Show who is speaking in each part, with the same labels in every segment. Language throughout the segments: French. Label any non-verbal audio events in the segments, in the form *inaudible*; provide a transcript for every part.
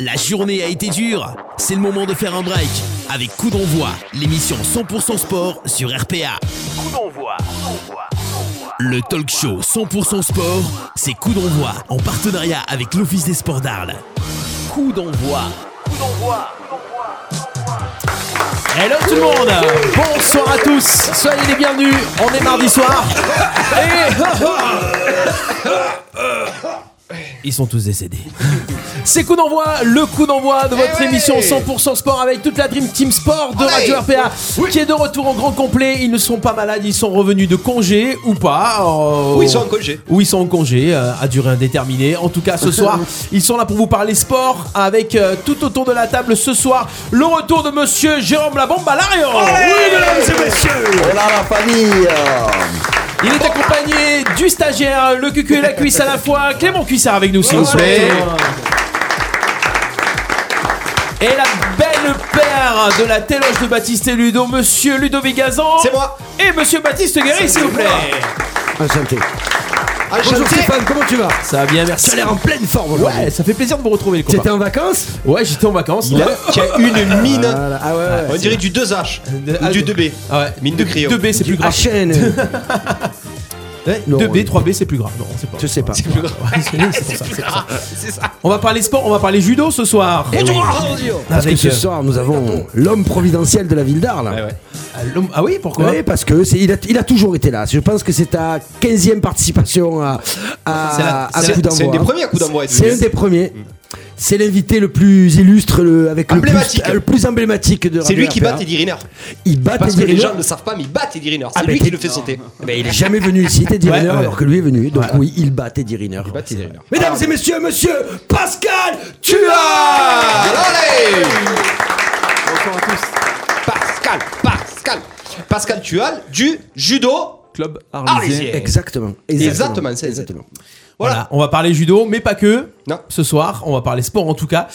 Speaker 1: La journée a été dure. C'est le moment de faire un break avec Coup d'envoi, l'émission 100% sport sur RPA. Coup d'envoi. Le talk show 100% sport, c'est Coup d'envoi en partenariat avec l'Office des sports d'Arles. Coup d'envoi. Coup d'envoi.
Speaker 2: Hello tout le monde Bonsoir à tous Soyez les bienvenus On est mardi soir Et... *laughs* Ils sont tous décédés. C'est coup d'envoi, le coup d'envoi de
Speaker 3: Eh
Speaker 2: votre émission 100% sport avec toute la Dream Team Sport
Speaker 3: Ah,
Speaker 2: de Radio RPA qui est de retour en grand complet. Ils ne sont pas malades, ils sont revenus de congé ou pas. euh,
Speaker 3: Oui, ils sont en congé.
Speaker 2: Oui, ils sont en congé euh, à durée indéterminée. En tout cas, *laughs* ce soir, ils sont là pour vous parler sport avec euh, tout autour de la table ce soir le retour de monsieur Jérôme Labombe Balario. Oui, mesdames et messieurs.
Speaker 4: On a la famille
Speaker 2: Il est accompagné du stagiaire, le cucu et la cuisse à la fois, Clément Cuissard avec nous, s'il vous plaît. Et la belle paire de la téloge de Baptiste et Ludo, monsieur Ludovic Gazan.
Speaker 3: C'est moi.
Speaker 2: Et monsieur Baptiste Guéry, s'il vous plaît.
Speaker 4: Enchanté.
Speaker 3: Bonjour Stéphane, comment tu vas
Speaker 2: Ça va bien, merci.
Speaker 4: Tu as l'air en pleine forme aujourd'hui.
Speaker 2: Ouais, ça fait plaisir de vous retrouver, les
Speaker 4: Tu
Speaker 2: copains.
Speaker 4: étais en vacances
Speaker 2: Ouais, j'étais en vacances.
Speaker 3: Il a, qui a une mine.
Speaker 4: Voilà. Ah ouais,
Speaker 3: On dirait du 2H ou du 2B.
Speaker 2: Ah ouais.
Speaker 3: Mine de crayon.
Speaker 2: 2B, c'est plus
Speaker 4: ouais.
Speaker 2: grave.
Speaker 4: chaîne *laughs* non,
Speaker 2: 2B,
Speaker 4: on-
Speaker 2: 3B, c'est plus grave. Non, c'est pas.
Speaker 4: Je sais pas.
Speaker 3: C'est plus grave.
Speaker 2: Ouais, c'est- c'est pour ça, c'est pour ça.
Speaker 3: Ah, C'est ça.
Speaker 2: On va parler sport, on va parler judo ce
Speaker 4: Eh
Speaker 2: soir.
Speaker 4: Parce que
Speaker 2: Avec,
Speaker 4: ce
Speaker 2: euh,
Speaker 4: soir, nous avons l'homme providentiel de la ville d'Arles.
Speaker 3: ouais.
Speaker 2: Ah, l'homme- Ah oui, pourquoi
Speaker 4: Oui, parce que c'est- il a, il a toujours été là. Je pense que c'est ta 15e participation à, à,
Speaker 2: C'est la-
Speaker 4: à
Speaker 3: c'est-
Speaker 4: coup d'envoi.
Speaker 3: c'est un des premiers à coup d'envoi, Mm.
Speaker 4: C'est
Speaker 3: Edwin.
Speaker 4: un des premiers. C'est l'invité le plus illustre, le, avec le plus,
Speaker 3: Emblématique.
Speaker 4: le plus emblématique de
Speaker 3: C'est
Speaker 4: Radio
Speaker 3: lui qui
Speaker 4: RPA.
Speaker 3: bat Teddy Riner.
Speaker 4: Il bat
Speaker 3: Parce que
Speaker 4: Teddy
Speaker 3: les
Speaker 4: Riner.
Speaker 3: gens ne le savent pas, mais il bat Teddy Riner. C'est
Speaker 4: Ah,
Speaker 3: lui
Speaker 4: mais
Speaker 3: qui le fait sauter.
Speaker 4: Mais il est jamais venu ici, Teddy
Speaker 2: Ouais,
Speaker 4: Riner,
Speaker 2: ouais.
Speaker 4: alors que lui est venu. Donc oui, il bat Teddy Riner.
Speaker 3: bat Teddy Riner.
Speaker 4: Mesdames et messieurs, monsieur Pascal Tua
Speaker 3: Allez Pascal, Pascal, Pascal Tual du judo
Speaker 2: Club
Speaker 3: arlésien.
Speaker 4: Ah, Exactement.
Speaker 3: Exactement, c'est-
Speaker 4: exactement.
Speaker 2: Voilà.
Speaker 3: Voilà.
Speaker 2: on va parler judo, mais pas que.
Speaker 3: Non.
Speaker 2: Ce soir, on va parler sport en tout cas.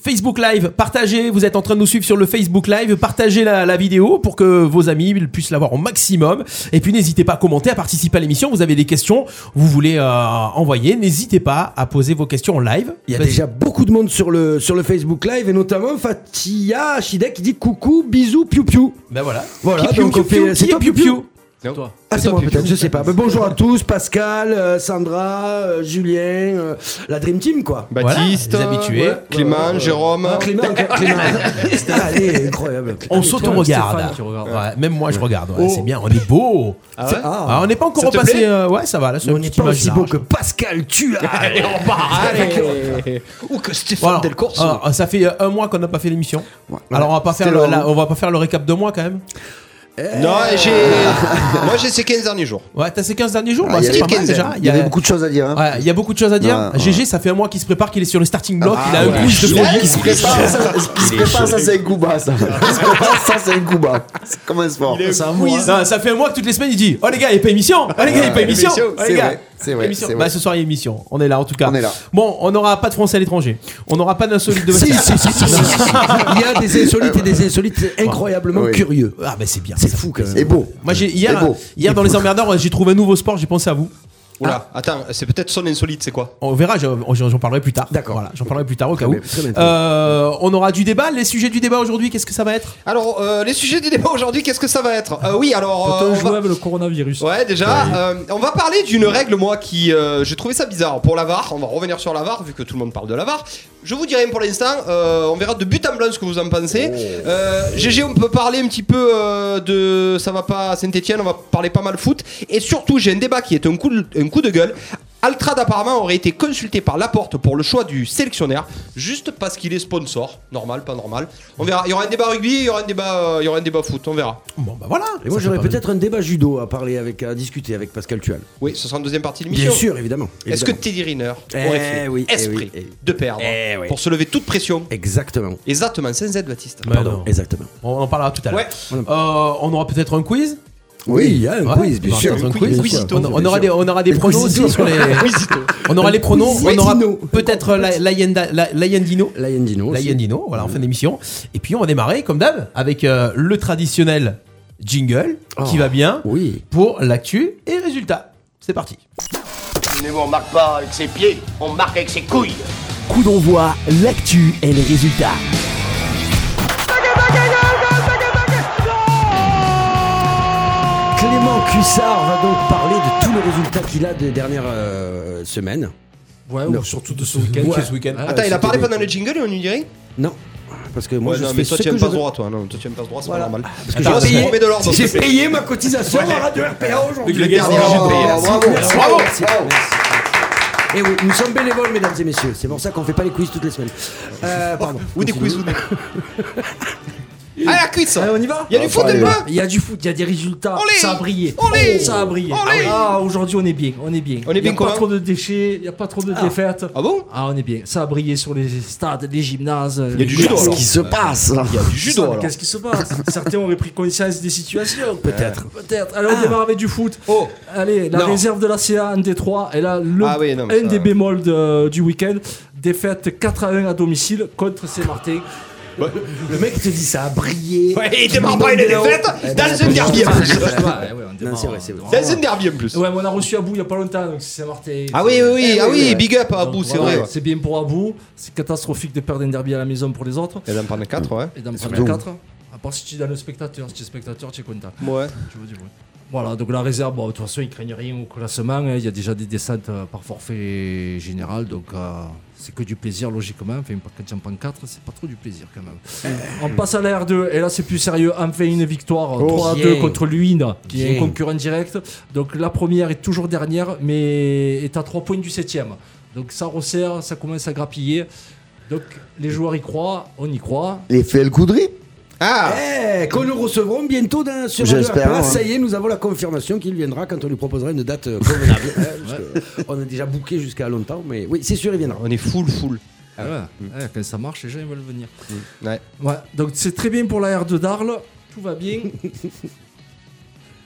Speaker 2: Facebook Live, partagez. Vous êtes en train de nous suivre sur le Facebook Live. Partagez la, la vidéo pour que vos amis puissent la voir au maximum. Et puis n'hésitez pas à commenter, à participer à l'émission. Vous avez des questions, vous voulez euh, envoyer. N'hésitez pas à poser vos questions en live.
Speaker 4: Il y a
Speaker 2: Vas-y.
Speaker 4: déjà beaucoup de monde sur le, sur le Facebook Live et notamment Fatia Chidek qui dit coucou, bisous, piou piou.
Speaker 2: Ben voilà.
Speaker 4: Voilà,
Speaker 2: Piu,
Speaker 4: donc
Speaker 2: piu,
Speaker 4: on fait-
Speaker 2: piu,
Speaker 4: c'est
Speaker 2: qui est
Speaker 4: toi,
Speaker 2: piu,
Speaker 4: piu,
Speaker 2: piu
Speaker 4: piu
Speaker 3: C'est toi.
Speaker 4: Ah, c'est moi peut-être, je sais pas. Mais bonjour à tous, Pascal, euh, Sandra, euh, Julien, euh, la Dream Team quoi.
Speaker 3: Bah,
Speaker 2: Voilà,
Speaker 3: Baptiste,
Speaker 2: les habitués.
Speaker 3: Clément, Jérôme.
Speaker 4: Ah, Clément, encore Clément. Allez, incroyable.
Speaker 2: On s'auto-regarde. Ouais, même moi, je regarde.
Speaker 4: Oh.
Speaker 2: Ouais, C'est bien, on est beau.
Speaker 3: Ah ouais
Speaker 2: Ah, on n'est pas encore
Speaker 3: Ça te
Speaker 2: repassé.
Speaker 3: plaît
Speaker 2: euh, ouais, ça va. Là, c'est
Speaker 4: On
Speaker 2: une
Speaker 4: n'est
Speaker 2: petite
Speaker 4: pas
Speaker 2: image
Speaker 4: aussi
Speaker 2: large.
Speaker 4: beau que Pascal Tua.
Speaker 3: Allez, on part. Allez. Ou que Stéphane
Speaker 2: Voilà.
Speaker 3: Del Corso.
Speaker 2: Alors, ça fait euh, un mois qu'on n'a pas fait l'émission. Alors on va pas faire
Speaker 4: C'était
Speaker 2: le,
Speaker 4: le-
Speaker 2: la- on va pas faire le récap de mois quand même.
Speaker 3: Non, j'ai. Moi, j'ai ces 15 derniers jours.
Speaker 2: Ouais, t'as ces 15 derniers
Speaker 4: Ah,
Speaker 2: jours, bah,
Speaker 5: il y
Speaker 2: c'est
Speaker 5: avait
Speaker 2: pas mal
Speaker 3: 15,
Speaker 2: déjà.
Speaker 5: Il y avait beaucoup de choses à dire. hein.
Speaker 2: Ouais, il y a beaucoup de choses à dire.
Speaker 5: Ouais,
Speaker 4: Ah,
Speaker 5: ouais.
Speaker 2: GG, ça fait un mois qu'il se prépare, qu'il est sur le starting block, il a
Speaker 5: ouais.
Speaker 2: un quiz de
Speaker 5: Il
Speaker 2: folie.
Speaker 5: se prépare, ça, il se prépare, ça, c'est un coup bas, ça. Il se prépare, ça c'est un coup bas. C'est comme un sport.
Speaker 2: euh, Non, ça fait un mois que toutes les semaines il dit Oh les gars, il n'y a pas émission Oh les gars, il n'y a pas émission
Speaker 5: émission,
Speaker 2: Oh, les
Speaker 5: c'est
Speaker 2: gars,
Speaker 5: vrai, c'est vrai,
Speaker 2: émission.
Speaker 5: c'est vrai.
Speaker 2: Bah, ce soir il y a émission, on est là en tout cas.
Speaker 5: On est là.
Speaker 2: Bon, on n'aura pas de français à l'étranger, on n'aura pas d'insolite de
Speaker 4: Si, si, si, si, si, si. Il y a des insolites et des insolites incroyablement
Speaker 5: Oui.
Speaker 4: curieux.
Speaker 2: Ah, bah c'est bien.
Speaker 4: C'est
Speaker 2: ça.
Speaker 4: fou quand
Speaker 5: Et
Speaker 4: même.
Speaker 5: beau.
Speaker 2: Moi, j'ai, hier,
Speaker 5: C'est beau.
Speaker 2: hier dans les emmerdeurs, j'ai trouvé un nouveau sport, j'ai pensé à vous.
Speaker 3: Oula, attends, c'est peut-être son insolite, c'est quoi
Speaker 2: On verra, j'en j'en- j'en parlerai plus tard. D'accord. Voilà, j'en parlerai plus tard au cas où.
Speaker 4: bien, très bien, très
Speaker 2: Euh, on aura du débat. Les sujets du débat aujourd'hui, qu'est-ce que ça va être
Speaker 3: Alors, euh, les sujets du débat aujourd'hui, qu'est-ce que ça va être Euh, Oui, alors. euh, on va-
Speaker 6: le coronavirus.
Speaker 3: Ouais, déjà, euh, on va parler d'une règle, moi, qui. euh, J'ai trouvé ça bizarre. Pour la VAR, on va revenir sur la VAR, vu que tout le monde parle de la VAR. Je vous dirai pour l'instant, euh, on verra de but en blanc ce que vous en pensez. Euh, GG, on peut parler un petit peu euh, de. Ça va pas à Saint-Etienne, on va parler pas mal foot. Et surtout, j'ai un débat qui est un coup de, un coup de gueule. Altrad apparemment aurait été consulté par Laporte pour le choix du sélectionnaire, juste parce qu'il est sponsor. Normal, pas normal. On verra. Il y aura un débat rugby, il y aura un débat, euh, il y aura un débat foot, on verra.
Speaker 2: Bon, bah voilà.
Speaker 4: Et moi
Speaker 2: Ça
Speaker 4: j'aurais
Speaker 2: fait pas
Speaker 4: peut-être un débat judo à parler avec, à discuter avec Pascal Tual.
Speaker 3: Oui, ce sera en deuxième partie de
Speaker 4: Bien
Speaker 3: l'émission.
Speaker 4: sûr, évidemment.
Speaker 3: Est-ce que
Speaker 4: évidemment.
Speaker 3: Teddy Riner
Speaker 4: Eh
Speaker 3: aurait fait
Speaker 4: oui, eh
Speaker 3: esprit
Speaker 4: oui, eh oui.
Speaker 3: de perdre
Speaker 4: Eh oui.
Speaker 3: pour se lever toute pression
Speaker 4: Exactement.
Speaker 3: Exactement, sans Z Baptiste.
Speaker 2: mal. Bah
Speaker 4: Pardon,
Speaker 2: non.
Speaker 4: exactement.
Speaker 2: On en parlera tout à l'heure.
Speaker 3: Ouais.
Speaker 2: Euh, on aura peut-être un quiz.
Speaker 4: Oui, il y a un
Speaker 2: Ouais,
Speaker 4: quiz, bien
Speaker 2: on aura
Speaker 4: sûr.
Speaker 2: peut-être un
Speaker 3: Un
Speaker 2: quiz.
Speaker 3: quiz,
Speaker 2: On-
Speaker 3: quizito,
Speaker 2: on,
Speaker 3: bien
Speaker 2: aura
Speaker 3: sûr.
Speaker 2: des, on aura des pronos aussi
Speaker 4: quizito.
Speaker 2: sur les. *laughs* on aura les pronos. On
Speaker 4: Quizito.
Speaker 2: aura peut-être la- l'Allenda- la- l'Allendino.
Speaker 4: La Yendino. aussi.
Speaker 2: L'Allendino, voilà, en fin d'émission. Et puis on va démarrer, comme d'hab, avec euh, le traditionnel jingle qui
Speaker 4: Oh.
Speaker 2: va bien
Speaker 4: Oui.
Speaker 2: pour l'actu et résultats. C'est parti.
Speaker 7: Mais on marque pas avec ses pieds, on marque avec ses couilles.
Speaker 1: Coup d'envoi, l'actu et les résultats.
Speaker 4: Clément Cussard va donc parler de tous les résultats qu'il a des dernières euh, semaines.
Speaker 2: Ouais,
Speaker 4: Non.
Speaker 2: ou surtout de ce week-end,
Speaker 4: Ouais.
Speaker 2: qui est ce week-end.
Speaker 3: Attends, il a
Speaker 4: c'était
Speaker 3: parlé
Speaker 4: des-
Speaker 3: pendant le jingle et on lui dirait
Speaker 4: Non, parce que moi
Speaker 3: Ouais,
Speaker 4: je
Speaker 3: non,
Speaker 4: fais
Speaker 3: mais toi
Speaker 4: ce
Speaker 3: tu
Speaker 4: que
Speaker 3: aimes
Speaker 4: je
Speaker 3: pas
Speaker 4: veux.
Speaker 3: ce droit, toi. Non, toi tu aimes pas ce droit, c'est pas
Speaker 4: Voilà.
Speaker 3: normal.
Speaker 4: Parce que
Speaker 3: Attends,
Speaker 4: j'ai-
Speaker 3: remets de l'ordre.
Speaker 4: J'ai payé ma cotisation à Radio RPA aujourd'hui.
Speaker 2: Le gars, il est obligé de payer.
Speaker 4: Bravo, bravo, Et Eh oui, nous sommes bénévoles, mesdames et messieurs. C'est pour ça qu'on fait pas les quiz toutes les semaines. Euh, pardon.
Speaker 3: Oh, Ou des quiz ou des. Ah la quiz
Speaker 6: Allez, on y va
Speaker 3: Il y a du
Speaker 5: Ah,
Speaker 3: foot
Speaker 5: allez,
Speaker 3: dedans
Speaker 6: Il y a du foot, il y a des résultats.
Speaker 3: Olé
Speaker 6: ça a brillé.
Speaker 3: Olé
Speaker 6: ça a brillé.
Speaker 3: Olé
Speaker 6: Ah, aujourd'hui, on est bien. On est bien.
Speaker 3: On est
Speaker 6: Il y
Speaker 3: bien
Speaker 6: a
Speaker 2: hein
Speaker 3: comment
Speaker 6: pas trop de déchets, il n'y a pas trop de défaites.
Speaker 3: Ah bon
Speaker 6: Ah, on est bien. Ça a brillé sur les stades, les gymnases.
Speaker 3: Il y a du judo
Speaker 5: Qu'est-ce
Speaker 3: alors
Speaker 5: qui se passe là
Speaker 3: Du judo alors
Speaker 6: Qu'est-ce qui se passe Certains auraient pris conscience des situations, peut-être. Peut-être.
Speaker 7: Ah.
Speaker 6: Allez, on démarre avec du foot.
Speaker 3: Oh
Speaker 6: Allez, la
Speaker 3: Non.
Speaker 6: réserve de la CA, un des trois. Et là, le,
Speaker 3: Ah oui, non, mais
Speaker 6: un
Speaker 3: ça-
Speaker 6: des bémols de- du week-end. Défaite 4 à 1 à domicile
Speaker 3: *laughs*
Speaker 6: contre Saint-Martin.
Speaker 4: Le mec te dit ça a brillé.
Speaker 3: Ouais, il démarre pas, il est défaite Dans un derby en plus
Speaker 6: Ouais, ouais, on démarre-
Speaker 4: c'est vrai, c'est vrai.
Speaker 6: on
Speaker 3: Dans
Speaker 6: démarre.
Speaker 3: un derby en plus
Speaker 6: Ouais, mais on a reçu Abou il n'y a pas longtemps, donc c'est Saint-Martin.
Speaker 3: Ah oui, oui, oui,
Speaker 6: Eh
Speaker 3: ah oui,
Speaker 6: ouais.
Speaker 3: big up à
Speaker 6: Donc,
Speaker 3: Abou, c'est
Speaker 6: voilà,
Speaker 3: vrai ouais.
Speaker 6: C'est bien pour Abou, c'est catastrophique de perdre un derby à la maison pour les autres.
Speaker 3: Il y en a pas 4 ouais
Speaker 6: Et d'en prendre
Speaker 5: surtout-
Speaker 6: 4. À part si tu es dans le spectateur, si tu es spectateur, tu es content.
Speaker 3: Ouais
Speaker 6: Je veux dire, ouais. Voilà, donc la réserve, bon, de toute façon, ils craignent rien au classement. hein. Il y a déjà des descentes euh, par forfait général, donc euh, c'est que du plaisir, logiquement. Enfin, quand tu en prends 4, c'est pas trop du plaisir quand même. On passe à la R2, et là, c'est plus sérieux. Enfin, une victoire 3 à 2
Speaker 4: yeah.
Speaker 6: contre Luynes, E. qui est
Speaker 4: Bien.
Speaker 6: un concurrent direct. Donc la première est toujours dernière, mais est à 3 points du 7 Donc ça resserre, ça commence à grappiller. Donc les joueurs y croient, on y croit.
Speaker 5: Il fait le coudri
Speaker 3: Ah
Speaker 4: Eh, que nous recevrons bientôt dans sur Radio
Speaker 5: J'espère,
Speaker 4: RPA.
Speaker 5: hein.
Speaker 4: Ça y est, nous avons la confirmation qu'il viendra quand on lui proposera une date euh, convenable. Ouais,
Speaker 5: *laughs*
Speaker 4: parce que On a déjà booké jusqu'à longtemps, mais oui, c'est sûr, il viendra.
Speaker 3: On est full, full
Speaker 6: Ah ouais,
Speaker 4: Mm.
Speaker 6: ouais, quand ça marche, les gens ils veulent venir.
Speaker 3: Ouais
Speaker 6: Ouais, donc c'est très bien pour la R2 d'Arles. Tout
Speaker 4: *laughs*
Speaker 6: va bien.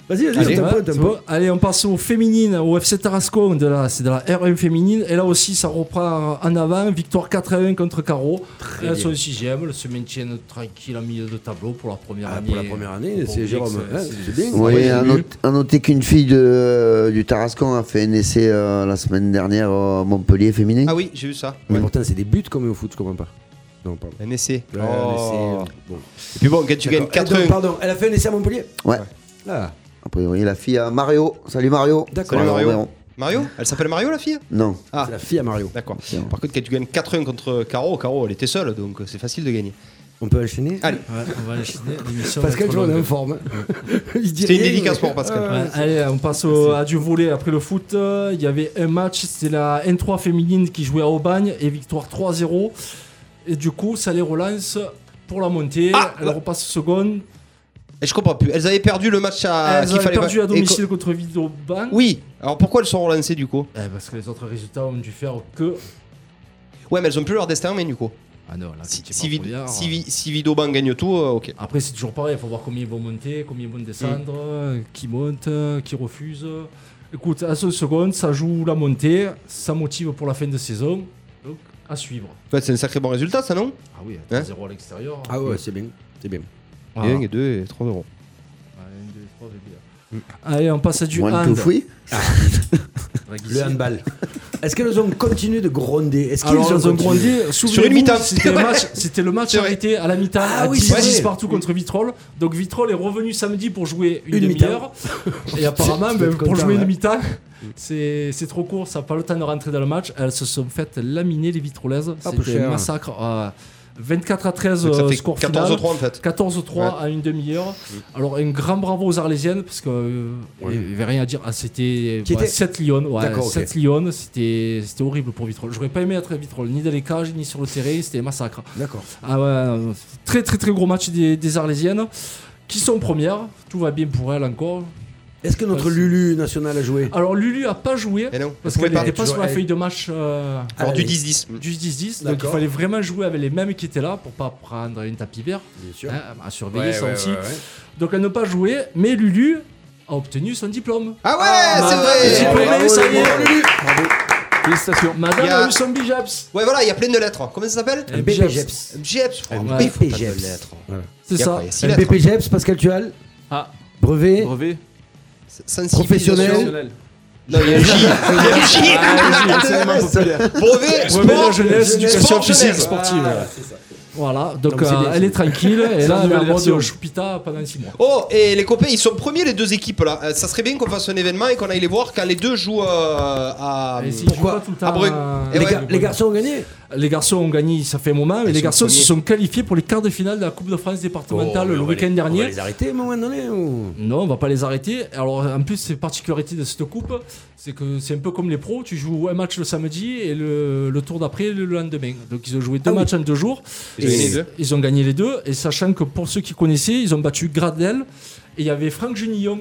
Speaker 4: Vas-y, vas-y,
Speaker 3: Allez,
Speaker 4: tape un peu,
Speaker 6: Ouais,
Speaker 4: tape
Speaker 6: c'est
Speaker 4: un peu.
Speaker 6: bon. Allez, on passe aux féminines, au FC Tarascon. De la, c'est de la R1 féminine. Et là aussi, ça reprend en avant. Victoire 4 à 1 contre Caro. Elles sont 6 elles se maintiennent tranquilles en milieu de tableau pour la première
Speaker 4: Ah,
Speaker 6: année.
Speaker 4: pour la première année,
Speaker 6: Pour
Speaker 4: c'est
Speaker 6: Vix,
Speaker 4: Jérôme.
Speaker 6: c'est-
Speaker 4: hein,
Speaker 6: c'est-
Speaker 4: C'est bien.
Speaker 5: Oui,
Speaker 6: Ouais,
Speaker 5: à
Speaker 6: j'ai
Speaker 5: not-
Speaker 6: vu.
Speaker 5: à noter qu'une fille de, euh, du Tarascon a fait un essai euh, la semaine dernière euh, à Montpellier féminin.
Speaker 3: Ah oui, j'ai vu ça
Speaker 4: Mais pourtant, c'est des buts comme au foot, je comprends pas. Non, pardon.
Speaker 3: Un essai Oh.
Speaker 4: Ouais, un essai, bon.
Speaker 3: Et puis bon, quand tu gagnes Ah.
Speaker 4: D'accord. Eh, donc,
Speaker 3: 4-1
Speaker 4: Pardon, elle a fait un essai à Montpellier
Speaker 5: Ouais.
Speaker 4: Là.
Speaker 5: Après, oui, la fille à Mario. Salut Mario.
Speaker 4: D'accord.
Speaker 5: Voilà,
Speaker 3: Salut, Mario.
Speaker 5: Robert.
Speaker 3: Mario Elle s'appelle Mario la fille
Speaker 5: Non.
Speaker 3: Ah.
Speaker 4: C'est la fille à Mario.
Speaker 3: D'accord. Par contre, quand tu gagnes 4-1 contre Caro, Caro elle était seule donc euh, c'est facile de gagner.
Speaker 4: On peut enchaîner
Speaker 3: Allez,
Speaker 6: Ouais, on va enchaîner, l'émission va
Speaker 4: Pascal,
Speaker 6: être
Speaker 4: tu vois, on est
Speaker 6: longue.
Speaker 4: en forme. *laughs* Il dit
Speaker 3: c'est une
Speaker 4: rien,
Speaker 3: dédicace
Speaker 4: mais-
Speaker 3: pour Pascal.
Speaker 6: Ouais, allez, on passe au- à du volet après le foot. Euh, Il y avait un match, c'était la N3 féminine qui jouait à Aubagne et victoire 3-0. Et du coup, ça les relance pour la montée.
Speaker 3: Ah,
Speaker 6: Elle
Speaker 3: ouais.
Speaker 6: repasse seconde.
Speaker 3: Et je comprends plus. Elles avaient perdu le match à.
Speaker 6: Elles
Speaker 3: qu'il
Speaker 6: ont
Speaker 3: Ah, fallait
Speaker 6: perdu
Speaker 3: pas-
Speaker 6: à
Speaker 3: Et
Speaker 6: domicile
Speaker 3: co-
Speaker 6: contre Ville d'Aubagne.
Speaker 3: Oui. Alors pourquoi elles sont relancées du coup
Speaker 6: Eh, parce que les autres résultats ont dû faire que.
Speaker 3: Ouais, mais elles ont plus leur destin, mais du coup.
Speaker 6: Ah non, là,
Speaker 3: Si,
Speaker 6: c'est
Speaker 3: si,
Speaker 6: pas
Speaker 3: Vid-
Speaker 6: brouillard.
Speaker 3: si Vi- si Vidoban gagne tout, euh, ok.
Speaker 6: Après, c'est toujours pareil. Il faut voir combien ils vont monter, combien ils vont descendre, euh, qui monte, euh, qui refuse. Écoute, à ce seconde, ça joue la montée. Ça motive pour la fin de saison. Donc, à suivre.
Speaker 3: Ouais, c'est un sacré bon résultat, ça non
Speaker 6: Ah oui,
Speaker 3: Hein
Speaker 6: 0 à l'extérieur.
Speaker 4: Ah ouais, c'est bien. C'est bien.
Speaker 6: Ah.
Speaker 3: Et 1 et 2 et 3 euros.
Speaker 6: Ah, un, deux, trois, j'ai oublié. Allez, on passe à du
Speaker 5: One
Speaker 6: hand.
Speaker 5: two free.
Speaker 4: Le handball. *laughs* Est-ce qu'elles ont continué de gronder Est-ce qu'ils
Speaker 6: Alors, ils ont
Speaker 4: continué
Speaker 6: grandi.
Speaker 3: Sur une mi-temps.
Speaker 6: C'était le match, c'était le match
Speaker 3: C'est vrai.
Speaker 6: arrêté à la mi-temps.
Speaker 4: Ah
Speaker 6: à
Speaker 4: oui,
Speaker 6: 10,
Speaker 4: c'est vrai.
Speaker 6: 10 partout contre Vitrolles. Donc Vitrolles est revenu samedi pour jouer une,
Speaker 4: Une
Speaker 6: demi-heure. Et
Speaker 4: *laughs*
Speaker 6: apparemment,
Speaker 4: Tu
Speaker 6: ben,
Speaker 4: peux être
Speaker 6: pour
Speaker 4: content,
Speaker 6: jouer une
Speaker 4: ouais.
Speaker 6: mi-temps, c'est c'est trop court. Ça n'a pas le temps de rentrer dans le match. Elles se sont faites laminer les Vitrolaises.
Speaker 4: Ah, peu
Speaker 6: C'était
Speaker 4: cher.
Speaker 6: un massacre. euh, 24 à 13
Speaker 3: Donc ça
Speaker 6: euh,
Speaker 3: fait
Speaker 6: score final.
Speaker 3: 14 3 en fait.
Speaker 6: 14-3 à une demi-heure. Alors, un grand bravo aux Arlésiennes, parce que euh, il y avait rien à dire. Ah, c'était
Speaker 4: Qui
Speaker 6: bah,
Speaker 4: était-
Speaker 6: 7 Lyon. Ouais,
Speaker 4: D'accord, ok.
Speaker 6: 7 Lyon, c'était c'était horrible pour Vitrolles. J'aurais pas aimé être à Vitrolles, ni dans les cages, ni sur le terrain. C'était un massacre.
Speaker 4: D'accord.
Speaker 6: Ah ouais, non, très, très, très gros match des, des Arlésiennes, qui sont premières. Tout va bien pour elles encore.
Speaker 4: Est-ce que notre Lulu national a joué
Speaker 6: Alors, Lulu a pas joué,
Speaker 3: Et Eh non,
Speaker 6: parce
Speaker 3: vous pouvez
Speaker 6: qu'elle
Speaker 3: pas.
Speaker 6: n'était pas sur la
Speaker 4: Elle-
Speaker 6: feuille de match. euh,
Speaker 3: Alors du
Speaker 4: Allez.
Speaker 3: 10-10.
Speaker 6: du 10-10, donc il
Speaker 4: D'accord.
Speaker 6: fallait vraiment jouer avec les mêmes qui étaient là pour pas prendre une tapis vert,
Speaker 4: Bien sûr.
Speaker 6: hein, à surveiller ça aussi. Donc elle n'a pas joué, mais Lulu a obtenu son diplôme.
Speaker 3: Ah ouais,
Speaker 4: Euh,
Speaker 3: c'est
Speaker 6: diplômé,
Speaker 3: vrai
Speaker 4: bravo,
Speaker 6: ça
Speaker 4: les
Speaker 6: y est,
Speaker 4: bons.
Speaker 6: Lulu.
Speaker 2: Félicitations.
Speaker 6: Madame
Speaker 3: Il y a-
Speaker 6: a eu son bijaps.
Speaker 3: Ouais, voilà, il y a plein de lettres. Comment ça s'appelle
Speaker 6: Un
Speaker 4: BPGEPS.
Speaker 3: MGEPS, je crois.
Speaker 6: Ouais.
Speaker 3: Mais Ah, il faut pas de
Speaker 4: BPGEPS.
Speaker 3: lettres. hein.
Speaker 6: C'est
Speaker 3: Il y a
Speaker 6: ça.
Speaker 3: quoi, il y a six
Speaker 4: Un
Speaker 3: lettres.
Speaker 4: BPGEPS, Pascal Tual
Speaker 2: Ah,
Speaker 4: Brevet
Speaker 2: brevet
Speaker 3: Sensibilisation.
Speaker 4: Professionnel.
Speaker 3: Non, *laughs* il y a un J. Il y a un J. *laughs* Brevet,
Speaker 7: Brevet de la
Speaker 3: sport,
Speaker 7: jeunesse, éducation
Speaker 3: sport,
Speaker 7: physique,
Speaker 3: jeunesse.
Speaker 7: sportive.
Speaker 6: Voilà, donc
Speaker 7: Donc c'est
Speaker 6: euh,
Speaker 7: bien,
Speaker 6: elle
Speaker 7: c'est
Speaker 6: est tranquille, et là elle est
Speaker 7: nouvelle
Speaker 6: en
Speaker 7: version.
Speaker 6: mode Choupita pendant 6 mois.
Speaker 3: Oh, et les copains, ils sont premiers les deux équipes là. Euh, ça serait bien qu'on fasse un événement et qu'on aille les voir quand les deux jouent euh, à.
Speaker 6: Et si
Speaker 4: pourquoi
Speaker 6: je joue pas tout le temps,
Speaker 3: Ah, Brugge.
Speaker 6: euh,
Speaker 3: Et
Speaker 4: Les,
Speaker 3: ouais.
Speaker 4: gar- les garçons ont gagné.
Speaker 6: les garçons ont gagné, ça fait un moment, mais les
Speaker 3: sont
Speaker 6: garçons se
Speaker 3: premiers.
Speaker 6: sont qualifiés pour les quarts de finale de la Coupe de France départementale le week-end
Speaker 4: On va
Speaker 6: dernier.
Speaker 4: les arrêter à un moment donné ou...
Speaker 6: Non, on va pas les arrêter. Alors en plus, c'est particularité de cette coupe, c'est que c'est un peu comme les pros, tu joues un match le samedi et le, le tour d'après le lendemain. Donc ils ont joué deux matchs en deux jours.
Speaker 3: Ah Ils ont gagné les deux.
Speaker 6: ils ont gagné les deux. Et sachant que pour ceux qui connaissaient, ils ont battu Gradel et il y avait Franck Junillon.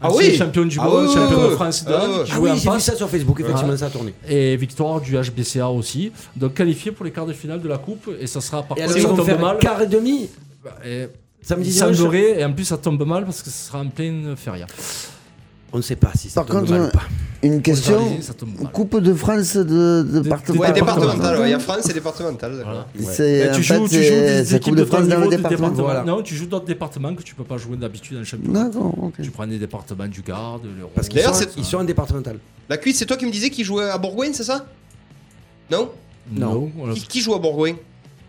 Speaker 3: Ah
Speaker 6: ancien
Speaker 3: oui
Speaker 6: champion du
Speaker 3: Ah
Speaker 6: monde,
Speaker 3: oui, oui,
Speaker 6: champion
Speaker 3: oui.
Speaker 6: de France de
Speaker 3: Ah
Speaker 6: hand,
Speaker 3: oui,
Speaker 6: qui
Speaker 4: Ah
Speaker 6: jouait
Speaker 4: oui,
Speaker 6: en
Speaker 4: j'ai vu
Speaker 6: passe
Speaker 4: ça sur Facebook, effectivement, ça a tourné.
Speaker 6: et victoire du HBCA aussi. Donc qualifié pour les quarts de finale de la coupe et ça sera par
Speaker 4: Et alors,
Speaker 6: contre ça
Speaker 4: ils vont
Speaker 6: tombe
Speaker 4: faire un
Speaker 6: mal.
Speaker 4: quart et demi
Speaker 6: Et
Speaker 4: samedi
Speaker 6: il
Speaker 4: dimanche.
Speaker 6: semblerait, et en plus ça tombe mal parce que ce sera en pleine feria.
Speaker 4: On ne sait pas si ça
Speaker 5: Par
Speaker 4: tombe
Speaker 5: contre,
Speaker 4: mal ou pas.
Speaker 5: une question.
Speaker 6: Généralisé, ça tombe mal.
Speaker 5: Coupe de France de, de
Speaker 3: Ouais,
Speaker 5: départemental.
Speaker 3: départemental, ouais. il y a France et départemental. d'accord.
Speaker 5: C'est
Speaker 6: Et
Speaker 5: en
Speaker 6: tu
Speaker 5: fait,
Speaker 6: joues, tu
Speaker 5: c'est-
Speaker 6: joues des
Speaker 5: c'est
Speaker 6: équipes
Speaker 5: Coupe
Speaker 6: de
Speaker 5: de
Speaker 6: ton
Speaker 5: France dans le
Speaker 6: niveau de
Speaker 5: département.
Speaker 6: département.
Speaker 5: Voilà.
Speaker 6: Non, tu joues d'autres départements que tu peux pas jouer d'habitude dans le championnat.
Speaker 5: D'accord, ok.
Speaker 6: Tu prends des départements du Gard, de l'Hérault.
Speaker 4: Parce qu'ils
Speaker 3: D'ailleurs,
Speaker 4: sont,
Speaker 3: c'est-
Speaker 4: ils sont un départemental.
Speaker 3: La cuisse, c'est toi qui me disais qu'ils jouaient à Bourgogne, c'est ça Non
Speaker 6: Non, voilà.
Speaker 3: qui, qui joue à Bourgogne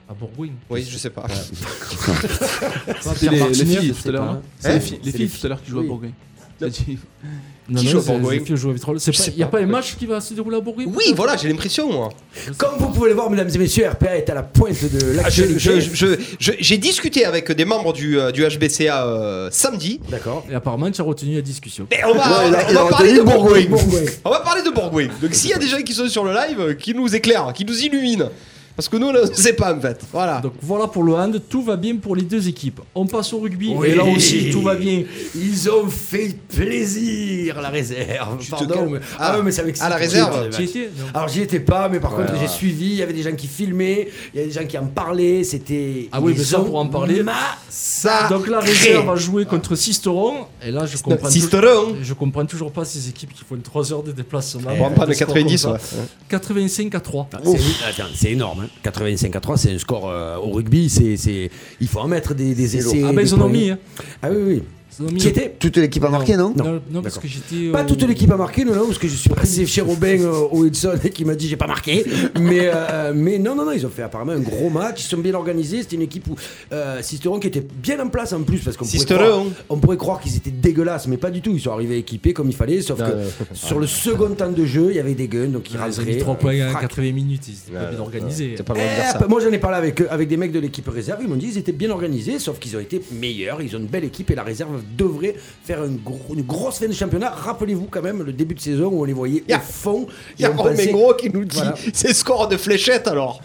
Speaker 6: à Bourgogne.
Speaker 3: Oui, je sais pas. *laughs*
Speaker 7: C'était les, les filles tout à l'heure. non C'est
Speaker 3: Hein
Speaker 7: les, filles- les filles tout à l'heure qui jouent à Bourgogne. T'as dit-
Speaker 6: Non,
Speaker 3: Qui
Speaker 6: non,
Speaker 3: joue à
Speaker 6: c'est-
Speaker 3: Bourgogne
Speaker 6: c'est qui joue à Vitrolles. C'est pas- Il n'y a pas un match qui va se dérouler à Bourgogne
Speaker 3: Oui, voilà, j'ai l'impression, moi.
Speaker 4: Comme vous pouvez le voir, mesdames et messieurs, RPA est à la pointe de
Speaker 3: Ah, je- je-
Speaker 4: l'actualité.
Speaker 3: je- je- J'ai discuté avec des membres du, euh, du HBCA euh, samedi.
Speaker 4: D'accord.
Speaker 6: Et apparemment, tu as retenu la discussion.
Speaker 3: Et on va,
Speaker 5: Ouais, il a-
Speaker 3: on
Speaker 5: il
Speaker 3: va
Speaker 5: a
Speaker 3: parler
Speaker 5: retenu
Speaker 3: de
Speaker 5: Bourgogne.
Speaker 3: Bourgogne. On va parler de Bourgogne. Donc s'il y a des gens qui sont sur le live, euh, qui nous éclairent, qui nous illuminent. Parce que nous, on ne sait pas en fait. Voilà.
Speaker 6: Donc voilà pour le hand, tout va bien pour les deux équipes. On passe au rugby, et là aussi tout va bien.
Speaker 4: Ils ont fait plaisir la réserve.
Speaker 3: Tu te
Speaker 4: Pardon.
Speaker 3: calmes.
Speaker 4: mais-
Speaker 3: Ah,
Speaker 4: Ah, non, mais ça m'excite.
Speaker 3: à la réserve.
Speaker 6: Tu y étais Non.
Speaker 4: Bah, Alors j'y étais pas, mais par contre j'ai suivi. Il y avait des gens qui filmaient, il y avait des gens qui en parlaient. C'était.
Speaker 6: Ah oui,
Speaker 4: ils
Speaker 6: mais ça,
Speaker 4: ont
Speaker 6: pour en parler-
Speaker 3: Ah,
Speaker 4: massacré.
Speaker 6: Donc la réserve va jouer contre Sisteron, et là je comprends, tou-
Speaker 3: Sisteron.
Speaker 6: je comprends toujours pas ces équipes qui font 3 heures de déplacement.
Speaker 3: On va en prendre
Speaker 6: Des scores
Speaker 3: 90,
Speaker 6: comme
Speaker 3: ouais.
Speaker 6: ça. 85 à 3.
Speaker 4: Ah, c'est- attends, C'est énorme. hein. 85 à 3, c'est un score euh, au rugby. C'est, c'est- il faut en mettre des, des essais.
Speaker 6: Ah ben
Speaker 4: des
Speaker 6: ils en ont
Speaker 4: points.
Speaker 6: mis. Hein.
Speaker 4: Ah oui, oui.
Speaker 6: Ils en ont mis.
Speaker 4: Qui était
Speaker 5: Toute l'équipe a marqué, non
Speaker 6: Non, non, parce
Speaker 4: D'accord.
Speaker 6: que j'étais.
Speaker 4: Pas
Speaker 6: au-
Speaker 4: toute l'équipe a marqué, non, non, parce que je suis passé chez Robin euh, au Wilson et qui m'a dit j'ai pas marqué. Mais, euh, mais non, non, non, ils ont fait apparemment un gros match, ils sont bien organisés. C'était une équipe où euh, Sisteron qui était bien en place en plus, parce qu'on pourrait,
Speaker 3: Sisteron.
Speaker 4: croire- on pourrait croire qu'ils étaient dégueulasses, mais pas du tout. Ils sont arrivés équipés comme il fallait, sauf que sur le second temps de jeu, il y avait des guns, donc ils
Speaker 6: Ah, Ils ont
Speaker 4: rentraient.
Speaker 6: mis 3 points
Speaker 4: euh,
Speaker 6: à
Speaker 4: frac.
Speaker 6: 80 minutes. Ils étaient pas bien organisés.
Speaker 3: T'es Euh, pas
Speaker 4: Eh,
Speaker 3: loin de dire ça.
Speaker 4: bah, moi j'en ai parlé avec, eux- avec des mecs de l'équipe réserve, ils m'ont dit ils étaient bien organisés, sauf qu'ils ont été meilleurs, ils ont une belle équipe et la réserve devrait faire une, gro- une grosse fin de championnat. Rappelez-vous quand même le début de saison où on les voyait
Speaker 3: Ya.
Speaker 4: au fond.
Speaker 3: Il y a
Speaker 4: on pensait-
Speaker 3: Romain Gros qui nous dit *laughs*
Speaker 4: Voilà.
Speaker 3: c'est score de fléchette alors.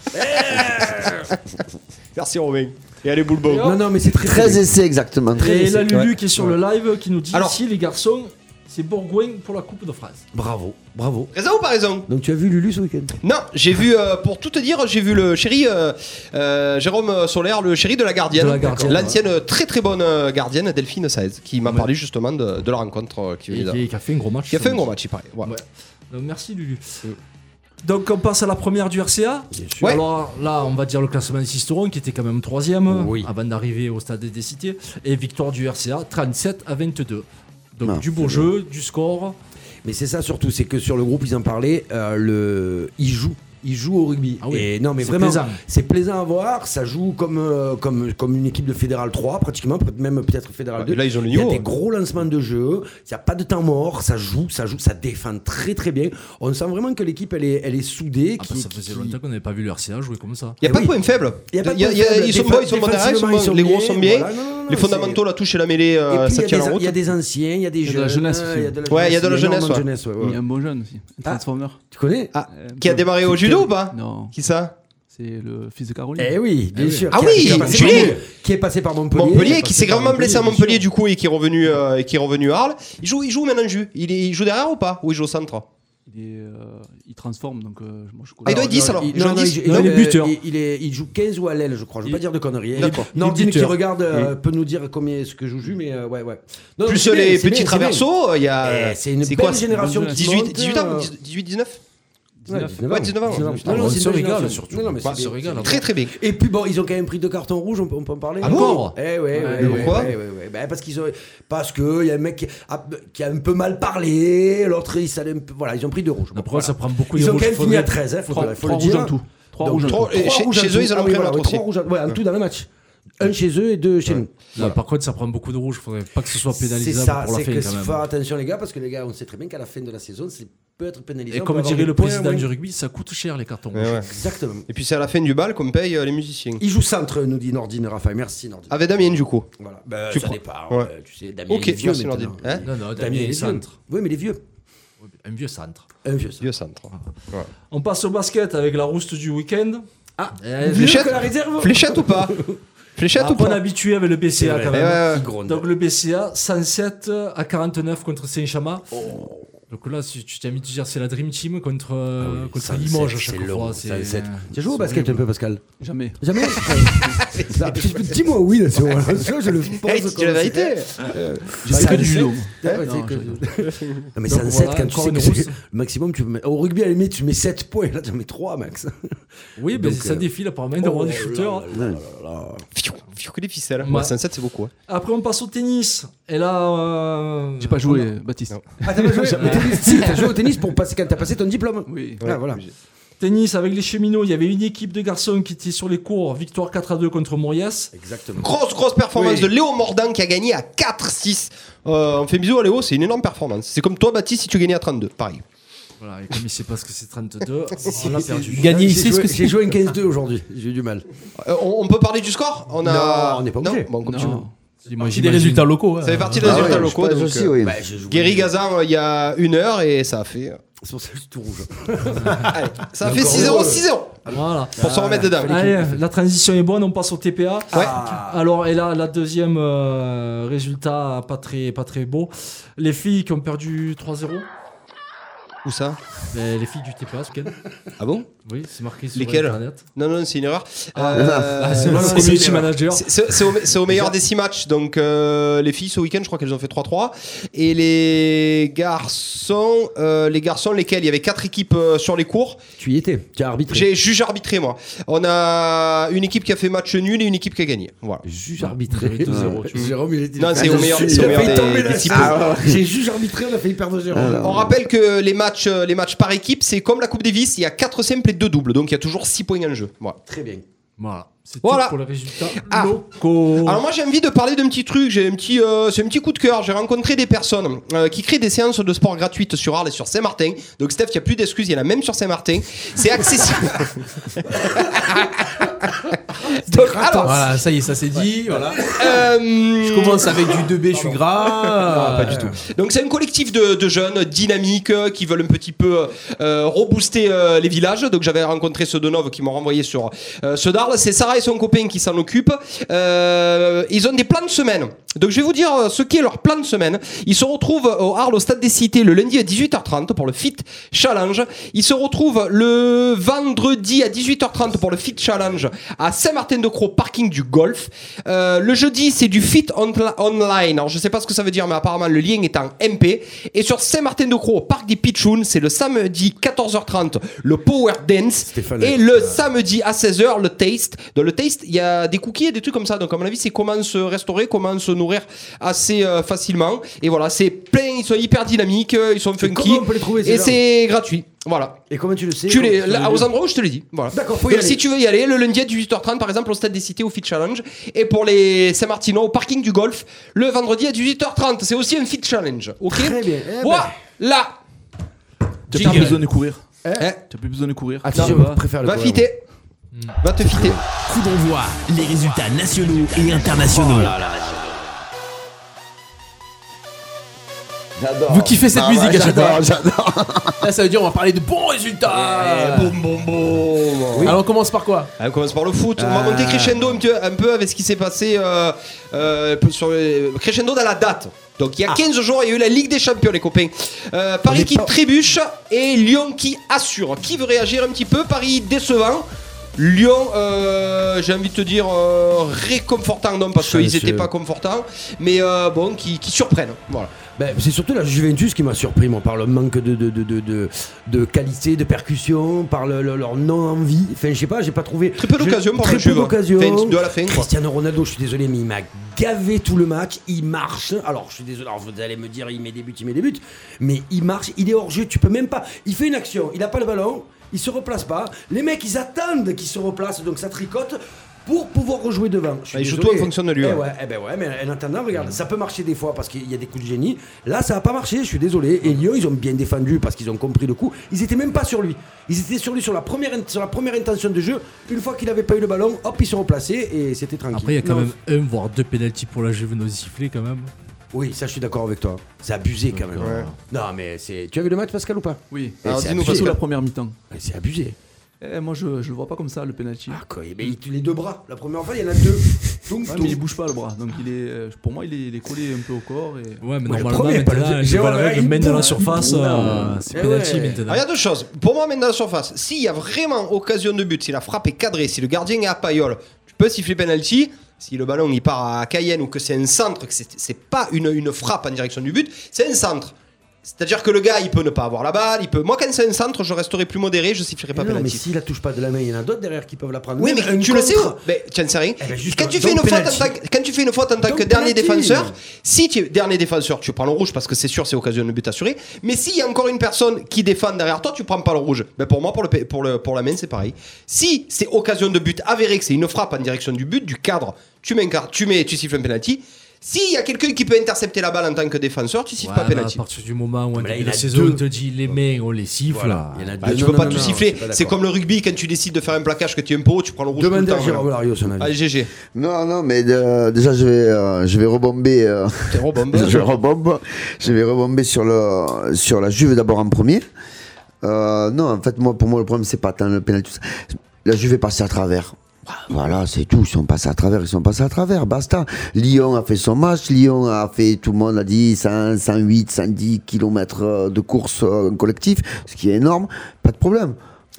Speaker 3: Merci Romain. Et allez Boulbo.
Speaker 4: Non, non, mais c'est très, très
Speaker 5: 13 essais exactement.
Speaker 6: Et là, Lulu
Speaker 3: ouais.
Speaker 6: qui est sur le live qui nous dit
Speaker 3: Alors-
Speaker 6: si les garçons, c'est Bourgogne pour la Coupe de France.
Speaker 4: Bravo, bravo.
Speaker 3: Raison ou pas raison
Speaker 4: Donc tu as vu Lulu ce week-end
Speaker 3: Non, j'ai vu, euh, pour tout te dire, j'ai vu le chéri euh, euh, Jérôme Solaire, le chéri de la Gardienne.
Speaker 6: De la Gardienne,
Speaker 3: L'ancienne euh, très très bonne euh, gardienne Delphine Saez, qui m'a parlé justement de, de la rencontre euh, qui,
Speaker 6: Et
Speaker 3: venait
Speaker 6: qui,
Speaker 3: d'avoir.
Speaker 6: qui a fait un gros match.
Speaker 3: qui a fait un gros
Speaker 6: samedi.
Speaker 3: match, Mm. il paraît. Ouais.
Speaker 6: Ouais. Donc, merci Lulu. Donc on passe à la première du RCA.
Speaker 3: Ouais.
Speaker 6: Alors là, on va dire le classement des Sisteron qui était quand même troisième
Speaker 4: Oui.
Speaker 6: avant d'arriver au stade des Cités. Et victoire du RCA 37 à 22. Donc
Speaker 5: Ah,
Speaker 6: du beau jeu, du score.
Speaker 4: Mais c'est ça surtout, c'est que sur le groupe, ils en parlaient, euh, le... ils jouent. Ils jouent au rugby.
Speaker 6: Ah oui.
Speaker 4: Et non, mais
Speaker 6: C'est
Speaker 4: vraiment,
Speaker 6: plaisant.
Speaker 4: c'est plaisant à voir. Ça joue comme, euh, comme, comme une équipe de Fédéral 3, pratiquement, peut- même peut-être Fédéral
Speaker 3: Ouais,
Speaker 4: 2.
Speaker 3: Bah, là, ils ont le
Speaker 4: Il y a
Speaker 3: niveau, hein.
Speaker 4: des
Speaker 3: ouais.
Speaker 4: gros lancements de jeu. Il n'y a pas de temps mort. Ça joue, ça joue, ça défend très, très bien. On sent vraiment que l'équipe, elle est, elle est soudée.
Speaker 6: Ah,
Speaker 4: qui-
Speaker 6: bah, ça faisait
Speaker 4: qui-
Speaker 6: longtemps qu'on n'avait pas vu le RCA jouer comme ça.
Speaker 3: Il n'y a
Speaker 4: Eh
Speaker 3: pas de
Speaker 4: oui.
Speaker 3: point faible.
Speaker 4: Il y a pas de
Speaker 3: Il y a-
Speaker 4: point
Speaker 3: il y a-
Speaker 4: faible.
Speaker 3: Ils sont
Speaker 4: Défe-
Speaker 3: bons, ils sont bons derrière, ils sont
Speaker 4: défensivement,
Speaker 3: bons-
Speaker 4: ils sont
Speaker 3: les gros
Speaker 4: bien,
Speaker 3: sont bien.
Speaker 4: voilà, non, non, non,
Speaker 3: les
Speaker 4: c'est-
Speaker 3: fondamentaux, la touche et la mêlée,
Speaker 4: Et
Speaker 3: euh,
Speaker 4: puis,
Speaker 3: ça
Speaker 4: il y, a
Speaker 3: tient la
Speaker 4: des-
Speaker 3: route.
Speaker 4: il y a des anciens, il y a des
Speaker 7: y a de
Speaker 4: jeunes.
Speaker 7: la jeunesse
Speaker 4: euh,
Speaker 7: aussi,
Speaker 4: il y a
Speaker 7: oui.
Speaker 4: de la
Speaker 3: Ouais, il y a de la
Speaker 4: il énormément
Speaker 3: jeunesse, ouais.
Speaker 4: jeunesse, ouais, ouais,
Speaker 7: Il y
Speaker 4: ouais.
Speaker 7: a un beau jeune aussi, un
Speaker 4: Ah.
Speaker 7: transformer.
Speaker 4: Tu connais
Speaker 3: Ah,
Speaker 7: Euh,
Speaker 3: qui a
Speaker 7: Bob.
Speaker 3: démarré au
Speaker 7: C'est
Speaker 3: judo
Speaker 7: quel-
Speaker 3: ou pas
Speaker 7: Non,
Speaker 3: Qui ça
Speaker 7: c'est le fils de Caroline.
Speaker 4: Eh oui, bien sûr.
Speaker 3: Ah
Speaker 4: Qui a-
Speaker 3: oui,
Speaker 4: qui est passé
Speaker 3: Julien.
Speaker 4: par Mont- Qui est passé par Montpellier.
Speaker 3: Montpellier qui
Speaker 4: passé
Speaker 3: s'est
Speaker 4: par
Speaker 3: gravement blessé à
Speaker 4: bien
Speaker 3: Montpellier
Speaker 4: sûr.
Speaker 3: du coup et qui est revenu euh, et qui est revenu à Arles. Il joue il joue maintenant jus. Il, est- il joue derrière ou pas Ou il joue au centre
Speaker 7: Il, est, euh, il transforme, donc euh, moi je
Speaker 3: Ah, il
Speaker 7: connais.
Speaker 3: doit être 10 alors. Il
Speaker 4: non,
Speaker 3: joue
Speaker 4: non,
Speaker 3: 10.
Speaker 4: il-
Speaker 6: Non, il est
Speaker 4: euh,
Speaker 6: buteur.
Speaker 4: Il, il est- il joue 15 ou à l'aile, je crois. Je veux
Speaker 6: Il-
Speaker 4: pas dire de conneries.
Speaker 3: D'accord.
Speaker 4: Et Nordine qui
Speaker 6: buteur.
Speaker 4: regarde euh, peut nous dire combien ce que je joue, mais euh, ouais, ouais. Non,
Speaker 3: Plus
Speaker 4: c'est bien,
Speaker 3: les
Speaker 4: c'est
Speaker 3: petits
Speaker 4: bien, Eh, c'est bien.
Speaker 3: traversos, il y a
Speaker 4: Eh, C'est une
Speaker 3: quoi,
Speaker 4: belle génération qui
Speaker 3: 18
Speaker 4: monte,
Speaker 3: 18 ans
Speaker 4: euh,
Speaker 3: 18 19
Speaker 4: 19.
Speaker 3: Ouais, 19 ans.
Speaker 6: On
Speaker 4: c'est
Speaker 6: se
Speaker 4: une
Speaker 6: régale,
Speaker 4: imagination.
Speaker 6: surtout.
Speaker 4: Non, non, mais
Speaker 6: On
Speaker 4: c'est
Speaker 6: se
Speaker 4: bien,
Speaker 6: régale.
Speaker 4: c'est bien.
Speaker 3: Très très bien.
Speaker 4: Et puis bon, ils ont quand même pris deux cartons rouges, on peut, on peut en parler.
Speaker 3: Ah bon
Speaker 6: Encore
Speaker 4: Eh ouais, ouais,
Speaker 3: Mais
Speaker 4: ouais,
Speaker 3: pourquoi
Speaker 4: ouais, ouais, ouais. Ben, parce qu'ils ont, parce que y a un mec qui a, qui a un peu mal parlé, l'autre il s'allait un peu- voilà, ils ont pris deux rouges. Bon,
Speaker 6: Après,
Speaker 4: voilà.
Speaker 6: ça prend beaucoup
Speaker 4: Ils
Speaker 6: de
Speaker 4: ont quand
Speaker 6: rouges,
Speaker 4: même fini
Speaker 6: faudrait-
Speaker 4: à 13, hein, faut,
Speaker 7: Trois
Speaker 4: le- faut
Speaker 7: trois
Speaker 4: le
Speaker 7: rouges
Speaker 4: dire.
Speaker 7: en tout. Trois
Speaker 4: Donc,
Speaker 7: rouges en tout.
Speaker 3: trois- Et chez-
Speaker 4: rouges
Speaker 3: chez
Speaker 4: en tout.
Speaker 3: eux, ils en ont
Speaker 4: Ah oui,
Speaker 3: pris un
Speaker 4: voilà,
Speaker 3: autre
Speaker 4: trois
Speaker 3: aussi.
Speaker 4: rouges en- ouais, en tout dans le match. Un chez eux et deux chez nous.
Speaker 6: Là, par contre, ça prend beaucoup de rouge. Faudrait pas que ce soit
Speaker 4: C'est
Speaker 6: pénalisable
Speaker 4: ça,
Speaker 6: pour la
Speaker 4: c'est
Speaker 6: fin
Speaker 4: que
Speaker 6: quand
Speaker 4: faut
Speaker 6: même.
Speaker 4: faire attention les gars, parce que les gars, on sait très bien qu'à la fin de la saison, c'est peut être pénalisé.
Speaker 6: Et
Speaker 4: on
Speaker 6: comme
Speaker 4: peut avoir
Speaker 6: dirait
Speaker 4: des
Speaker 6: le
Speaker 4: points,
Speaker 6: président
Speaker 4: oui.
Speaker 6: du rugby, ça coûte cher les cartons
Speaker 3: Ouais,
Speaker 6: rouges.
Speaker 3: ouais.
Speaker 4: Exactement.
Speaker 3: Et puis c'est à la fin du bal qu'on paye euh, les musiciens.
Speaker 4: Il joue centre, nous dit Nordine Raphaël. Merci Nordine.
Speaker 3: Avec Damien du coup.
Speaker 4: Voilà. Ben,
Speaker 3: Tu
Speaker 4: ça
Speaker 3: prends-
Speaker 4: dépend,
Speaker 3: ouais.
Speaker 4: euh, tu sais, Damien
Speaker 3: Ok,
Speaker 4: est vieux
Speaker 3: merci,
Speaker 4: maintenant.
Speaker 3: Nordine. Hein
Speaker 6: Non,
Speaker 4: Damien
Speaker 6: non,
Speaker 4: est
Speaker 6: Damien,
Speaker 4: vieux.
Speaker 6: centre.
Speaker 4: Oui, mais les vieux. Euh,
Speaker 6: Un vieux centre.
Speaker 4: Un vieux, ça.
Speaker 3: Dieu centre.
Speaker 6: On passe au basket avec la rouste du week-end.
Speaker 4: Ah,
Speaker 6: Eh,
Speaker 4: Mieux
Speaker 3: Fléchette
Speaker 4: que la réserve
Speaker 3: Fléchette ou pas Fléchette ou
Speaker 6: Après, on est
Speaker 3: pas
Speaker 6: habitué Ah, avec le BCA quand
Speaker 3: Eh
Speaker 6: même.
Speaker 3: ouais, ouais.
Speaker 4: Qui gronde.
Speaker 6: Donc le BCA, 107 à 49 contre Saint-Chamas.
Speaker 4: Oh.
Speaker 6: Donc là, si tu t'es mis de dire c'est la Dream Team contre,
Speaker 4: Ah
Speaker 6: euh, contre
Speaker 4: 107,
Speaker 6: Limoges à
Speaker 4: c'est
Speaker 6: chaque
Speaker 4: long,
Speaker 6: fois.
Speaker 4: 107. Tu as joué au
Speaker 6: c'est
Speaker 4: basket un
Speaker 6: horrible.
Speaker 4: peu, Pascal
Speaker 7: Jamais.
Speaker 4: Jamais *laughs* Ça, Dis-moi oui, là, c'est bon. Là, je le pense.
Speaker 3: Eh, dis
Speaker 4: comme
Speaker 3: la
Speaker 4: c'est-
Speaker 3: vérité
Speaker 7: J'ai fait que du judo.
Speaker 4: Ouais, c'est
Speaker 7: Non,
Speaker 4: que-
Speaker 7: je-
Speaker 4: Non, mais
Speaker 6: Donc
Speaker 4: 107,
Speaker 6: voilà,
Speaker 4: quand tu
Speaker 6: encore
Speaker 4: sais
Speaker 6: une
Speaker 4: que c'est
Speaker 6: rousse.
Speaker 4: le maximum, tu mets... au rugby, à la limite, tu mets 7 points. Là, tu en mets 3, max.
Speaker 6: Oui, mais
Speaker 4: Donc,
Speaker 6: ça
Speaker 4: euh, oh,
Speaker 6: défile apparemment de roi des shooters. hein.
Speaker 3: Fiou, fiou que des ficelles.
Speaker 6: Ouais.
Speaker 3: Ouais, 107 c'est beaucoup. hein.
Speaker 6: Après, on passe au tennis. Et là. euh,
Speaker 7: J'ai pas joué, euh, Baptiste.
Speaker 3: Non.
Speaker 4: Ah, t'as pas joué au tennis Si, t'as joué au tennis pour passer, quand t'as passé ton diplôme.
Speaker 7: Oui.
Speaker 4: Ah, voilà.
Speaker 6: *laughs* Tennis avec les cheminots. Il y avait une équipe de garçons qui était sur les cours. Victoire 4 à 2 contre Maurias.
Speaker 4: Exactement.
Speaker 3: Grosse, grosse performance
Speaker 6: Oui.
Speaker 3: de Léo Mordan qui a gagné à 4-6. Euh, on fait bisous à Léo, c'est une énorme performance. C'est comme toi, Baptiste, si tu gagnais à 32. Pareil.
Speaker 6: Voilà, et comme il sait pas ce que c'est *laughs* 32, on l'a perdu.
Speaker 2: Gagner
Speaker 4: J'ai
Speaker 2: ici, ce
Speaker 4: joué-
Speaker 2: que
Speaker 4: J'ai
Speaker 2: c'est.
Speaker 4: joué un 15-2 aujourd'hui. J'ai eu du mal.
Speaker 3: Euh, on, on peut parler du score On a.
Speaker 4: Non, on n'est pas obligé.
Speaker 3: Bon, comme tu veux.
Speaker 7: Non.
Speaker 6: Dis-moi,
Speaker 2: J'ai des résultats locaux.
Speaker 6: hein.
Speaker 3: Ça fait partie des
Speaker 5: Ah
Speaker 3: résultats
Speaker 5: ouais, je
Speaker 3: locaux.
Speaker 5: pense
Speaker 3: donc,
Speaker 5: aussi,
Speaker 3: euh,
Speaker 5: oui.
Speaker 4: Bah, j'ai joué-
Speaker 3: Guéry Gazan, euh, il y a une heure et ça a fait. euh,
Speaker 4: C'est pour ça que je suis tout rouge.
Speaker 3: Allez, ça a fait
Speaker 4: Encore
Speaker 3: 6-0,
Speaker 4: heureux. Ah.
Speaker 3: 6-0
Speaker 6: Voilà.
Speaker 3: pour se remettre dedans.
Speaker 6: Allez, la transition est bonne, on passe au TPA.
Speaker 3: Ouais.
Speaker 6: Ah. Alors, et là, la deuxième euh, résultat, pas très, pas très beau. Les filles qui ont perdu 3-0,
Speaker 3: Où ça
Speaker 6: mais les filles du TPA, ce week-end.
Speaker 3: Ah bon
Speaker 6: Oui, c'est marqué sur
Speaker 3: Lesquelles
Speaker 6: Internet.
Speaker 3: Non, non, c'est une erreur.
Speaker 6: Ah, c'est
Speaker 3: Euh,
Speaker 6: le
Speaker 3: c'est-
Speaker 6: community manager.
Speaker 3: c'est- c'est- c'est au, c'est au meilleur des 6 matchs. Donc, euh, les filles, ce week-end, je crois qu'elles ont fait 3-3. Et les garçons, euh, les garçons, lesquels Il y avait 4 équipes euh, sur les cours.
Speaker 4: Tu y étais. Tu as arbitré.
Speaker 3: J'ai juge arbitré, moi. On a une équipe qui a fait match nul et une équipe qui a gagné. Voilà.
Speaker 4: juge arbitré.
Speaker 6: Vous avez 2-0,
Speaker 4: Ouais. Jérôme, il est dit.
Speaker 3: Non, c'est au meilleur-
Speaker 4: Il a
Speaker 3: c'est au meilleur
Speaker 4: failli
Speaker 3: des-
Speaker 4: tomber
Speaker 3: des
Speaker 4: là.
Speaker 3: six
Speaker 4: Ah, ouais. J'ai juge arbitré, on a failli perdre Jérôme.
Speaker 3: On rappelle que les matchs, euh, les matchs par équipe, c'est comme la Coupe Davis, il y a 4 simples et 2 doubles, donc il y a toujours 6 points en jeu. Voilà.
Speaker 4: Très bien.
Speaker 6: Voilà. C'est
Speaker 3: Voilà.
Speaker 6: tout pour les résultats
Speaker 3: Ah.
Speaker 6: locaux.
Speaker 3: Alors moi j'ai envie de parler d'un petit truc, j'ai un petit, euh, c'est un petit coup de cœur. J'ai rencontré des personnes euh, qui créent des séances de sport gratuites sur Arles et sur Saint-Martin. Donc Steph, il n'y a plus d'excuses, il y en a même sur Saint-Martin.
Speaker 2: *laughs*
Speaker 3: C'est accessible. donc Ah, alors,
Speaker 2: Voilà, ça y est, ça c'est dit. Voilà.
Speaker 3: euh,
Speaker 2: Je commence avec du 2B, je suis gras.
Speaker 3: pas du tout. Donc c'est un collectif de, de jeunes dynamiques euh, qui veulent un petit peu euh, rebooster euh, les villages. Donc j'avais rencontré ceux de Nov qui m'ont renvoyé sur euh, ceux d'Arles. C'est Sarah et son copain qui s'en occupent. Euh, ils ont des plans de semaine. Donc je vais vous dire euh, ce qu'est leur plan de semaine. Ils se retrouvent au Arles au Stade des Cités le lundi à 18h30 pour le Fit Challenge. Ils se retrouvent le vendredi à 18h30 pour le Fit Challenge à Saint-Martin-de-Croix, parking du Golf. Euh, le jeudi, c'est du Fit onla- Online. Alors, je sais pas ce que ça veut dire, mais apparemment, le lien est en MP. Et sur Saint-Martin-de-Croix, au parc des Pitchouns, c'est le samedi 14h30, le Power Dance.
Speaker 4: Stéphane.
Speaker 3: Et le samedi à 16h, le Taste. Dans le Taste, il y a des cookies et des trucs comme ça. Donc, à mon avis, c'est comment se restaurer, comment se nourrir assez euh, facilement. Et voilà, c'est plein, ils sont hyper dynamiques, euh, ils sont
Speaker 4: Et
Speaker 3: funky.
Speaker 4: comment on peut les trouver ces
Speaker 3: Et
Speaker 4: gens
Speaker 3: c'est gratuit. Voilà.
Speaker 4: Et comment tu le sais
Speaker 3: Tu les,
Speaker 4: comment
Speaker 3: là,
Speaker 4: le-
Speaker 3: aux endroits où je te l'ai dit. Voilà.
Speaker 4: D'accord, faut y
Speaker 3: Donc,
Speaker 4: aller.
Speaker 3: si tu veux y aller, le lundi à 18h30, par exemple, au Stade des Cités, au Fit Challenge. Et pour les Saint-Martinois, au parking du golf, le vendredi à 18h30. C'est aussi un Fit Challenge. Ok
Speaker 4: Très bien. Eh ben,
Speaker 3: Voilà
Speaker 7: T'as plus
Speaker 3: Jingle.
Speaker 7: besoin de courir.
Speaker 3: Eh.
Speaker 7: T'as plus besoin de courir.
Speaker 4: Ah, tu sais,
Speaker 6: Non,
Speaker 4: je
Speaker 6: bah.
Speaker 4: préfère le
Speaker 3: Va
Speaker 4: courir,
Speaker 3: fitter Va te fitter
Speaker 1: Coup d'envoi, les résultats nationaux et internationaux.
Speaker 5: J'adore.
Speaker 2: Vous kiffez cette
Speaker 5: Ah
Speaker 2: musique
Speaker 5: ouais,
Speaker 2: à chaque
Speaker 5: J'adore, j'adore.
Speaker 2: Là, ça veut dire on va parler de bons résultats.
Speaker 3: Boum, boum,
Speaker 4: Oh,
Speaker 3: boum
Speaker 2: Alors, on commence par quoi
Speaker 3: Allez, On commence par le foot. On va monter crescendo un, petit- un peu avec ce qui s'est passé euh, euh, sur le- crescendo dans la date. Donc il y a 15 jours, il y a eu la Ligue des Champions, les copains. Euh, Paris qui trébuche et Lyon qui assure. Qui veut réagir un petit peu Paris décevant. Lyon, euh, j'ai envie de te dire euh, réconfortant, non, parce
Speaker 4: Ouais,
Speaker 3: qu'ils
Speaker 4: c'est-
Speaker 3: n'étaient pas confortants, mais euh, bon, qui, qui surprennent. Voilà.
Speaker 4: Ben, c'est surtout la Juventus qui m'a surpris, moi, par le manque de, de, de, de, de- de qualité, de percussion, par le- le- leur non-envie. Enfin, je sais pas, j'ai pas trouvé.
Speaker 3: Très peu
Speaker 4: je-
Speaker 3: d'occasions pour
Speaker 4: Très
Speaker 3: la
Speaker 4: peu
Speaker 3: Juve.
Speaker 4: d'occasions.
Speaker 3: Fin de la fin, quoi.
Speaker 4: Cristiano Ronaldo, je suis désolé, mais il m'a gavé tout le match. Il marche. Alors, je suis désolé, alors, vous allez me dire, il met des buts, il met des buts. Mais il marche, il est hors jeu, tu peux même pas. Il fait une action, il a pas le ballon, il se replace pas. Les mecs, ils attendent qu'il se replace, donc ça tricote. Pour pouvoir rejouer devant. Je suis
Speaker 3: Ah, il joue
Speaker 4: désolé.
Speaker 3: tout en fonction de lui,
Speaker 4: Eh
Speaker 3: ouais.
Speaker 4: ouais, eh ben ouais, mais en attendant,
Speaker 6: Mm.
Speaker 4: regarde, ça peut marcher des fois parce qu'il y a des coups de génie. Là, ça n'a pas marché, je suis désolé. Et Lyon, ils ont bien défendu parce qu'ils ont compris le coup. Ils étaient même pas sur lui. Ils étaient sur lui sur la première, sur la première intention de jeu. Une fois qu'il n'avait pas eu le ballon, hop, ils sont replacés et c'était tranquille.
Speaker 6: Après, il y a quand
Speaker 4: Non,
Speaker 6: même un, voire deux pénalties pour la Juve non sifflés quand même.
Speaker 4: Oui, ça, je suis d'accord avec toi. C'est abusé quand même.
Speaker 3: Ouais.
Speaker 4: Non, mais c'est. Tu as vu le match, Pascal, ou pas
Speaker 7: Oui.
Speaker 4: Et
Speaker 3: Ah,
Speaker 7: Alors,
Speaker 4: c'est
Speaker 7: dis-nous
Speaker 4: abusé.
Speaker 7: pas sous la première mi-temps.
Speaker 4: Mais C'est abusé.
Speaker 7: Eh, moi, je, je le vois pas comme ça, le penalty.
Speaker 4: Ah, quoi, mais il- les deux bras. La première fois, il y en
Speaker 3: *laughs*
Speaker 4: a deux. Donc,
Speaker 7: Ouais,
Speaker 4: donc.
Speaker 7: mais il bouge pas le bras, donc il est, euh, pour moi, il est, il est collé un peu au corps. Et...
Speaker 6: Ouais, mais
Speaker 4: Ouais, le
Speaker 6: normalement,
Speaker 4: premier, pas le
Speaker 6: maintenant,
Speaker 4: deuxième.
Speaker 6: je vois la
Speaker 4: Gérard, il
Speaker 6: règle, mène dans la
Speaker 4: bourre,
Speaker 6: surface,
Speaker 4: il bourre.
Speaker 6: euh, c'est
Speaker 4: Eh
Speaker 6: pénalty
Speaker 4: ouais.
Speaker 6: maintenant.
Speaker 3: Ah, Il y a deux choses. Pour moi, maintenant, la surface, s'il y a vraiment occasion de but, si la frappe est cadrée, si le gardien est à paillole, tu peux siffler penalty. Si le ballon il part à Cayenne ou que c'est un centre, que c'est c'est pas une, une frappe en direction du but, c'est un centre. C'est-à-dire que le gars, il peut ne pas avoir la balle, il peut. Moi, quand c'est un centre, je resterai plus modéré, je sifflerai pas
Speaker 4: Mais non, mais
Speaker 3: penalty.
Speaker 4: s'il la touche pas de la main, il y en a d'autres derrière qui peuvent la prendre.
Speaker 3: Oui,
Speaker 4: Même
Speaker 3: mais
Speaker 4: un
Speaker 3: tu le sais où
Speaker 4: contre.
Speaker 3: Mais tu ne sais rien.
Speaker 4: Eh ben, juste
Speaker 3: quand,
Speaker 4: donc-
Speaker 3: tu fais une
Speaker 4: donc
Speaker 3: faute en
Speaker 4: penalty.
Speaker 3: tant que, quand tu fais une faute en tant
Speaker 4: Donc
Speaker 3: que dernier
Speaker 4: penalty.
Speaker 3: défenseur, si tu es dernier défenseur, tu prends le rouge parce que c'est sûr, c'est occasion de but assuré. Mais s'il y a encore une personne qui défend derrière toi, tu prends pas le rouge. Ben pour moi, pour, le, P- pour, le, pour la main, c'est pareil. Si c'est occasion de but avéré, que c'est une frappe en direction du but, du cadre, tu mets, un car- tu, mets tu siffles un penalty. S'il y a quelqu'un qui peut intercepter la balle en tant que défenseur, tu siffles
Speaker 6: Ouais,
Speaker 3: pas
Speaker 6: mais à
Speaker 3: penalty.
Speaker 6: partir du moment où on
Speaker 4: Mais là,
Speaker 6: début
Speaker 4: il
Speaker 6: de
Speaker 4: a
Speaker 6: saison,
Speaker 4: deux.
Speaker 6: on te dit les mains, on les siffle.
Speaker 4: Voilà, il y en a
Speaker 3: Bah,
Speaker 4: deux.
Speaker 3: tu
Speaker 4: Non,
Speaker 3: peux
Speaker 4: non,
Speaker 3: pas
Speaker 4: non,
Speaker 3: tout
Speaker 4: non,
Speaker 3: siffler.
Speaker 4: je suis pas
Speaker 3: C'est
Speaker 4: d'accord.
Speaker 3: comme le rugby, quand tu décides de faire un plaquage que tu es un pot, tu prends le rouge. tout le
Speaker 4: Demandez à
Speaker 3: temps, voilà.
Speaker 4: Gérard Lario son avis.
Speaker 3: Allez, GG.
Speaker 5: Non, non, mais euh, déjà, je vais, euh, je vais rebomber. euh,
Speaker 3: T'es rebombé.
Speaker 5: je rebombe. Je vais rebomber sur, le, sur la Juve d'abord en premier. Euh, non, en fait, moi, pour moi, le problème, c'est pas tant le pénalty. tout ça. La Juve est passée à travers. Voilà, c'est tout. Ils sont passés à travers, ils sont passés à travers. Basta. Lyon a fait son match. Lyon a fait, tout le monde a dit, 100, 108, 110 kilomètres de course euh, collectif, ce qui est énorme. Pas de problème.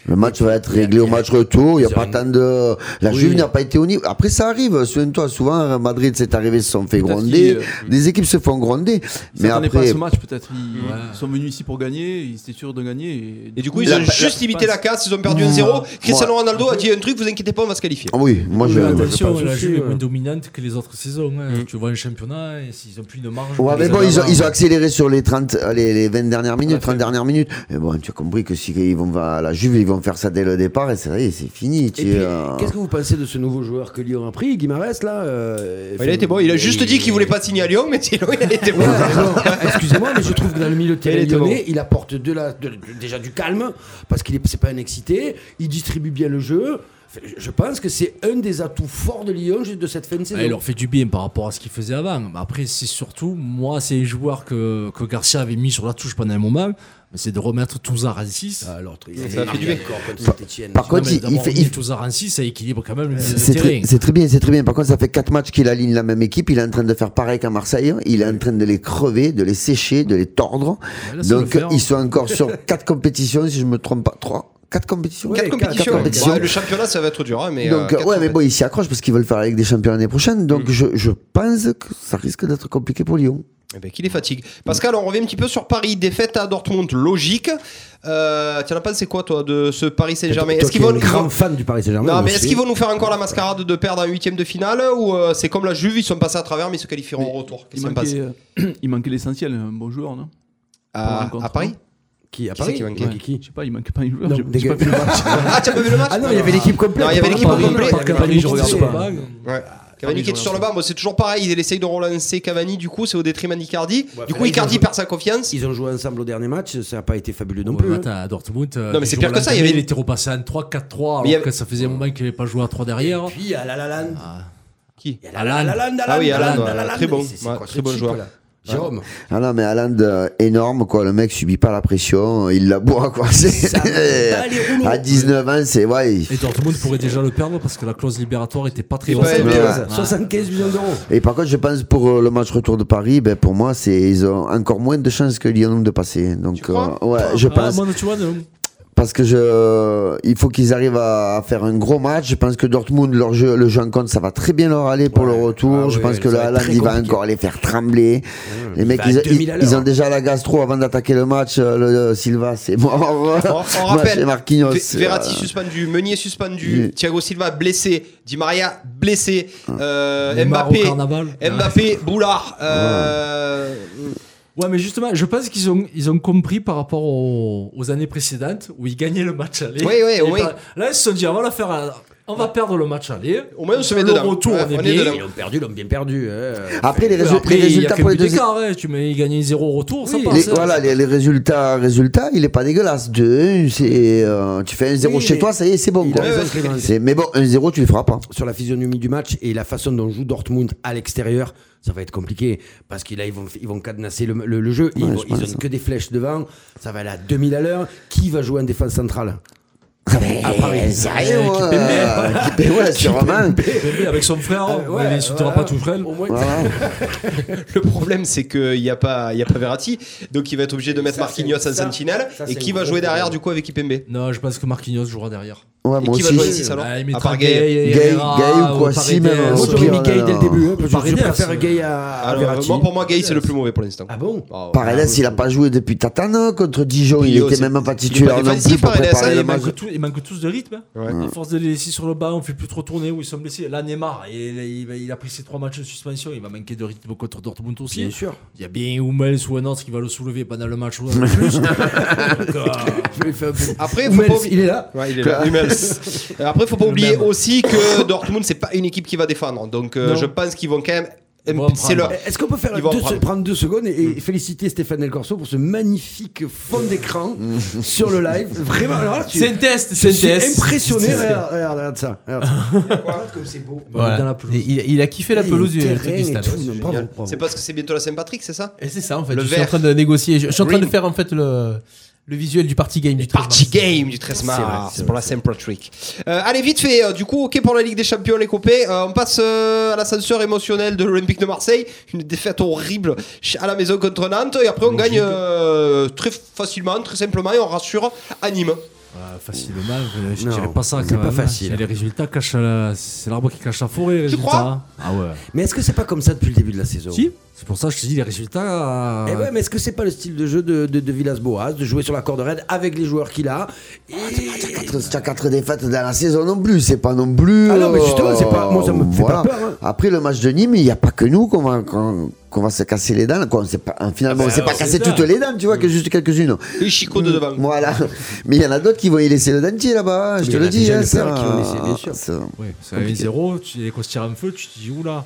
Speaker 5: Le match va être réglé au match retour. Il n'y a
Speaker 4: ils
Speaker 5: pas
Speaker 4: ont-
Speaker 5: tant de. La
Speaker 4: Oui.
Speaker 5: Juve n'a pas été au niveau. Après, ça arrive. Souviens-toi, souvent, à Madrid, c'est arrivé, ils se sont fait Mm.
Speaker 7: Peut-être
Speaker 5: gronder.
Speaker 7: qu'il, euh,
Speaker 5: Des équipes se font gronder.
Speaker 7: Ils
Speaker 5: Mais
Speaker 7: s'attendaient pas à
Speaker 5: après.
Speaker 7: ce match, peut-être. Ils, ils sont venus ici pour gagner, ils étaient sûrs de gagner.
Speaker 3: Et du coup, ils
Speaker 5: La-
Speaker 3: ont
Speaker 5: la-
Speaker 3: juste limité la casse, ils ont perdu
Speaker 5: Mmh.
Speaker 3: 1-0. Cristiano Ronaldo a dit un truc, vous inquiétez pas, on va se qualifier.
Speaker 5: Ah oui, moi, je.
Speaker 6: Mais
Speaker 4: je
Speaker 6: attention,
Speaker 4: pense
Speaker 6: la
Speaker 4: aussi,
Speaker 6: Juve est
Speaker 4: ouais.
Speaker 6: moins dominante que les autres saisons. hein.
Speaker 4: Mm.
Speaker 6: Tu vois un championnat, et s'ils ont plus de marge.
Speaker 5: Ouais, mais
Speaker 6: les
Speaker 5: bon, ils ont,
Speaker 6: avoir.
Speaker 5: ils ont accéléré sur les 30, euh, les, les 20 dernières minutes, 30 dernières minutes. Mais bon, tu as compris que si ils vont va à la Juve, ils vont faire ça dès le départ et c'est vrai, c'est fini. Tu,
Speaker 4: Et puis,
Speaker 5: euh,
Speaker 4: qu'est-ce que vous pensez de ce nouveau joueur que Lyon a pris, Guimarães là euh,
Speaker 3: Il a été bon, il a juste dit qu'il voulait pas signer à Lyon, mais sinon il a été bon.
Speaker 4: Ouais, bon, *laughs* Excusez-moi, mais je trouve que dans le milieu de terrain
Speaker 3: Il était
Speaker 4: lyonnais, il apporte de la, de- de- déjà du calme parce qu'il est, c'est pas un excité. Il distribue bien le jeu. Enfin, je- Je pense que c'est un des atouts forts de Lyon de cette fin
Speaker 3: Ah,
Speaker 4: de
Speaker 6: Ouais, Ah, il
Speaker 4: saison.
Speaker 6: leur fait du bien par rapport à ce qu'ils faisaient avant. Mais après, c'est surtout, moi, c'est les joueurs que, que Garcia avait mis sur la touche pendant un moment, mais c'est de remettre Touzard en 6.
Speaker 4: Ah, l'autre, il
Speaker 3: Ça a fait du bien.
Speaker 4: encore contre Saint-Etienne.
Speaker 5: par contre, il- il fait- il-
Speaker 6: Touzard en 6, ça équilibre quand même le milieu de
Speaker 5: c'est très,
Speaker 6: terrain.
Speaker 5: c'est très bien, c'est très bien. Par contre, ça fait 4 matchs qu'il aligne la même équipe. Il est en train de faire pareil qu'à Marseille. Il est en train de les crever, de les sécher, de les tordre.
Speaker 6: Ouais, là, c'est
Speaker 5: Donc,
Speaker 6: le fer.
Speaker 5: ils sont encore sur 4 compétitions, si je me trompe pas. 3 4 compétitions
Speaker 3: Quatre
Speaker 4: Ouais,
Speaker 3: compétitions.
Speaker 5: quatre compétitions.
Speaker 3: Ouais, le championnat, ça va être dur, hein, mais. euh,
Speaker 5: Donc,
Speaker 3: quatre Mm.
Speaker 5: ouais, mais
Speaker 3: compétitions.
Speaker 5: bon, ils s'y accrochent parce qu'ils veulent faire la Ligue des Champions l'année prochaine. Donc, je, je pense que ça risque d'être compliqué pour Lyon.
Speaker 3: Eh ben, qu'il est fatigue. Pascal, on revient un petit peu sur Paris. Défaite à Dortmund, logique. Euh, Tiens, la c'est quoi, toi, de ce Paris Saint-Germain
Speaker 4: Toi
Speaker 3: Est-ce
Speaker 4: qui
Speaker 3: qu'ils
Speaker 4: es
Speaker 3: vont.
Speaker 4: un grand fan du Paris Saint-Germain
Speaker 3: Non,
Speaker 4: moi
Speaker 3: mais
Speaker 4: aussi.
Speaker 3: est-ce qu'ils vont nous faire encore la mascarade de perdre en huitième de finale ou euh, c'est comme la Juve, ils sont passés à travers mais ils se qualifieront
Speaker 7: Mais
Speaker 3: au retour Qu'est-ce
Speaker 7: il
Speaker 3: qui se passe
Speaker 7: manquait, euh, *clears throat* il manquait l'essentiel, un bon joueur, non la
Speaker 3: à,
Speaker 7: rencontre,
Speaker 3: à
Speaker 4: hein.
Speaker 3: Paris
Speaker 4: Qui à
Speaker 3: Qui c'est
Speaker 4: Paris
Speaker 3: qui manquait
Speaker 4: Ouais.
Speaker 7: Ouais. Je sais pas, il manquait pas un joueur.
Speaker 4: Non,
Speaker 7: j'ai-
Speaker 4: des
Speaker 7: j'ai
Speaker 4: gars-
Speaker 7: pas vu le match.
Speaker 3: Ah, tu as pas vu le match
Speaker 4: Ah non, il y avait l'équipe complète.
Speaker 3: Non, il y avait l'équipe
Speaker 4: Par-
Speaker 3: complète.
Speaker 4: par- par-
Speaker 3: Cavani,
Speaker 4: Cavani,
Speaker 6: je
Speaker 4: qui
Speaker 6: regarde
Speaker 4: sait.
Speaker 6: pas.
Speaker 3: Ouais. Bah, Cavani qui était sur le banc, bon, c'est toujours pareil, il essaye de relancer Cavani, du coup c'est au détriment d'Icardi.
Speaker 4: Ouais,
Speaker 3: du coup
Speaker 4: ouais,
Speaker 3: Icardi
Speaker 4: ils ont-
Speaker 3: perd sa confiance.
Speaker 4: Ils ont joué ensemble au dernier match, ça n'a pas été fabuleux non
Speaker 6: Ouais,
Speaker 4: plus. hein.
Speaker 6: attends, à Dortmund, euh,
Speaker 3: Non, mais
Speaker 6: du
Speaker 3: c'est
Speaker 6: jour
Speaker 3: pire
Speaker 6: au
Speaker 3: que ça, il y
Speaker 6: lendemain,
Speaker 3: avait-
Speaker 6: Il était repassé en 3-4-3,
Speaker 3: Mais il y
Speaker 6: alors
Speaker 3: avait-
Speaker 6: que ça faisait un moment qu'il n'avait pas joué à 3 derrière.
Speaker 4: Puis à la la la Land.
Speaker 3: Qui
Speaker 4: Il y a la la la Land,
Speaker 3: Ah oui, Haaland,
Speaker 4: la la
Speaker 3: ouais,
Speaker 4: Land.
Speaker 3: très bon.
Speaker 4: C'est- c'est
Speaker 3: Ouais,
Speaker 4: quoi
Speaker 3: très
Speaker 4: ce
Speaker 3: bon
Speaker 4: type,
Speaker 3: joueur.
Speaker 4: là Jérôme.
Speaker 5: Ah non, mais Haaland, euh, énorme, quoi. Le mec subit pas la pression, il la boit, quoi. C'est-
Speaker 4: Ça bat
Speaker 3: *laughs*
Speaker 4: les rouleaux.
Speaker 5: *laughs*
Speaker 3: Ah,
Speaker 5: à 19 ans, c'est. Ouais. il-
Speaker 6: Et Dortmund pourrait déjà le perdre parce que la clause libératoire était pas très
Speaker 3: Et
Speaker 6: haute.
Speaker 3: ouais, mais-
Speaker 4: 75, 75 millions d'euros.
Speaker 5: Et par contre, je pense pour euh, le match retour de Paris, ben, pour moi, c'est ils ont encore moins de chances que Lyon de passer. Donc,
Speaker 3: Tu crois
Speaker 5: euh, ouais, je
Speaker 6: Ah,
Speaker 5: pense.
Speaker 6: moi, tu vois, non.
Speaker 5: Parce que je, il faut qu'ils arrivent à, à faire un gros match. Je pense que Dortmund, leur jeu, le jeu en compte, ça va très bien leur aller pour le retour.
Speaker 4: Ah
Speaker 5: je
Speaker 4: oui,
Speaker 5: pense
Speaker 4: ça
Speaker 5: que
Speaker 4: va
Speaker 5: le
Speaker 4: être
Speaker 5: Haaland,
Speaker 4: très
Speaker 5: il va
Speaker 4: compliqué.
Speaker 5: encore les faire trembler. les mecs,
Speaker 4: va à
Speaker 5: ils,
Speaker 4: 2000 à
Speaker 5: ils- ils
Speaker 4: l'heure. hein.
Speaker 5: ont déjà la gastro avant d'attaquer le match. euh, Le, le Silva, c'est mort.
Speaker 3: On,
Speaker 5: *laughs*
Speaker 3: on rappelle,
Speaker 5: Match et Marquinhos.
Speaker 3: Ve- Verratti
Speaker 5: euh,
Speaker 3: suspendu, Meunier suspendu,
Speaker 5: Oui.
Speaker 3: Thiago Silva blessé, Di Maria blessé, euh,
Speaker 6: Neymar
Speaker 3: Mbappé,
Speaker 6: au carnaval. Ah.
Speaker 3: Mbappé, Boulard. euh,
Speaker 6: Ouais, mais justement, je pense qu'ils ont, ils ont compris par rapport aux, aux années précédentes où ils gagnaient le match aller.
Speaker 3: Oui, oui,
Speaker 6: Et
Speaker 3: oui.
Speaker 6: par- Là, ils se sont dit, on va, la faire, à- on va perdre le match aller.
Speaker 3: Au moins, on se met
Speaker 6: le
Speaker 3: dedans.
Speaker 6: retour,
Speaker 3: Ouais,
Speaker 6: on est
Speaker 3: on est
Speaker 6: bien.
Speaker 3: dedans.
Speaker 4: Ils l'ont perdu, ils l'ont bien perdu. hein.
Speaker 5: Après, les, résu- les
Speaker 6: Après, il y a
Speaker 5: résultats
Speaker 6: que
Speaker 5: pour les
Speaker 6: but
Speaker 5: deux.
Speaker 6: d'écart, ouais. tu mets gagner 0 retour, ça
Speaker 4: Oui.
Speaker 5: Les,
Speaker 6: passe. hein.
Speaker 5: voilà, les, les résultats, résultats, il est pas dégueulasse. De, c'est, euh, tu fais 1-0
Speaker 4: Oui,
Speaker 5: chez
Speaker 4: mais-
Speaker 5: toi, ça y est, c'est bon.
Speaker 4: Il
Speaker 5: quoi.
Speaker 4: a raison, Clément.
Speaker 5: C'est- mais bon, 1-0, tu le feras pas.
Speaker 4: sur la physionomie du match et la façon dont joue Dortmund à l'extérieur, ça va être compliqué parce que là ils vont ils vont cadenasser le, le- le jeu, ils,
Speaker 5: Ouais,
Speaker 4: vont-
Speaker 5: je
Speaker 4: ils
Speaker 5: pense,
Speaker 4: ont
Speaker 5: hein.
Speaker 4: que des flèches devant, ça va aller à 2000 à l'heure, qui va jouer en défense centrale à Ah, Paris.
Speaker 5: Sérieux, moi, euh, Kipembe, ouais, sûrement.
Speaker 6: *laughs* Bébé avec son frère, hein.
Speaker 4: Ah,
Speaker 6: on
Speaker 4: ouais,
Speaker 6: l'insultera
Speaker 4: ouais.
Speaker 6: pas tout frêle.
Speaker 4: Au moins
Speaker 5: Voilà.
Speaker 3: le problème, c'est qu'il n'y a, pas- il y a pas Verratti, donc il va être obligé de mettre
Speaker 4: ça,
Speaker 3: Marquinhos
Speaker 4: c'est-
Speaker 3: en
Speaker 4: ça,
Speaker 3: sentinelle.
Speaker 4: ça,
Speaker 3: et
Speaker 4: c'est
Speaker 3: qui
Speaker 4: un
Speaker 3: va
Speaker 4: gros
Speaker 3: jouer derrière,
Speaker 4: problème.
Speaker 3: du coup, avec Ipembe
Speaker 6: Non, je pense que Marquinhos jouera derrière.
Speaker 5: Ouais,
Speaker 3: Et
Speaker 5: moi
Speaker 3: qui va jouer
Speaker 5: aussi.
Speaker 3: ici, ça alors
Speaker 6: Ah, il
Speaker 3: À
Speaker 6: mettra
Speaker 3: part
Speaker 6: Gay,
Speaker 3: Gay.
Speaker 5: Gay,
Speaker 6: Herrera,
Speaker 5: Gay ou quoi,
Speaker 6: Paredes,
Speaker 5: si, même,
Speaker 6: euh,
Speaker 4: Moi
Speaker 5: au
Speaker 6: Sorin.
Speaker 4: j'aurais
Speaker 5: pire,
Speaker 4: mis Gay dès le
Speaker 5: euh,
Speaker 4: début, hein, parce que je
Speaker 6: Paredes,
Speaker 4: préfère
Speaker 6: euh,
Speaker 4: Gay à, à
Speaker 3: Alors,
Speaker 4: Ah, Verratti.
Speaker 3: Ah moi, Pour moi, Gay, c'est le plus mauvais pour l'instant.
Speaker 4: Ah bon
Speaker 3: Oh,
Speaker 5: Paredes, il a pas joué depuis Tatane contre Dijon. Il
Speaker 3: Pio,
Speaker 5: était
Speaker 3: c'est-
Speaker 5: même pas
Speaker 3: il est
Speaker 5: titulaire
Speaker 3: pas
Speaker 5: non plus
Speaker 3: défensif,
Speaker 5: pour
Speaker 3: Paredes, hein,
Speaker 5: préparer
Speaker 3: il
Speaker 5: le
Speaker 6: Ils
Speaker 5: match.
Speaker 6: manquent, tous, ils manquent tous de rythme. hein.
Speaker 3: Ouais.
Speaker 6: À force de les laisser sur le banc, on fait plus trop tourner où ils sont blessés. Là, Neymar, il, il, il a pris ses trois matchs de suspension. Il va manquer de rythme contre Dortmund aussi.
Speaker 4: Bien sûr.
Speaker 6: Il y a bien Hummels ou un autre qui va le soulever pendant le match ou un plus. Donc, euh,
Speaker 3: Après, faut
Speaker 4: Hummels,
Speaker 3: pas oublier-
Speaker 4: il est là.
Speaker 3: Ouais, il est là. Hummels. *laughs* Après, faut pas oublier
Speaker 6: même.
Speaker 3: aussi que Dortmund, c'est pas une équipe qui va défendre. Donc, euh,
Speaker 6: Non.
Speaker 3: je pense qu'ils vont quand même.
Speaker 6: vont en
Speaker 3: C'est
Speaker 6: prendre.
Speaker 3: leur.
Speaker 4: Est-ce qu'on peut faire
Speaker 3: Ils vont
Speaker 4: deux,
Speaker 3: prendre. Mm.
Speaker 4: se- prendre deux secondes et, et féliciter Stéphane Del Corso pour ce magnifique fond d'écran
Speaker 3: Mm.
Speaker 4: sur le live Vraiment, alors là, tu,
Speaker 2: C'est un test,
Speaker 4: je
Speaker 2: c'est
Speaker 4: suis
Speaker 2: un test.
Speaker 4: impressionné. Regarde, regarde, regarde ça. Regarde ça.
Speaker 2: Voilà.
Speaker 6: dans la pelouse.
Speaker 2: Et il, il a kiffé la
Speaker 4: Et
Speaker 2: pelouse du,
Speaker 4: terrain
Speaker 2: truc du
Speaker 4: et
Speaker 2: stade.
Speaker 4: tout, non, bravo,
Speaker 3: Génial.
Speaker 4: bravo.
Speaker 3: C'est parce que c'est bientôt la Saint-Patrick, c'est ça
Speaker 2: Et Eh, c'est ça en fait.
Speaker 3: Le
Speaker 2: je suis en
Speaker 3: vert.
Speaker 2: train de négocier. Je, je suis en train de
Speaker 3: Green.
Speaker 2: faire en fait le, le visuel du party game du 13 mars.
Speaker 3: Party game du 13 mars, c'est pour la Saint-Patrick. Euh, allez, vite fait, euh, du coup, ok pour la Ligue des Champions, les copains. Euh, on passe euh, à l'ascenseur émotionnel de l'Olympique de Marseille. Une défaite horrible ch- à la maison contre Nantes. Et après, on gagne euh, très facilement, très simplement, et on rassure à Nîmes.
Speaker 6: Voilà, facilement, je- je
Speaker 4: Non,
Speaker 6: dirais pas ça.
Speaker 4: c'est
Speaker 6: quand
Speaker 4: pas
Speaker 6: même. hein.
Speaker 4: facile.
Speaker 6: Et Les résultats cachent la- c'est l'arbre qui cache la forêt. les résultats.
Speaker 3: crois
Speaker 6: Ah ouais.
Speaker 4: Mais est-ce que c'est pas comme ça depuis le début de la saison
Speaker 6: Si. C'est pour ça que je te dis les résultats.
Speaker 4: Eh
Speaker 6: euh,
Speaker 4: ouais, mais est-ce que c'est pas le style de jeu de, de, de Villas-Boas, de jouer sur la corde raide avec les joueurs qu'il a et...
Speaker 5: Quatre- t'as quatre défaites dans la saison non plus, c'est pas non plus.
Speaker 4: Ah non, mais justement, c'est pas- moi, ça me fait pas peur, hein.
Speaker 5: Après le match de Nîmes, il n'y a pas que nous qu'on va, qu'on- qu'on va se casser les dents. Quoi, on s'est pas, hein, finalement,
Speaker 4: Ah ben
Speaker 5: on s'est pas cassé toutes les dents, tu vois, que juste quelques-unes.
Speaker 3: Et Chico de devant.
Speaker 5: Voilà. Mais il y en a d'autres qui vont y laisser le dentier là-bas, hein,
Speaker 4: Mais
Speaker 5: je te
Speaker 4: il y en
Speaker 5: le
Speaker 4: a
Speaker 5: dis.
Speaker 4: déjà
Speaker 5: hein,
Speaker 4: le
Speaker 5: ça,
Speaker 4: père qui vont laisser, bien sûr.
Speaker 5: ça-
Speaker 6: Ouais, c'est 1-0, tu les costières en feu, tu te dis oula.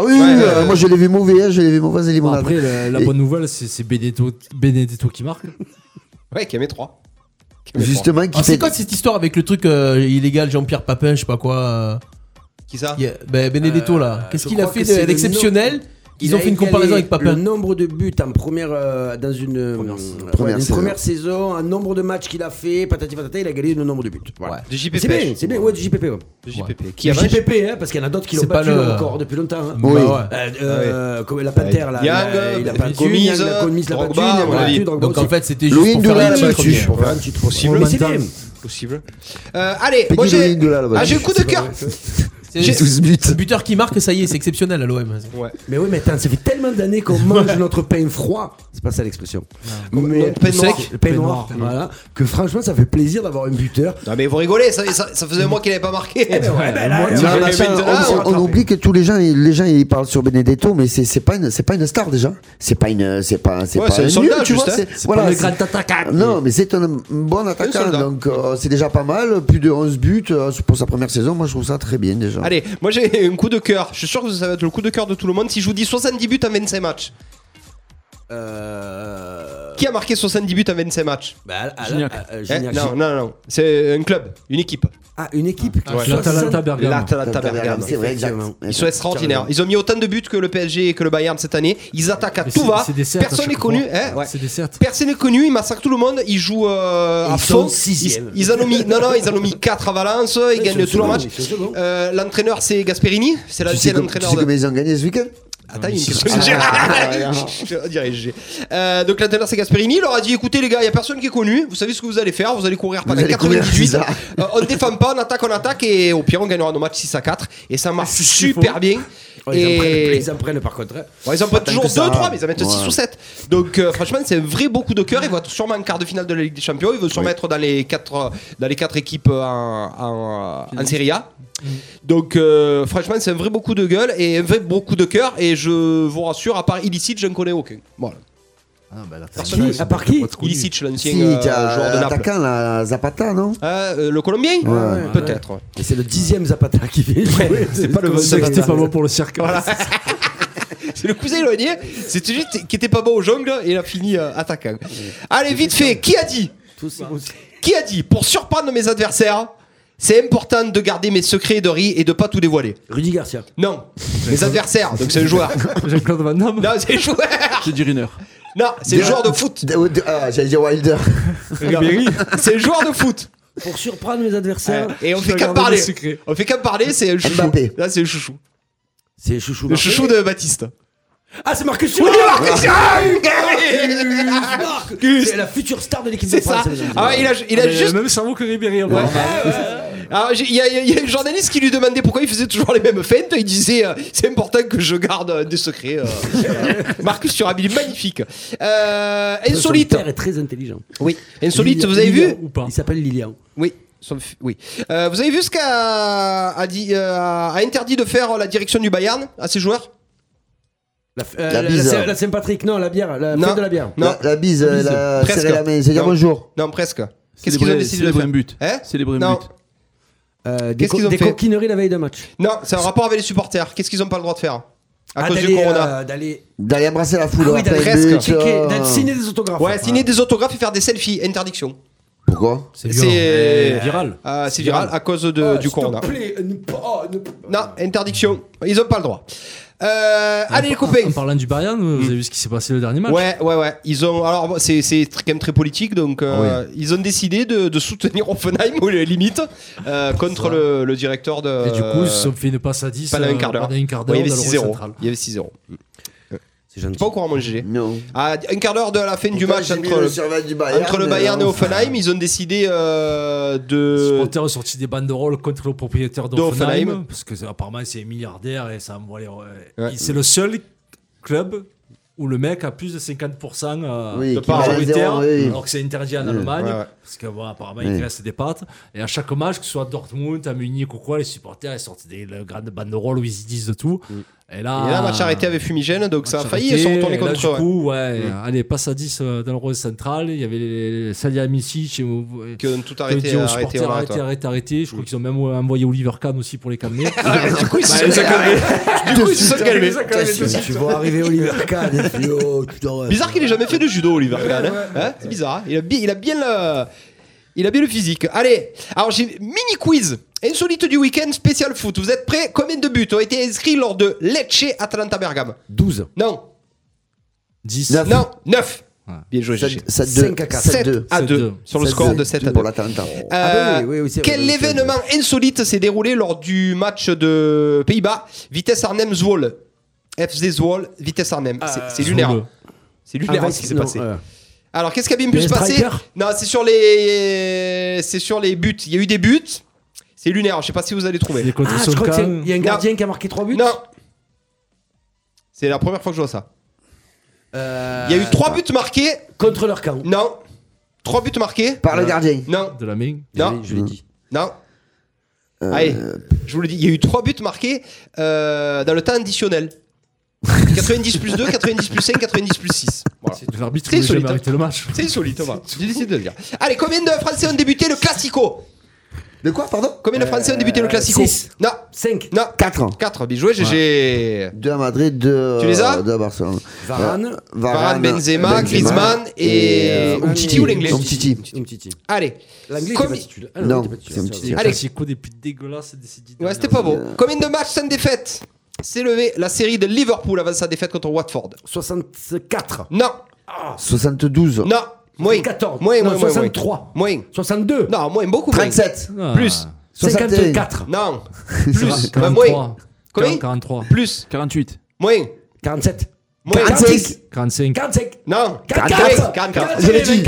Speaker 5: Ah oui, oui,
Speaker 3: Ouais,
Speaker 5: oui,
Speaker 3: ouais,
Speaker 5: euh,
Speaker 3: ouais.
Speaker 5: moi je l'ai vu mauvais, hein, je l'ai vu mauvaise
Speaker 6: Bon,
Speaker 5: limonade.
Speaker 3: euh,
Speaker 6: après, la, la
Speaker 5: Et-
Speaker 6: bonne nouvelle, c'est c'est Benedetto, Benedetto qui marque.
Speaker 3: Ouais, qui a mis 3.
Speaker 5: Justement,
Speaker 2: Ah,
Speaker 5: qui
Speaker 2: c'est
Speaker 5: fait.
Speaker 2: quoi cette histoire avec le truc euh, illégal Jean-Pierre Papin, je sais pas quoi euh,
Speaker 3: Qui ça
Speaker 2: il y a- ben, Benedetto là. Qu'est-ce
Speaker 4: Euh, je
Speaker 2: qu'il a
Speaker 4: crois
Speaker 2: fait
Speaker 4: que c'est
Speaker 2: de-
Speaker 4: le
Speaker 2: d'exceptionnel Ils
Speaker 4: Il
Speaker 2: ont
Speaker 4: a
Speaker 2: fait une
Speaker 4: égalé
Speaker 2: comparaison avec
Speaker 4: Le
Speaker 2: Papin.
Speaker 4: nombre de buts en première, euh, dans une
Speaker 6: Première-
Speaker 4: ouais,
Speaker 5: première
Speaker 4: une
Speaker 5: saison.
Speaker 4: première saison, un nombre de matchs qu'il a fait, patati patata, il a gagné le nombre de buts. Voilà.
Speaker 2: Ouais.
Speaker 3: Du JPP.
Speaker 4: C'est bien, c'est bien, ouais, du JPP. ouais.
Speaker 3: Du JPP. Qui
Speaker 4: Du
Speaker 3: a vache
Speaker 4: JPP, hein, parce qu'il y en a d'autres qui l'ont
Speaker 2: C'est pas
Speaker 4: battu
Speaker 2: le-
Speaker 4: encore depuis longtemps. hein.
Speaker 5: Oui.
Speaker 2: Bah ouais.
Speaker 4: Euh, euh, comme la panthère là,
Speaker 3: Yang,
Speaker 4: il a- il a pas
Speaker 3: Gomis,
Speaker 4: Gomis, la Gomis l'a
Speaker 3: Drogba,
Speaker 4: battu, il a
Speaker 3: à mon
Speaker 4: battu,
Speaker 3: avis.
Speaker 4: Drogba
Speaker 2: Donc
Speaker 4: aussi. Ah,
Speaker 2: en fait, c'était juste
Speaker 5: Louis
Speaker 2: pour faire
Speaker 5: Ndoula
Speaker 2: un
Speaker 5: l'a
Speaker 2: titre.
Speaker 5: battu.
Speaker 2: bien.
Speaker 4: Pour faire un titre,
Speaker 3: Possible.
Speaker 4: Mais c'est bien.
Speaker 3: Possible. Euh, allez,
Speaker 5: Peggy
Speaker 3: moi j'ai.
Speaker 5: Dolingola, là-bas.
Speaker 3: Ah, j'ai un coup de cœur.
Speaker 2: J'ai-
Speaker 3: J'ai-
Speaker 5: 12 buts.
Speaker 2: Le buteur qui marque, ça y est, c'est exceptionnel à l'OM.
Speaker 3: Ouais.
Speaker 4: Mais oui, mais attends, ça fait tellement
Speaker 2: *laughs*
Speaker 4: d'années qu'on mange notre pain froid. C'est pas ça l'expression. Mais
Speaker 3: Notre pain
Speaker 4: sec,
Speaker 3: noir.
Speaker 4: le pain noir, voilà. Que franchement, ça fait plaisir d'avoir un buteur.
Speaker 3: Non, mais vous rigolez, ça, ça, ça faisait un mois qu'il n'avait pas marqué.
Speaker 4: Eh ben Ah moi,
Speaker 5: Non, mais ça, on, on- on oublie que tous les gens, ils- les gens, ils parlent sur Benedetto, mais c'est c'est pas une, c'est pas une star déjà. C'est pas une, c'est pas, c'est
Speaker 3: Ouais,
Speaker 5: pas
Speaker 3: c'est un
Speaker 5: nul,
Speaker 3: soldat,
Speaker 5: tu
Speaker 3: juste,
Speaker 5: vois.
Speaker 3: hein.
Speaker 5: C'est voilà,
Speaker 6: le
Speaker 5: c'est-
Speaker 6: grand attaquant.
Speaker 5: Non, mais c'est un bon attaquant,
Speaker 3: soldat.
Speaker 5: donc euh, c'est déjà pas mal. Plus de 11 buts euh, pour sa première saison, moi je trouve ça très bien déjà.
Speaker 3: *laughs* Allez, moi j'ai un coup de cœur. Je suis sûr que ça va être le coup de cœur de tout le monde si je vous dis 70 buts en 25 matchs. Qui a marqué 70 buts en 25 matchs
Speaker 4: Euh. Bah, à- à-
Speaker 6: Gignac.
Speaker 4: à- à-
Speaker 3: Eh,
Speaker 4: Gignac.
Speaker 3: Non, non, non. C'est un club, une équipe.
Speaker 4: Ah, une équipe. qui
Speaker 3: Ouais.
Speaker 4: soit
Speaker 6: L'Atalanta Bergame.
Speaker 3: L'Atalanta Bergame.
Speaker 5: C'est vrai, exact.
Speaker 4: Effectivement.
Speaker 3: Ils sont extraordinaires. Ils ont mis autant de buts que le PSG et que le Bayern cette année. Ils attaquent à
Speaker 6: Mais
Speaker 3: tout
Speaker 6: c'est-
Speaker 3: va.
Speaker 6: c'est des certes à
Speaker 3: Personne n'est
Speaker 6: chaque
Speaker 3: connu.
Speaker 6: fois.
Speaker 3: hein, ouais.
Speaker 6: C'est des certes.
Speaker 3: Personne n'est connu, ils massacrent tout le monde, ils jouent euh,
Speaker 4: Ils
Speaker 3: à
Speaker 4: sont
Speaker 3: fond.
Speaker 4: sixième.
Speaker 3: Ils, ils en ont mis, non, non, ils en ont mis 4 à Valence, ils
Speaker 4: Ouais,
Speaker 3: gagnent
Speaker 4: c'est
Speaker 3: tout leur
Speaker 4: bon,
Speaker 3: match.
Speaker 4: c'est bon.
Speaker 3: Euh, l'entraîneur, c'est Gasperini, c'est
Speaker 5: Tu sais,
Speaker 3: l'ancien
Speaker 5: com- tu
Speaker 3: entraîneur.
Speaker 5: sais
Speaker 3: de-
Speaker 5: combien ils ont gagné ce week-end Ah,
Speaker 3: Attends, il y a une question.
Speaker 4: Ah,
Speaker 3: *laughs* Je- On dirait G. Euh, donc l'entraîneur c'est Gasperini, il leur a dit écoutez les gars, il n'y a personne qui est connu, vous savez ce que vous allez faire, vous allez courir pendant
Speaker 5: allez courir,
Speaker 3: 98
Speaker 5: c'est ça.
Speaker 3: Euh, on ne défend pas, on attaque, on attaque et au pire on gagnera nos matchs 6 à 4 et ça
Speaker 4: Ah,
Speaker 3: marche super bien.
Speaker 4: Ouais, ils, en prennent,
Speaker 3: Et
Speaker 4: ils en prennent par contre. hein.
Speaker 3: Ouais, ils en prennent toujours
Speaker 5: que ça
Speaker 3: 2 3 mais ils en mettent
Speaker 5: Ouais.
Speaker 3: 6 ou 7. Donc euh, franchement, c'est un vrai beaucoup de cœur, ils vont être sûrement en quart de finale de la Ligue des Champions, ils vont sûrement être dans les 4 dans les quatre équipes euh, en, en, en Serie A. Donc euh, franchement, c'est un vrai beaucoup de gueule et un vrai beaucoup de cœur et je vous rassure à part Illicite, je ne connais aucun. Voilà.
Speaker 6: Ah, bah, l'attaque,
Speaker 3: Personne
Speaker 6: ils
Speaker 4: qui
Speaker 6: ont
Speaker 4: À part
Speaker 6: déjà
Speaker 4: qui
Speaker 6: pas de connu.
Speaker 3: Illicite, l'ancien
Speaker 5: Si,
Speaker 3: euh, joueur de
Speaker 5: t'as
Speaker 3: Naples.
Speaker 5: l'attaquant, là, Zapata, non
Speaker 3: Ah, euh, le Colombien
Speaker 5: Ouais.
Speaker 3: Peut-être. *laughs*
Speaker 4: Et c'est le dixième Zapata qui fait.
Speaker 3: c'est pas le bon
Speaker 4: Zapata.
Speaker 3: Zapata.
Speaker 2: C'était pas bon pour le cirque.
Speaker 6: *laughs*
Speaker 3: Voilà. C'est le cousin éloigné, c'était juste qui était pas bon au jungle et il a fini euh, attaquant. Allez, vite fait, qui a dit
Speaker 4: Tous- tous-
Speaker 3: Qui a dit Pour surprendre mes adversaires, c'est important de garder mes secrets de riz et de pas tout dévoiler.
Speaker 4: Rudy Garcia.
Speaker 3: Non, mes adversaires, donc c'est un joueur.
Speaker 6: Jean-Claude Van Damme
Speaker 3: Non, c'est un joueur.
Speaker 7: Je dirais une heure.
Speaker 3: Non, c'est un joueur de foot.
Speaker 5: De- de- ah, J'allais dire Wilder.
Speaker 3: *laughs* C'est un joueur de foot.
Speaker 4: Pour surprendre mes adversaires,
Speaker 3: Eh, Et on fait qu'à
Speaker 6: garder
Speaker 3: parler.
Speaker 6: mes secrets.
Speaker 3: On fait qu'à parler, c'est un chouchou.
Speaker 5: Mbappé.
Speaker 3: Là, c'est un chouchou.
Speaker 4: c'est Chouchou.
Speaker 3: Le
Speaker 4: Marquez.
Speaker 3: chouchou de Baptiste.
Speaker 4: Ah, c'est Marcus Thuram C'est la future star de l'équipe de
Speaker 3: C'est ça.
Speaker 4: France. mesdames et
Speaker 3: Ah,
Speaker 4: messieurs.
Speaker 3: il a, il a juste.
Speaker 6: Euh, même cerveau que Ribéry en vrai.
Speaker 3: *laughs* Alors, j'ai- Il y, a- il y a- il y a un journaliste qui lui demandait pourquoi il faisait toujours les mêmes feintes. Il disait euh, C'est important que je garde euh, des secrets. euh. *laughs* Marcus Thuram, il est magnifique. Euh, insolite.
Speaker 4: Son père est très intelligent.
Speaker 3: Oui, insolite, vous avez vu
Speaker 4: Lilian ou pas Il s'appelle Lilian.
Speaker 3: Oui. son f- Oui. Euh, vous avez vu ce qu'a a dit, euh, a interdit de faire la direction du Bayern à ses joueurs
Speaker 4: La, f- euh,
Speaker 5: La
Speaker 4: la-
Speaker 5: bise.
Speaker 4: la- la Saint-Patrick, non, la bière, la
Speaker 3: Non.
Speaker 4: fête de la bière.
Speaker 3: Non.
Speaker 5: La, la bise,
Speaker 3: La bise.
Speaker 5: la,
Speaker 3: Presque.
Speaker 5: serrer la main, c'est dire
Speaker 3: Non.
Speaker 5: bonjour.
Speaker 3: Non, presque. Qu'est-ce
Speaker 7: Célébrer-
Speaker 3: qu'ils ont décidé de
Speaker 7: célébrer
Speaker 3: faire
Speaker 7: un but.
Speaker 3: Hein
Speaker 7: Célébrer un
Speaker 3: Non.
Speaker 7: but.
Speaker 4: Euh, des
Speaker 3: Qu'est-ce
Speaker 4: co-
Speaker 3: qu'ils ont
Speaker 4: des
Speaker 3: fait
Speaker 4: coquineries la veille de match.
Speaker 3: Non, c'est un rapport avec les supporters. Qu'est-ce qu'ils n'ont pas le droit de faire À
Speaker 4: Ah,
Speaker 3: cause du
Speaker 4: d'aller,
Speaker 3: Corona.
Speaker 4: euh, D'aller
Speaker 5: D'aller embrasser la
Speaker 4: Ah
Speaker 5: foule.
Speaker 4: oui,
Speaker 5: après
Speaker 4: d'aller
Speaker 5: le
Speaker 3: presque.
Speaker 5: but,
Speaker 4: checker,
Speaker 5: euh,
Speaker 4: d'aller signer des autographes.
Speaker 3: Ouais, signer des autographes et faire des selfies, interdiction.
Speaker 5: Pourquoi
Speaker 2: C'est
Speaker 3: C'est
Speaker 6: Viral.
Speaker 3: Ah, c'est viral à cause de-
Speaker 4: Ah,
Speaker 3: du
Speaker 4: s'il te
Speaker 3: corona.
Speaker 4: plaît, ne- oh, ne-
Speaker 3: Non, interdiction. Ils ont pas le droit. Euh, allez les copains.
Speaker 6: En parlant du Bayern, vous avez vu ce qui s'est passé le dernier match
Speaker 3: Ouais, ouais, ouais. Ils ont. Alors, bon, c'est c'est tr- quand même très politique, donc euh, ils ont décidé de, de soutenir Offenheim *laughs* ou les limites euh, contre le, le directeur de.
Speaker 6: Et du coup, ils se sont fait une passe à 10
Speaker 3: pendant
Speaker 6: euh,
Speaker 3: un quart d'heure.
Speaker 6: pendant un quart d'heure
Speaker 3: Ouais, il y
Speaker 6: dans
Speaker 3: avait
Speaker 6: le
Speaker 3: 6-0.
Speaker 6: central.
Speaker 3: Il y avait 6-0.
Speaker 4: C'est gentil.
Speaker 3: Pas au courant, mon GG.
Speaker 5: Non.
Speaker 3: À Ah, un quart d'heure de la fin du match entre le,
Speaker 5: survêt du euh,
Speaker 3: entre le Bayern et
Speaker 6: euh,
Speaker 3: Offenheim, ils ont décidé euh,
Speaker 6: Les
Speaker 3: de.
Speaker 6: supporters ont sorti des banderoles contre le propriétaire
Speaker 3: D'Hoffenheim.
Speaker 6: d'Offenheim, parce que c'est- apparemment c'est un milliardaire et ça envoie les.
Speaker 3: Ouais.
Speaker 6: Et C'est le seul club où le mec a plus de 50% euh,
Speaker 5: Oui,
Speaker 6: de
Speaker 5: qui
Speaker 6: part
Speaker 3: va à
Speaker 5: zéro,
Speaker 6: propriétaire,
Speaker 5: oui.
Speaker 6: alors que c'est interdit en Allemagne,
Speaker 3: ouais, ouais.
Speaker 6: parce que bon, apparemment
Speaker 5: Oui.
Speaker 6: il reste des pattes. Et à chaque match, que ce soit à Dortmund, à Munich ou quoi, les supporters ils sortent des le- grandes banderoles où ils disent de tout. Et là,
Speaker 3: Mm. Et là, match arrêté avec fumigène, donc ça a failli se retourner
Speaker 6: et là,
Speaker 3: contre eux. Mm.
Speaker 6: Du coup, ouais, allez, passe à 10 euh, dans le rôle central. Il y avait les, les Salihamidzic et-
Speaker 3: Qui ont tout
Speaker 6: que
Speaker 3: arrêté,
Speaker 6: dit aux
Speaker 3: arrêté,
Speaker 6: supporters,
Speaker 3: voilà,
Speaker 6: arrêtez,
Speaker 3: toi. Mm.
Speaker 6: arrêtez, arrêtez. Je crois qu'ils ont même euh, envoyé Oliver Kahn aussi pour
Speaker 3: *laughs*
Speaker 6: les calmer.
Speaker 3: Du coup, ils se sont calmés.
Speaker 6: *laughs*
Speaker 3: Du coup, ils se sont calmés.
Speaker 4: Tu tu vois arriver Oliver Kahn. et puis, oh, putain, ouais.
Speaker 3: Bizarre qu'il ait jamais fait de judo, Oliver Kahn. hein. Hein c'est bizarre. hein. il, a bien, il a bien le. Il a bien le physique. Allez, alors j'ai mini quiz. Insolite du week-end, spécial foot. Vous êtes prêts Combien de buts ont été inscrits lors de Lecce Atalanta Bergame
Speaker 4: 12.
Speaker 3: Non,
Speaker 6: 10.
Speaker 5: Neuf.
Speaker 3: non, 9.
Speaker 6: Ouais.
Speaker 3: Bien joué, Gégé.
Speaker 4: 5 à
Speaker 5: 7-2.
Speaker 4: 4.
Speaker 3: 7 à 2,
Speaker 6: 7-2.
Speaker 3: sur le score de 7 à 2.
Speaker 5: Pour l'Atalanta.
Speaker 3: Euh,
Speaker 4: Ah oui, oui, oui, c'est vrai,
Speaker 3: quel
Speaker 4: oui, c'est vrai.
Speaker 3: événement insolite s'est déroulé lors du match de Pays-Bas Vitesse Arnhem Zwolle. FZ Zwolle, Vitesse Arnhem. C'est- c'est lunaire. hein.
Speaker 6: Zwolle.
Speaker 3: C'est lunaire
Speaker 4: Avant-
Speaker 3: ce qui s'est
Speaker 4: non,
Speaker 3: passé.
Speaker 4: euh,
Speaker 3: Alors, qu'est-ce qui a bien
Speaker 4: Les
Speaker 3: pu se passer
Speaker 4: strikers
Speaker 3: Non, c'est sur les, c'est sur les buts. Il y a eu des buts. C'est lunaire. Je sais pas si vous allez
Speaker 6: C'est
Speaker 3: trouver.
Speaker 6: contre
Speaker 4: Ah, je
Speaker 6: son
Speaker 4: crois
Speaker 6: camp.
Speaker 4: qu'il y a un
Speaker 3: Non.
Speaker 4: gardien qui a marqué 3 buts.
Speaker 3: Non. C'est la première fois que je vois ça.
Speaker 4: Euh,
Speaker 3: Il y a eu trois buts marqués.
Speaker 4: Contre leur camp.
Speaker 3: Non. Trois buts marqués.
Speaker 5: Par le gardien.
Speaker 3: Non.
Speaker 6: de la main.
Speaker 3: Non.
Speaker 4: Je l'ai dit.
Speaker 3: Non. Allez, je vous le dis. Il y a eu trois buts marqués euh, dans le temps additionnel. 90 plus 2, 90 plus 5, 90 plus 6. Voilà.
Speaker 6: L'arbitre
Speaker 3: C'est
Speaker 6: voulait jamais
Speaker 3: solide. hein.
Speaker 6: arrêter le match.
Speaker 3: C'est insolite, voilà. J'ai décidé de le dire. Allez, combien de Français ont débuté le Classico
Speaker 5: De quoi, pardon
Speaker 3: Combien de Français ont débuté le Classico
Speaker 4: six.
Speaker 3: Non.
Speaker 4: 5.
Speaker 3: Non.
Speaker 5: 4 ans.
Speaker 3: 4, bien joué, GG.
Speaker 5: 2 à Madrid, 2
Speaker 3: Tu les as
Speaker 5: à Barcelone.
Speaker 4: Varane.
Speaker 3: Varane, Benzema, Griezmann et,
Speaker 5: euh,
Speaker 3: Umtiti ou l'anglais
Speaker 5: Umtiti.
Speaker 4: Umtiti.
Speaker 3: Allez.
Speaker 4: L'anglais
Speaker 3: Combien-
Speaker 4: était pas titulaire. Ah
Speaker 5: Non,
Speaker 4: il était pas
Speaker 5: c'est
Speaker 4: titulaire,
Speaker 5: Umtiti.
Speaker 6: Les
Speaker 3: Allez.
Speaker 6: classicos des plus dégueulasses des six dix
Speaker 3: Ouais,
Speaker 6: dernières
Speaker 3: c'était pas
Speaker 6: années.
Speaker 3: beau. Combien de matchs sans défaite S'est levé la série de Liverpool avant sa défaite contre Watford.
Speaker 4: 64.
Speaker 3: Non,
Speaker 5: 72.
Speaker 3: non, moins.
Speaker 4: 14.
Speaker 3: Moins,
Speaker 4: Non,
Speaker 3: moins, moins,
Speaker 4: 63.
Speaker 3: moins. Moins.
Speaker 4: 62.
Speaker 3: Non, moins, beaucoup moins.
Speaker 5: 37.
Speaker 6: Ah.
Speaker 3: Plus.
Speaker 5: 61.
Speaker 4: 54.
Speaker 3: Non. Plus. Bah,
Speaker 6: 43.
Speaker 3: moins. Combien
Speaker 6: 43.
Speaker 3: Plus.
Speaker 7: 48.
Speaker 3: Moins.
Speaker 4: 47.
Speaker 3: Moins
Speaker 5: 45.
Speaker 6: 45.
Speaker 4: 45.
Speaker 3: Non
Speaker 4: 44.
Speaker 3: 44.
Speaker 5: Je l'ai dit.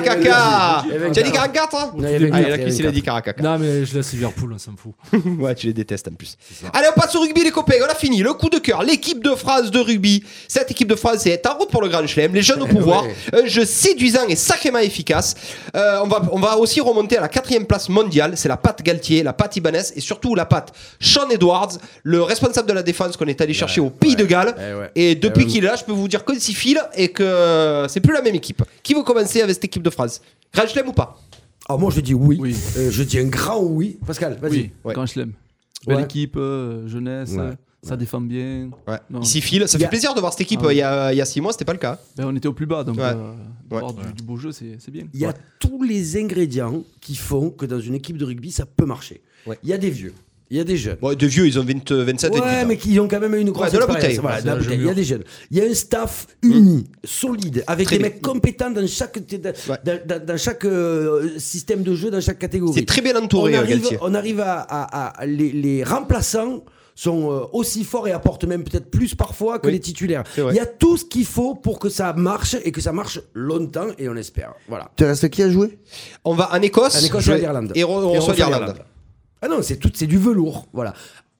Speaker 3: Caracaca Tu as dit 44 hein
Speaker 4: Non, il y avait
Speaker 3: Ah, il y en a
Speaker 4: quatre,
Speaker 3: qui
Speaker 4: il y
Speaker 3: s'il
Speaker 4: avait
Speaker 3: a dit Caracaca.
Speaker 6: Non, mais je laisse Liverpool, on s'en fout.
Speaker 3: Ouais, tu les détestes en plus. Allez, on passe au rugby, les copains. On a fini. Le coup de cœur. L'équipe de France de rugby. Cette équipe de France est en route pour le Grand Chelem. Les jeunes
Speaker 4: Eh
Speaker 3: au pouvoir. Un jeu séduisant et sacrément efficace. Euh, on, va, on va aussi remonter à la quatrième place mondiale. C'est la patte Galtier, la patte Ibanez et surtout la patte Sean Edwards, le responsable de la défense qu'on est allé chercher au Pays de Galles.
Speaker 4: Eh ouais.
Speaker 3: Et depuis qu'il est là, je peux vous dire qu'on s'y file et que c'est plus la même équipe. Qui veut commencer avec cette équipe de France Grand Chelem ou pas
Speaker 4: Ah, moi, je dis oui.
Speaker 7: Oui.
Speaker 4: Euh, je dis un grand oui. Pascal, vas-y.
Speaker 7: Oui,
Speaker 3: Ouais.
Speaker 7: quand je l'aime. Belle
Speaker 4: Ouais.
Speaker 7: équipe, euh, jeunesse,
Speaker 4: Ouais.
Speaker 7: euh, ça défend bien.
Speaker 3: Ouais.
Speaker 7: Non.
Speaker 3: Il s'y file. Ça
Speaker 4: Il y
Speaker 3: fait
Speaker 4: a-
Speaker 3: plaisir de voir cette équipe
Speaker 7: Ah
Speaker 3: euh,
Speaker 7: ouais.
Speaker 3: il, y a, il y a six mois, c'était pas le cas.
Speaker 7: Ben, on était au plus bas, donc
Speaker 3: Ouais.
Speaker 7: euh,
Speaker 3: Ouais.
Speaker 7: voir du, du beau jeu, c'est c'est bien.
Speaker 4: Il y a tous les ingrédients qui font que dans une équipe de rugby, ça peut marcher.
Speaker 3: Ouais.
Speaker 4: Il y a des vieux, il y a des jeunes.
Speaker 3: Bon, de vieux, ils ont 20, 27 et 18
Speaker 4: Ouais,
Speaker 3: ans.
Speaker 4: mais qui ont quand même eu une grosse
Speaker 3: Ouais, de la
Speaker 4: expérience.
Speaker 3: bouteille.
Speaker 4: Voilà,
Speaker 6: Ouais,
Speaker 4: de la
Speaker 6: c'est un
Speaker 4: bouteille. Il y a
Speaker 6: junior.
Speaker 4: des jeunes. Il y a un staff
Speaker 3: Mmh.
Speaker 4: uni, solide, avec
Speaker 3: Très
Speaker 4: des
Speaker 3: bien.
Speaker 4: mecs compétents dans chaque, dans, dans- dans chaque euh, système de jeu, dans chaque catégorie.
Speaker 3: C'est très bien entouré,
Speaker 4: on
Speaker 3: euh,
Speaker 4: arrive,
Speaker 3: Galtier.
Speaker 4: on arrive à, à- à- les, les remplaçants sont euh, aussi forts et apportent même peut-être plus parfois que
Speaker 3: Oui.
Speaker 4: les titulaires.
Speaker 3: C'est vrai.
Speaker 4: Il y a tout ce qu'il faut pour que ça marche et que ça marche longtemps et on espère. Voilà.
Speaker 5: *laughs* Tu restes qui à jouer
Speaker 3: On va en Écosse.
Speaker 4: En Écosse
Speaker 3: je
Speaker 4: ou en
Speaker 3: vais-
Speaker 4: Irlande
Speaker 3: Et re- on
Speaker 4: Et on
Speaker 3: reçoit
Speaker 4: reçoit
Speaker 3: l'Irlande.
Speaker 4: l'Irlande. Ah non, c'est tout, c'est du velours. Voilà.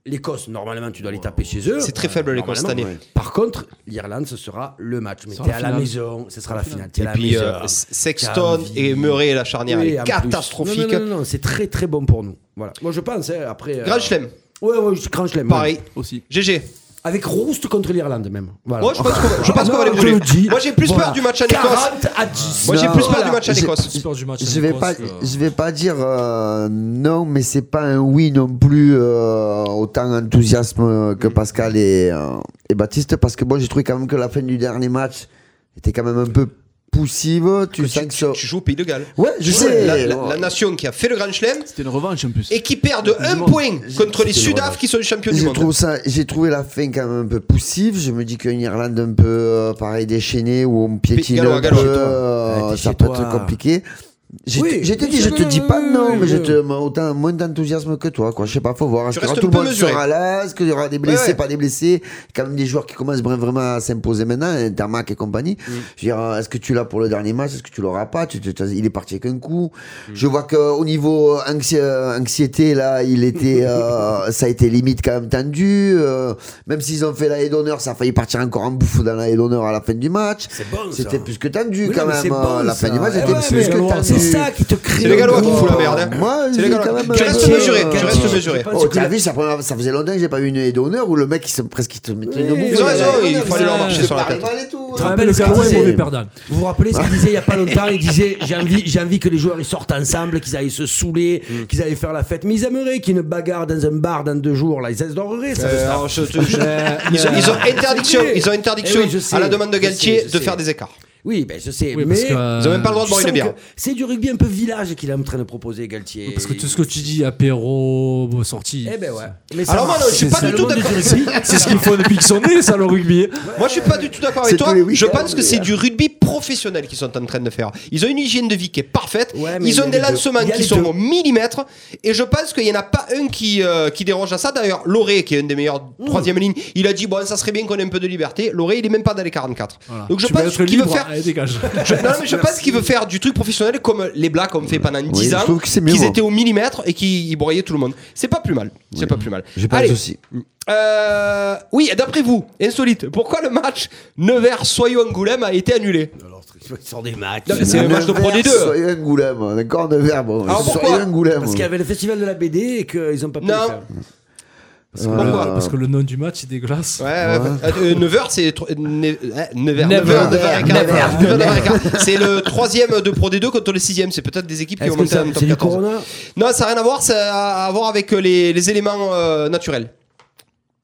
Speaker 4: L'Écosse, normalement, tu dois les taper chez eux.
Speaker 3: C'est très faible, l'Écosse, cette
Speaker 4: Normalement,
Speaker 3: année.
Speaker 4: ouais. Par contre, l'Irlande, ce sera le match. Mais
Speaker 7: Ce sera
Speaker 4: t'es
Speaker 7: la
Speaker 4: à la
Speaker 7: finale.
Speaker 4: maison, ce sera la finale. T'es
Speaker 3: Et
Speaker 4: à la
Speaker 3: puis euh,
Speaker 4: maison.
Speaker 3: S- Sexton
Speaker 4: Cavi-
Speaker 3: et Murray, la charnière,
Speaker 4: Oui,
Speaker 3: elle est
Speaker 4: en plus.
Speaker 3: catastrophique.
Speaker 4: Non, non, non, non, c'est très très bon pour nous. Voilà. Moi, je pense. hein, après. euh,
Speaker 3: Grand Chelem,
Speaker 4: Ouais, ouais, je- Grand Chelem. ouais.
Speaker 3: pareil.
Speaker 7: Aussi.
Speaker 3: GG.
Speaker 4: Avec Roust contre l'Irlande même. Voilà.
Speaker 3: Moi, je pense qu'on je pense qu'on va les
Speaker 4: Ah. je
Speaker 3: brûler.
Speaker 4: le dis.
Speaker 3: Moi, j'ai plus
Speaker 4: Voilà.
Speaker 3: peur du match en Écosse.
Speaker 4: 40 à 10.
Speaker 3: Moi, j'ai
Speaker 5: Non,
Speaker 3: plus peur
Speaker 4: voilà.
Speaker 3: du match en
Speaker 5: J'ai-
Speaker 3: Écosse.
Speaker 6: J'ai peur du match.
Speaker 5: Je vais
Speaker 6: avec
Speaker 5: pas,
Speaker 6: Coste, euh,
Speaker 5: je vais pas dire euh, non, mais c'est pas un oui non plus euh, autant enthousiasme que Pascal et, euh, et Baptiste, parce que moi j'ai trouvé quand même que la fin du dernier match était quand même un peu poussive. Tu sens que ça-
Speaker 3: Tu joues au Pays de Galles.
Speaker 5: ouais, je sais.
Speaker 3: La, la- la nation qui a fait le Grand Chelem
Speaker 7: C'était une revanche en plus.
Speaker 3: et qui perd de 1
Speaker 7: Dis-moi.
Speaker 3: point contre les
Speaker 5: C'était
Speaker 3: Sudaf
Speaker 5: vrai.
Speaker 3: qui sont les champions du
Speaker 5: Je
Speaker 3: monde.
Speaker 5: trouve ça, j'ai trouvé la fin quand même un peu poussive. Je me dis qu'une Irlande un peu euh, pareil déchaînée où on piétine
Speaker 3: Gallois,
Speaker 5: un
Speaker 3: Gallois.
Speaker 5: peu,
Speaker 3: Chez toi.
Speaker 5: euh,
Speaker 4: Ouais, t'es
Speaker 5: ça
Speaker 4: chez
Speaker 5: peut
Speaker 4: toi.
Speaker 5: être compliqué. J'ai
Speaker 4: Oui,
Speaker 5: je te
Speaker 4: bien
Speaker 5: dis, je
Speaker 4: sûr,
Speaker 5: te dis
Speaker 4: oui,
Speaker 5: pas
Speaker 4: oui,
Speaker 5: non,
Speaker 4: oui,
Speaker 5: mais je
Speaker 4: oui.
Speaker 5: te autant moins d'enthousiasme que toi, quoi. Je sais pas, faut voir.
Speaker 3: Tu
Speaker 5: Quand
Speaker 3: restes
Speaker 5: tout
Speaker 3: un
Speaker 5: le
Speaker 3: peu
Speaker 5: monde
Speaker 3: mesuré.
Speaker 5: sera à l'aise, qu'il y aura des blessés,
Speaker 3: ouais.
Speaker 5: pas des blessés. Quand même des joueurs qui commencent vra- vraiment à s'imposer maintenant, hein, Tamac et compagnie.
Speaker 4: Mm.
Speaker 5: Je veux dire, euh, est-ce que tu l'as pour le dernier match Est-ce que tu l'auras pas Tu- tu- tu- Il est parti avec un coup.
Speaker 4: Mm.
Speaker 5: Je vois que au niveau euh, anxi- euh, anxiété, là,
Speaker 4: *laughs*
Speaker 5: il était, euh, ça a été limite quand même tendu. euh, même s'ils ont fait la haie d'honneur, ça a failli partir encore en bouffe dans la haie d'honneur à la fin du match.
Speaker 4: C'est bon, ça.
Speaker 5: C'était plus que tendu
Speaker 4: Oui,
Speaker 5: quand
Speaker 4: mais c'est
Speaker 5: même.
Speaker 4: bon,
Speaker 5: euh, la fin
Speaker 4: ça.
Speaker 5: du match
Speaker 4: Eh
Speaker 5: était
Speaker 4: ouais,
Speaker 5: plus
Speaker 4: mais
Speaker 5: que
Speaker 4: Gallois,
Speaker 5: tendu.
Speaker 4: C'est ça qui te crée.
Speaker 3: C'est les Gallois qui
Speaker 4: gros.
Speaker 3: font la merde. hein.
Speaker 5: Moi,
Speaker 3: C'est les
Speaker 5: j'ai
Speaker 3: Gallois.
Speaker 5: quand même
Speaker 3: Tu
Speaker 5: un
Speaker 3: restes
Speaker 5: peu,
Speaker 3: mesuré,
Speaker 5: euh,
Speaker 3: tu restes mesuré.
Speaker 4: Je pense
Speaker 5: Oh,
Speaker 4: que
Speaker 5: t'as
Speaker 4: la-
Speaker 5: vu, ça, fait- ça faisait longtemps que j'ai pas eu une haie d'honneur où le mec il se, presque il te mettait une bouffe.
Speaker 3: Ils ont raison,
Speaker 5: Ouais,
Speaker 3: il fallait leur marcher sur la
Speaker 5: parlait
Speaker 3: tête.
Speaker 5: mal et tout,
Speaker 4: te
Speaker 5: hein.
Speaker 4: rappelles
Speaker 6: le
Speaker 4: ce qu'il
Speaker 6: Cameroun est
Speaker 4: disait
Speaker 6: mauvais perdant.
Speaker 4: Vous vous rappelez ce qu'il disait il y a pas longtemps Il disait j'ai envie, j'ai envie que les joueurs ils sortent ensemble, qu'ils aillent se saouler,
Speaker 3: Mm.
Speaker 4: qu'ils aillent faire la fête. Mais ils aimeraient qu'il y ait une bagarre dans un bar dans deux jours. Là, ils adoreraient ça. le
Speaker 3: Euh,
Speaker 4: staff.
Speaker 3: alors, je te- je- Ils ont,
Speaker 4: mais-
Speaker 3: ils ont interdiction,
Speaker 4: Euh, C'est vrai.
Speaker 3: ils ont interdiction
Speaker 4: Eh oui, je sais,
Speaker 3: à la demande de
Speaker 4: je
Speaker 3: Galtier
Speaker 4: sais, je
Speaker 3: de
Speaker 4: sais.
Speaker 3: faire des écarts.
Speaker 4: Oui, ben je sais.
Speaker 6: Oui,
Speaker 4: mais
Speaker 6: parce que, euh,
Speaker 3: Ils ont même pas le droit de
Speaker 4: tu
Speaker 3: boire une
Speaker 4: sens
Speaker 3: bière.
Speaker 4: que c'est du rugby un peu village qu'il est en train de proposer Galtier.
Speaker 6: Parce que tout ce que tu dis, apéro, sortie.
Speaker 4: Eh ben ouais. Mais ça
Speaker 3: Alors moi,
Speaker 4: marche.
Speaker 3: non, je suis pas
Speaker 6: C'est
Speaker 3: du
Speaker 6: le
Speaker 3: tout
Speaker 6: monde
Speaker 3: d'accord.
Speaker 6: *laughs* rugby. C'est ce qu'ils font depuis qu'ils sont nés, ça, le rugby. hein.
Speaker 3: Moi, je suis pas du tout d'accord
Speaker 5: C'est
Speaker 3: avec toi.
Speaker 5: tous les
Speaker 3: Je
Speaker 5: week-ends,
Speaker 3: pense que c'est du rugby professionnel qu'ils sont en train de faire. Ils ont une hygiène de vie qui est parfaite.
Speaker 4: Ouais, mais il y
Speaker 3: ils
Speaker 4: a
Speaker 3: ont des
Speaker 4: les deux.
Speaker 3: lancements
Speaker 4: Il y a
Speaker 3: qui
Speaker 4: les
Speaker 3: sont
Speaker 4: deux.
Speaker 3: au millimètre. Et je pense qu'il y en a pas un qui, euh, qui dérange à ça. D'ailleurs, Loré, qui est une des meilleures
Speaker 4: Mmh.
Speaker 3: troisième ligne, il a dit bon, ça serait bien qu'on ait un peu de liberté. Loré, il est même pas dans les 44.
Speaker 6: Voilà.
Speaker 3: Donc je
Speaker 6: Tu vas
Speaker 3: pense
Speaker 6: être
Speaker 3: qu'il veut
Speaker 6: libre,
Speaker 3: faire.
Speaker 6: allez, *laughs* dégage.
Speaker 3: Je, non, mais je pense qu'il veut faire du truc professionnel comme les Blacks ont fait pendant 10
Speaker 5: je
Speaker 3: ans,
Speaker 5: trouve que c'est mieux, hein.
Speaker 3: qu'ils
Speaker 5: moi.
Speaker 3: étaient au millimètre et qu'ils broyaient tout le monde. C'est pas plus mal. C'est pas plus mal.
Speaker 5: Je pense
Speaker 3: Allez.
Speaker 5: aussi.
Speaker 3: Euh, oui, d'après vous, insolite, pourquoi le match Nevers-Soyou-Angoulême a été annulé
Speaker 4: Ils sortent des matchs.
Speaker 3: Non, mais C'est le match de
Speaker 5: Nevers,
Speaker 3: Pro D2.
Speaker 5: Soyez un goulême, d'accord, Nevers, bon.
Speaker 3: Alors pourquoi
Speaker 5: Soyez un goulême.
Speaker 4: Parce qu'il y avait le festival de la BD et qu'ils ont pas pu
Speaker 3: Non.
Speaker 4: le faire.
Speaker 3: Pourquoi
Speaker 6: Parce que le nom du match, il déglace.
Speaker 3: Ouais, ouais, ouais. Euh, Nevers, c'est. tro- euh, Ne- euh, Nevers. Nevers,
Speaker 2: Nevers,
Speaker 3: Nevers, et quart.
Speaker 2: Nevers.
Speaker 3: Nevers, Nevers et quart. C'est le troisième de Pro D2 contre le sixième. C'est peut-être des équipes qui ont
Speaker 4: Est-ce que
Speaker 3: monté
Speaker 4: ça-
Speaker 3: en
Speaker 4: c'est
Speaker 3: top
Speaker 4: du
Speaker 3: 14.
Speaker 4: Corona
Speaker 3: Non, ça n'a rien à voir, ça a à voir avec euh, les, les éléments euh, naturels.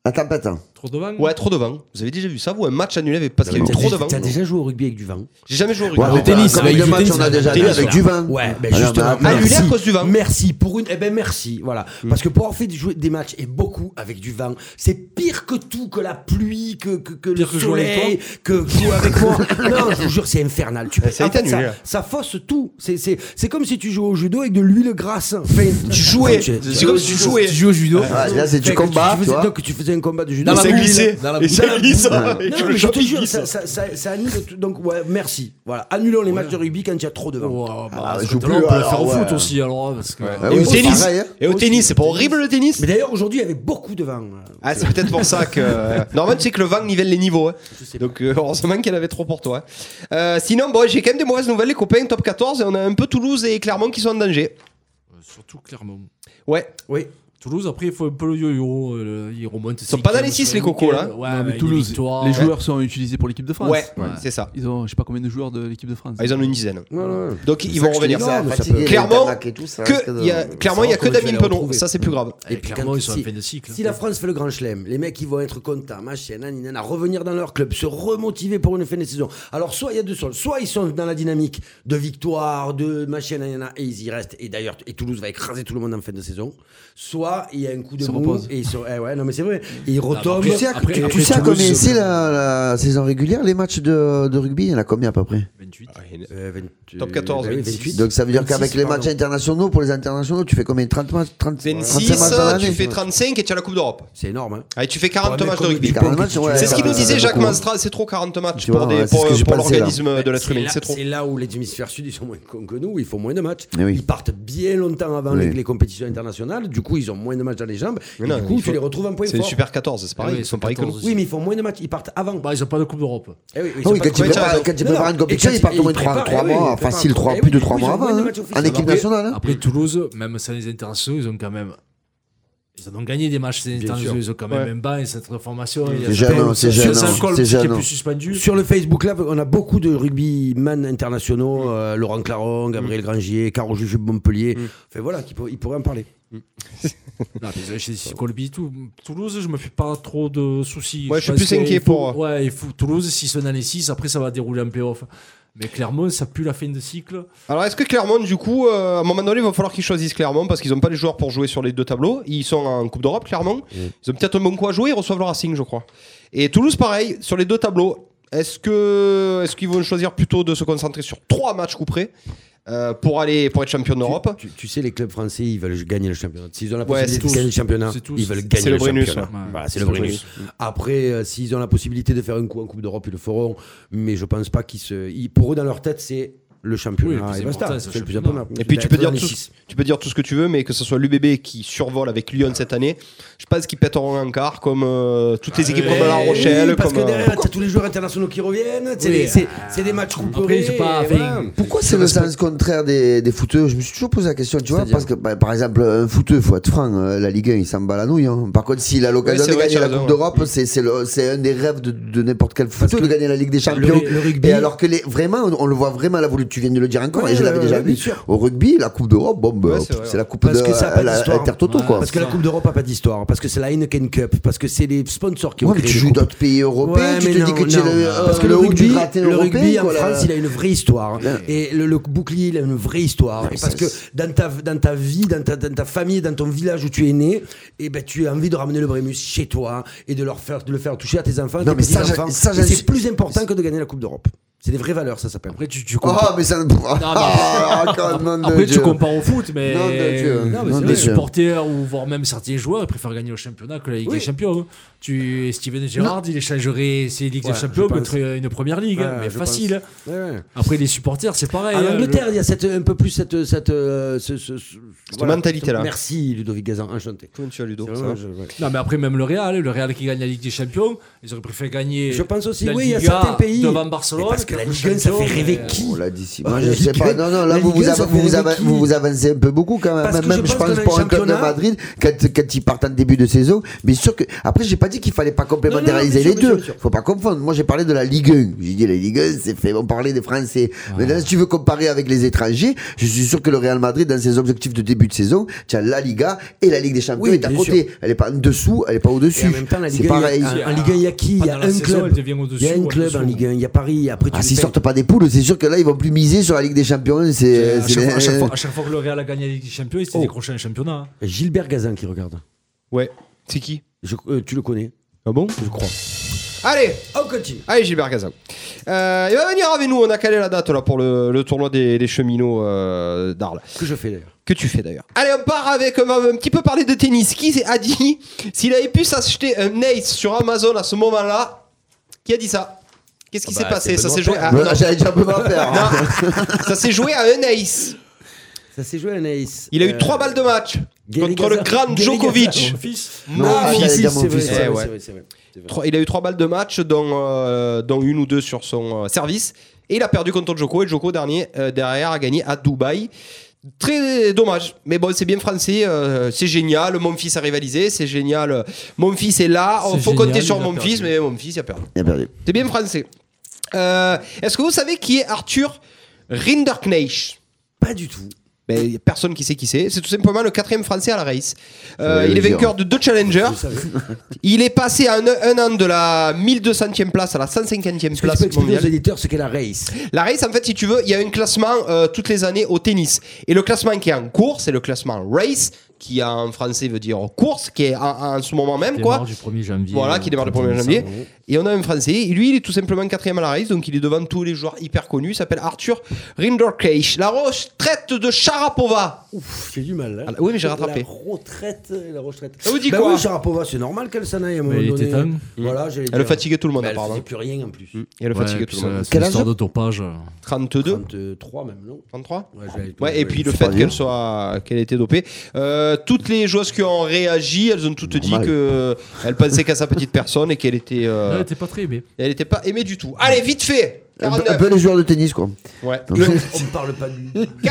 Speaker 5: Attends, pas attends.
Speaker 6: Trop devant.
Speaker 3: Ouais, trop de vent. Vous avez déjà vu ça, vous Un match annulé avec- parce qu'il y a eu
Speaker 4: T'as
Speaker 3: trop de
Speaker 4: déjà-
Speaker 3: vent.
Speaker 4: T'as déjà joué au rugby avec du vent
Speaker 3: J'ai jamais joué au
Speaker 5: Ouais,
Speaker 3: rugby.
Speaker 5: mais
Speaker 2: au tennis,
Speaker 5: combien
Speaker 2: avec
Speaker 5: de
Speaker 2: du
Speaker 5: matchs
Speaker 2: tennis,
Speaker 5: on a déjà
Speaker 2: tennis,
Speaker 5: vu avec
Speaker 2: voilà.
Speaker 5: du vin
Speaker 4: Ouais, ben
Speaker 5: Alors,
Speaker 4: justement.
Speaker 5: ben,
Speaker 3: annulé à
Speaker 4: merci.
Speaker 3: cause du vent.
Speaker 4: Merci pour une. Eh ben merci, voilà.
Speaker 3: Mm.
Speaker 4: Parce que pour avoir fait de- jouer des matchs et beaucoup avec du vent, c'est pire que tout, que la pluie, que que, que le
Speaker 6: Pire que jouer avec
Speaker 4: soleil, que jouer avec moi. *laughs* Non, je vous jure, c'est infernal. Tu
Speaker 3: Eh, Ça a
Speaker 4: en
Speaker 3: été
Speaker 4: fait, ça,
Speaker 3: annulé. hein.
Speaker 4: ça fausse tout. C'est c'est c'est comme si tu jouais au judo avec de l'huile grasse. Enfin,
Speaker 3: Tu jouais.
Speaker 4: tu-
Speaker 3: C'est comme si tu jouais.
Speaker 2: Tu joues au judo.
Speaker 5: Ouais, Ah, Là, c'est
Speaker 4: Fait que
Speaker 5: du
Speaker 4: tu-
Speaker 5: combat,
Speaker 4: tu
Speaker 5: tu
Speaker 4: faisais,
Speaker 5: vois.
Speaker 4: donc tu faisais un combat de judo.
Speaker 2: Dans ma
Speaker 3: c'est s'est glissé.
Speaker 2: Dans la
Speaker 3: Il s'est
Speaker 2: bouteille.
Speaker 3: glissé.
Speaker 4: Non, mais je te jure, ça, ça, ça, ça annule tout. Donc, ouais, merci. Voilà, annulons les matchs de rugby quand il y a trop devant.
Speaker 5: Ah,
Speaker 6: je
Speaker 5: je joue
Speaker 6: plus, on
Speaker 5: plus,
Speaker 6: peut le
Speaker 5: alors,
Speaker 6: faire au
Speaker 5: ouais.
Speaker 6: foot aussi, alors. hein, Parce que, euh,
Speaker 5: Ah
Speaker 3: Et
Speaker 5: oui,
Speaker 3: au
Speaker 5: c'est
Speaker 3: tennis.
Speaker 5: pareil, hein.
Speaker 3: Et au tennis, c'est pas horrible le tennis
Speaker 4: Mais d'ailleurs, aujourd'hui, il y avait beaucoup devant.
Speaker 3: Ah, c'est peut-être pour ça que. euh, Normalement, tu sais que le vent nivelle les niveaux. hein. Donc, euh, heureusement qu'elle avait trop pour toi. hein. Euh, sinon, bon, j'ai quand même des mauvaises nouvelles, les copains, top 14. Et on a un peu Toulouse et Clermont qui sont en danger.
Speaker 6: euh, Surtout Clermont.
Speaker 3: Ouais.
Speaker 4: Oui.
Speaker 6: Toulouse, après, il faut un peu le yo-yo. euh, Ils remontent. Ils
Speaker 3: sont pas dans les six, les cocos, là.
Speaker 6: Ouais,
Speaker 7: Non, mais
Speaker 6: mais
Speaker 7: Toulouse,
Speaker 6: Toulouse. Victoire,
Speaker 7: les joueurs sont utilisés pour l'équipe de France.
Speaker 3: Ouais, c'est ça.
Speaker 7: Ils ont, je sais pas combien de joueurs de l'équipe de France.
Speaker 3: Ah, ils en ont une dizaine.
Speaker 4: Ouais, ouais.
Speaker 3: Donc, ils vont revenir.
Speaker 5: Ça,
Speaker 4: mais ça
Speaker 5: fatigué,
Speaker 4: peut-
Speaker 5: les
Speaker 3: Clairement,
Speaker 5: Tamac et tout, ça risque
Speaker 3: Que,
Speaker 5: de-
Speaker 3: il y a, clairement, il n'y a que
Speaker 4: comment tu vas
Speaker 3: Damien
Speaker 4: les
Speaker 3: Penon.
Speaker 4: retrouver
Speaker 3: Ça, c'est plus grave.
Speaker 6: Et
Speaker 4: puis,
Speaker 6: Clermont,
Speaker 4: quand-
Speaker 6: ils sont
Speaker 4: si-
Speaker 6: en fin de cycle. hein.
Speaker 4: Si la France fait le grand chelem, les mecs ils vont être contents, machin, naninana, revenir dans leur club, se remotiver pour une fin de saison. Alors soit il y a deux sols, soit ils sont dans la dynamique de victoire, de machin, naninana, et ils y restent. Et d'ailleurs, et Toulouse va écraser tout le monde en fin de saison. Soit il y a un coup de
Speaker 7: Se
Speaker 4: mou
Speaker 7: repose.
Speaker 4: et ils sont, eh ouais, non mais c'est vrai, et
Speaker 5: Bah,
Speaker 4: ils retombent.
Speaker 6: après,
Speaker 5: Tu sais, à-
Speaker 6: après,
Speaker 5: tu
Speaker 6: après,
Speaker 5: sais à
Speaker 6: Toulouse,
Speaker 5: combien
Speaker 6: euh,
Speaker 5: c'est la, la saison régulière, les matchs de, de rugby Il y en a combien à peu près
Speaker 6: 28.
Speaker 4: Euh, vingt-
Speaker 3: Top
Speaker 4: euh,
Speaker 3: 14,
Speaker 4: bah oui,
Speaker 3: 26.
Speaker 4: 28.
Speaker 5: Donc ça veut dire
Speaker 4: 26,
Speaker 5: qu'avec les
Speaker 4: pardon.
Speaker 5: matchs internationaux, pour les internationaux, tu fais combien 30 matchs 30,
Speaker 3: 26,
Speaker 5: 35 matchs dans l'année
Speaker 3: tu fais 35 et tu as la Coupe d'Europe.
Speaker 4: C'est énorme. Hein.
Speaker 3: Allez, tu fais 40
Speaker 4: Ouais, mais
Speaker 3: matchs de
Speaker 4: comme
Speaker 3: rugby.
Speaker 4: dit
Speaker 5: 40 matchs, hein. ouais,
Speaker 3: C'est ce qu'il
Speaker 5: ça-
Speaker 3: nous
Speaker 5: ça
Speaker 3: disait
Speaker 5: fait
Speaker 3: Jacques
Speaker 5: beaucoup.
Speaker 3: Mastral, c'est trop 40 matchs
Speaker 5: Tu
Speaker 3: pour,
Speaker 5: vois,
Speaker 3: des-
Speaker 5: ouais, c'est
Speaker 3: pour,
Speaker 5: ce que j'ai
Speaker 3: pour
Speaker 5: pensé, là.
Speaker 3: l'organisme de l'être
Speaker 4: C'est
Speaker 3: humain,
Speaker 4: là-
Speaker 3: c'est trop.
Speaker 4: C'est là où les hémisphères sud ils sont moins cons que nous, ils font moins de matchs.
Speaker 5: Eh oui.
Speaker 4: Ils partent bien longtemps avant
Speaker 5: Oui.
Speaker 4: les, les compétitions internationales, du coup ils ont moins de matchs dans les jambes.
Speaker 3: Mais
Speaker 4: Et
Speaker 3: non,
Speaker 4: du coup
Speaker 3: il
Speaker 4: tu
Speaker 3: faut-
Speaker 4: les retrouves en point
Speaker 3: C'est les
Speaker 4: fort. Ah
Speaker 3: Super 14, c'est pareil,
Speaker 6: Ouais,
Speaker 3: ils sont
Speaker 6: c'est
Speaker 3: pareils que nous.
Speaker 6: 14.
Speaker 4: Oui mais ils font moins de matchs, ils partent avant.
Speaker 6: Bah, ils n'ont pas de Coupe d'europe.
Speaker 4: Eh oui, ils
Speaker 5: Ah
Speaker 4: sont
Speaker 5: oui,
Speaker 4: pas
Speaker 5: quand tu
Speaker 4: contents.
Speaker 5: prépares,
Speaker 3: ouais,
Speaker 5: quand tu
Speaker 4: non,
Speaker 5: prépares une
Speaker 4: non,
Speaker 5: compétition,
Speaker 4: et
Speaker 5: ils
Speaker 4: quand
Speaker 5: partent au moins
Speaker 4: ils préparent,
Speaker 5: 3,
Speaker 4: eh oui,
Speaker 5: mois,
Speaker 4: ils
Speaker 5: enfin
Speaker 4: préparent.
Speaker 5: facile, trois-
Speaker 4: Eh oui,
Speaker 5: plus de
Speaker 4: du
Speaker 5: 3
Speaker 4: coup, ils
Speaker 5: mois
Speaker 4: ont moins
Speaker 5: avant.
Speaker 4: de
Speaker 5: hein.
Speaker 4: matchs officiels.
Speaker 5: En équipe
Speaker 6: Après-
Speaker 4: Ah,
Speaker 5: nationale. hein.
Speaker 6: Après Toulouse, même sans les internationaux, ils ont quand même. Ils en ont gagné des matchs ces internationaux, ils ont quand même
Speaker 3: Ouais.
Speaker 6: un bain et cette formation.
Speaker 5: C'est gênant, c'est gênant, c'est
Speaker 6: qui est
Speaker 5: gênant.
Speaker 6: plus suspendu.
Speaker 4: Sur le Facebook Live, on a beaucoup de rugbyman internationaux,
Speaker 3: Mm.
Speaker 4: euh, Laurent Claron, Gabriel Grangier, Caro Jujube Montpellier. Enfin voilà, qui pour- ils pourraient en parler.
Speaker 6: Non, mais chez Colby, tout- Toulouse, je me fais pas trop de soucis.
Speaker 3: Ouais, je suis
Speaker 6: pense
Speaker 3: plus
Speaker 6: qu'il
Speaker 3: inquiet
Speaker 6: faut-
Speaker 3: pour-
Speaker 6: Ouais, il faut Toulouse, s'ils sont dans les 6, après ça va dérouler en playoff. Mais clairement, ça pue la fin de cycle.
Speaker 3: Alors est-ce que Clermont, du coup, euh, à un moment donné, il va falloir qu'ils choisissent Clermont parce qu'ils n'ont pas les joueurs pour jouer sur les deux tableaux. Ils sont en Coupe d'Europe, Clermont.
Speaker 4: Mm.
Speaker 3: Ils ont peut-être un bon coup à jouer, ils reçoivent le Racing, je crois. Et Toulouse, pareil, sur les deux tableaux. Est-ce que est-ce qu'ils vont choisir plutôt de se concentrer sur trois matchs coup près euh, pour aller pour être champion d'Europe
Speaker 4: Tu, tu sais, les clubs français, ils veulent gagner le championnat. S'ils ont la
Speaker 3: Ouais,
Speaker 4: possibilité
Speaker 3: c'est
Speaker 4: de gagner le championnat,
Speaker 6: c'est tout.
Speaker 4: ils veulent
Speaker 6: C'est
Speaker 4: gagner
Speaker 3: le
Speaker 4: le,
Speaker 3: Brennus,
Speaker 4: championnat.
Speaker 6: ouais.
Speaker 4: Voilà, c'est le Brennus. Après, euh, s'ils ont la possibilité de faire un coup en Coupe d'Europe, ils le feront. Mais je pense pas qu'ils se. ils- pour eux, dans leur tête, c'est le
Speaker 6: Oui,
Speaker 4: championnat.
Speaker 6: le plus
Speaker 4: et basta.
Speaker 6: important, c'est
Speaker 4: c'est
Speaker 6: le
Speaker 4: le plus
Speaker 6: championnat.
Speaker 4: important.
Speaker 3: Et puis tu peux, dire
Speaker 4: Dans les
Speaker 3: tout,
Speaker 4: six.
Speaker 3: tu peux dire tout ce que tu veux, mais que ce soit l'UBB qui survole avec Lyon cette année, je pense qu'ils pèteront un quart comme euh, toutes les équipes comme à La
Speaker 4: Eh oui,
Speaker 3: Rochelle.
Speaker 4: parce
Speaker 3: comme,
Speaker 4: que
Speaker 3: euh,
Speaker 4: derrière, t'as tous les joueurs internationaux qui reviennent. C'est
Speaker 6: Oui,
Speaker 4: des- c'est- c'est des matchs
Speaker 6: Après,
Speaker 4: couperés.
Speaker 6: c'est pas.
Speaker 4: et
Speaker 6: enfin,
Speaker 4: voilà.
Speaker 5: Pourquoi c'est le sens contraire des, des footeux Je me suis toujours posé la question, tu vois, parce que bah, par exemple, un footeux, faut être franc, euh, la Ligue 1, il s'en bat la nouille. hein. Par contre, s'il a l'occasion
Speaker 3: Ouais, c'est
Speaker 5: de
Speaker 3: vrai,
Speaker 5: gagner
Speaker 3: tu as
Speaker 5: la
Speaker 3: raison,
Speaker 5: Coupe
Speaker 3: ouais.
Speaker 4: Mm.
Speaker 5: d'Europe, c'est- c'est le- c'est un des rêves de, de n'importe quel footeux de gagner la Ligue des Champions.
Speaker 4: le rugby-
Speaker 5: et alors que les, vraiment, on, on le voit vraiment, là, vous le- tu viens de le dire encore,
Speaker 4: Ouais,
Speaker 5: et je l'avais
Speaker 4: ouais,
Speaker 5: déjà
Speaker 4: ouais,
Speaker 5: vu,
Speaker 4: bien sûr.
Speaker 5: au rugby, la Coupe d'Europe, bon, bah,
Speaker 3: Ouais, c'est
Speaker 5: pff,
Speaker 3: vrai,
Speaker 5: c'est
Speaker 3: ouais.
Speaker 5: la Coupe
Speaker 4: Parce
Speaker 5: de
Speaker 4: que ça a pas
Speaker 5: la-
Speaker 4: d'histoire. hein.
Speaker 5: Intertoto,
Speaker 6: Ouais,
Speaker 5: quoi.
Speaker 4: Parce que la Coupe d'Europe a pas d'histoire, parce que c'est la Heineken Cup, parce que c'est les sponsors qui ont
Speaker 5: Ouais, mais
Speaker 4: créé
Speaker 5: tu
Speaker 4: le
Speaker 5: joues
Speaker 4: coupe.
Speaker 5: d'autres pays européens,
Speaker 4: Ouais,
Speaker 5: tu
Speaker 4: mais
Speaker 5: te
Speaker 4: non,
Speaker 5: dis que tu
Speaker 4: non.
Speaker 5: es le, euh,
Speaker 4: parce que le,
Speaker 5: haut
Speaker 4: rugby,
Speaker 5: du gratin
Speaker 4: le
Speaker 5: européen,
Speaker 4: rugby en
Speaker 5: quoi, là.
Speaker 4: France, il a une vraie histoire. hein. Et le, le bouclier, il a une vraie histoire. Et parce que dans ta, dans ta vie, dans ta, dans ta famille, dans ton village où tu es né, et ben, tu as envie de ramener le Brémus chez toi et de, leur faire, de le faire toucher à tes enfants.
Speaker 5: Non,
Speaker 4: tes
Speaker 5: mais ça,
Speaker 4: petits-enfants.
Speaker 5: j'ai- ça,
Speaker 4: Et
Speaker 5: j'ai-
Speaker 4: c'est plus important que de gagner la Coupe d'Europe. C'est des vraies valeurs, ça s'appelle.
Speaker 6: Après, tu, tu
Speaker 5: Oh,
Speaker 6: compares.
Speaker 5: mais *laughs* ça. Ah, quand même,
Speaker 6: Après,
Speaker 5: Dieu.
Speaker 6: tu compares au foot, mais.
Speaker 5: Non, de Dieu.
Speaker 6: Non, mais
Speaker 5: Non,
Speaker 6: c'est
Speaker 5: de
Speaker 6: vrai, les
Speaker 5: Dieu.
Speaker 6: supporters ou voire même certains joueurs ils préfèrent gagner au championnat que la Ligue
Speaker 4: Oui.
Speaker 6: des Champions. hein. Tu et Steven Gerrard, il échangerait ses Ligues
Speaker 4: Ouais,
Speaker 6: des
Speaker 4: je
Speaker 6: Champions
Speaker 4: pense.
Speaker 6: contre une première ligue, hein.
Speaker 4: Ouais,
Speaker 6: mais
Speaker 4: je Ah,
Speaker 6: facile.
Speaker 4: Ouais, ouais.
Speaker 6: Après, les supporters, c'est pareil.
Speaker 4: En
Speaker 6: hein, le-
Speaker 4: Angleterre, il y a cette, un peu plus cette, cette, euh, ce- ce- ce- voilà.
Speaker 3: mentalité-là.
Speaker 4: Merci Ludovic Gazan, enchanté.
Speaker 3: Comment tu vas, Ludo
Speaker 4: C'est
Speaker 3: Ça
Speaker 4: vrai,
Speaker 3: va
Speaker 4: je- ouais.
Speaker 6: Non, mais après, même le Real, le Real qui gagne la Ligue des Champions, ils auraient préféré gagner.
Speaker 4: Je pense aussi,
Speaker 6: la
Speaker 4: oui, il y a
Speaker 6: Liga
Speaker 4: certains pays.
Speaker 6: Devant
Speaker 4: Mais
Speaker 6: Barcelone.
Speaker 4: parce que la
Speaker 6: Ligue
Speaker 4: Ligue 1, ça fait rêver
Speaker 6: mais-
Speaker 4: qui
Speaker 5: On l'a dit si.
Speaker 4: Ah, *laughs*
Speaker 5: Moi,
Speaker 4: la
Speaker 5: je sais
Speaker 4: Ligue
Speaker 5: pas.
Speaker 4: un,
Speaker 5: Non, non, là,
Speaker 4: la
Speaker 5: vous
Speaker 4: Ligue
Speaker 5: vous,
Speaker 4: un,
Speaker 5: av-
Speaker 4: ça fait
Speaker 5: vous, vous
Speaker 4: rêver
Speaker 5: av-
Speaker 4: qui
Speaker 5: vous vous avancez un peu beaucoup quand même. hein.
Speaker 4: Parce que
Speaker 5: même,
Speaker 4: je
Speaker 5: je
Speaker 4: pense
Speaker 5: pense,
Speaker 4: qu'on a
Speaker 5: pour
Speaker 4: un
Speaker 5: un club de
Speaker 4: championnat-
Speaker 5: Madrid, quand, quand ils partent en début de saison, bien sûr que. Après, j'ai pas dit qu'il fallait pas complémentariser
Speaker 4: Non, non, non, bien sûr,
Speaker 5: les deux.
Speaker 4: bien sûr, bien sûr.
Speaker 5: Faut pas confondre. Moi, j'ai parlé de la Ligue 1. J'ai dit la Ligue 1, c'est fait. On parlait des Français.
Speaker 4: Ah.
Speaker 5: Maintenant, si tu veux comparer avec les étrangers, je suis sûr que le Real Madrid, dans ses objectifs de début de saison, tu as la Liga et la Ligue des Champions
Speaker 4: Oui,
Speaker 5: est à
Speaker 4: bien
Speaker 5: côté. Elle est pas en dessous, elle est pas
Speaker 4: Et
Speaker 5: au-dessus.
Speaker 4: en même temps, la
Speaker 5: C'est
Speaker 4: Ligue 1,
Speaker 5: pareil.
Speaker 4: il y a- en Ligue 1, il y a qui Il y a
Speaker 6: Pendant la
Speaker 4: un
Speaker 6: saison,
Speaker 4: club.
Speaker 6: elle devient au-dessus
Speaker 4: Il y a un
Speaker 6: ou
Speaker 4: club
Speaker 6: en-dessous.
Speaker 4: en Ligue 1, il y a Paris. Après,
Speaker 5: Ah,
Speaker 4: tu
Speaker 5: s'ils
Speaker 4: fais-
Speaker 5: sortent pas des poules, c'est sûr que là, ils vont plus miser sur la Ligue des Champions.
Speaker 7: Euh,
Speaker 5: C'est.
Speaker 6: À
Speaker 5: c'est
Speaker 6: chaque, fois, à
Speaker 5: les-
Speaker 6: chaque fois- à chaque fois que le Real a gagné la Ligue des Champions, il s'est
Speaker 4: Oh.
Speaker 6: décroché un championnat. hein.
Speaker 4: Gilbert Gazan qui regarde.
Speaker 3: Ouais. C'est qui
Speaker 4: Je- euh, tu le connais
Speaker 3: Ah bon
Speaker 4: Je crois.
Speaker 3: Allez,
Speaker 4: On continue.
Speaker 3: Allez Gilbert Gazan. Euh, il va venir avec nous, on a calé la date là pour le, le tournoi des, des cheminots euh, d'Arles.
Speaker 4: Que je fais d'ailleurs.
Speaker 3: que tu fais d'ailleurs. Allez, on part avec, on va un petit peu parler de tennis. Qui a dit, s'il avait pu s'acheter un ace sur Amazon à ce moment-là, qui a dit ça Qu'est-ce qui
Speaker 4: Ah
Speaker 3: s'est
Speaker 4: bah,
Speaker 3: passé
Speaker 4: c'est
Speaker 3: Ça
Speaker 4: Benoît
Speaker 3: s'est joué, à... Ah,
Speaker 5: Ouais, J'avais déjà un peu mal faire. hein.
Speaker 3: ça s'est joué à un ace.
Speaker 4: Ça s'est joué à un ace.
Speaker 3: Il a
Speaker 4: Euh,
Speaker 3: eu 3 balles de match
Speaker 4: Gary
Speaker 3: contre le
Speaker 4: Gazza-
Speaker 3: grand
Speaker 4: Gary Gazza,
Speaker 3: Djokovic.
Speaker 4: mon fils.
Speaker 3: Mon
Speaker 4: Ah,
Speaker 5: fils.
Speaker 4: mon
Speaker 5: Gary
Speaker 4: fils,
Speaker 5: Gazza, mon
Speaker 4: c'est vrai,
Speaker 5: fils,
Speaker 4: c'est
Speaker 3: ouais.
Speaker 4: vrai, c'est vrai, c'est vrai. C'est vrai.
Speaker 3: Trois- il a eu 3 balles de match, dont, euh, dont une ou deux sur son euh, service. Et il a perdu contre Joko. Et Joko, dernier, euh, derrière, a gagné à Dubaï. Très dommage, mais bon, c'est bien français, euh, c'est génial. Mon fils a rivalisé, c'est génial. Mon fils est là,
Speaker 6: C'est
Speaker 3: il faut
Speaker 6: génial,
Speaker 3: compter sur
Speaker 6: il a
Speaker 3: mon
Speaker 6: perdu.
Speaker 3: fils, mais mon fils il a perdu.
Speaker 5: Il a perdu.
Speaker 3: C'est bien français. Euh, Est-ce que vous savez qui est Arthur Rinderknecht
Speaker 4: Pas du tout.
Speaker 3: ben, y a personne qui sait qui c'est. C'est tout simplement le quatrième français à la race. Euh,
Speaker 5: Ouais,
Speaker 3: il est
Speaker 5: le dire.
Speaker 3: vainqueur de deux challengers.
Speaker 4: Vous savez.
Speaker 3: *laughs* Il est passé à un, un an de la 1200e place à la 150e
Speaker 4: Est-ce que
Speaker 3: place
Speaker 4: tu peux expliquer aux
Speaker 3: mondiale.
Speaker 4: éditeurs ce qu'est la race
Speaker 3: La race, en fait, si tu veux, il y a un classement euh, toutes les années au tennis. Et le classement qui est en cours, c'est le classement race, qui en français veut dire course, qui est en, en ce moment même, quoi.
Speaker 6: démarre du 1er janvier.
Speaker 3: Voilà, qui démarre le 1er janvier. Et on a un Français. Et lui, il est tout simplement quatrième à la race, donc il est devant tous les joueurs hyper connus. Il s'appelle Arthur Rinderknecht. La roche traite de Sharapova.
Speaker 4: Ouf, j'ai du mal. là.
Speaker 3: Ah, oui, mais j'ai rattrapé.
Speaker 4: La retraite, euh, la retraite.
Speaker 3: Ça vous dit
Speaker 4: bah
Speaker 3: quoi
Speaker 4: oui, Sharapova, c'est normal qu'elle s'en aille à un moment
Speaker 6: Mais il
Speaker 4: donné. Mmh.
Speaker 6: était temps.
Speaker 4: Voilà, j'allais
Speaker 3: Elle
Speaker 4: dire.
Speaker 3: fatiguait tout le monde,
Speaker 4: Bah, elle
Speaker 3: apparemment.
Speaker 4: faisait plus rien en plus.
Speaker 3: Et elle fatiguait tout le monde.
Speaker 6: C'est
Speaker 5: Quel
Speaker 6: l'histoire
Speaker 5: âge
Speaker 6: de dopage.
Speaker 4: Ah.
Speaker 3: 32,
Speaker 4: 33 même, non
Speaker 3: 33
Speaker 4: Ouais, j'allais-
Speaker 3: Ouais, et puis le
Speaker 5: c'est
Speaker 3: fait
Speaker 5: pas
Speaker 3: qu'elle
Speaker 5: vieux.
Speaker 3: soit, qu'elle ait été dopée. Euh, toutes les joueuses qui ont réagi, elles ont toutes dit
Speaker 5: Normal.
Speaker 3: que elle pensait qu'à sa petite personne et qu'elle était, euh,
Speaker 6: Elle était pas très aimée.
Speaker 3: elle était pas aimée du tout. Allez, vite fait.
Speaker 5: Un peu- un
Speaker 3: 49.
Speaker 5: peu les joueurs de tennis, quoi. Ah,
Speaker 3: Ouais.
Speaker 5: Non.
Speaker 3: Le
Speaker 4: On ne parle pas du.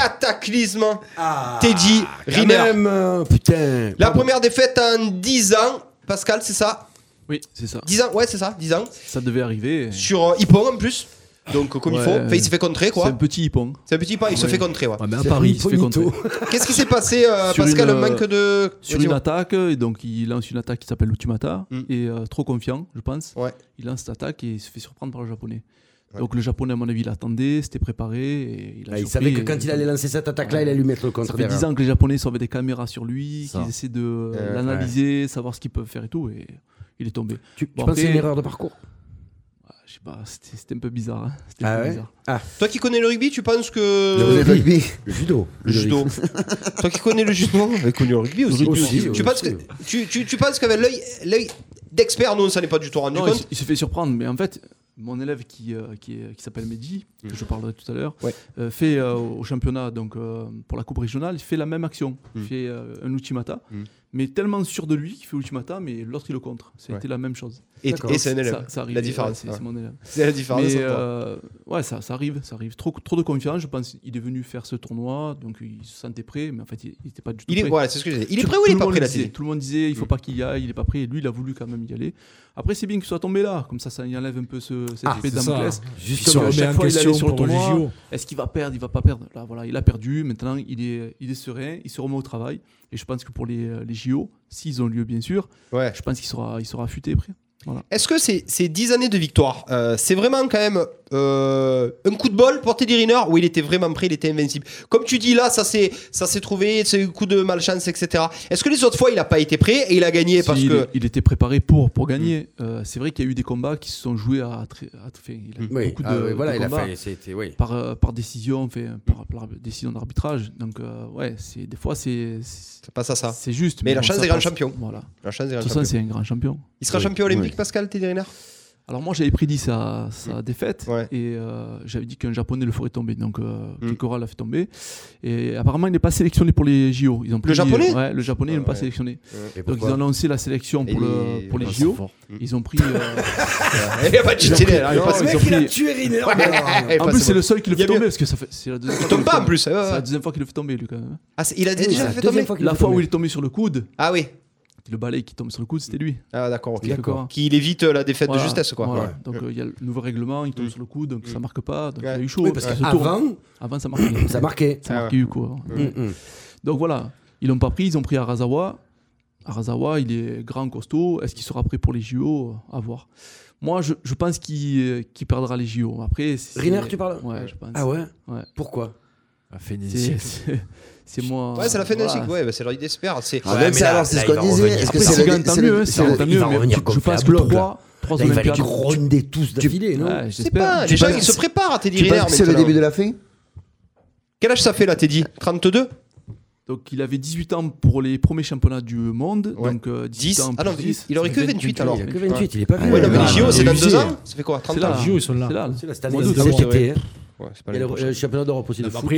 Speaker 3: cataclysme
Speaker 4: Ah,
Speaker 3: Teddy
Speaker 4: quand
Speaker 3: Riner.
Speaker 4: même, euh, putain.
Speaker 3: La première défaite en 10 ans. Pascal, c'est ça
Speaker 7: Oui, c'est ça.
Speaker 3: 10 ans, ouais, c'est ça, 10 ans.
Speaker 7: Ça devait arriver.
Speaker 3: Sur euh, Hippon en plus. Donc, euh, comme il
Speaker 7: Ouais.
Speaker 3: faut. Enfin, il se fait contrer,
Speaker 7: C'est
Speaker 3: quoi.
Speaker 7: un petit hippon.
Speaker 3: C'est un petit pas, il se fait contrer, ouais.
Speaker 6: Ouais, mais à Ah, Paris,
Speaker 7: il se fait
Speaker 4: Incognito.
Speaker 6: *laughs*
Speaker 7: contrer.
Speaker 3: Qu'est-ce qui s'est passé, euh,
Speaker 7: Sur
Speaker 3: Pascal
Speaker 7: une, euh,
Speaker 3: Manque de.
Speaker 7: Sur
Speaker 3: Ouais,
Speaker 7: une
Speaker 3: dis-moi.
Speaker 7: attaque, et donc il lance une attaque qui s'appelle l'Utimata,
Speaker 3: Mm.
Speaker 7: et euh, trop confiant, je pense.
Speaker 3: Ouais.
Speaker 7: Il lance cette attaque et il se fait surprendre par le japonais.
Speaker 3: Ouais.
Speaker 7: Donc le japonais, à mon avis, l'attendait, c'était préparé. Et il a
Speaker 4: Ah, il
Speaker 7: surpris
Speaker 4: savait que
Speaker 7: et-
Speaker 4: quand il allait lancer cette attaque-là,
Speaker 7: Ouais.
Speaker 4: il allait lui mettre le contre
Speaker 7: Ça fait 10 ans que les japonais sont avec des caméras sur lui,
Speaker 6: Ça.
Speaker 7: qu'ils essaient de euh,
Speaker 3: Euh,
Speaker 7: l'analyser, savoir ce qu'ils peuvent faire et tout, et il est tombé.
Speaker 4: Tu, tu
Speaker 7: Bon,
Speaker 4: penses que c'est
Speaker 7: après-
Speaker 4: une erreur de parcours
Speaker 7: Ah, Je sais pas, c'était c'était un peu bizarre. hein. C'était
Speaker 4: Ah
Speaker 7: un peu
Speaker 4: ouais
Speaker 7: bizarre.
Speaker 3: Toi qui connais le rugby, tu penses que.
Speaker 5: Vous avez pas aimé
Speaker 4: Le judo.
Speaker 3: Le judo. *laughs* Toi qui connais le judo, j'ai connu le rugby aussi.
Speaker 4: Aussi,
Speaker 3: tu,
Speaker 4: aussi,
Speaker 3: penses que,
Speaker 4: aussi.
Speaker 3: tu, tu, tu penses qu'avec l'œil, l'œil d'expert, nous, on s'en est pas du tout rendu
Speaker 7: Non, il,
Speaker 3: compte
Speaker 7: s- il se fait surprendre, mais en fait, mon élève qui, euh, qui, est- qui s'appelle Mehdi, que je parlerai tout à l'heure,
Speaker 3: Mm. Ouais.
Speaker 7: euh, fait euh, au championnat, donc euh, pour la Coupe régionale, il fait la même action. Il fait euh, un ultimata,
Speaker 3: Mm.
Speaker 7: mais tellement sûr de lui qu'il fait ultimata, mais l'autre il le contre. C'était la même chose.
Speaker 3: Et,
Speaker 4: d'accord.
Speaker 3: et c'est un élève.
Speaker 7: Ça- ça arrive,
Speaker 3: la différence,
Speaker 7: ouais, c'est
Speaker 3: ouais.
Speaker 7: c'est mon élève.
Speaker 3: C'est la différence.
Speaker 7: Mais,
Speaker 3: entre-
Speaker 7: euh, ouais, ça, ça arrive, ça arrive. Trop, trop de confiance, je pense. Il est venu faire ce tournoi, donc il se sentait prêt, mais en fait, il n'était pas du tout
Speaker 3: il est,
Speaker 7: prêt.
Speaker 3: voilà, c'est ce que j'ai dit. Il est
Speaker 7: Tout-
Speaker 3: prêt ou
Speaker 7: tout
Speaker 3: il est
Speaker 7: le
Speaker 3: pas
Speaker 7: monde
Speaker 3: prêt
Speaker 7: le
Speaker 3: la
Speaker 7: disait.
Speaker 3: télé Mm.
Speaker 7: Tout le monde disait il faut pas qu'il y aille, il est pas prêt. Lui, il a voulu quand même y aller. Après, c'est bien qu'il soit tombé là, comme ça, ça y enlève un peu ce,
Speaker 6: Ah,
Speaker 7: cette épée de Ah, Damoclès.
Speaker 6: Juste
Speaker 7: Comme à
Speaker 6: remet
Speaker 7: chaque
Speaker 6: en
Speaker 7: fois, il allait
Speaker 6: question
Speaker 7: sur le
Speaker 6: pour le
Speaker 7: tournoi.
Speaker 6: JO.
Speaker 7: Est-ce qu'il va perdre Il va pas perdre. Là, voilà, il a perdu. Maintenant, il est, il est serein, il se remet au travail. Et je pense que pour les, les JO, s'ils ont lieu, bien sûr,
Speaker 3: Ouais.
Speaker 7: je pense qu'il sera, il sera affûté après.
Speaker 3: Est-ce que ces, ces 10 années de victoire, euh, c'est vraiment quand même euh, un coup de bol pour Teddy Riner où il était vraiment prêt, il était invincible Comme tu dis là, ça s'est ça s'est trouvé, c'est un coup de malchance, etc. Est-ce que les autres fois, il a pas été prêt et il a gagné
Speaker 7: Si,
Speaker 3: parce
Speaker 7: il,
Speaker 3: que. Mm.
Speaker 7: il était préparé pour, pour gagner. Euh, c'est vrai qu'il y a eu des combats qui se sont joués à. très- à très- il a eu
Speaker 4: Oui,
Speaker 7: beaucoup de,
Speaker 4: ah oui, voilà,
Speaker 7: de
Speaker 4: il a
Speaker 7: combats.
Speaker 4: fait. C'était, oui.
Speaker 7: par, euh, par décision, fait, par, par décision d'arbitrage. Donc, euh, ouais, c'est, des fois, c'est, c'est,
Speaker 3: Ça passe à ça.
Speaker 7: c'est juste.
Speaker 3: Mais la chance
Speaker 7: ça
Speaker 3: des grands
Speaker 7: passe.
Speaker 3: champions.
Speaker 7: Voilà.
Speaker 3: La chance est
Speaker 7: De
Speaker 3: un
Speaker 7: toute façon,
Speaker 3: champion.
Speaker 7: c'est un grand champion.
Speaker 3: Il sera
Speaker 5: Oui.
Speaker 3: champion olympique,
Speaker 5: Oui.
Speaker 3: Pascal Teddy Riner
Speaker 7: Alors, moi, j'avais prédit sa, sa défaite
Speaker 3: Mm. Ouais.
Speaker 7: et euh, j'avais dit qu'un japonais le ferait tomber. Donc, euh,
Speaker 3: Mm.
Speaker 7: Kikora l'a fait tomber. Et apparemment, il n'est pas sélectionné pour les JO. Ils ont plus dit-
Speaker 3: Japonais
Speaker 7: Ouais, le japonais
Speaker 3: Ah,
Speaker 7: n'est pas
Speaker 3: ouais.
Speaker 7: sélectionné.
Speaker 4: Et
Speaker 7: Donc, ils
Speaker 4: pourquoi
Speaker 7: ont annoncé la sélection
Speaker 3: Et
Speaker 7: pour,
Speaker 3: les-
Speaker 7: le, pour les
Speaker 3: Ah,
Speaker 7: JO.
Speaker 6: fort.
Speaker 7: Ils ont pris.
Speaker 3: *laughs*
Speaker 7: euh,
Speaker 3: Il a pas de cheaté, là, il
Speaker 7: Non,
Speaker 3: passe-
Speaker 7: ils
Speaker 4: Le
Speaker 7: ont
Speaker 4: mec, il a
Speaker 7: pris-
Speaker 4: tué Riner. alors.
Speaker 3: Eh,
Speaker 7: En
Speaker 3: passe-
Speaker 7: plus, c'est le seul qui le
Speaker 3: Il y a
Speaker 7: fait tomber
Speaker 3: mieux.
Speaker 7: parce que ça fait, c'est la deuxième fois.
Speaker 3: Il
Speaker 7: qu'il
Speaker 3: tombe
Speaker 7: le
Speaker 3: pas en
Speaker 7: tombe.
Speaker 3: plus. ouais, ouais,
Speaker 7: C'est la
Speaker 3: ouais.
Speaker 7: deuxième fois qu'il le fait tomber, lui, quand même. hein.
Speaker 3: Ah, c'est- il a
Speaker 4: Oui, c'est
Speaker 3: déjà
Speaker 4: la
Speaker 3: fait tomber
Speaker 4: deuxième fois qu'il
Speaker 7: La
Speaker 4: le
Speaker 7: fois
Speaker 4: fait
Speaker 7: où il est tombé sur le coude,
Speaker 3: Ah oui.
Speaker 7: le balai qui tombe sur le coude, c'était lui.
Speaker 3: Ah d'accord. ok.
Speaker 7: C'était Kikora.
Speaker 3: Qu'il évite euh, la défaite
Speaker 7: Voilà,
Speaker 3: de justesse quoi.
Speaker 7: voilà.
Speaker 3: Ouais. Mm.
Speaker 7: Donc euh, il y a le nouveau règlement, il tombe sur le coude, donc ça marque pas, donc
Speaker 3: Ouais.
Speaker 7: il y a eu chaud.
Speaker 4: Oui, parce
Speaker 7: qu'il se tourne.
Speaker 4: qu'avant,
Speaker 7: avant ça marquait.
Speaker 4: ça marquait.
Speaker 3: Ah
Speaker 7: Ça marquait eu quoi.
Speaker 4: Mm, mm.
Speaker 7: Donc voilà, ils l'ont pas pris, ils ont pris Arazawa. Arazawa, il est grand, costaud. Est-ce qu'il sera prêt pour les JO À voir. Moi, je, je pense qu'il euh, qu'il perdra les JO. Après, c'est-
Speaker 4: Riner, tu parles
Speaker 7: Ouais, je pense.
Speaker 4: Ah ouais
Speaker 7: Ouais.
Speaker 4: Pourquoi
Speaker 6: A fait
Speaker 7: C'est- c'est- C'est moi.
Speaker 3: Ouais, c'est la fin d'un
Speaker 7: Voilà.
Speaker 3: cycle. Ouais, bah, c'est leur idée espère. C'est.
Speaker 5: Ah, même
Speaker 4: mais
Speaker 5: ça,
Speaker 4: là-
Speaker 5: alors, c'est
Speaker 4: là,
Speaker 5: ce
Speaker 4: il va
Speaker 5: qu'on disait.
Speaker 4: revenir.
Speaker 5: Est-ce que
Speaker 7: Après,
Speaker 5: c'est
Speaker 7: s'il
Speaker 5: le-
Speaker 7: gagne, tant
Speaker 5: c'est le-
Speaker 7: mieux. hein,
Speaker 5: c'est
Speaker 7: s'il
Speaker 5: le-
Speaker 7: gagne, tant
Speaker 4: il va
Speaker 7: mieux, mais
Speaker 4: revenir
Speaker 7: tu-
Speaker 4: comme
Speaker 7: Je
Speaker 4: fait à
Speaker 7: pense
Speaker 4: bloc, là.
Speaker 7: 3
Speaker 4: Là, Il va les gronder tous d'affilée, non
Speaker 7: Ouais,
Speaker 3: C'est
Speaker 7: j'espère.
Speaker 3: pas.
Speaker 7: Tu
Speaker 3: Les gens
Speaker 7: penses-
Speaker 3: ils se préparent à Teddy
Speaker 5: Tu
Speaker 3: Riner.
Speaker 5: penses que c'est le
Speaker 3: maintenant.
Speaker 5: début de la fin
Speaker 3: Quel âge ça fait là, Teddy 32
Speaker 7: Donc il avait 18 ans pour les premiers championnats du monde.
Speaker 3: Ouais.
Speaker 7: Donc euh, 18
Speaker 3: 10.
Speaker 7: ans
Speaker 3: Ah
Speaker 7: pour
Speaker 3: non,
Speaker 7: 10.
Speaker 3: il aurait que 28 alors.
Speaker 4: Il a que 28, il est pas vieux.
Speaker 3: Ouais, non, mais
Speaker 4: Ah,
Speaker 3: les JO, c'est
Speaker 4: il est
Speaker 3: dans 2
Speaker 4: usé.
Speaker 3: ans Ça fait quoi 30
Speaker 7: C'est là.
Speaker 3: ans
Speaker 7: Ah.
Speaker 6: Les JO, ils sont là.
Speaker 7: C'est là.
Speaker 4: C'est la cette année,
Speaker 6: Mois d'août,
Speaker 4: c'est cet
Speaker 6: d'abord,
Speaker 4: été, hein.
Speaker 3: Ouais, c'est pas
Speaker 4: Il y
Speaker 3: l'année
Speaker 4: a le
Speaker 3: prochaine.
Speaker 4: le championnat d'Europe aussi de
Speaker 6: Non, mais
Speaker 4: foot.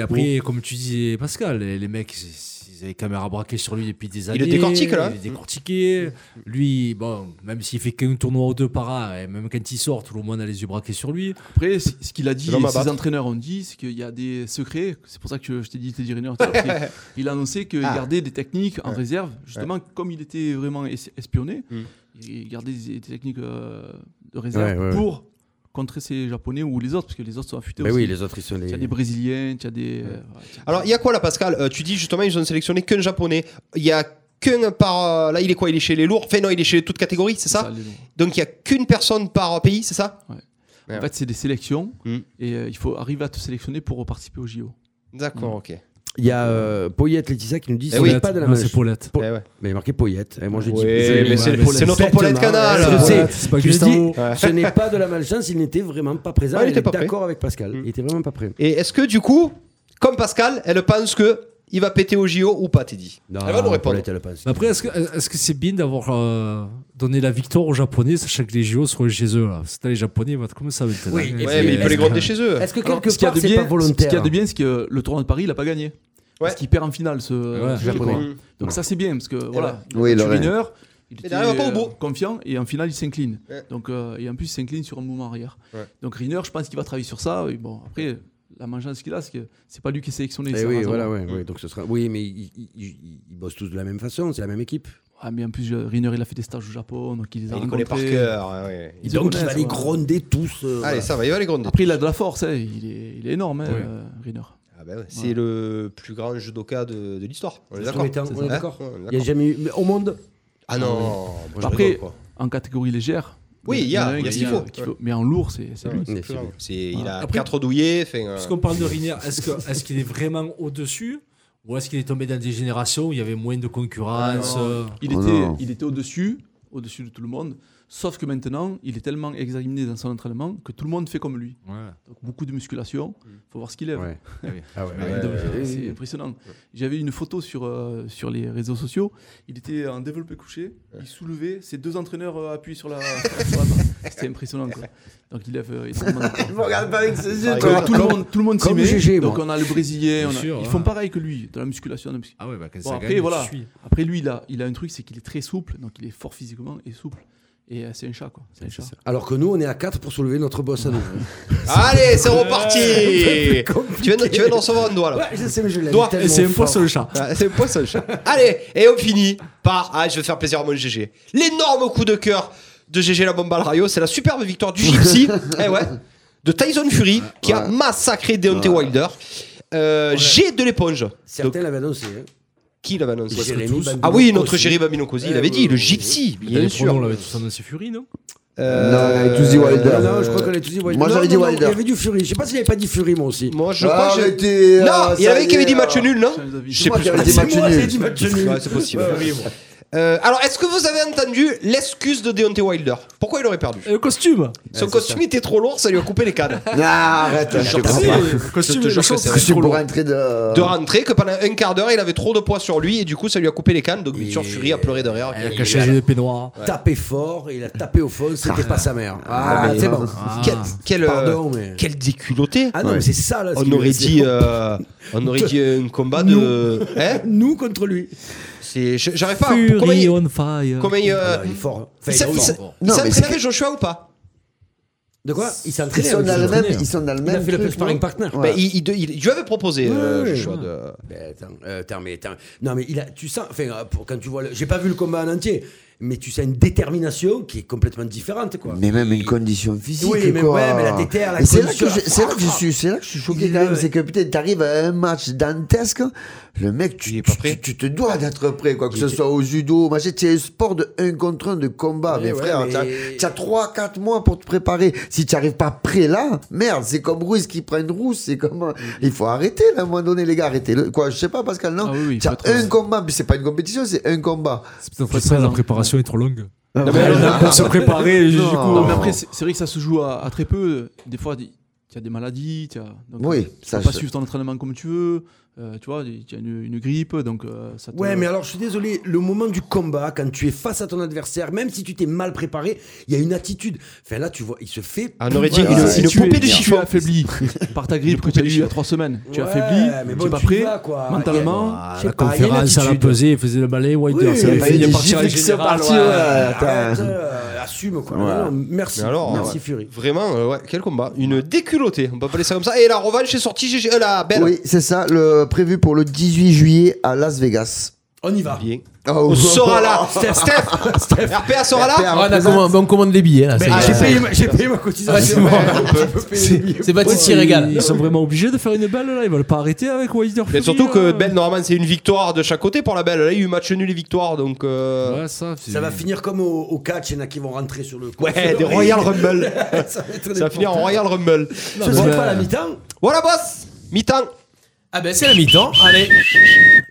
Speaker 6: Bah, après, après comme tu disais, Pascal, les, les mecs, ils, ils avaient caméra braquée sur lui depuis des années.
Speaker 3: le décortique, là.
Speaker 6: Il le décortiquait. Lui, bon, même s'il fait qu'un tournoi ou deux par an, et même quand il sort, tout le monde a les yeux braqués sur lui.
Speaker 7: Après, c- ce qu'il a dit,
Speaker 3: C'est l'homme à
Speaker 7: et ses
Speaker 3: battre.
Speaker 7: entraîneurs ont dit, c'est qu'il y a des secrets. C'est pour ça que je, je t'ai dit Teddy Riner. tout à
Speaker 3: *laughs*
Speaker 7: l'heure, parce que Il a annoncé qu'il
Speaker 3: Ah.
Speaker 7: gardait des techniques en réserve, justement, comme il était vraiment es- espionné,
Speaker 3: Hmm.
Speaker 7: il gardait des, des techniques euh, de réserve
Speaker 4: Ouais, ouais, ouais.
Speaker 7: pour contrer ces Japonais ou les autres, parce que les autres sont affûtés
Speaker 4: Mais
Speaker 7: aussi.
Speaker 4: oui, les autres, ils sont
Speaker 7: Tu
Speaker 4: les.
Speaker 7: as des Brésiliens, tu as des. euh, ouais, t'as-
Speaker 3: Alors, il y a quoi là, Pascal Euh, Tu dis justement, ils ont sélectionné qu'un japonais. Il y a qu'un par. euh, Là, il est quoi Il est chez les lourds Enfin, non, il est chez toutes catégories, c'est ça
Speaker 7: les noms.
Speaker 3: Donc, il y a qu'une personne par pays, c'est ça
Speaker 7: En fait, c'est des sélections
Speaker 3: Hmm.
Speaker 7: et euh, il faut arriver à te sélectionner pour participer aux JO.
Speaker 3: D'accord, ok.
Speaker 4: Il y a euh, Poyette Laetitia qui nous dit
Speaker 3: Eh
Speaker 4: c'est
Speaker 3: oui.
Speaker 4: pas de la
Speaker 6: Non,
Speaker 4: même
Speaker 6: c'est Paulette.
Speaker 3: Eh ouais.
Speaker 4: Mais il y a marqué Poyette. Et moi, j'ai dit.
Speaker 3: Ouais, mais c'est- hein.
Speaker 6: ouais, mais
Speaker 3: c'est
Speaker 6: c'est
Speaker 3: notre Paulette Canal.
Speaker 4: Parce que
Speaker 3: Ouais.
Speaker 4: c'est-
Speaker 6: C'est pas
Speaker 4: Je
Speaker 6: juste
Speaker 4: dis,
Speaker 6: un mot.
Speaker 4: ce n'est pas de la malchance, il n'était vraiment pas présent.
Speaker 3: Ouais, il
Speaker 4: il
Speaker 3: était
Speaker 4: était
Speaker 3: pas prêt.
Speaker 4: d'accord avec Pascal. Il était vraiment pas prêt.
Speaker 3: Et est-ce que du coup, comme Pascal, elle pense que il va péter au JO ou pas, Teddy Elle va nous répondre.
Speaker 4: Paulette, elle a pas-
Speaker 6: Mais Après, est-ce que est-ce que c'est bien d'avoir euh, donné la victoire aux Japonais, sachant que les JO seront chez eux là C'est les Japonais, ils vont être comme ça maintenant.
Speaker 4: Oui, et
Speaker 3: Ouais, mais il peut les gronder chez eux.
Speaker 4: Est-ce que
Speaker 7: Alors,
Speaker 4: quelque
Speaker 7: ce qu'il y a
Speaker 4: part,
Speaker 7: de
Speaker 4: c'est
Speaker 7: bien,
Speaker 4: pas
Speaker 7: ce qu'il y a
Speaker 4: volontaire
Speaker 7: de bien, c'est que le tournoi de Paris, il n'a pas gagné. Parce qu'il perd en finale, ce
Speaker 6: Ouais.
Speaker 7: ce japonais.
Speaker 3: Mm.
Speaker 7: Donc ça, c'est bien, parce que
Speaker 4: Eh
Speaker 7: voilà,
Speaker 5: Oui,
Speaker 7: il
Speaker 5: il
Speaker 7: a
Speaker 5: aurait.
Speaker 7: une heure, il
Speaker 3: Mais
Speaker 7: était
Speaker 3: derrière, il va pas au
Speaker 7: euh,
Speaker 3: bout.
Speaker 7: confiant, et en finale, il s'incline.
Speaker 3: Ouais.
Speaker 7: Donc, euh, et en plus, il s'incline sur un mouvement arrière.
Speaker 3: Ouais.
Speaker 7: Donc Riner, je pense qu'il va travailler sur ça. Et bon, après, la manchance qu'il a, c'est que c'est pas lui qui est sélectionné.
Speaker 4: Eh
Speaker 7: c'est
Speaker 4: oui,
Speaker 7: Razawa.
Speaker 4: voilà, ouais, ouais, donc ce sera... oui, mais ils, ils- ils- ils bossent tous de la même façon, c'est la même équipe.
Speaker 7: Ah, mais en plus, euh, Riner, il a fait des stages au Japon, donc il les a
Speaker 3: Il les connaît par
Speaker 7: rencontrés.
Speaker 3: cœur. ouais, ouais.
Speaker 7: Ils se
Speaker 4: donc il
Speaker 7: connaissent,
Speaker 4: va les
Speaker 7: voilà.
Speaker 4: gronder tous. euh,
Speaker 3: Allez,
Speaker 4: voilà.
Speaker 3: ça va, il va les gronder.
Speaker 7: Après, il a de la force, hein, il, est, il est énorme, hein, euh, Riner.
Speaker 3: Ah bah ouais, C'est le plus grand judoka de, de l'histoire. On est d'accord
Speaker 4: Étant, on est
Speaker 3: Hein
Speaker 4: d'accord.
Speaker 3: Ouais, on est
Speaker 4: Il n'y a
Speaker 3: d'accord.
Speaker 4: jamais eu. mais Au monde
Speaker 3: Ah non moi, je
Speaker 7: Après-
Speaker 3: rigole, quoi.
Speaker 7: En catégorie légère.
Speaker 3: Oui, il y a-
Speaker 7: un
Speaker 3: il y a ce
Speaker 7: qui-
Speaker 3: qu'il faut.
Speaker 7: qui Mais en lourd, c'est c'est lui.
Speaker 3: C'est
Speaker 4: Mais
Speaker 3: plus
Speaker 4: c'est
Speaker 3: grave. C'est- Il a
Speaker 6: Après-
Speaker 3: quatre douillés. enfin, euh,
Speaker 6: Puisqu'on parle de Riner, est-ce que- est-ce qu'il est, vraiment au-dessus ou est-ce qu'il est tombé dans des générations où il y avait moins de concurrence
Speaker 7: Ah,
Speaker 6: euh,
Speaker 7: Il
Speaker 5: Oh
Speaker 7: était,
Speaker 5: non.
Speaker 7: il était au-dessus, au-dessus de tout le monde. Sauf que maintenant, il est tellement examiné dans son entraînement que tout le monde fait comme lui. Donc, beaucoup de musculation. Il faut voir ce qu'il lève.
Speaker 4: Ouais.
Speaker 3: ouais,
Speaker 7: Donc,
Speaker 3: ouais,
Speaker 7: c'est- C'est impressionnant. J'avais une photo sur, euh, sur les réseaux sociaux. Il était en développé couché. Il soulevait. Ses deux entraîneurs euh, appuyés sur la. *laughs* sur la barre. C'était impressionnant. quoi. Donc il lève euh, énormément. de-
Speaker 5: regarde pas avec ses
Speaker 3: yeux,
Speaker 5: yeux,
Speaker 7: Donc,
Speaker 3: toi.
Speaker 7: tout, le monde, tout le monde s'y
Speaker 4: comme
Speaker 7: met.
Speaker 4: GG,
Speaker 7: Donc
Speaker 4: moi.
Speaker 7: on a le Brésilien.
Speaker 6: Bien
Speaker 7: on a-
Speaker 6: sûr,
Speaker 7: Ils
Speaker 6: ouais.
Speaker 7: font pareil que lui, de la musculation. de la muscu-
Speaker 6: Ah ouais, bah, quand
Speaker 7: Bon,
Speaker 6: ça
Speaker 7: après,
Speaker 6: gagne, tu
Speaker 7: voilà.
Speaker 6: suis.
Speaker 7: Après, lui, il a, il a un truc, c'est qu'il est très souple, donc il est fort physiquement et souple. Et euh, c'est un chat, quoi. C'est un chat.
Speaker 4: Alors que nous, on est à 4 pour soulever notre boss à nous.
Speaker 3: Allez, c'est reparti Tu viens de- tu viens d'en recevoir un doigt là.
Speaker 4: Ouais, je sais, mais je l'ai
Speaker 3: Doigt,
Speaker 4: tellement
Speaker 6: Et c'est un
Speaker 4: fort.
Speaker 6: poisson le chat.
Speaker 3: Ah, C'est pas ça le chat. Allez, et on finit par. Ah, je vais faire plaisir à mon GG. L'énorme coup de cœur de GG la bombe al Rayo, c'est la superbe victoire du Gypsy. eh ouais. De Tyson Fury qui a
Speaker 5: Ouais.
Speaker 3: massacré Deontay Wilder. Euh, J'ai de l'éponge. Donc,
Speaker 4: Certains l'avaient annoncé. hein.
Speaker 3: qui l'avait annoncé
Speaker 4: Jérémy Bambino
Speaker 3: Ah oui, notre
Speaker 4: aussi.
Speaker 3: Jerry Babinocosi, il
Speaker 4: Eh,
Speaker 3: avait dit,
Speaker 4: oui,
Speaker 3: le
Speaker 4: oui,
Speaker 3: Gypsy,
Speaker 6: Dans
Speaker 3: bien
Speaker 6: les pronos,
Speaker 3: sûr.
Speaker 6: on l'avait tous annoncé Fury, non
Speaker 3: Euh,
Speaker 5: Non, il avait tous dit Wilder.
Speaker 4: Non, non, je crois qu'on a tous dit Wilder.
Speaker 5: Moi, j'avais
Speaker 4: Non,
Speaker 5: dit
Speaker 4: non, non,
Speaker 5: Wilder.
Speaker 4: Il y avait du Fury. Je sais pas s'il avait pas dit Fury, moi aussi.
Speaker 3: Moi, je
Speaker 5: Ah,
Speaker 3: crois que. j'ai- Non, il y en avait qui avait dit match nul, non
Speaker 7: Change d'avis.
Speaker 3: Je sais
Speaker 5: euh, moi
Speaker 3: plus ce
Speaker 5: qui avait
Speaker 3: qu'on
Speaker 5: dit
Speaker 3: a
Speaker 5: match nul.
Speaker 3: Ouais, c'est possible. Euh, alors, est-ce que vous avez entendu l'excuse de Deontay Wilder Pourquoi il aurait perdu
Speaker 6: Et le costume
Speaker 3: Son costume était trop lourd, ça lui a coupé les cannes.
Speaker 5: Ah, arrête, je
Speaker 3: te
Speaker 5: comprends
Speaker 6: Si,
Speaker 5: pas.
Speaker 6: le
Speaker 3: Je
Speaker 6: costume,
Speaker 3: te jure
Speaker 6: et le
Speaker 3: que
Speaker 6: short,
Speaker 3: c'est
Speaker 6: c'est
Speaker 3: vrai.
Speaker 5: C'est
Speaker 6: trop
Speaker 5: pour
Speaker 6: lourd.
Speaker 5: entrer de.
Speaker 3: De rentrer, que pendant un quart d'heure, il avait trop de poids sur lui, et du coup, ça lui a coupé les cannes. Donc, bien sûr, Fury a pleuré de rire.
Speaker 6: Elle a caché les peignoirs.
Speaker 4: Tapé fort, il a tapé au fond, c'était pas sa mère. Ah,
Speaker 5: Ah, mais-
Speaker 4: c'est bon.
Speaker 3: Quel, quel, euh,
Speaker 4: Pardon, mais.
Speaker 3: quel déculotté
Speaker 4: Ah non, mais c'est ça là. ce
Speaker 3: on
Speaker 4: qu'il
Speaker 3: aurait,
Speaker 4: veut
Speaker 3: dit,
Speaker 4: dire.
Speaker 3: euh, on aurait dit un combat de. Hein
Speaker 4: Nous contre lui.
Speaker 3: C'est- je- J'arrive pas à. Comment
Speaker 6: Fury
Speaker 3: il.
Speaker 6: on fire.
Speaker 3: Comment il. euh,
Speaker 4: Ah, il est fort. hein.
Speaker 3: il
Speaker 4: Enfin, il est
Speaker 3: s'est- il
Speaker 4: fort.
Speaker 3: s'est- il
Speaker 5: Non,
Speaker 3: s'est
Speaker 5: mais
Speaker 3: entraîné
Speaker 5: c'est-
Speaker 3: avec Joshua ou pas
Speaker 4: De quoi Il s'est
Speaker 5: Ils
Speaker 4: entraîné.
Speaker 5: sont
Speaker 4: avec
Speaker 5: dans
Speaker 4: lui.
Speaker 5: le même. Ils sont dans le
Speaker 4: Il a
Speaker 5: même.
Speaker 4: fait le
Speaker 5: truc.
Speaker 4: sparring partner.
Speaker 5: Ouais.
Speaker 3: Ben, il, il, il- il lui avait proposé, euh,
Speaker 4: Ouais,
Speaker 3: Joshua,
Speaker 4: ouais.
Speaker 3: de-
Speaker 4: Ben, attends, euh, attends, mais attends. Non, mais il a, tu sens, enfin, euh, pour- quand tu vois le. J'ai pas vu le combat en entier, mais tu sens une détermination qui est complètement différente, quoi.
Speaker 5: Mais même une condition physique.
Speaker 4: Oui, mais
Speaker 5: quoi.
Speaker 4: ouais, mais la déterre, la
Speaker 5: Et c'est là
Speaker 4: condition,
Speaker 5: que je-
Speaker 4: la-
Speaker 5: c'est là que je suis, c'est là que je suis choqué
Speaker 4: Il
Speaker 5: quand même.
Speaker 4: est-
Speaker 5: C'est que peut-être t'arrives à un match dantesque, le mec, tu,
Speaker 3: est pas
Speaker 5: tu-
Speaker 3: prêt.
Speaker 5: tu- tu te dois d'être prêt, quoi. Que ce soit au judo, machin, c'est un sport de 1 contre 1 de combat,
Speaker 4: Oui,
Speaker 5: mes
Speaker 4: ouais,
Speaker 5: frères.
Speaker 4: mais-
Speaker 5: T'as- T'as 3, 4 mois pour te préparer. Si tu arrives pas prêt là, merde, c'est comme Ruiz qui prend une rousse, c'est comme,
Speaker 4: Mm.
Speaker 5: euh, il faut arrêter, là, à un moment donné, les gars, arrêtez le, quoi. Je sais pas, Pascal, non?
Speaker 7: Ah oui, oui,
Speaker 5: T'as
Speaker 7: faut être-
Speaker 5: un combat, mais c'est pas une compétition, c'est un combat.
Speaker 6: C'est peut-être pour ça que la préparation est trop longue.
Speaker 3: Non, mais
Speaker 6: Elle a pour se préparer, du
Speaker 5: Non.
Speaker 6: coup.
Speaker 7: Non, mais
Speaker 4: Oh.
Speaker 7: après, c'est c'est vrai que ça se joue à, à très peu. Des fois, il y a des maladies, tu as- donc, euh,
Speaker 5: Oui,
Speaker 7: tu
Speaker 5: ça,
Speaker 7: peux pas
Speaker 5: je-
Speaker 7: suivre ton entraînement comme tu veux. euh, tu vois, il tient une, une grippe, donc euh, ça te-
Speaker 4: Ouais, mais alors je suis désolé, le moment du combat, quand tu es face à ton adversaire, même si tu t'es mal préparé, il y a une attitude. Enfin là, tu vois, il se fait.
Speaker 3: Ah, on aurait dit
Speaker 4: Ouais, euh,
Speaker 3: une-
Speaker 4: ouais.
Speaker 3: une
Speaker 7: tu es-
Speaker 3: poupée de
Speaker 7: tu
Speaker 3: chiffon.
Speaker 7: es affaibli par ta grippe que tu as eue il y a trois semaines. Tu es
Speaker 4: Ouais,
Speaker 7: affaibli,
Speaker 4: mais
Speaker 7: tu
Speaker 4: bon,
Speaker 7: n'es pas
Speaker 4: tu
Speaker 7: prêt.
Speaker 4: vas, quoi.
Speaker 7: Mentalement,
Speaker 4: Ah,
Speaker 6: À
Speaker 4: je sais
Speaker 6: la
Speaker 4: pas, il y a une
Speaker 6: conférence, à la
Speaker 4: attitude.
Speaker 6: pesée, il faisait le balai, Wilder.
Speaker 4: Oui,
Speaker 6: c'est la
Speaker 4: il
Speaker 6: fin, il est
Speaker 5: dit
Speaker 6: parti à la
Speaker 5: Giflex, c'est
Speaker 6: générale,
Speaker 5: parti,
Speaker 6: ouais.
Speaker 5: ouais, t'as-
Speaker 4: Arrête, euh, assume quoi.
Speaker 5: Voilà.
Speaker 4: Non, non, merci.
Speaker 3: Mais alors,
Speaker 4: merci
Speaker 3: ouais.
Speaker 4: Fury.
Speaker 3: Vraiment, euh, ouais, quel combat. Une déculottée, on peut appeler ça comme ça. Et la revanche est sortie, GG. euh, la belle.
Speaker 5: Oui, c'est ça, le prévu pour le 18 juillet à Las Vegas.
Speaker 4: On y va.
Speaker 3: Bien.
Speaker 5: Ah,
Speaker 3: On
Speaker 5: oh.
Speaker 3: sera là. Steph, RPA sera là.
Speaker 5: RPA.
Speaker 2: Ah, on, a commandé- on commande les billets là. Ah, ça y est.
Speaker 4: J'ai payé, ma- j'ai payé ma cotisation.
Speaker 2: C'est Baptiste qui régale.
Speaker 6: Ils sont vraiment obligés de faire une belle là, ils veulent pas arrêter avec Wilder.
Speaker 3: Mais
Speaker 6: Fury,
Speaker 3: surtout que
Speaker 6: euh.
Speaker 3: Ben, normalement, c'est une victoire de chaque côté pour la belle. Là, il y a eu match nul et victoire, donc. euh,
Speaker 6: Ouais, ça, c'est-
Speaker 4: Ça va finir comme au, au catch, il y en a qui vont rentrer sur le.
Speaker 3: Ouais, des Royal Rumble.
Speaker 4: ça va être
Speaker 3: Ça va finir en Royal Rumble.
Speaker 4: Ce
Speaker 6: mais-
Speaker 4: serait pas la mi-temps
Speaker 3: Voilà, boss Mi-temps
Speaker 2: Ah ben c'est la mi-temps, allez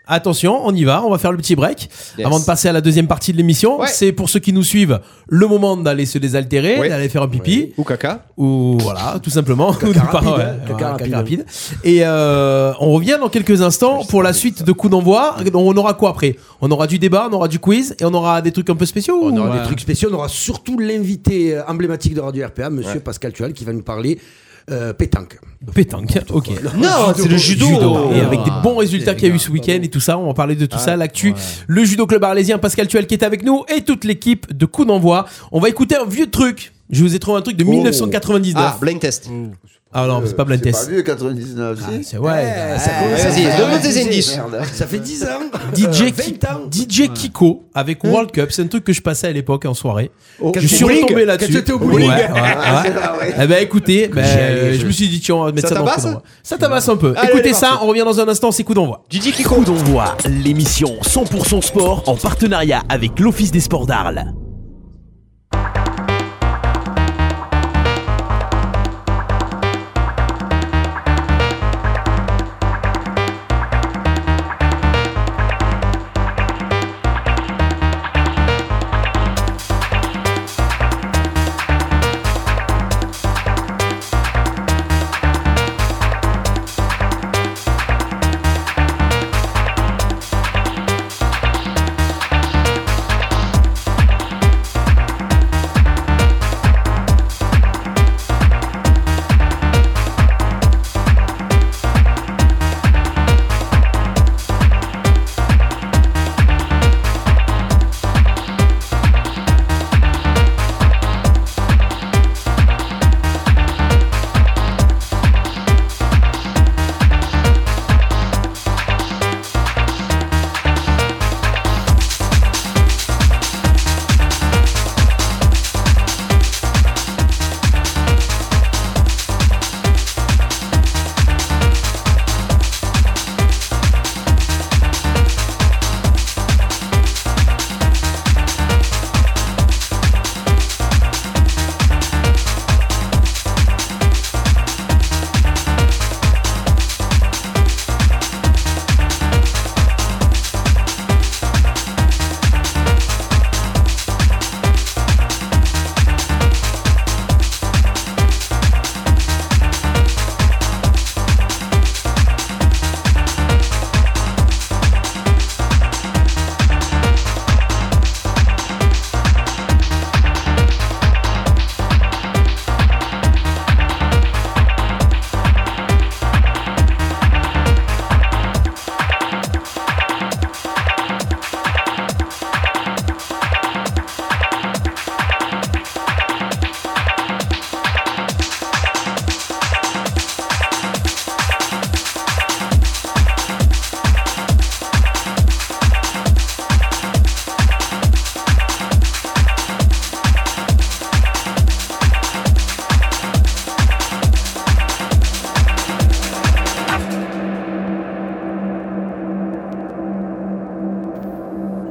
Speaker 2: Attention, on y va, on va faire le petit break
Speaker 3: Yes.
Speaker 2: avant de passer à la deuxième partie de l'émission.
Speaker 3: Ouais.
Speaker 2: C'est pour ceux qui nous suivent le moment d'aller se désaltérer,
Speaker 3: Ouais.
Speaker 2: d'aller faire un pipi
Speaker 3: Ou caca
Speaker 2: ou voilà, tout simplement ou de
Speaker 4: Caca rapide,
Speaker 2: ouais,
Speaker 4: hein,
Speaker 2: voilà, caca
Speaker 4: caca rapide.
Speaker 2: rapide. Et euh, on revient dans quelques instants pour la suite de coups d'envoi. On aura quoi après On aura du débat, on aura du quiz et on aura des trucs un peu spéciaux.
Speaker 4: On aura
Speaker 2: ou-
Speaker 4: des trucs spéciaux. On aura surtout l'invité euh, emblématique de Radio RPA, Monsieur Pascal Tual, qui va nous parler euh, pétanque.
Speaker 2: pétanque. *laughs* OK.
Speaker 3: Non, c'est le judo.
Speaker 2: Et avec des bons
Speaker 6: Ah,
Speaker 2: résultats
Speaker 6: les
Speaker 2: qu'il y a eu
Speaker 6: gars,
Speaker 2: ce week-end et tout ça, on va parler de tout ça, l'actu, le judo club arlésien, Pascal Tuel qui est avec nous et toute l'équipe de Coup d'envoi. On va écouter un vieux truc. Je vous ai trouvé un truc de
Speaker 4: Oh.
Speaker 2: 1999.
Speaker 3: Ah, blind test.
Speaker 2: Ah non, c'est pas blind test. Ah,
Speaker 5: C'est pas vieux, 99. si.
Speaker 2: C'est ouais.
Speaker 4: Eh, ça commence à-
Speaker 3: Vas-y, donne-nous des indices.
Speaker 5: Ah, Merde.
Speaker 4: Ça fait 10 ans.
Speaker 2: DJ,
Speaker 4: euh,
Speaker 2: Ki-
Speaker 4: 20 ans.
Speaker 2: DJ Kiko avec World Cup, c'est un truc que je passais à l'époque en soirée.
Speaker 4: Quand
Speaker 2: je
Speaker 4: Oh, tu
Speaker 2: suis
Speaker 4: bowling,
Speaker 2: retombé
Speaker 4: quand
Speaker 2: là-dessus.
Speaker 4: tu étais au bowling. Ah,
Speaker 2: Ouais,
Speaker 4: *laughs*
Speaker 2: ouais, ouais. Eh ben écoutez, ben,
Speaker 4: allé,
Speaker 2: je me suis dit tiens, on va mettre
Speaker 3: Ça
Speaker 2: ça, dans le coup
Speaker 3: tabasse
Speaker 2: d'envoi. Ça tabasse un peu.
Speaker 3: Allez,
Speaker 2: écoutez
Speaker 3: allez,
Speaker 2: ça, on revient dans un instant, c'est coup d'envoi.
Speaker 3: Didi qui
Speaker 1: Coup d'envoi, l'émission 100% sport en partenariat avec l'Office des sports d'Arles.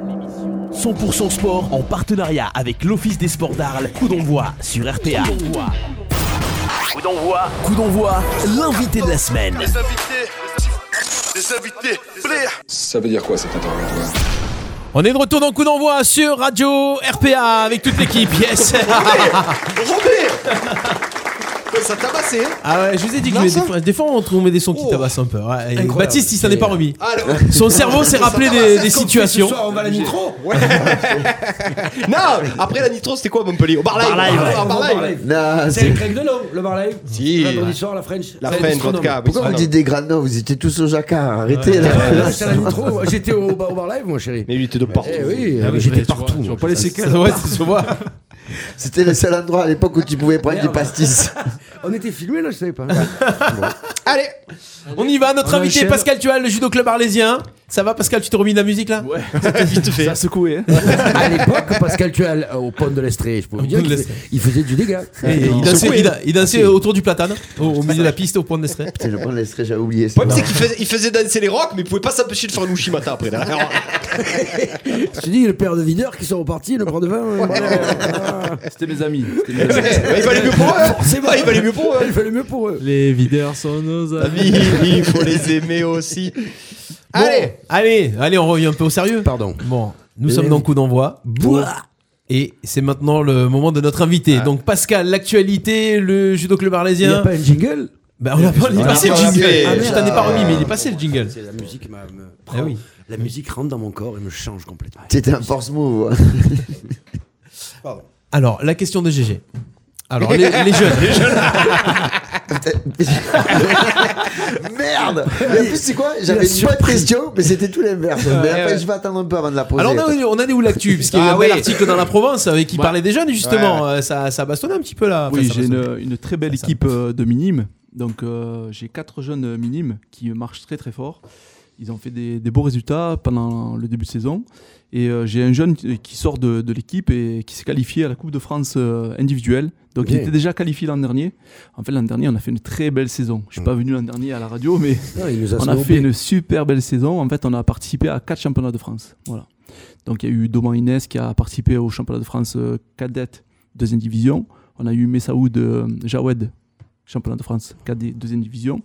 Speaker 1: L'émission 100% sport en partenariat avec l'Office des sports d'Arles. Coup d'envoi sur RPA. Coup d'envoi. Coup d'envoi, l'invité de la semaine.
Speaker 2: On est de retour dans coup d'envoi sur Radio RPA avec toute l'équipe. Yes.
Speaker 3: Robert ça tabassait. hein.
Speaker 2: *laughs* Ah ouais, je vous ai dit que je
Speaker 3: Non,
Speaker 2: mets
Speaker 3: ça
Speaker 2: des fois, des fois, on trouve on met des sons qui
Speaker 3: Oh.
Speaker 2: tabassent un peu. ouais. Et euh, Baptiste, il s'en est pas remis.
Speaker 3: Alors,
Speaker 2: Son cerveau s'est *laughs* rappelé des, des situations.
Speaker 4: on va à la micro.
Speaker 3: non, après la nitro, c'était quoi Montpellier Au bar live. Ah, au bar live.
Speaker 5: Non,
Speaker 4: C'est
Speaker 5: c'est-
Speaker 4: le crack de l'eau, le bar live.
Speaker 3: Si.
Speaker 4: Le vendredi soir, la French.
Speaker 3: La
Speaker 4: Ça,
Speaker 3: French,
Speaker 4: gastronome.
Speaker 3: vodka, oui.
Speaker 5: Pourquoi vous dites des granos Vous étiez tous au jacquard. Arrêtez
Speaker 4: Euh,
Speaker 5: là.
Speaker 4: là, c'est à la nitro. J'étais au, bar- au bar live, moi, chérie.
Speaker 3: Mais lui, il était de partout.
Speaker 4: Eh oui,
Speaker 6: Ah oui,
Speaker 4: j'étais
Speaker 6: mais tu vois,
Speaker 4: partout.
Speaker 6: tu vois pas les séquelles.
Speaker 2: Ouais, ça se voit.
Speaker 5: *laughs* C'était le seul endroit à l'époque où tu pouvais prendre du pastis.
Speaker 4: On était filmés, là, je savais pas.
Speaker 3: Allez,
Speaker 2: On y va, notre
Speaker 6: On
Speaker 2: invité
Speaker 6: enchaîne.
Speaker 2: Pascal Tual, le judo club arlésien. Ça va Pascal, tu t'es remis de la musique là
Speaker 7: Ouais, ça a secoué. hein.
Speaker 4: *laughs* à l'époque, Pascal Tual, euh, au pont de l'Estrée, je peux vous
Speaker 2: Au
Speaker 4: dire,
Speaker 2: pont de
Speaker 4: qu'il
Speaker 2: l'Estrée.
Speaker 4: fais- il faisait du *laughs* dégât.
Speaker 2: Et il, dansait, il da- il dansait autour du platane, Ah, au, au milieu de la piste, au point de *laughs* l'estrait.
Speaker 5: Putain, le point de l'estrait, j'avais oublié.
Speaker 3: le problème, c'est qu'il faisait, il faisait danser les rocks, mais il pouvait pas s'empêcher de faire une Ushimata après. derrière.
Speaker 4: Je te dis, le père de videur qui sont repartis, le bras de vin. euh, voilà.
Speaker 7: C'était mes amis.
Speaker 2: *laughs*
Speaker 7: c'était mes amis.
Speaker 2: Ah,
Speaker 3: Bah, il valait mieux pour eux.
Speaker 4: Forcément.
Speaker 3: Ah, il valait mieux pour eux.
Speaker 4: Il fallait mieux pour eux.
Speaker 6: Les videurs sont nos amis.
Speaker 3: Amis, il faut les aimer aussi.
Speaker 2: Bon,
Speaker 3: Allez,
Speaker 2: allez, allez, on revient un peu au sérieux.
Speaker 4: Pardon.
Speaker 2: Bon, nous sommes dans coup d'envoi. Et c'est maintenant le moment de notre invité. Donc Pascal, l'actualité, le judo club
Speaker 4: Il n'y a
Speaker 2: arlésien.
Speaker 4: pas un jingle
Speaker 2: Bah, on a pas, il est
Speaker 3: Ah,
Speaker 2: passé le
Speaker 3: on l'a fait.
Speaker 2: jingle.
Speaker 3: Ah,
Speaker 2: Je t'en ai pas remis, mais il est passé le jingle.
Speaker 4: C'est la musique m'a- me
Speaker 2: Ah
Speaker 7: Eh
Speaker 4: prend.
Speaker 2: oui.
Speaker 4: La musique rentre dans mon corps et me change complètement.
Speaker 5: C'était un force move.
Speaker 2: Alors, la question de GG. Alors, les, les jeunes.
Speaker 5: Merde Mais en plus, c'est quoi J'avais une bonne question, mais c'était tout l'inverse. Mais après, je vais attendre un peu avant de la poser.
Speaker 2: Alors, on a, on a des où l'actu Parce qu'il y a
Speaker 3: Ah
Speaker 2: eu un bel
Speaker 3: oui.
Speaker 2: article dans la province avec qui parlait des jeunes, justement. Euh, Ça, ça bastonnait un petit peu là. Enfin,
Speaker 7: Oui,
Speaker 2: ça
Speaker 7: j'ai
Speaker 2: bastonnait.
Speaker 7: une, une très belle
Speaker 2: Ça
Speaker 7: équipe euh, de minimes. Donc, euh, j'ai quatre jeunes minimes qui marchent très très fort. Ils ont fait des, des beaux résultats pendant le début de saison. Et euh, j'ai un jeune qui qui sort de, de l'équipe et qui s'est qualifié à la Coupe de France euh, individuelle. Donc, il
Speaker 4: Bien.
Speaker 7: était déjà qualifié l'an dernier. En fait, l'an dernier, on a fait une très belle saison. Je suis pas venu l'an dernier à la radio, mais
Speaker 4: Non, Ah, il nous a
Speaker 7: on a
Speaker 4: snobé.
Speaker 7: fait une super belle saison. En fait, on a participé à quatre championnats de France. Voilà. Donc, il y a eu Doman Inès qui a participé au championnat de France euh, cadette, deuxième division. On a eu Messaoud euh, Jawed, championnat de France cadet, deuxième division.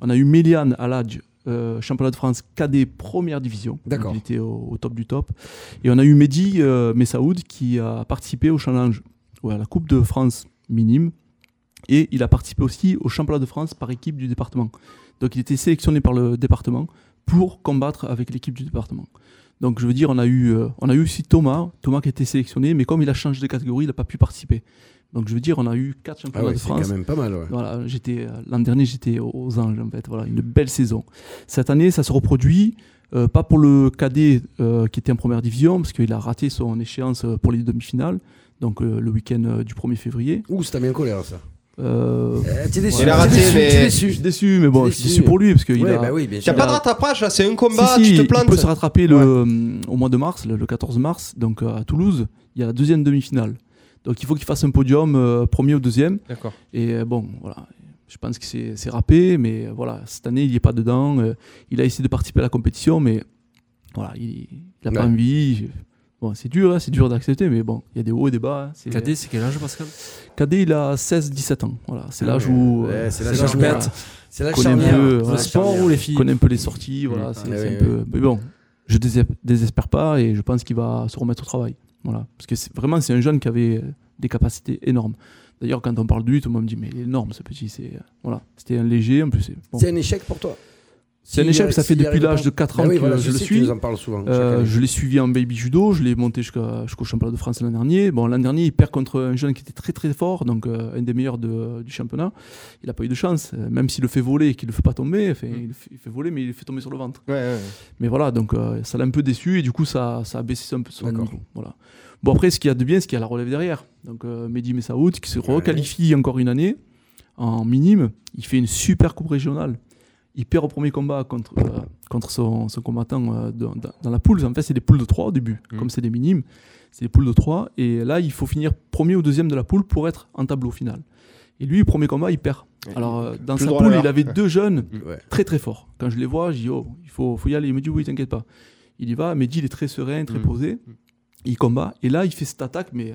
Speaker 7: On a eu Méliane Aladj, euh, championnat de France cadet, première division.
Speaker 4: D'accord.
Speaker 7: Donc, Il était au, au top du top. Et on a eu Mehdi euh, Messaoud qui a participé au challenge, ouais, à la Coupe de France minime. Et il a participé aussi au championnat de France par équipe du département. Donc il était sélectionné par le département pour combattre avec l'équipe du département. Donc je veux dire, on a eu, euh, on a eu aussi Thomas, Thomas qui a été sélectionné, mais comme il a changé de catégorie, il n'a pas pu participer. Donc je veux dire, on a eu quatre
Speaker 4: Ah
Speaker 7: championnats
Speaker 4: ouais,
Speaker 7: de
Speaker 4: c'est
Speaker 7: France.
Speaker 4: quand même pas mal. ouais.
Speaker 7: Voilà, j'étais euh, l'an dernier, j'étais aux- aux Anges en fait. Voilà, une belle saison. Cette année, ça se reproduit. euh, pas pour le cadet euh, qui était en première division, parce qu'il a raté son échéance euh, pour les demi-finales, donc euh, le week-end euh, du 1er février.
Speaker 4: Ouh, c'est bien colère ça.
Speaker 7: Euh,
Speaker 4: Eh, T'es déçu.
Speaker 3: Il a
Speaker 4: t'es
Speaker 3: raté,
Speaker 4: déçu,
Speaker 3: mais-
Speaker 4: t'es
Speaker 7: je suis
Speaker 4: déçu.
Speaker 7: déçu, mais bon,
Speaker 4: C'est
Speaker 7: je suis
Speaker 4: déçu.
Speaker 7: déçu pour lui, parce qu'il
Speaker 4: Ouais,
Speaker 7: a,
Speaker 4: bah oui, bien
Speaker 3: t'as
Speaker 4: sûr.
Speaker 3: pas de rattrapage là, c'est un combat,
Speaker 7: Si, si,
Speaker 3: tu te
Speaker 7: Il peut
Speaker 3: plantes.
Speaker 7: se rattraper le, euh, au mois de mars, le, le 14 mars, donc euh, à Toulouse, il y a la deuxième demi-finale. Donc il faut qu'il fasse un podium, euh, premier ou deuxième.
Speaker 2: D'accord.
Speaker 7: Et euh, bon, voilà. Je pense que c'est c'est râpé, mais euh, voilà, cette année, il n'y est pas dedans. Euh, il a essayé de participer à la compétition, mais voilà, il n'a pas
Speaker 4: Ouais.
Speaker 7: envie. Bon, c'est dur, hein, c'est dur d'accepter, mais bon, il y a des hauts et des bas. hein. C'est-
Speaker 6: Cadet, c'est quel âge, Pascal
Speaker 7: Cadet, il a 16-17 ans. Voilà, c'est
Speaker 4: Ah
Speaker 7: l'âge
Speaker 4: ouais.
Speaker 7: où.
Speaker 4: Ouais, c'est
Speaker 7: la
Speaker 4: l'âge où on pète. C'est la
Speaker 7: Connais un
Speaker 4: charnière.
Speaker 7: peu,
Speaker 4: C'est
Speaker 7: ouais.
Speaker 4: la
Speaker 6: Le sport
Speaker 4: charnière.
Speaker 6: ou les filles
Speaker 7: connaît un peu les sorties, voilà,
Speaker 6: Mmh.
Speaker 7: c'est
Speaker 4: Ah
Speaker 7: c'est
Speaker 4: oui,
Speaker 7: un peu. Mais bon, je désespère, désespère pas et je pense qu'il va se remettre au travail, voilà, parce que c'est vraiment c'est un jeune qui avait euh, des capacités énormes. D'ailleurs, quand on parle de lui, tout le monde me dit mais il est énorme ce petit, c'est euh, voilà, c'était un léger en plus. c'est- bon.
Speaker 4: C'est un échec pour toi.
Speaker 7: C'est un
Speaker 4: S'il
Speaker 7: échec,
Speaker 4: y-
Speaker 7: ça fait
Speaker 4: s'il y
Speaker 7: depuis
Speaker 4: arrive
Speaker 7: l'âge
Speaker 4: pas-
Speaker 7: de 4
Speaker 4: Bah
Speaker 7: ans
Speaker 4: oui,
Speaker 7: que
Speaker 4: voilà,
Speaker 7: je le
Speaker 4: sais,
Speaker 7: suis.
Speaker 4: Tu nous en parles souvent. chaque
Speaker 7: Euh,
Speaker 4: année.
Speaker 7: je l'ai suivi en baby judo, je l'ai monté jusqu'à- jusqu'au championnat de France l'an dernier. Bon, l'an dernier, il perd contre un jeune qui était très très fort, donc euh, un des meilleurs de- du championnat. Il n'a pas eu de chance, euh, même s'il le fait voler et qu'il ne le fait pas tomber, enfin,
Speaker 4: Hmm.
Speaker 7: il, le fait, il fait voler mais il le fait tomber sur le ventre. Mais voilà, donc euh, ça l'a un peu déçu et du coup ça, ça a baissé un peu son
Speaker 4: D'accord.
Speaker 7: niveau. Voilà. Bon après, ce qu'il y a de bien, c'est qu'il y a la relève derrière. Donc euh, Mehdi Messaoud qui se requalifie encore une année en minime, il fait une super coupe régionale. Il perd au premier combat contre, euh, contre son, son combattant euh, dans, dans- dans la poule. En fait, c'est des poules de 3 au début, comme c'est des minimes, c'est des poules de 3. Et là, il faut finir premier ou deuxième de la poule pour être en tableau final. Et lui, premier combat, il perd. Alors, euh, dans
Speaker 3: Plus
Speaker 7: sa
Speaker 3: droit à
Speaker 7: poule,
Speaker 3: l'erreur.
Speaker 7: il avait deux jeunes
Speaker 4: Ouais.
Speaker 7: très très forts. Quand je les vois, je dis Oh, il faut, faut y aller. Il me dit Oui, t'inquiète pas. Il y va, Mehdi, il est très serein, très posé. Il combat. Et là, il fait cette attaque, mais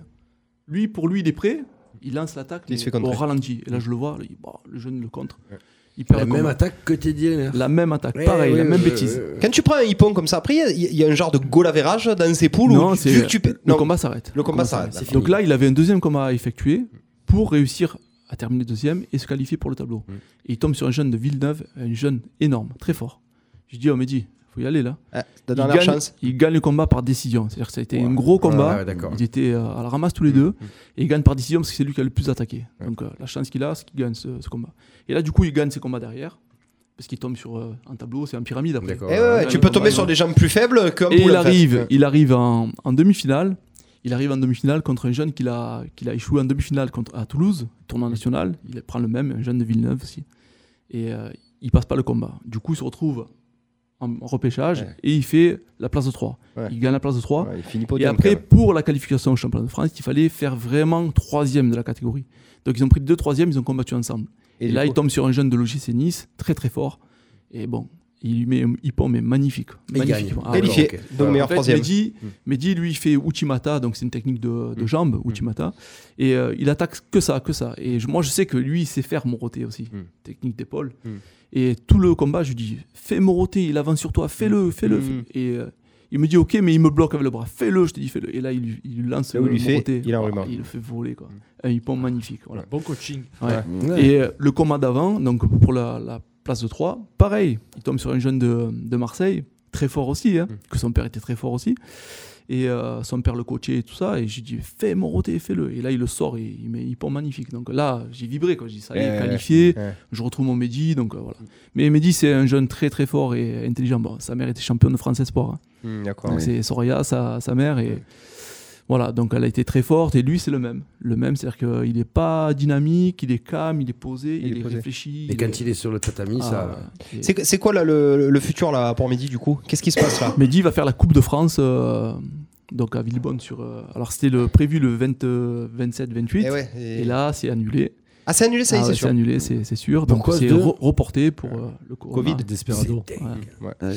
Speaker 7: lui, pour lui, il est prêt. Il lance l'attaque
Speaker 3: Il se fait
Speaker 7: mais au
Speaker 3: contrer.
Speaker 7: ralenti. Et là, je le vois, il- bon, le jeune le contre. Il perd
Speaker 4: La
Speaker 7: le
Speaker 4: même
Speaker 7: combat.
Speaker 4: attaque que Teddy Riner.
Speaker 7: La même attaque,
Speaker 4: Ouais,
Speaker 7: pareil,
Speaker 4: ouais,
Speaker 7: la
Speaker 4: ouais,
Speaker 7: même
Speaker 4: ouais,
Speaker 7: bêtise.
Speaker 4: ouais, ouais.
Speaker 3: Quand tu prends un hippon comme ça, après, il y, a- il y a un genre de goal average dans ces poules
Speaker 7: Non,
Speaker 3: où tu,
Speaker 7: c'est-
Speaker 3: vu que tu, pè-
Speaker 7: Le
Speaker 3: non,
Speaker 7: combat s'arrête.
Speaker 3: le combat s'arrête.
Speaker 4: c'est fini.
Speaker 7: Donc là, il avait un deuxième combat à effectuer pour réussir a terminé deuxième et se qualifie pour le tableau. Et il tombe sur un jeune de Villeneuve, un jeune énorme, très fort. Je dis, oh, mais dis, faut y aller là.
Speaker 3: Ah, la
Speaker 7: Il
Speaker 3: dernière
Speaker 7: gagne,
Speaker 3: chance.
Speaker 7: il gagne le combat par décision. C'est-à-dire que ça a été un gros combat.
Speaker 8: ouais, d'accord.
Speaker 7: Ils étaient euh, à la ramasse tous les deux. Et il gagne par décision parce que c'est lui qui a le plus attaqué. Donc euh, la chance qu'il a, c'est qu'il gagne ce, ce combat. Et là, du coup, il gagne ses combats derrière. Parce qu'il tombe sur euh, un tableau, c'est un pyramide après.
Speaker 8: D'accord.
Speaker 3: Eh ouais, ouais, tu peux tomber sur des jambes plus faibles qu'un
Speaker 7: Et
Speaker 3: poule,
Speaker 7: il
Speaker 3: en fait.
Speaker 7: arrive, il arrive en, en demi-finale. Il arrive en demi-finale contre un jeune qu'il a, qu'il a échoué en demi-finale contre, à Toulouse, tournoi national. Il prend le même, un jeune de Villeneuve aussi. Et euh, il passe pas le combat. Du coup, il se retrouve en repêchage
Speaker 3: Ouais.
Speaker 7: et il fait la place de 3.
Speaker 3: Ouais.
Speaker 7: Il gagne la place de 3.
Speaker 3: Ouais, il finit pas
Speaker 7: Et après, pour la qualification au championnat de France, il fallait faire vraiment troisième de la catégorie. Donc ils ont pris deux troisièmes, ils ont combattu ensemble. Et, là, il tombe sur un jeune de l'OGC Nice, très très fort. Et bon, il lui met un hippon, mais magnifique.
Speaker 4: il gagne.
Speaker 7: Magnifique. Ah,
Speaker 3: qualifié.
Speaker 8: d'accord, ok.
Speaker 3: Donc meilleur
Speaker 7: en fait,
Speaker 3: troisième. Mm.
Speaker 7: Mehdi, Mehdi, lui, il fait Uchimata, donc c'est une technique de, de jambe,
Speaker 3: Mm.
Speaker 7: Uchimata. Et euh, il attaque que ça, que ça. Et je- moi, je sais que lui, il sait faire Moroté aussi,
Speaker 3: Mm.
Speaker 7: technique d'épaule. Et tout le combat, je lui dis fais Moroté, il avance sur toi, fais-le, fais-le.
Speaker 3: Mm.
Speaker 7: fais- Et euh, il me dit ok, mais il me bloque avec le bras, fais-le, je te dis fais-le. Et là, il, lui- il lui lance
Speaker 3: Là où
Speaker 7: le
Speaker 3: il lui fait,
Speaker 7: Moroté.
Speaker 3: il a Mm. un
Speaker 7: Voilà,
Speaker 3: ruban.
Speaker 7: il le fait voler, quoi. Un hippon magnifique. Voilà.
Speaker 8: Bon coaching.
Speaker 7: Ouais. Et euh, le combat d'avant, donc pour la, la place de 3, pareil, il tombe sur un jeune de, de Marseille, très fort aussi, hein,
Speaker 3: Mm.
Speaker 7: que son père était très fort aussi. Et euh, son père le coachait et tout ça, et j'ai dit fais Moroté, fais-le. Et là, il le sort, et il met il pend magnifique. Donc là, j'ai vibré, quoi. j'ai dit ça y est,
Speaker 3: Ouais,
Speaker 7: qualifié,
Speaker 3: ouais.
Speaker 7: je retrouve mon Mehdi, donc euh, voilà. Mais Mehdi, c'est un jeune très très fort et intelligent. Bon, sa mère était championne de France Espoir. hein.
Speaker 3: Hmm, D'accord.
Speaker 7: Donc c'est Soraya, sa, sa mère, et voilà, donc elle a été très forte, et lui, c'est le même. Le même, c'est-à-dire qu'il n'est pas dynamique, il est calme, il est posé, il,
Speaker 3: est
Speaker 7: est
Speaker 3: posé.
Speaker 7: réfléchi.
Speaker 4: Et quand il est sur le tatami,
Speaker 7: Ah,
Speaker 4: ça.
Speaker 7: il est-
Speaker 3: C'est c'est quoi là, le, le futur là pour midi du coup Qu'est-ce qui se passe là
Speaker 7: Mehdi va faire la Coupe de France, euh, donc à Villebonne. Sur, euh, alors c'était le, prévu le 20, euh, 27, 28,
Speaker 3: Eh ouais,
Speaker 7: et là, c'est annulé.
Speaker 3: Ah, c'est annulé, ça y
Speaker 7: Ah
Speaker 3: est,
Speaker 7: ouais,
Speaker 3: c'est
Speaker 7: c'est
Speaker 3: sûr.
Speaker 7: annulé, c'est c'est sûr.
Speaker 4: Pourquoi
Speaker 7: donc c'est
Speaker 4: deux
Speaker 7: re- reporté pour euh, le corona.
Speaker 8: Covid. Desperado.
Speaker 4: C'est
Speaker 7: Ouais.
Speaker 4: dingue.
Speaker 3: Ah
Speaker 5: Ouais.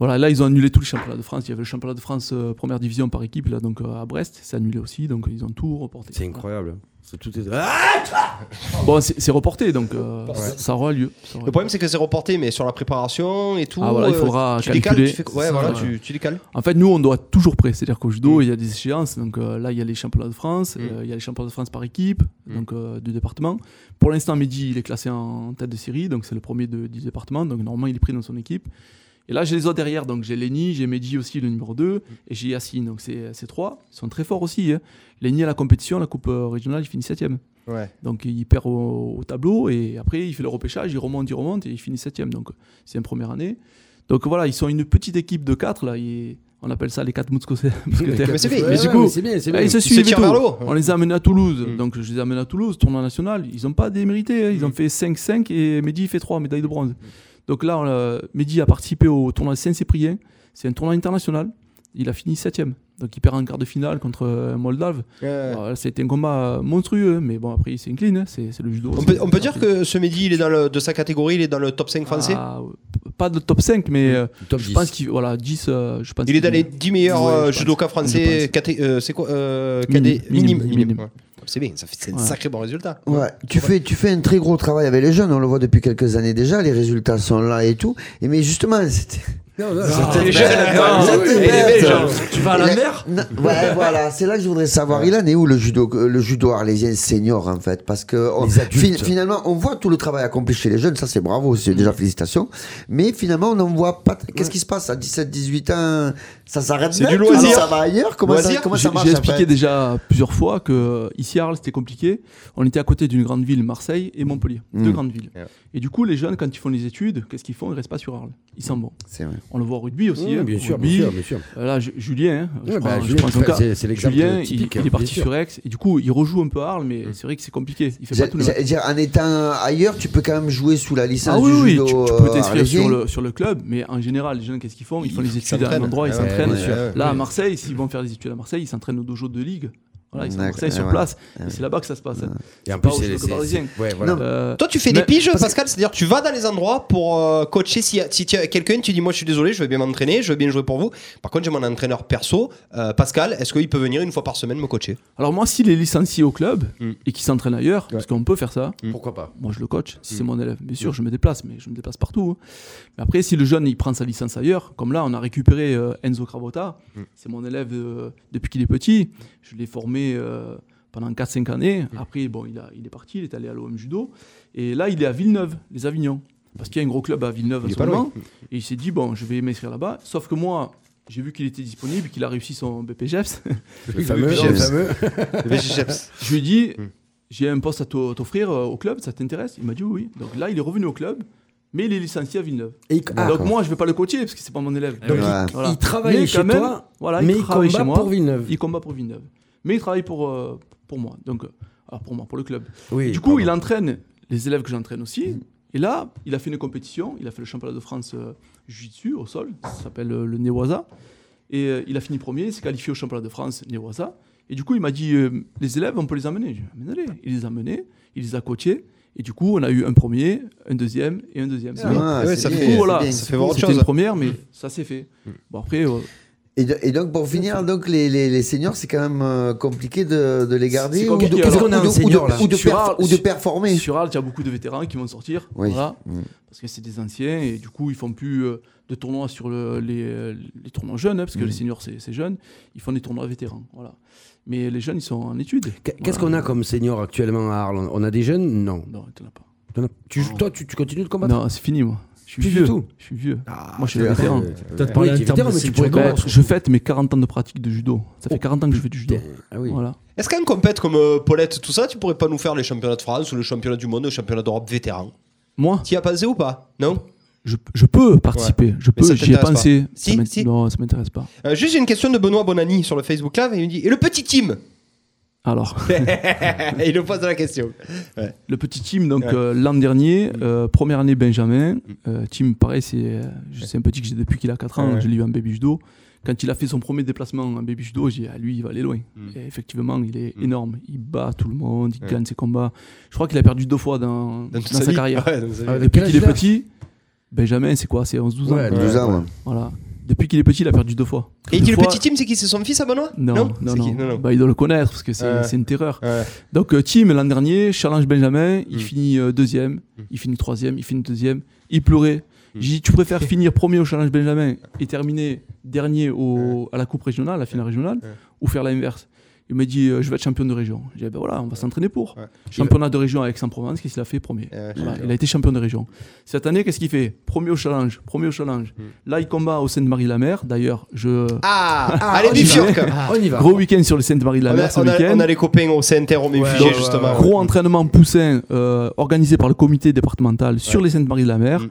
Speaker 7: Voilà, là, ils ont annulé tous les championnats de France. Il y avait le championnat de France euh, première division par équipe, là, donc euh, à Brest. C'est annulé aussi, donc ils ont tout reporté.
Speaker 4: C'est incroyable. C'est tout est. Ah,
Speaker 7: Bon, c'est c'est reporté, donc euh, ça ça aura lieu. Ça aura
Speaker 3: Le
Speaker 7: lieu.
Speaker 3: problème, c'est que c'est reporté, mais sur la préparation et tout.
Speaker 7: Ah, voilà, il
Speaker 3: euh,
Speaker 7: faudra
Speaker 3: tu décales,
Speaker 7: calculer.
Speaker 3: tu fais- Ouais,
Speaker 7: C'est
Speaker 3: voilà,
Speaker 7: ça.
Speaker 3: tu, tu décales.
Speaker 7: En fait, nous, on doit être toujours prêt. C'est-à-dire qu'au judo, il y a des échéances. Donc euh, là, il y a les championnats de France, euh, il y a les championnats de France par équipe, donc euh, du département. Pour l'instant, Mehdi, il est classé en tête de série, donc c'est le premier de- du département. Donc normalement, il est pris dans son équipe. Et là, j'ai les autres derrière. Donc j'ai Lenny, j'ai Mehdi aussi, le numéro 2, et j'ai Yassine. Donc c'est- ces trois ils sont très forts aussi. hein. Lenny à la compétition, la Coupe euh, régionale, il finit 7
Speaker 3: Ouais.
Speaker 7: donc il perd au, au tableau et après il fait le repêchage, il remonte, il remonte et il finit septième. Donc c'est une première année. Donc voilà, ils sont une petite équipe de quatre là. et on appelle ça les quatre mousquetaires. mousquetaires.
Speaker 3: Mais c'est bien,
Speaker 7: Ouais,
Speaker 3: mais
Speaker 7: du
Speaker 4: ouais,
Speaker 7: coup,
Speaker 4: mais ah, c'est bien, c'est bien.
Speaker 7: ils se
Speaker 3: Ils se
Speaker 7: suivent et
Speaker 3: tirent
Speaker 7: tout.
Speaker 3: vers le haut.
Speaker 7: On les a amenés à Toulouse.
Speaker 3: Mm.
Speaker 7: Donc je les amène à Toulouse, tournoi national. Ils n'ont pas démérité. hein. Ils ont fait 5-5 et Mehdi fait 3 médailles de bronze. Donc là, on l'a- Mehdi a participé au tournoi Saint-Cyprien. C'est un tournoi international. Il a fini septième. Donc il perd en quart de finale contre euh, Moldave.
Speaker 3: Ouais.
Speaker 7: Voilà, c'était un combat monstrueux, mais bon, après, il s'incline, hein, c'est c'est le judo.
Speaker 3: On
Speaker 7: c'est-
Speaker 3: peut, on peut
Speaker 7: c'est
Speaker 3: dire
Speaker 7: parti.
Speaker 3: que ce midi, il est dans le, de sa catégorie, il est dans le top 5 français
Speaker 7: Ah, p- pas de top 5, mais euh,
Speaker 4: Top
Speaker 7: je
Speaker 4: 10.
Speaker 7: pense qu'il. Voilà, 10, euh, je pense
Speaker 3: Il est dans
Speaker 7: qu'il-
Speaker 3: les 10 meilleurs
Speaker 7: Ouais,
Speaker 3: euh,
Speaker 7: je pense.
Speaker 3: judokas
Speaker 7: Je
Speaker 3: français.
Speaker 7: pense.
Speaker 3: caté- euh, c'est quoi euh,
Speaker 7: Minime,
Speaker 3: cadet- Minime.
Speaker 7: minime,
Speaker 3: minime,
Speaker 7: minime.
Speaker 3: ouais. C'est bien, ça fait c'est un
Speaker 7: Ouais.
Speaker 3: sacré bon résultat.
Speaker 5: Ouais, tu fais, tu fais un très gros travail avec les jeunes, on le voit depuis quelques années déjà, les résultats sont là et tout. Et mais justement, c'était.
Speaker 4: Non, non,
Speaker 5: c'était-
Speaker 3: non,
Speaker 5: c'était-
Speaker 3: oui, il est belge, hein.
Speaker 8: Tu vas à
Speaker 5: La- Non, ouais, *laughs* voilà, c'est là que je voudrais savoir. Il en est où le judo, le judo arlésien senior en fait Parce que on-
Speaker 4: Les adultes.
Speaker 5: fi- finalement, on voit tout le travail accompli chez les jeunes, ça c'est bravo, c'est déjà félicitations. Mais finalement, on n'en voit pas. t- Qu'est-ce qui se passe à 17, 18 ans Ça s'arrête
Speaker 3: C'est
Speaker 5: net,
Speaker 3: du loisir.
Speaker 5: Ça va ailleurs Comment, ça,
Speaker 3: Loisir.
Speaker 5: comment ça
Speaker 7: J'ai
Speaker 5: marche
Speaker 7: j'ai
Speaker 5: en
Speaker 7: expliqué
Speaker 5: fait
Speaker 7: déjà plusieurs fois que euh, ici à Arles c'était compliqué. On était à côté d'une grande ville, Marseille et Montpellier, deux
Speaker 3: Hmm.
Speaker 5: Mm.
Speaker 7: grandes villes.
Speaker 3: Ouais.
Speaker 7: Et du coup, les jeunes, quand ils font les études, qu'est-ce qu'ils font Ils restent pas sur Arles. Ils s'en vont.
Speaker 5: C'est vrai.
Speaker 7: On le voit au rugby aussi. hein,
Speaker 4: Oui, bien
Speaker 7: au
Speaker 4: sûr,
Speaker 7: rugby.
Speaker 4: bien sûr, bien sûr.
Speaker 7: Euh, Là, Ju- Julien, hein, je
Speaker 4: Ouais,
Speaker 7: prends-
Speaker 4: bah,
Speaker 7: je
Speaker 4: Julien,
Speaker 7: prends son
Speaker 4: c'est-
Speaker 7: cas.
Speaker 4: c'est- c'est l'exemple
Speaker 7: Julien, il-
Speaker 4: typique,
Speaker 7: il,
Speaker 4: hein,
Speaker 7: est parti
Speaker 4: bien sûr. Hmm.
Speaker 7: sur Aix et du coup, il rejoue un peu à Arles, mais c'est vrai que c'est compliqué. Il fait pas
Speaker 5: J'ai-
Speaker 7: tout le match.
Speaker 5: j'ai- dire, en étant ailleurs, tu peux quand même jouer sous la licence
Speaker 7: Ah oui,
Speaker 5: du
Speaker 7: oui,
Speaker 5: judo.
Speaker 7: tu, tu peux
Speaker 5: euh,
Speaker 7: t'inscrire
Speaker 5: arlésien.
Speaker 7: sur le, sur le club, mais en général, les jeunes, qu'est-ce qu'ils font Ils font les études à un
Speaker 3: s'entraînent.
Speaker 7: endroit, ils
Speaker 3: Ouais, ouais,
Speaker 7: s'entraînent.
Speaker 3: ouais,
Speaker 7: Là,
Speaker 3: ouais.
Speaker 7: à Marseille, s'ils vont faire des études à Marseille, ils s'entraînent au dojo de Ligue. Voilà, ils sont à
Speaker 5: D'accord,
Speaker 7: Marseille sur
Speaker 5: ouais.
Speaker 7: place.
Speaker 5: Ouais.
Speaker 7: Et c'est là-bas que ça se passe.
Speaker 4: Et en
Speaker 7: pas
Speaker 4: plus,
Speaker 7: au
Speaker 4: c'est.
Speaker 7: chocolat parisien.
Speaker 4: c'est- Ouais, voilà.
Speaker 5: Non,
Speaker 7: Euh,
Speaker 3: Toi, tu fais
Speaker 7: mais-
Speaker 3: des piges,
Speaker 7: parce que-
Speaker 3: Pascal, c'est-à-dire tu vas dans les endroits pour euh, coacher si, si tu as quelqu'un, tu dis moi je suis désolé, je veux bien m'entraîner, je veux bien jouer pour vous. Par contre, j'ai mon entraîneur perso, euh, Pascal, est-ce qu'il peut venir une fois par semaine me coacher
Speaker 7: Alors, moi, s'il est licencié au club
Speaker 3: Mm.
Speaker 7: et qu'il s'entraîne ailleurs, parce qu'on peut faire ça,
Speaker 8: Pourquoi pas
Speaker 7: moi je le coach, si
Speaker 3: Mm.
Speaker 7: c'est mon élève, bien sûr, je me déplace, mais je me déplace partout. hein. Mais après, si le jeune il prend sa licence ailleurs, comme là, on a récupéré
Speaker 3: Mm.
Speaker 7: euh, Enzo Cravotta, c'est mon élève euh, depuis qu'il est petit, je l'ai formé. euh, pendant 4-5 années.
Speaker 3: Mm.
Speaker 7: Après, bon, il, a- il est parti, il est allé à l'OM Judo. Et là, il est à Villeneuve, les Avignons. Parce qu'il y a un gros club à Villeneuve
Speaker 3: Il
Speaker 7: en
Speaker 3: est
Speaker 7: ce
Speaker 3: pas loin.
Speaker 7: moment. Et il s'est dit, bon, je vais m'inscrire là-bas. Sauf que moi, j'ai vu qu'il était disponible, qu'il a réussi son BPGEPS.
Speaker 4: Le
Speaker 3: fameux
Speaker 4: le
Speaker 3: chef.
Speaker 4: fameux.
Speaker 3: *laughs* VGGeps.
Speaker 7: Je lui ai dit, j'ai un poste à t'o- t'offrir euh, au club, ça t'intéresse Il m'a dit oui. oui. Donc là, il est revenu au club, mais il est licencié à Villeneuve.
Speaker 4: Et il- ah,
Speaker 7: Donc moi, je vais pas le coacher parce que c'est pas mon élève.
Speaker 6: Eh
Speaker 4: donc
Speaker 6: oui.
Speaker 5: Ouais.
Speaker 4: il, il travaille
Speaker 7: Mais
Speaker 4: chez
Speaker 7: quand même,
Speaker 4: toi,
Speaker 7: voilà,
Speaker 4: mais
Speaker 7: il
Speaker 4: ah, il
Speaker 7: travaille
Speaker 4: combat
Speaker 7: chez moi.
Speaker 4: pour Villeneuve.
Speaker 7: Il combat pour Villeneuve. Mais il travaille pour, euh, pour moi. Donc, euh, alors pour moi, pour le club.
Speaker 4: Oui,
Speaker 7: du coup,
Speaker 4: pardon.
Speaker 7: il entraîne les élèves que j'entraîne aussi. Et là, il a fait une compétition. Il a fait le championnat de France euh, Jiu-Jitsu au sol. Ça s'appelle euh, le Newaza. Et euh, il a fini premier. Il s'est qualifié au championnat de France Newaza. Et du coup, il m'a dit euh, les élèves, on peut les emmener. Je lui ai dit, Amenez-les. Il les a emmenés. Il les a coachés. Et du coup, on a eu un premier, un deuxième et un deuxième.
Speaker 5: Ah,
Speaker 3: Ouais,
Speaker 5: c'est
Speaker 3: ça
Speaker 5: bien,
Speaker 3: fait-
Speaker 7: Du coup,
Speaker 5: c'est
Speaker 7: voilà,
Speaker 5: bien.
Speaker 3: ça fait voir autre
Speaker 7: c'était
Speaker 3: chose. Mm.
Speaker 7: une première, mais ça s'est fait. Bon, après, euh,
Speaker 5: Et, do- et donc pour finir, donc les, les, les seniors, c'est quand même euh, compliqué de, de les garder
Speaker 7: C'est
Speaker 5: ou de,
Speaker 7: compliqué,
Speaker 5: ou de-
Speaker 7: alors.
Speaker 5: ou de-
Speaker 4: Est-ce qu'on a un
Speaker 5: ou de-
Speaker 4: senior, là
Speaker 5: ou de
Speaker 7: Sur
Speaker 5: perf-
Speaker 7: Arles-
Speaker 5: ou de
Speaker 7: sur-
Speaker 5: performer.
Speaker 7: Sur Alt, il y a beaucoup de vétérans qui vont sortir.
Speaker 5: Oui.
Speaker 7: Voilà.
Speaker 5: Mm.
Speaker 7: Parce que c'est des anciens et du coup, ils font plus euh, de tournois sur le- les, les tournois jeunes, hein, parce que les seniors, c'est c'est jeune. Ils font des tournois vétérans. Voilà. Mais les jeunes, ils sont en études.
Speaker 4: Qu'est- Qu'est-ce qu'on a comme senior actuellement à Arles On a des jeunes Non.
Speaker 7: Non, t'en as pas.
Speaker 4: T'en as- Tu, toi, tu, tu continues de combattre
Speaker 7: Non, c'est fini, moi. Je suis
Speaker 4: Plus du
Speaker 7: vieux.
Speaker 4: tout.
Speaker 7: Je suis vieux.
Speaker 4: Ah,
Speaker 7: moi, je suis le vétéran.
Speaker 6: Peut-être parler
Speaker 4: Oui,
Speaker 6: en
Speaker 4: tu
Speaker 6: termes
Speaker 4: veux dire,
Speaker 6: de
Speaker 4: mais tu
Speaker 6: ceinture
Speaker 4: pourrais
Speaker 6: noire.
Speaker 4: commencer.
Speaker 7: je fête mes 40 ans de pratique de judo. Ça fait
Speaker 4: Oh,
Speaker 7: 40 ans que je fais du judo.
Speaker 4: Ah oui.
Speaker 7: Voilà.
Speaker 3: Est-ce qu'un compète comme euh, Paulette, tout ça, tu pourrais pas nous faire les championnats de France ou les championnats du monde, les championnats d'Europe vétérans
Speaker 7: Moi,
Speaker 3: T'y as pensé ou pas Non
Speaker 7: je, je peux participer. Je
Speaker 3: Mais ça
Speaker 7: peux. J'y ai
Speaker 3: t'intéresse pas.
Speaker 7: pensé.
Speaker 3: Si,
Speaker 7: Ça m'int-
Speaker 3: si.
Speaker 7: Non, ça m'intéresse pas.
Speaker 3: Euh, Juste j'ai une question de Benoît Bonani sur le Facebook Live et il me dit Et le petit team *laughs*
Speaker 7: Alors.
Speaker 3: Et il nous pose la question.
Speaker 7: Le petit team, donc
Speaker 3: Ouais. Mm.
Speaker 7: euh, l'an dernier, euh, première année Benjamin. Euh, team, pareil, c'est euh, je- c'est un petit que j'ai depuis qu'il a 4 ans.
Speaker 3: Ouais.
Speaker 7: Je l'ai eu en baby judo. Quand il a fait son premier déplacement en baby judo, j'ai dit ah, lui, il va aller loin.
Speaker 3: Mm.
Speaker 7: Et effectivement, il est énorme. Il bat tout le monde, il gagne ses combats. Je crois qu'il a perdu deux fois dans,
Speaker 3: Dans
Speaker 7: dans
Speaker 3: toute
Speaker 7: sa
Speaker 3: vie.
Speaker 7: carrière.
Speaker 3: Ouais, dans sa vie.
Speaker 4: Ah,
Speaker 7: Depuis
Speaker 4: Quel
Speaker 7: qu'il est
Speaker 4: âge il a
Speaker 7: petit, Benjamin, c'est quoi C'est 11-12 ans.
Speaker 4: Ouais,
Speaker 5: Ouais, 12 ans, ouais.
Speaker 7: Voilà. Depuis qu'il est petit, il a perdu deux fois.
Speaker 3: Et il
Speaker 7: Deux
Speaker 3: dit Le
Speaker 7: fois-
Speaker 3: petit team, c'est qui C'est son fils à Benoît
Speaker 7: non, non, non.
Speaker 3: C'est qui non, non.
Speaker 7: Bah, il doit le connaître parce que c'est
Speaker 3: Ouais.
Speaker 7: c'est une terreur.
Speaker 3: Ouais.
Speaker 7: Donc euh, Tim l'an dernier, challenge Benjamin, il
Speaker 3: Mm.
Speaker 7: finit euh, deuxième, il finit troisième, il finit deuxième, il pleurait.
Speaker 3: Mm.
Speaker 7: J'ai dit tu préfères finir premier au challenge Benjamin et terminer dernier au, à la coupe régionale, à la finale régionale, ou faire l'inverse. Il m'a dit euh, je vais être champion de région. J'ai dit ben voilà on va s'entraîner pour.
Speaker 3: Ouais.
Speaker 7: Championnat de région à Aix-en-Provence, qu'est-ce qu'il a fait premier
Speaker 3: Ouais,
Speaker 7: Voilà,
Speaker 3: d'accord.
Speaker 7: Il a été champion de région. Cette année qu'est-ce qu'il fait Premier au challenge, premier au challenge.
Speaker 3: Mm.
Speaker 7: Là il combat au Sainte-Marie-la-Mer. D'ailleurs je
Speaker 3: Ah,
Speaker 4: Ah,
Speaker 3: Allez,
Speaker 4: on y
Speaker 3: bifurque
Speaker 4: va. On y va.
Speaker 7: gros week-end sur le
Speaker 3: Ah,
Speaker 7: Sainte-Marie-la-Mer
Speaker 3: on a,
Speaker 7: ce
Speaker 3: on a-
Speaker 7: week-end.
Speaker 3: on a les copains au CNTR, on
Speaker 4: Ouais,
Speaker 3: est
Speaker 4: ouais,
Speaker 3: figé
Speaker 4: ouais,
Speaker 3: justement.
Speaker 7: Gros entraînement poussin euh, organisé par le comité départemental sur les Saintes-Maries-de-la-Mer.
Speaker 3: Mm.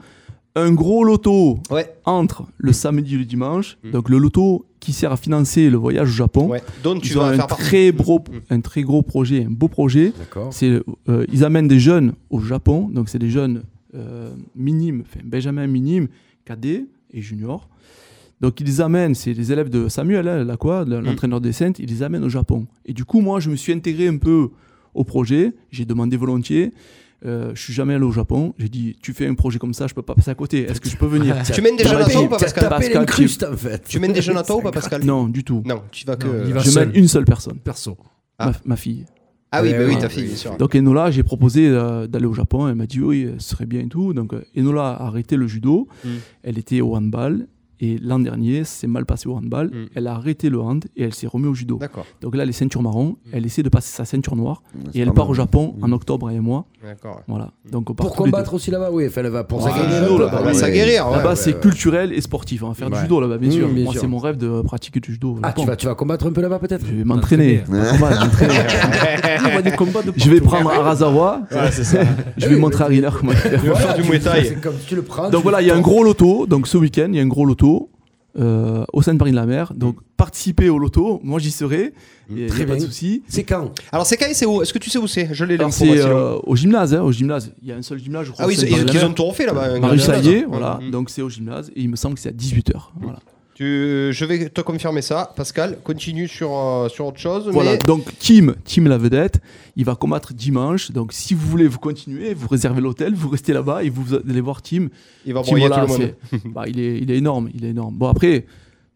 Speaker 7: Un gros loto
Speaker 3: Ouais,
Speaker 7: entre le samedi et le dimanche. Donc le loto qui sert à financer le voyage au Japon.
Speaker 3: Mm. ouais. Donc tu
Speaker 7: Ils ont
Speaker 3: vas
Speaker 7: un
Speaker 3: faire partie. Mm.
Speaker 7: très, gros, un très gros projet, un beau projet.
Speaker 4: D'accord.
Speaker 7: C'est, euh, ils amènent des jeunes au Japon, donc c'est des jeunes euh, minimes, enfin Benjamin minime, cadet et junior. Donc ils les amènent, c'est les élèves de Samuel, hein, Lacroix,
Speaker 6: Mm.
Speaker 7: le- l'entraîneur des Saintes, ils les amènent au Japon. Et du coup, moi, je me suis intégré un peu au projet, j'ai demandé volontiers. Euh, je suis jamais allé au Japon. J'ai dit, tu fais un projet comme ça, je peux pas passer à côté. Est-ce que je
Speaker 6: *laughs*
Speaker 7: peux venir
Speaker 3: Tu mènes des jeunes à toi ou pas,
Speaker 4: T'as
Speaker 3: Pascal
Speaker 4: tapé
Speaker 7: Pascal,
Speaker 4: l'incruste en fait.
Speaker 3: Tu mènes des jeunes à toi ou pas, Pascal
Speaker 7: Non, du tout.
Speaker 3: Non, tu vas que.
Speaker 6: Non, il va
Speaker 7: je
Speaker 6: seul.
Speaker 7: mène une seule personne,
Speaker 6: Perso.
Speaker 7: ma- ma fille.
Speaker 3: Ah oui, bah
Speaker 4: Ouais,
Speaker 3: oui,
Speaker 4: ouais,
Speaker 3: ta fille, bien sûr.
Speaker 7: Donc Enola, j'ai proposé euh, d'aller au Japon. Elle m'a dit oui, euh, ce serait bien et tout. Donc euh, Enola a arrêté le judo.
Speaker 3: Mm.
Speaker 7: Elle était au handball. Et l'an dernier, c'est mal passé au handball.
Speaker 3: Mm.
Speaker 7: Elle a arrêté le hand et elle s'est remise au judo.
Speaker 3: D'accord,
Speaker 7: Donc là, les ceintures marron,
Speaker 4: Mm.
Speaker 7: elle essaie de passer sa ceinture noire.
Speaker 5: c'est
Speaker 7: Et elle
Speaker 5: pas
Speaker 7: part
Speaker 5: mal. Mm.
Speaker 7: au Japon en octobre et moi.
Speaker 3: d'accord.
Speaker 7: Voilà. Donc on part
Speaker 4: Mm. Pour
Speaker 7: tous les deux.
Speaker 4: combattre aussi là-bas, oui. Enfin, là-bas, pour
Speaker 3: Ouais,
Speaker 4: s'aguerrir
Speaker 3: judo,
Speaker 4: là-bas.
Speaker 3: Ah, là-bas,
Speaker 4: Ouais.
Speaker 3: s'aguerrir, ouais.
Speaker 7: Là-bas, c'est culturel et sportif. On va faire
Speaker 4: Ouais.
Speaker 7: du judo là-bas, bien
Speaker 4: Mm,
Speaker 7: sûr.
Speaker 4: bien
Speaker 7: Moi,
Speaker 4: sûr.
Speaker 7: c'est mon rêve de pratiquer du judo. au
Speaker 4: Ah, tu
Speaker 7: Japon.
Speaker 4: vas, tu vas combattre un peu là-bas peut-être
Speaker 7: Je vais m'entraîner.
Speaker 4: *laughs*
Speaker 7: Pas mal, m'entraîner. Je vais prendre Arazawa. Je vais montrer à Rina comment faire.
Speaker 3: Tu vas faire du Muay Thai.
Speaker 4: C'est comme si tu le prends. tu
Speaker 7: Donc voilà, il y a un gros loto. Donc ce week-end, il y a un gros loto euh, au sein de Paris-de-la-Mer.
Speaker 3: Mm.
Speaker 7: Donc participez au loto. Moi, j'y serai. Il n'y a,
Speaker 4: Très
Speaker 7: pas de
Speaker 4: bien.
Speaker 7: souci.
Speaker 4: C'est quand
Speaker 3: Alors, c'est quand et c'est où Est-ce que tu sais où c'est Je l'ai
Speaker 7: Alors,
Speaker 3: l'info.
Speaker 7: C'est
Speaker 3: moi, sinon.
Speaker 7: euh, au gymnase. hein, au gymnase. Il y a un seul gymnase, je crois.
Speaker 3: Ah oui,
Speaker 7: au
Speaker 3: ils,
Speaker 7: sein de
Speaker 3: ils- ils
Speaker 7: Paris-de-la-Mer.
Speaker 3: ont tout refait là-bas.
Speaker 7: Marie
Speaker 3: Grenade.
Speaker 7: Chaillet, voilà.
Speaker 3: Mhm.
Speaker 7: Donc c'est au gymnase. Et il me semble que c'est à 18h. Voilà.
Speaker 3: Mm. Tu- je vais te confirmer ça, Pascal. Continue sur, euh, sur autre chose.
Speaker 7: Voilà,
Speaker 3: mais-
Speaker 7: donc Kim, Kim la vedette, il va combattre dimanche. Donc si vous voulez, vous continuez, vous réservez l'hôtel, vous restez là-bas et vous allez voir Tim.
Speaker 3: Il va
Speaker 7: Tim,
Speaker 3: broyer
Speaker 7: voilà,
Speaker 3: tout le monde.
Speaker 7: c'est- *laughs* bah, il, est, il est énorme, il est énorme. Bon après,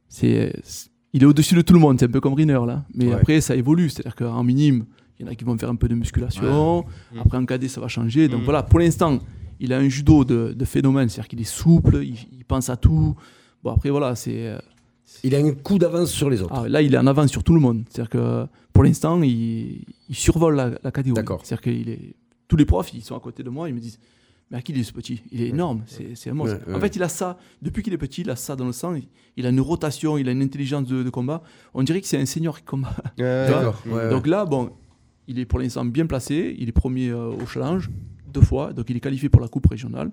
Speaker 7: c'est, c'est- il est au-dessus de tout le monde, c'est un peu comme Riner là. Mais
Speaker 4: Ouais.
Speaker 7: après, ça évolue, c'est-à-dire qu'en minime, il y en a qui vont faire un peu de musculation. Après en cadet, ça va changer. Donc
Speaker 3: Mm.
Speaker 7: voilà, pour l'instant, il a un judo de, de phénomène, c'est-à-dire qu'il est souple, il, il pense à tout. Bon après voilà, c'est... euh,
Speaker 4: Il a un coup d'avance sur les autres.
Speaker 7: Ah, là, il est en avance sur tout le monde. C'est-à-dire que pour l'instant, il, il survole la, la catégorie.
Speaker 4: D'accord.
Speaker 7: C'est-à-dire que est... tous les profs, ils sont à côté de moi, ils me disent Mais à qui il est ce petit Il est énorme, c'est- c'est un monstre.
Speaker 4: Ouais, ouais.
Speaker 7: En fait, il a ça, depuis qu'il est petit, il a ça dans le sang, il, il a une rotation, il a une intelligence de, de combat. On dirait que c'est un senior qui combat.
Speaker 3: Ouais.
Speaker 7: Tu vois
Speaker 4: D'accord. ouais,
Speaker 7: Mm. Donc là, bon, il est pour l'instant bien placé, il est premier euh, au challenge, deux fois, donc il est qualifié pour la Coupe régionale,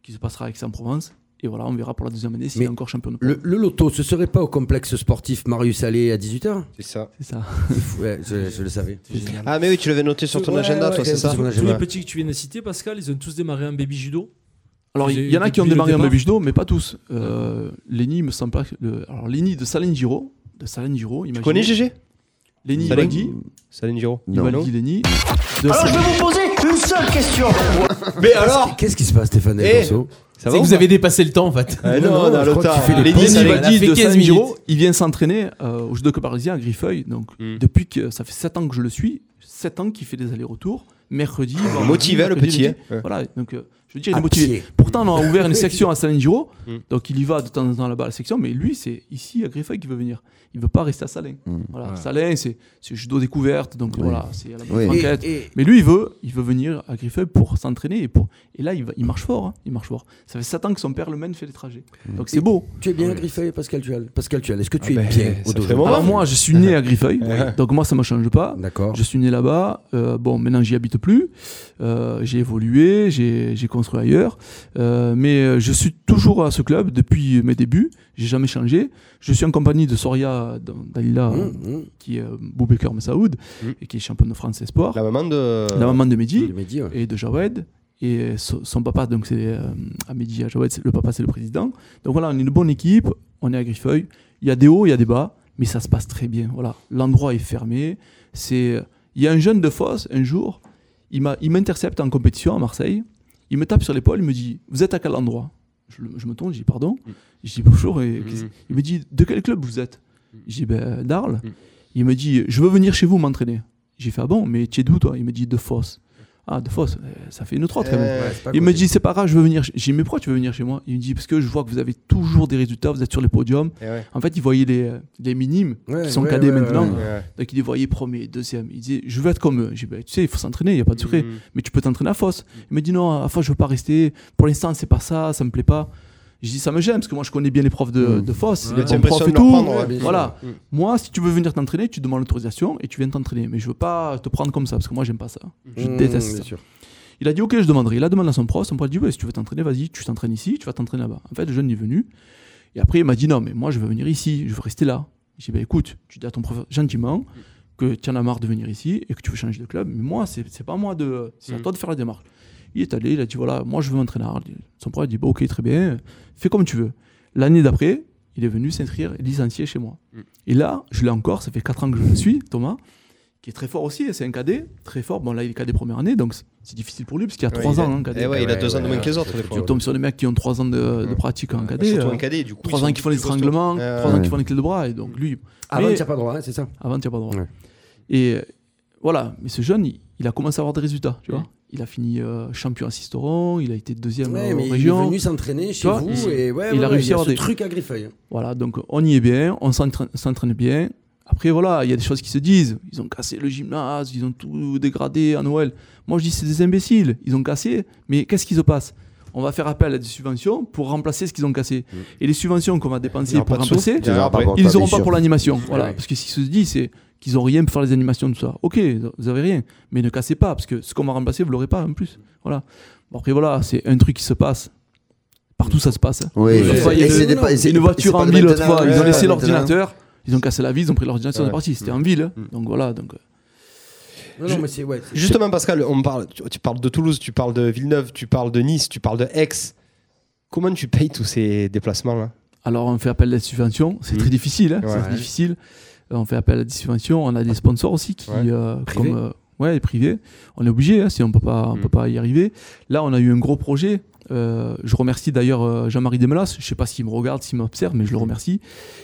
Speaker 7: qui se passera à Aix-en-Provence. Et voilà, on verra pour la deuxième année s'il
Speaker 4: Mais
Speaker 7: est encore champion de
Speaker 4: Le, le loto, ce serait pas au complexe sportif Marius Allais à 18h
Speaker 3: C'est ça.
Speaker 7: C'est ça.
Speaker 4: *laughs* Ouais, je, je le savais.
Speaker 3: Ah, mais oui, tu l'avais noté sur ton
Speaker 8: Ouais,
Speaker 3: agenda,
Speaker 8: ouais,
Speaker 3: toi, c'est
Speaker 4: ouais,
Speaker 3: ça
Speaker 4: sur mon
Speaker 8: Tous
Speaker 4: Ouais.
Speaker 8: les petits que tu viens de citer, Pascal, ils ont tous démarré en baby judo.
Speaker 7: Alors,
Speaker 8: Vous
Speaker 7: il
Speaker 8: avez
Speaker 7: y en a
Speaker 8: eu
Speaker 7: qui ont
Speaker 8: depuis le
Speaker 7: démarré en
Speaker 8: départ
Speaker 7: baby judo, mais pas tous. Euh, Lenny, il me semble pas. que le- Alors, Lenny de Salenjiro. De Salenjiro,
Speaker 3: Tu connais GG
Speaker 7: Lenny
Speaker 3: Salen-
Speaker 7: Ibaldi.
Speaker 3: Saline Giro.
Speaker 5: Non.
Speaker 7: Ibaldi, Lenny. De Salen-
Speaker 3: Mais alors
Speaker 4: Qu'est-ce qui se passe, Stéphane Del
Speaker 3: Eh,
Speaker 4: Corso
Speaker 3: Ça
Speaker 2: C'est
Speaker 3: va
Speaker 2: que
Speaker 3: ou
Speaker 2: vous avez dépassé le temps en fait.
Speaker 3: pas Eh
Speaker 4: Ah Non,
Speaker 3: Non,
Speaker 4: non,
Speaker 3: on a
Speaker 4: je
Speaker 3: le
Speaker 4: crois que tu
Speaker 3: retard.
Speaker 4: fais les
Speaker 3: Les
Speaker 4: pauses.
Speaker 3: Nice,
Speaker 7: Lenny
Speaker 2: Ibaldi, elle
Speaker 3: avec-
Speaker 2: a
Speaker 7: Ibaldi
Speaker 2: fait
Speaker 7: de
Speaker 2: 15
Speaker 7: Salenjiro.
Speaker 2: minutes.
Speaker 7: Il vient s'entraîner euh, au judo parisien à Grifeuil. Donc,
Speaker 3: Mm.
Speaker 7: depuis que ça fait 7 ans que je le suis, 7 ans qu'il fait des allers-retours. Mercredi. vendredi,
Speaker 3: Ah, Motivé, le
Speaker 7: mercredi,
Speaker 3: petit,
Speaker 7: jeudi.
Speaker 3: hein. Ouais.
Speaker 7: Voilà, donc euh, je veux dire, il
Speaker 4: À
Speaker 7: est motivé.
Speaker 4: pied.
Speaker 7: Pourtant, on a ouvert une section à Salenjiro.
Speaker 3: Mm.
Speaker 7: Donc, il y va de temps en temps là-bas à la section. Mais lui, c'est ici à Grifeuil qu'il veut venir. Il veut pas rester à Salin.
Speaker 3: Hmm.
Speaker 7: Voilà,
Speaker 6: Ouais.
Speaker 7: Salin, c'est c'est judo découverte, donc voilà, c'est à la
Speaker 5: Oui.
Speaker 4: Et-
Speaker 7: banquette.
Speaker 4: et-
Speaker 7: Mais lui, il veut, il veut venir à Griffeuil pour s'entraîner et pour. Et là, il, va- il marche fort, hein, il marche fort. Ça fait 7 ans que son père le mène fait les trajets.
Speaker 3: Hmm.
Speaker 7: Donc c'est beau.
Speaker 4: Tu es bien griffé, Pascal Tual. Pascal Tual, est-ce que tu
Speaker 3: Ah
Speaker 4: es
Speaker 3: ben,
Speaker 4: bien
Speaker 3: ça
Speaker 4: au dojo
Speaker 3: fait moment.
Speaker 7: Alors moi, je suis né à Griffeuil, donc moi, ça me change pas.
Speaker 4: Ah, D'accord.
Speaker 7: Je suis né là-bas. euh, bon, maintenant, j'y habite plus. Euh, j'ai évolué, j'ai j'ai construit ailleurs. Euh, mais euh, je suis toujours à ce club depuis mes débuts. J'ai jamais changé. Je suis en compagnie de Soria Dan- Dalila,
Speaker 4: Hum, hum,
Speaker 7: qui est euh, Boubacar Messaoud,
Speaker 3: Mm.
Speaker 7: et qui est championne de France Espoir,
Speaker 3: La maman de.
Speaker 7: la maman de Mehdi,
Speaker 4: je l'ai dit, ouais.
Speaker 7: et de Jawed. Et so- son papa, donc c'est euh, à Mehdi, à Jawed, c'est- le papa c'est le président. Donc voilà, on est une bonne équipe, on est à Griffeuil. Il y a des hauts, il y a des bas, mais ça se passe très bien. Voilà, l'endroit est fermé. C'est, il y a un jeune de Fosse un jour, il m'a, il m'intercepte en compétition à Marseille. Il me tape sur l'épaule, il me dit, vous êtes à quel endroit je, le- je me tourne, je dis pardon. Je dis bonjour. Et, qu'est-ce- Il me dit, de quel club vous êtes Je dis, ben, d'Arles. Il me dit, je veux venir chez vous m'entraîner. J'ai fait, ah bon, mais tu es d'où toi Il me dit, de Fosse. Ah, de Fosse, euh, ça fait une autre quand même.
Speaker 3: Euh,
Speaker 4: C'est pas
Speaker 7: Il me
Speaker 4: côté.
Speaker 7: dit, c'est pas grave, je veux venir. chez- J'ai dit, mais pourquoi tu veux venir chez moi Il me dit, parce que je vois que vous avez toujours des résultats, vous êtes sur les podiums.
Speaker 3: eh ouais.
Speaker 7: En fait, il voyait les, euh, les minimes
Speaker 4: Ouais,
Speaker 7: qui sont
Speaker 4: ouais,
Speaker 7: cadets
Speaker 4: ouais,
Speaker 7: maintenant.
Speaker 4: ouais, ouais.
Speaker 3: Ouais.
Speaker 7: Donc, il les voyait premier, deuxième. Il disait, je veux être comme eux. J'ai dit, bah, tu sais, il faut s'entraîner, il n'y a pas de secret.
Speaker 3: Mhm.
Speaker 7: Mais tu peux t'entraîner à Fosse. Il me dit, non, à Fosse, je veux pas rester. Pour l'instant, c'est pas ça, ça me plaît pas. J'ai dit, ça me gêne, parce que moi, je connais bien les profs
Speaker 3: Hmm.
Speaker 7: de, de Fosse,
Speaker 6: Ouais.
Speaker 7: les
Speaker 6: T'as
Speaker 7: bons
Speaker 3: l'impression
Speaker 7: profs et
Speaker 3: de leur
Speaker 7: tout.
Speaker 3: prendre, ouais, bien
Speaker 7: voilà.
Speaker 3: sûr. Mhm.
Speaker 7: Moi, si tu veux venir t'entraîner, tu demandes l'autorisation et tu viens t'entraîner. Mais je veux pas te prendre comme ça, parce que moi, j'aime pas ça. Je
Speaker 3: Hmm,
Speaker 4: Hum,
Speaker 7: déteste
Speaker 4: bien
Speaker 7: ça.
Speaker 4: sûr.
Speaker 7: Il a dit ok, je demanderai. Il a demandé à son prof. Son prof a dit ouais, si tu veux t'entraîner, vas-y, tu t'entraînes ici, tu vas t'entraîner là-bas. En fait, le jeune est venu. Et après, il m'a dit non, mais moi, je veux venir ici, je veux rester là. J'ai dit bah, écoute, tu dis à ton prof gentiment que tu en as marre de venir ici et que tu veux changer de club. Mais moi, c'est c'est pas à moi de. C'est à
Speaker 3: Mm.
Speaker 7: toi de faire la démarche. Il est allé, il a dit voilà, moi, je veux m'entraîner. à Arles. Son prof a dit bah, ok, très bien, fais comme tu veux. L'année d'après, il est venu s'inscrire licencié chez moi.
Speaker 3: Mm.
Speaker 7: Et là, je l'ai encore, ça fait 4 ans que je le suis, Thomas, qui est très fort aussi, hein, c'est un cadet, très fort. Bon, là, il est cadet première année, donc c'est- c'est difficile pour lui, parce qu'il a
Speaker 3: Ouais,
Speaker 7: 3
Speaker 3: il a-
Speaker 7: ans, hein,
Speaker 3: Eh
Speaker 7: cadet.
Speaker 3: ouais, il a
Speaker 4: Ouais,
Speaker 3: deux ans de
Speaker 4: ouais,
Speaker 3: moins que les
Speaker 4: ouais.
Speaker 3: autres, des fois.
Speaker 7: Tu tombes sur des mecs qui ont 3 ans de, de
Speaker 3: Ouais.
Speaker 7: pratique en
Speaker 3: Ouais,
Speaker 7: cadet.
Speaker 3: Surtout
Speaker 7: euh,
Speaker 3: en cadet, du coup.
Speaker 7: Trois
Speaker 3: ils
Speaker 7: ans
Speaker 3: sont
Speaker 7: qui font les
Speaker 3: plus costauds.
Speaker 7: stranglements,
Speaker 3: Euh,
Speaker 7: trois ans qui font les clés de bras, et donc lui,
Speaker 4: Avant,
Speaker 7: Mais-
Speaker 4: tu n'as pas droit, hein, c'est ça
Speaker 7: avant, tu n'as pas droit.
Speaker 4: Ouais.
Speaker 7: Et euh, voilà, mais ce jeune, il, il a commencé à avoir des résultats, tu vois. Il a fini euh, champion à Sisteron, il a été deuxième
Speaker 4: Ouais,
Speaker 7: euh, en
Speaker 4: mais il est
Speaker 7: région.
Speaker 4: venu s'entraîner chez
Speaker 7: Toi,
Speaker 4: vous
Speaker 7: il-
Speaker 4: et ouais,
Speaker 7: il
Speaker 4: ouais,
Speaker 7: a réussi
Speaker 4: ouais, il
Speaker 7: à
Speaker 4: y
Speaker 7: avoir
Speaker 4: a ce
Speaker 7: des-
Speaker 4: truc à Griffeuil.
Speaker 7: Voilà, donc on y est bien, on s'entraîne s'entraîne bien. Après, voilà, il y a des choses qui se disent. Ils ont cassé le gymnase, ils ont tout dégradé à Noël. Moi, je dis, c'est des imbéciles. Ils ont cassé, mais qu'est-ce qui se passe On va faire appel à des subventions pour remplacer ce qu'ils ont cassé. Et les subventions qu'on va
Speaker 3: Il y
Speaker 7: dépenser
Speaker 3: aura
Speaker 7: pour
Speaker 3: pas de sous. Ah,
Speaker 7: remplacer,
Speaker 3: Il y aura
Speaker 5: Par
Speaker 3: pas-
Speaker 5: rapport à Eh
Speaker 7: ils
Speaker 5: toi,
Speaker 7: n'auront
Speaker 5: bien
Speaker 7: pas
Speaker 5: sûr.
Speaker 7: pour l'animation. Voilà,
Speaker 4: Ouais.
Speaker 7: parce que si se dit, c'est qu'ils ont rien pour faire les animations, tout ça. Ok, vous avez rien, mais ne cassez pas, parce que ce qu'on va remplacer, vous l'aurez pas en plus. Voilà. Bon, après, voilà, c'est un truc qui se passe. Partout, ça se passe. hein.
Speaker 5: Oui,
Speaker 7: Des fois, il y a
Speaker 5: Et
Speaker 7: des-
Speaker 5: c'est des pas- et c'est-
Speaker 7: une voiture
Speaker 5: c'est pas
Speaker 7: en
Speaker 5: de
Speaker 7: ville l'autre
Speaker 5: maintenant,
Speaker 7: fois.
Speaker 5: ouais,
Speaker 7: Ils ont
Speaker 5: c'est
Speaker 7: laissé
Speaker 5: pas de maintenant. Mm.
Speaker 7: l'ordinateur, ils ont cassé la vis, ils ont pris l'ordinateur,
Speaker 3: Ouais.
Speaker 7: c'est parti. C'était en ville, hein. donc voilà. Donc
Speaker 4: Non,
Speaker 3: Je-
Speaker 4: non, mais c'est ouais, c'est-
Speaker 3: Justement, Pascal, on parle, tu, tu parles de Toulouse, tu parles de Villeneuve, tu parles de Nice, tu parles de Aix. Comment tu payes tous ces déplacements-là
Speaker 7: alors on fait appel à des subventions, c'est
Speaker 3: Mhm.
Speaker 5: Mm.
Speaker 7: très difficile, hein, c'est
Speaker 3: Ouais.
Speaker 7: très difficile. Euh, On fait appel à des subventions, on a des sponsors aussi qui,
Speaker 3: Ouais.
Speaker 7: euh,
Speaker 4: Privés.
Speaker 7: comme euh, ouais, privés, on est obligé, hein, sinon on peut pas, on
Speaker 5: Mm.
Speaker 3: Mhm.
Speaker 7: peut pas y arriver. Là, on a eu un gros projet. Euh, je remercie d'ailleurs euh, Jean-Marie Desmelas. Je sais pas s'il me regarde, s'il m'observe,
Speaker 3: Mhm.
Speaker 7: mais je le remercie.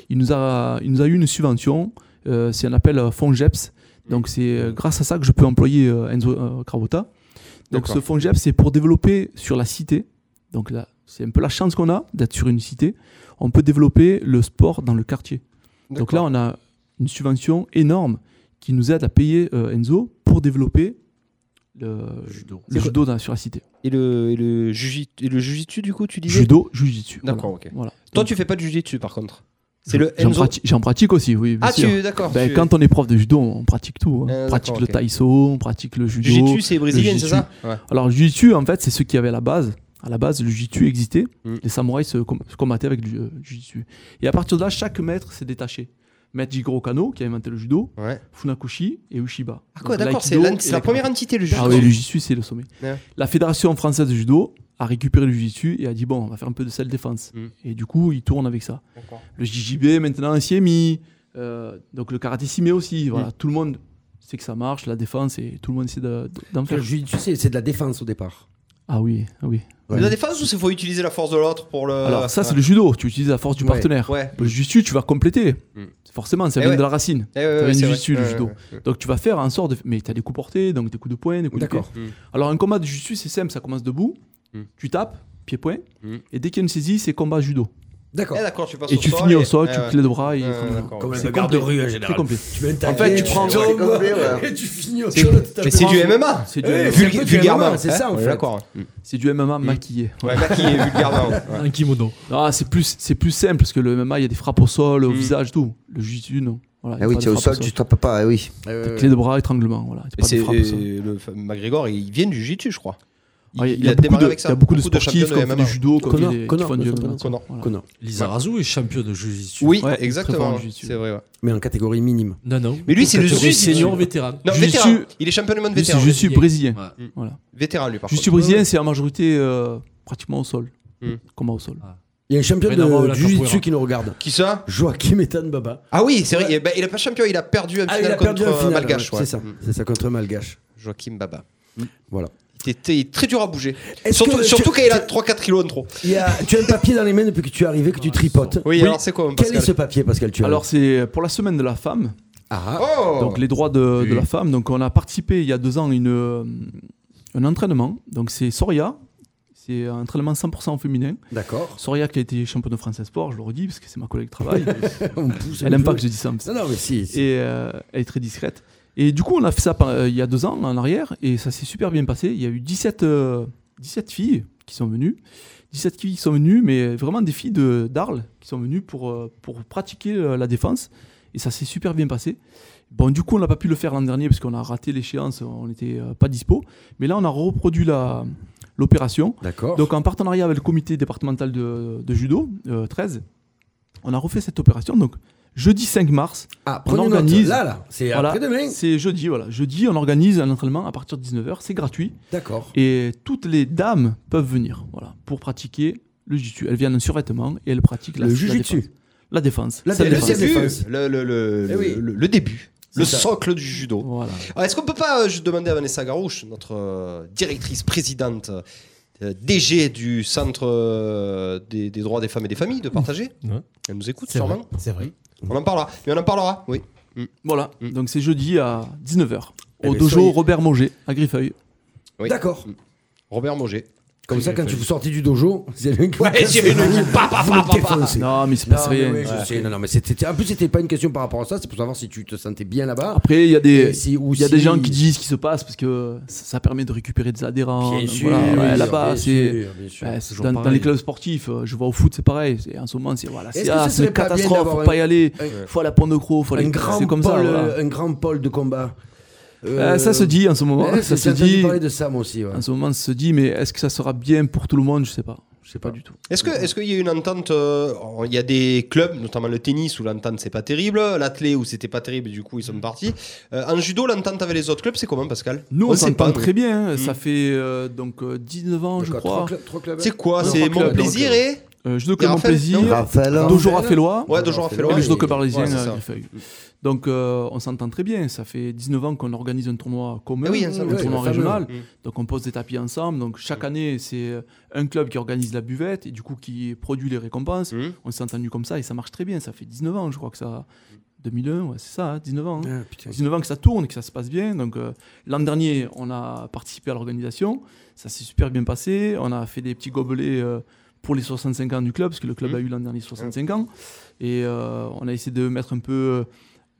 Speaker 7: Il nous a, il nous a eu une subvention. Euh, c'est un appel euh, fonds GEPS.
Speaker 3: Mhm.
Speaker 7: Donc c'est euh, grâce à ça que je peux employer euh, Enzo euh, Cravota. Donc
Speaker 3: D'accord.
Speaker 7: ce fonds GEPS, c'est pour développer sur la cité. Donc là, c'est un peu la chance qu'on a d'être sur une cité, on peut développer le sport dans le quartier. Donc là, on a une subvention énorme qui nous aide à payer euh, Enzo pour développer le,
Speaker 6: Judo.
Speaker 7: le judo dans- sur la cité.
Speaker 3: Et le, et le, juji- et le jujitsu, du coup, tu disais
Speaker 7: Judo, jujitsu. voilà.
Speaker 3: D'accord, ok.
Speaker 7: Voilà.
Speaker 3: Toi,
Speaker 7: Donc,
Speaker 3: tu fais pas de jujitsu par contre. C'est le
Speaker 7: j'en
Speaker 3: Enzo.
Speaker 7: prati- J'en pratique aussi, oui. bien
Speaker 3: Ah,
Speaker 7: sûr.
Speaker 3: tu d'accord.
Speaker 7: Ben,
Speaker 3: tu-
Speaker 7: Quand on est prof de judo, on pratique tout. hein.
Speaker 3: Euh,
Speaker 7: on pratique
Speaker 3: d'accord,
Speaker 7: le
Speaker 3: ok.
Speaker 7: taïso, on pratique le judo.
Speaker 3: Jujitsu, c'est brésilien, c'est
Speaker 7: jujitsu.
Speaker 3: ça Ouais.
Speaker 7: Alors, le jiu-jitsu, en fait, c'est ce qu'il y avait à la base. À la base, le jiu-jitsu existait.
Speaker 3: Mm.
Speaker 7: Les samouraïs se, com- se combattaient avec le euh, jiu-jitsu. Et à partir de là, chaque maître s'est détaché. Maître Jigoro Kano, qui a inventé le judo,
Speaker 3: Ouais.
Speaker 7: Funakoshi et Ushiba.
Speaker 3: Ah quoi,
Speaker 7: Donc,
Speaker 3: d'accord, c'est
Speaker 7: l'aïkido
Speaker 3: la,
Speaker 7: et
Speaker 3: c'est la
Speaker 7: la-
Speaker 3: première entité, le judo.
Speaker 7: Ah oui, le jiu-jitsu, c'est le sommet.
Speaker 3: Ouais.
Speaker 7: La Fédération française de judo a récupéré le jiu-jitsu et a dit bon, on va faire un peu de self-défense.
Speaker 3: Mm.
Speaker 7: Et du coup, ils tournent avec ça
Speaker 3: D'accord.
Speaker 7: le JJB maintenant s'y est mis, euh, donc le karaté s'y met aussi. Voilà,
Speaker 3: Mm.
Speaker 7: tout le monde sait que ça marche, la défense et tout le monde essaie de- de- d'en faire.
Speaker 4: Tu sais, c'est de la défense au départ.
Speaker 7: Ah oui, ah oui.
Speaker 3: La défense ou c'est faut utiliser la force de l'autre pour le.
Speaker 7: Alors ça c'est le judo, tu utilises la force du
Speaker 4: Ouais,
Speaker 7: partenaire.
Speaker 3: Euh, Ouais.
Speaker 7: Le jiu-jitsu tu vas compléter,
Speaker 3: Mm.
Speaker 7: forcément, ça
Speaker 3: Eh
Speaker 7: vient
Speaker 3: ouais.
Speaker 7: de la racine.
Speaker 3: Eh ouais, ouais,
Speaker 7: Ça
Speaker 3: ouais,
Speaker 7: vient
Speaker 3: c'est
Speaker 7: du
Speaker 3: vrai.
Speaker 7: jiu-jitsu, le
Speaker 3: Ouais,
Speaker 7: judo.
Speaker 3: ouais, ouais.
Speaker 7: Donc tu vas faire en sorte de, mais t'as des coups portés, donc des coups de poing, des coups de pied.
Speaker 4: D'accord.
Speaker 3: Mm.
Speaker 7: Alors un combat de jiu-jitsu c'est simple, ça commence debout,
Speaker 3: Mm.
Speaker 7: tu tapes pied-point,
Speaker 3: Mm.
Speaker 7: et dès qu'il y a une saisie c'est combat judo.
Speaker 4: D'accord.
Speaker 3: Eh, d'accord, tu passes
Speaker 7: Et
Speaker 3: au
Speaker 7: tu
Speaker 3: sol
Speaker 7: finis au
Speaker 3: et-
Speaker 7: sol,
Speaker 3: eh,
Speaker 7: tu
Speaker 3: ouais.
Speaker 7: clés de bras et
Speaker 3: Ouais,
Speaker 7: comme-
Speaker 3: d'accord.
Speaker 4: Comme la
Speaker 7: C'est
Speaker 4: bagarre de
Speaker 7: complet.
Speaker 4: rue en
Speaker 7: c'est
Speaker 4: général.
Speaker 7: complet.
Speaker 4: Tu mets un
Speaker 7: En fait,
Speaker 4: taquet,
Speaker 7: tu prends-
Speaker 5: C'est complet, ouais.
Speaker 4: et tu finis au
Speaker 3: C'est-
Speaker 4: sol. tu tapes
Speaker 3: Mais c'est
Speaker 4: pas.
Speaker 3: du MMA
Speaker 7: C'est du,
Speaker 4: Eh,
Speaker 7: MMA.
Speaker 4: c'est un
Speaker 3: Vulga-
Speaker 4: peu du
Speaker 3: Vulgairement,
Speaker 4: MMA, c'est ça, en
Speaker 3: hein,
Speaker 4: fait.
Speaker 3: D'accord.
Speaker 7: C'est du MMA maquillé.
Speaker 3: Mm. Ouais, maquillé vulgairement. ouais.
Speaker 8: Un kimono.
Speaker 7: Ah, c'est plus, c'est plus simple parce que le MMA, il y a des frappes au sol, au
Speaker 3: Mm.
Speaker 7: visage, tout. Le jiu-jitsu, non. Voilà, il y a
Speaker 5: Ah oui,
Speaker 7: pas de
Speaker 5: tiens, au
Speaker 7: frappe
Speaker 5: sol, tu tapes pas, ah oui.
Speaker 4: Euh,
Speaker 7: Des Clés de bras, étranglement, voilà. C'est
Speaker 3: Mais
Speaker 7: pas des
Speaker 3: c'est
Speaker 7: frappes au sol.
Speaker 3: euh, le fa- McGregor, il vient du jiu-jitsu, je crois.
Speaker 7: Ah, Il y a- il y a
Speaker 3: a
Speaker 7: beaucoup
Speaker 3: démarré
Speaker 7: de-
Speaker 3: avec
Speaker 7: il
Speaker 3: ça.
Speaker 7: y a beaucoup de
Speaker 3: Beaucoup de
Speaker 7: sportifs qui
Speaker 3: champions
Speaker 7: ont
Speaker 3: de
Speaker 7: fait du
Speaker 3: MMA.
Speaker 7: judo, qui ont fait
Speaker 4: Connor,
Speaker 7: des- qui
Speaker 4: Connor,
Speaker 7: font du
Speaker 4: Connor,
Speaker 7: MMA.
Speaker 3: Connor.
Speaker 7: Voilà.
Speaker 4: Conan.
Speaker 6: Lizarazu est champion de jiu-jitsu.
Speaker 3: Oui,
Speaker 7: Ouais, très fort
Speaker 3: exactement.
Speaker 7: en jiu-jitsu.
Speaker 3: C'est vrai. ouais.
Speaker 4: Mais en catégorie minime.
Speaker 8: Non, non.
Speaker 3: Mais lui, c'est le
Speaker 8: Catégorie
Speaker 3: Jiu-Jitsu.
Speaker 8: senior vétéran.
Speaker 3: Non,
Speaker 7: Jiu-jitsu-
Speaker 3: vétéran. Il est champion du monde
Speaker 7: Lui, c'est
Speaker 3: vétéran.
Speaker 7: jiu-jitsu brésilien.
Speaker 6: Ouais.
Speaker 3: Vétéran, lui, par contre.
Speaker 7: Jiu-jitsu brésilien, c'est en majorité euh, pratiquement au sol.
Speaker 3: Mm.
Speaker 7: Combat au sol.
Speaker 4: Il y a un champion
Speaker 6: Rien à voir
Speaker 4: de
Speaker 6: avec la
Speaker 4: Jiu-Jitsu
Speaker 6: capoeira.
Speaker 4: qui nous regarde.
Speaker 3: Qui ça
Speaker 4: Joachim Etan Baba.
Speaker 3: Ah oui, c'est vrai. eh ben, il est pas champion, il a perdu un
Speaker 4: Ah, il
Speaker 3: final
Speaker 4: a perdu
Speaker 3: contre
Speaker 4: un
Speaker 3: euh,
Speaker 4: final.
Speaker 3: Malgache.
Speaker 4: ouais,
Speaker 3: ouais.
Speaker 4: C'est ça. C'est ça contre Malgache.
Speaker 3: Joachim Baba.
Speaker 4: Voilà.
Speaker 3: Il était très dur à bouger.
Speaker 4: Est-ce
Speaker 3: Surtout,
Speaker 4: que-
Speaker 3: surtout
Speaker 4: tu-
Speaker 3: quand il a 3-4 kilos en trop.
Speaker 4: Il y a- tu as un papier dans les mains depuis que tu es arrivé, que tu tripotes.
Speaker 3: Oui, alors c'est quoi,
Speaker 4: Quel est
Speaker 3: Pascal
Speaker 4: ce papier, Pascal tu as
Speaker 7: Alors, c'est pour la semaine de la femme,
Speaker 4: ah,
Speaker 3: Oh
Speaker 7: donc les droits de, de
Speaker 3: Oui.
Speaker 7: la femme. Donc, on a participé il y a deux ans à une, euh, un entraînement. Donc, c'est Soria. C'est un entraînement 100% féminin.
Speaker 4: d'accord.
Speaker 7: Soria qui a été championne de France et Sport, je le redis parce que c'est ma collègue de travail.
Speaker 4: On pousse
Speaker 7: Elle
Speaker 4: le
Speaker 7: aime pas
Speaker 4: jeu.
Speaker 7: que je dise ça. mais c'est-
Speaker 4: Non, non, mais si. si.
Speaker 7: Et euh, elle est très discrète. Et du coup, on a fait ça par- euh, il y a deux ans en arrière et ça s'est super bien passé. Il y a eu 17, euh, 17 filles qui sont venues. 17 filles qui sont venues, mais vraiment des filles de- d'Arles qui sont venues pour, euh, pour pratiquer euh, la défense. Et ça s'est super bien passé. Bon, du coup, on n'a pas pu le faire l'an dernier parce qu'on a raté l'échéance, on n'était euh, pas dispo. Mais là, on a reproduit la- l'opération.
Speaker 4: D'accord.
Speaker 7: Donc en partenariat avec le comité départemental de, de judo euh, 13, on a refait cette opération. Donc jeudi 5 mars,
Speaker 4: ah,
Speaker 7: on
Speaker 4: prenez note.
Speaker 7: organise.
Speaker 4: Là, là. C'est
Speaker 7: Voilà.
Speaker 4: après-demain.
Speaker 7: c'est jeudi, voilà. Jeudi, on organise un entraînement à partir de 19h, c'est gratuit.
Speaker 4: D'accord.
Speaker 7: Et toutes les dames peuvent venir voilà, pour pratiquer le jiu-jitsu. Elles viennent en survêtement et elles pratiquent la
Speaker 4: Le
Speaker 7: la
Speaker 4: jujutsu.
Speaker 7: défense. La défense.
Speaker 4: La
Speaker 7: Ça
Speaker 3: le
Speaker 4: défense.
Speaker 7: défend.
Speaker 3: début,
Speaker 4: défense.
Speaker 3: le, le, le,
Speaker 4: Eh oui.
Speaker 3: le- le début, le
Speaker 4: ça.
Speaker 3: socle du judo.
Speaker 7: Voilà.
Speaker 4: Mm.
Speaker 3: Ah, Est-ce qu'on peut pas euh, juste demander à Vanessa Garouche, notre euh, directrice présidente euh, DG du Centre euh, des, des droits des femmes et des familles, de
Speaker 4: Mmh.
Speaker 3: partager
Speaker 8: Ouais.
Speaker 3: Elle nous écoute
Speaker 8: C'est
Speaker 3: sûrement.
Speaker 2: C'est vrai.
Speaker 3: On en parlera. Mais on en parlera, oui.
Speaker 7: Voilà.
Speaker 3: Mm.
Speaker 7: Donc c'est jeudi à 19h
Speaker 4: Eh
Speaker 7: au
Speaker 4: ben,
Speaker 7: dojo
Speaker 4: soyez-
Speaker 7: Robert Moget à Griffeuil.
Speaker 3: oui.
Speaker 4: D'accord.
Speaker 3: Robert Moget.
Speaker 4: Comme ça, quand tu vous sortez du dojo, vous avez une
Speaker 3: Ouais, j'ai une- pa, pa,
Speaker 4: Vous
Speaker 3: pa,
Speaker 4: le
Speaker 3: pa, pa.
Speaker 4: défoncez.
Speaker 7: Non, mais il se
Speaker 4: Non,
Speaker 7: passe
Speaker 4: mais
Speaker 7: rien.
Speaker 4: oui, je sais. Non, non, mais c'était. En plus, c'était pas une question par rapport à ça. C'est pour savoir si tu te sentais bien là-bas.
Speaker 7: Après, il y a des,
Speaker 4: Et si- ou
Speaker 7: il y a
Speaker 4: si-
Speaker 7: des gens qui disent ce qui se passe parce que ça, ça permet de récupérer des adhérents.
Speaker 4: Bien
Speaker 7: Donc
Speaker 4: sûr.
Speaker 7: voilà, ouais,
Speaker 4: bien
Speaker 7: là-bas,
Speaker 4: sûr,
Speaker 7: c'est.
Speaker 4: bien sûr, bien sûr.
Speaker 7: ouais,
Speaker 6: c'est
Speaker 7: c'est
Speaker 6: toujours
Speaker 7: dans, dans
Speaker 6: pareil.
Speaker 7: les clubs sportifs, euh, je vois au foot, c'est pareil. c'est- En ce moment, c'est voilà,
Speaker 4: Est-ce
Speaker 7: c'est
Speaker 4: que
Speaker 7: ah,
Speaker 4: ce
Speaker 7: c'est
Speaker 4: serait pas bien
Speaker 7: catastrophe,
Speaker 4: d'avoir
Speaker 7: faut
Speaker 4: un-
Speaker 7: pas y aller.
Speaker 4: un-
Speaker 7: Faut aller à Pont de Croix, faut
Speaker 4: un
Speaker 7: aller.
Speaker 4: grand euh,
Speaker 7: C'est comme ça.
Speaker 4: pôle,
Speaker 7: voilà.
Speaker 4: un grand pôle de combat.
Speaker 7: Euh, ça se dit en ce moment. hein,
Speaker 4: Ouais,
Speaker 7: ça se
Speaker 4: j'ai entendu
Speaker 7: dit. Ah,
Speaker 4: parler de ça moi aussi. ouais.
Speaker 7: En ce moment, ça se dit, mais est-ce que ça sera bien pour tout le monde Je sais pas. Je sais pas du tout.
Speaker 3: Est-ce que est-ce qu'il y a une entente euh, Il y a des clubs, notamment le tennis, où l'entente c'est pas terrible, l'athlé où c'était pas terrible, du coup ils sont partis. Euh, en judo, l'entente avec les autres clubs, c'est comment, Pascal
Speaker 7: Nous, on,
Speaker 3: sait
Speaker 7: s'entend
Speaker 3: pas,
Speaker 7: très bien. hein.
Speaker 3: Mm.
Speaker 7: Ça fait euh, donc euh, 19 ans, je
Speaker 4: D'accord,
Speaker 7: crois.
Speaker 4: trois cl- trois clubs.
Speaker 3: C'est quoi
Speaker 7: Non,
Speaker 3: C'est
Speaker 7: trois
Speaker 3: mon
Speaker 7: clubs,
Speaker 3: plaisir
Speaker 7: donc,
Speaker 3: et
Speaker 7: Euh, Judo
Speaker 3: Il y a
Speaker 7: Club Mon
Speaker 3: Raphaël, non
Speaker 7: Plaisir,
Speaker 5: Raphaël, hein.
Speaker 7: Dojo Raffelois.
Speaker 3: Ouais, Dojo Raffelois.
Speaker 7: Et le judo club
Speaker 3: Ouais,
Speaker 7: parisien
Speaker 3: c'est
Speaker 7: à
Speaker 3: ça.
Speaker 7: Griffeuil. euh, Donc euh, on s'entend très bien, ça fait 19 ans qu'on organise un tournoi commun,
Speaker 3: Ah oui,
Speaker 7: un
Speaker 3: ça,
Speaker 4: ouais,
Speaker 7: tournoi
Speaker 4: le fameux.
Speaker 7: régional.
Speaker 3: Mm.
Speaker 7: Donc on pose des tapis ensemble. Donc chaque année, c'est euh, un club qui organise la buvette et du coup qui produit les récompenses.
Speaker 3: Mm.
Speaker 7: On s'est entendu comme ça et ça marche très bien. Ça fait 19 ans, je crois que ça. 2001, ouais, c'est ça, hein, 19 ans. hein.
Speaker 4: Ah, putain.
Speaker 7: 19 ans que ça tourne, que ça se passe bien. Donc euh, l'an dernier, on a participé à l'organisation, ça s'est super bien passé. On a fait des petits gobelets euh, pour les 65 ans du club, parce que le club
Speaker 3: Mhm.
Speaker 7: a eu l'an dernier 65 ans. Et euh, on a essayé de mettre un peu euh,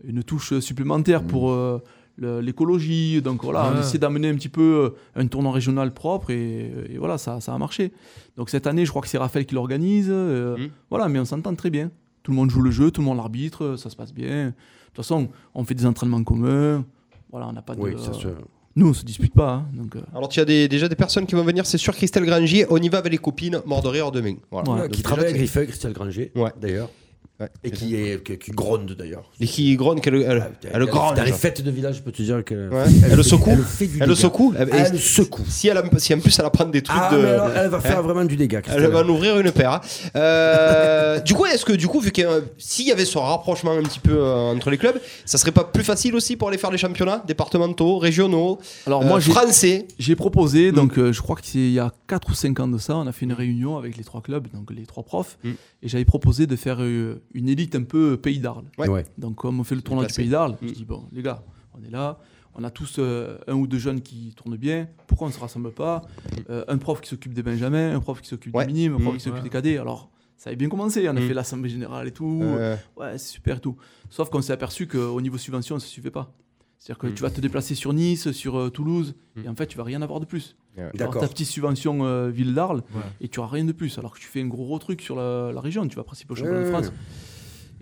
Speaker 7: une touche supplémentaire pour euh, le- l'écologie. Donc voilà, on
Speaker 8: Ouais.
Speaker 7: essaie d'amener un petit peu euh, un tournant régional propre et, et voilà, ça, ça a marché. Donc cette année, je crois que c'est Raphaël qui l'organise. euh,
Speaker 3: Mhm.
Speaker 7: Voilà, mais on s'entend très bien. Tout le monde joue le jeu, tout le monde l'arbitre, euh, ça se passe bien. De toute façon, on fait des entraînements communs. Voilà, on n'a pas de.
Speaker 4: Oui, ça se.
Speaker 7: Nous, on se dispute pas. hein, donc, euh,
Speaker 3: Alors, tu as des- déjà des personnes qui vont venir, c'est sûr, Christelle Grangier. On y va avec les copines, mort de rire demain. Voilà.
Speaker 7: Ouais,
Speaker 4: Voilà,
Speaker 3: Donc,
Speaker 4: qui
Speaker 3: déjà,
Speaker 4: travaille à
Speaker 3: c'est-
Speaker 4: Griffeuil, Christelle Granger,
Speaker 3: Ouais.
Speaker 4: d'ailleurs.
Speaker 3: Ouais.
Speaker 4: Et qui, est, qui, qui gronde d'ailleurs. Ah,
Speaker 3: Et qui gronde qu'elle elle, elle gronde.
Speaker 4: Dans les fêtes de village, je peux te dire que.
Speaker 3: Ouais. Elle le secoue.
Speaker 4: Elle fait du
Speaker 3: Elle le
Speaker 4: dégât.
Speaker 3: secoue. Elle-
Speaker 4: Elle
Speaker 3: et-
Speaker 4: le secoue.
Speaker 3: si, elle a- si en plus elle apprend des trucs
Speaker 4: Ah,
Speaker 3: de.
Speaker 4: mais alors, elle va faire
Speaker 3: hein.
Speaker 4: vraiment du dégât,
Speaker 3: Elle
Speaker 4: Christelle.
Speaker 3: va nous ouvrir une paire. hein. Euh, du coup, est-ce que du coup, vu qu'il y a un- s'il y avait ce rapprochement un petit peu euh, entre les clubs, ça serait pas plus facile aussi pour aller faire les championnats départementaux, régionaux,
Speaker 7: Alors
Speaker 3: euh, Mm.
Speaker 7: moi, j'ai-
Speaker 3: français
Speaker 7: j'ai proposé, donc euh, je crois que c'est il y a 4 ou 5 ans de ça, on a fait une réunion avec les trois clubs, donc les trois profs,
Speaker 3: Mm.
Speaker 7: et j'avais proposé de faire euh, une élite un peu euh, pays d'Arles.
Speaker 3: Ouais.
Speaker 4: Ouais.
Speaker 7: Donc comme on fait le tournoi du
Speaker 3: Déplacé.
Speaker 7: pays d'Arles,
Speaker 3: Mm.
Speaker 7: je dis bon les gars, on est là, on a tous euh, un ou deux jeunes qui tournent bien, pourquoi on se rassemble pas Euh, Un prof qui s'occupe des benjamins, un prof qui s'occupe
Speaker 3: Ouais.
Speaker 7: des minimes, un prof
Speaker 3: Mm.
Speaker 7: qui s'occupe des cadets, alors... Ça avait bien commencé, on a
Speaker 3: Mm.
Speaker 7: fait l'assemblée générale et tout.
Speaker 3: Euh,
Speaker 7: Ouais, c'est super et tout. Sauf qu'on s'est aperçu qu'au niveau subvention, ça ne suffit pas. C'est-à-dire que
Speaker 3: Mm.
Speaker 7: tu vas te déplacer sur Nice, sur euh, Toulouse,
Speaker 3: Mm.
Speaker 7: et en fait, tu vas rien avoir de plus. Tu vas avoir
Speaker 4: D'accord.
Speaker 7: ta petite subvention euh, ville d'Arles,
Speaker 6: Ouais.
Speaker 7: et tu n'auras rien de plus. Alors que tu fais un gros gros truc sur la, la région, tu vas participer au championnat de
Speaker 4: Ouais.
Speaker 7: France.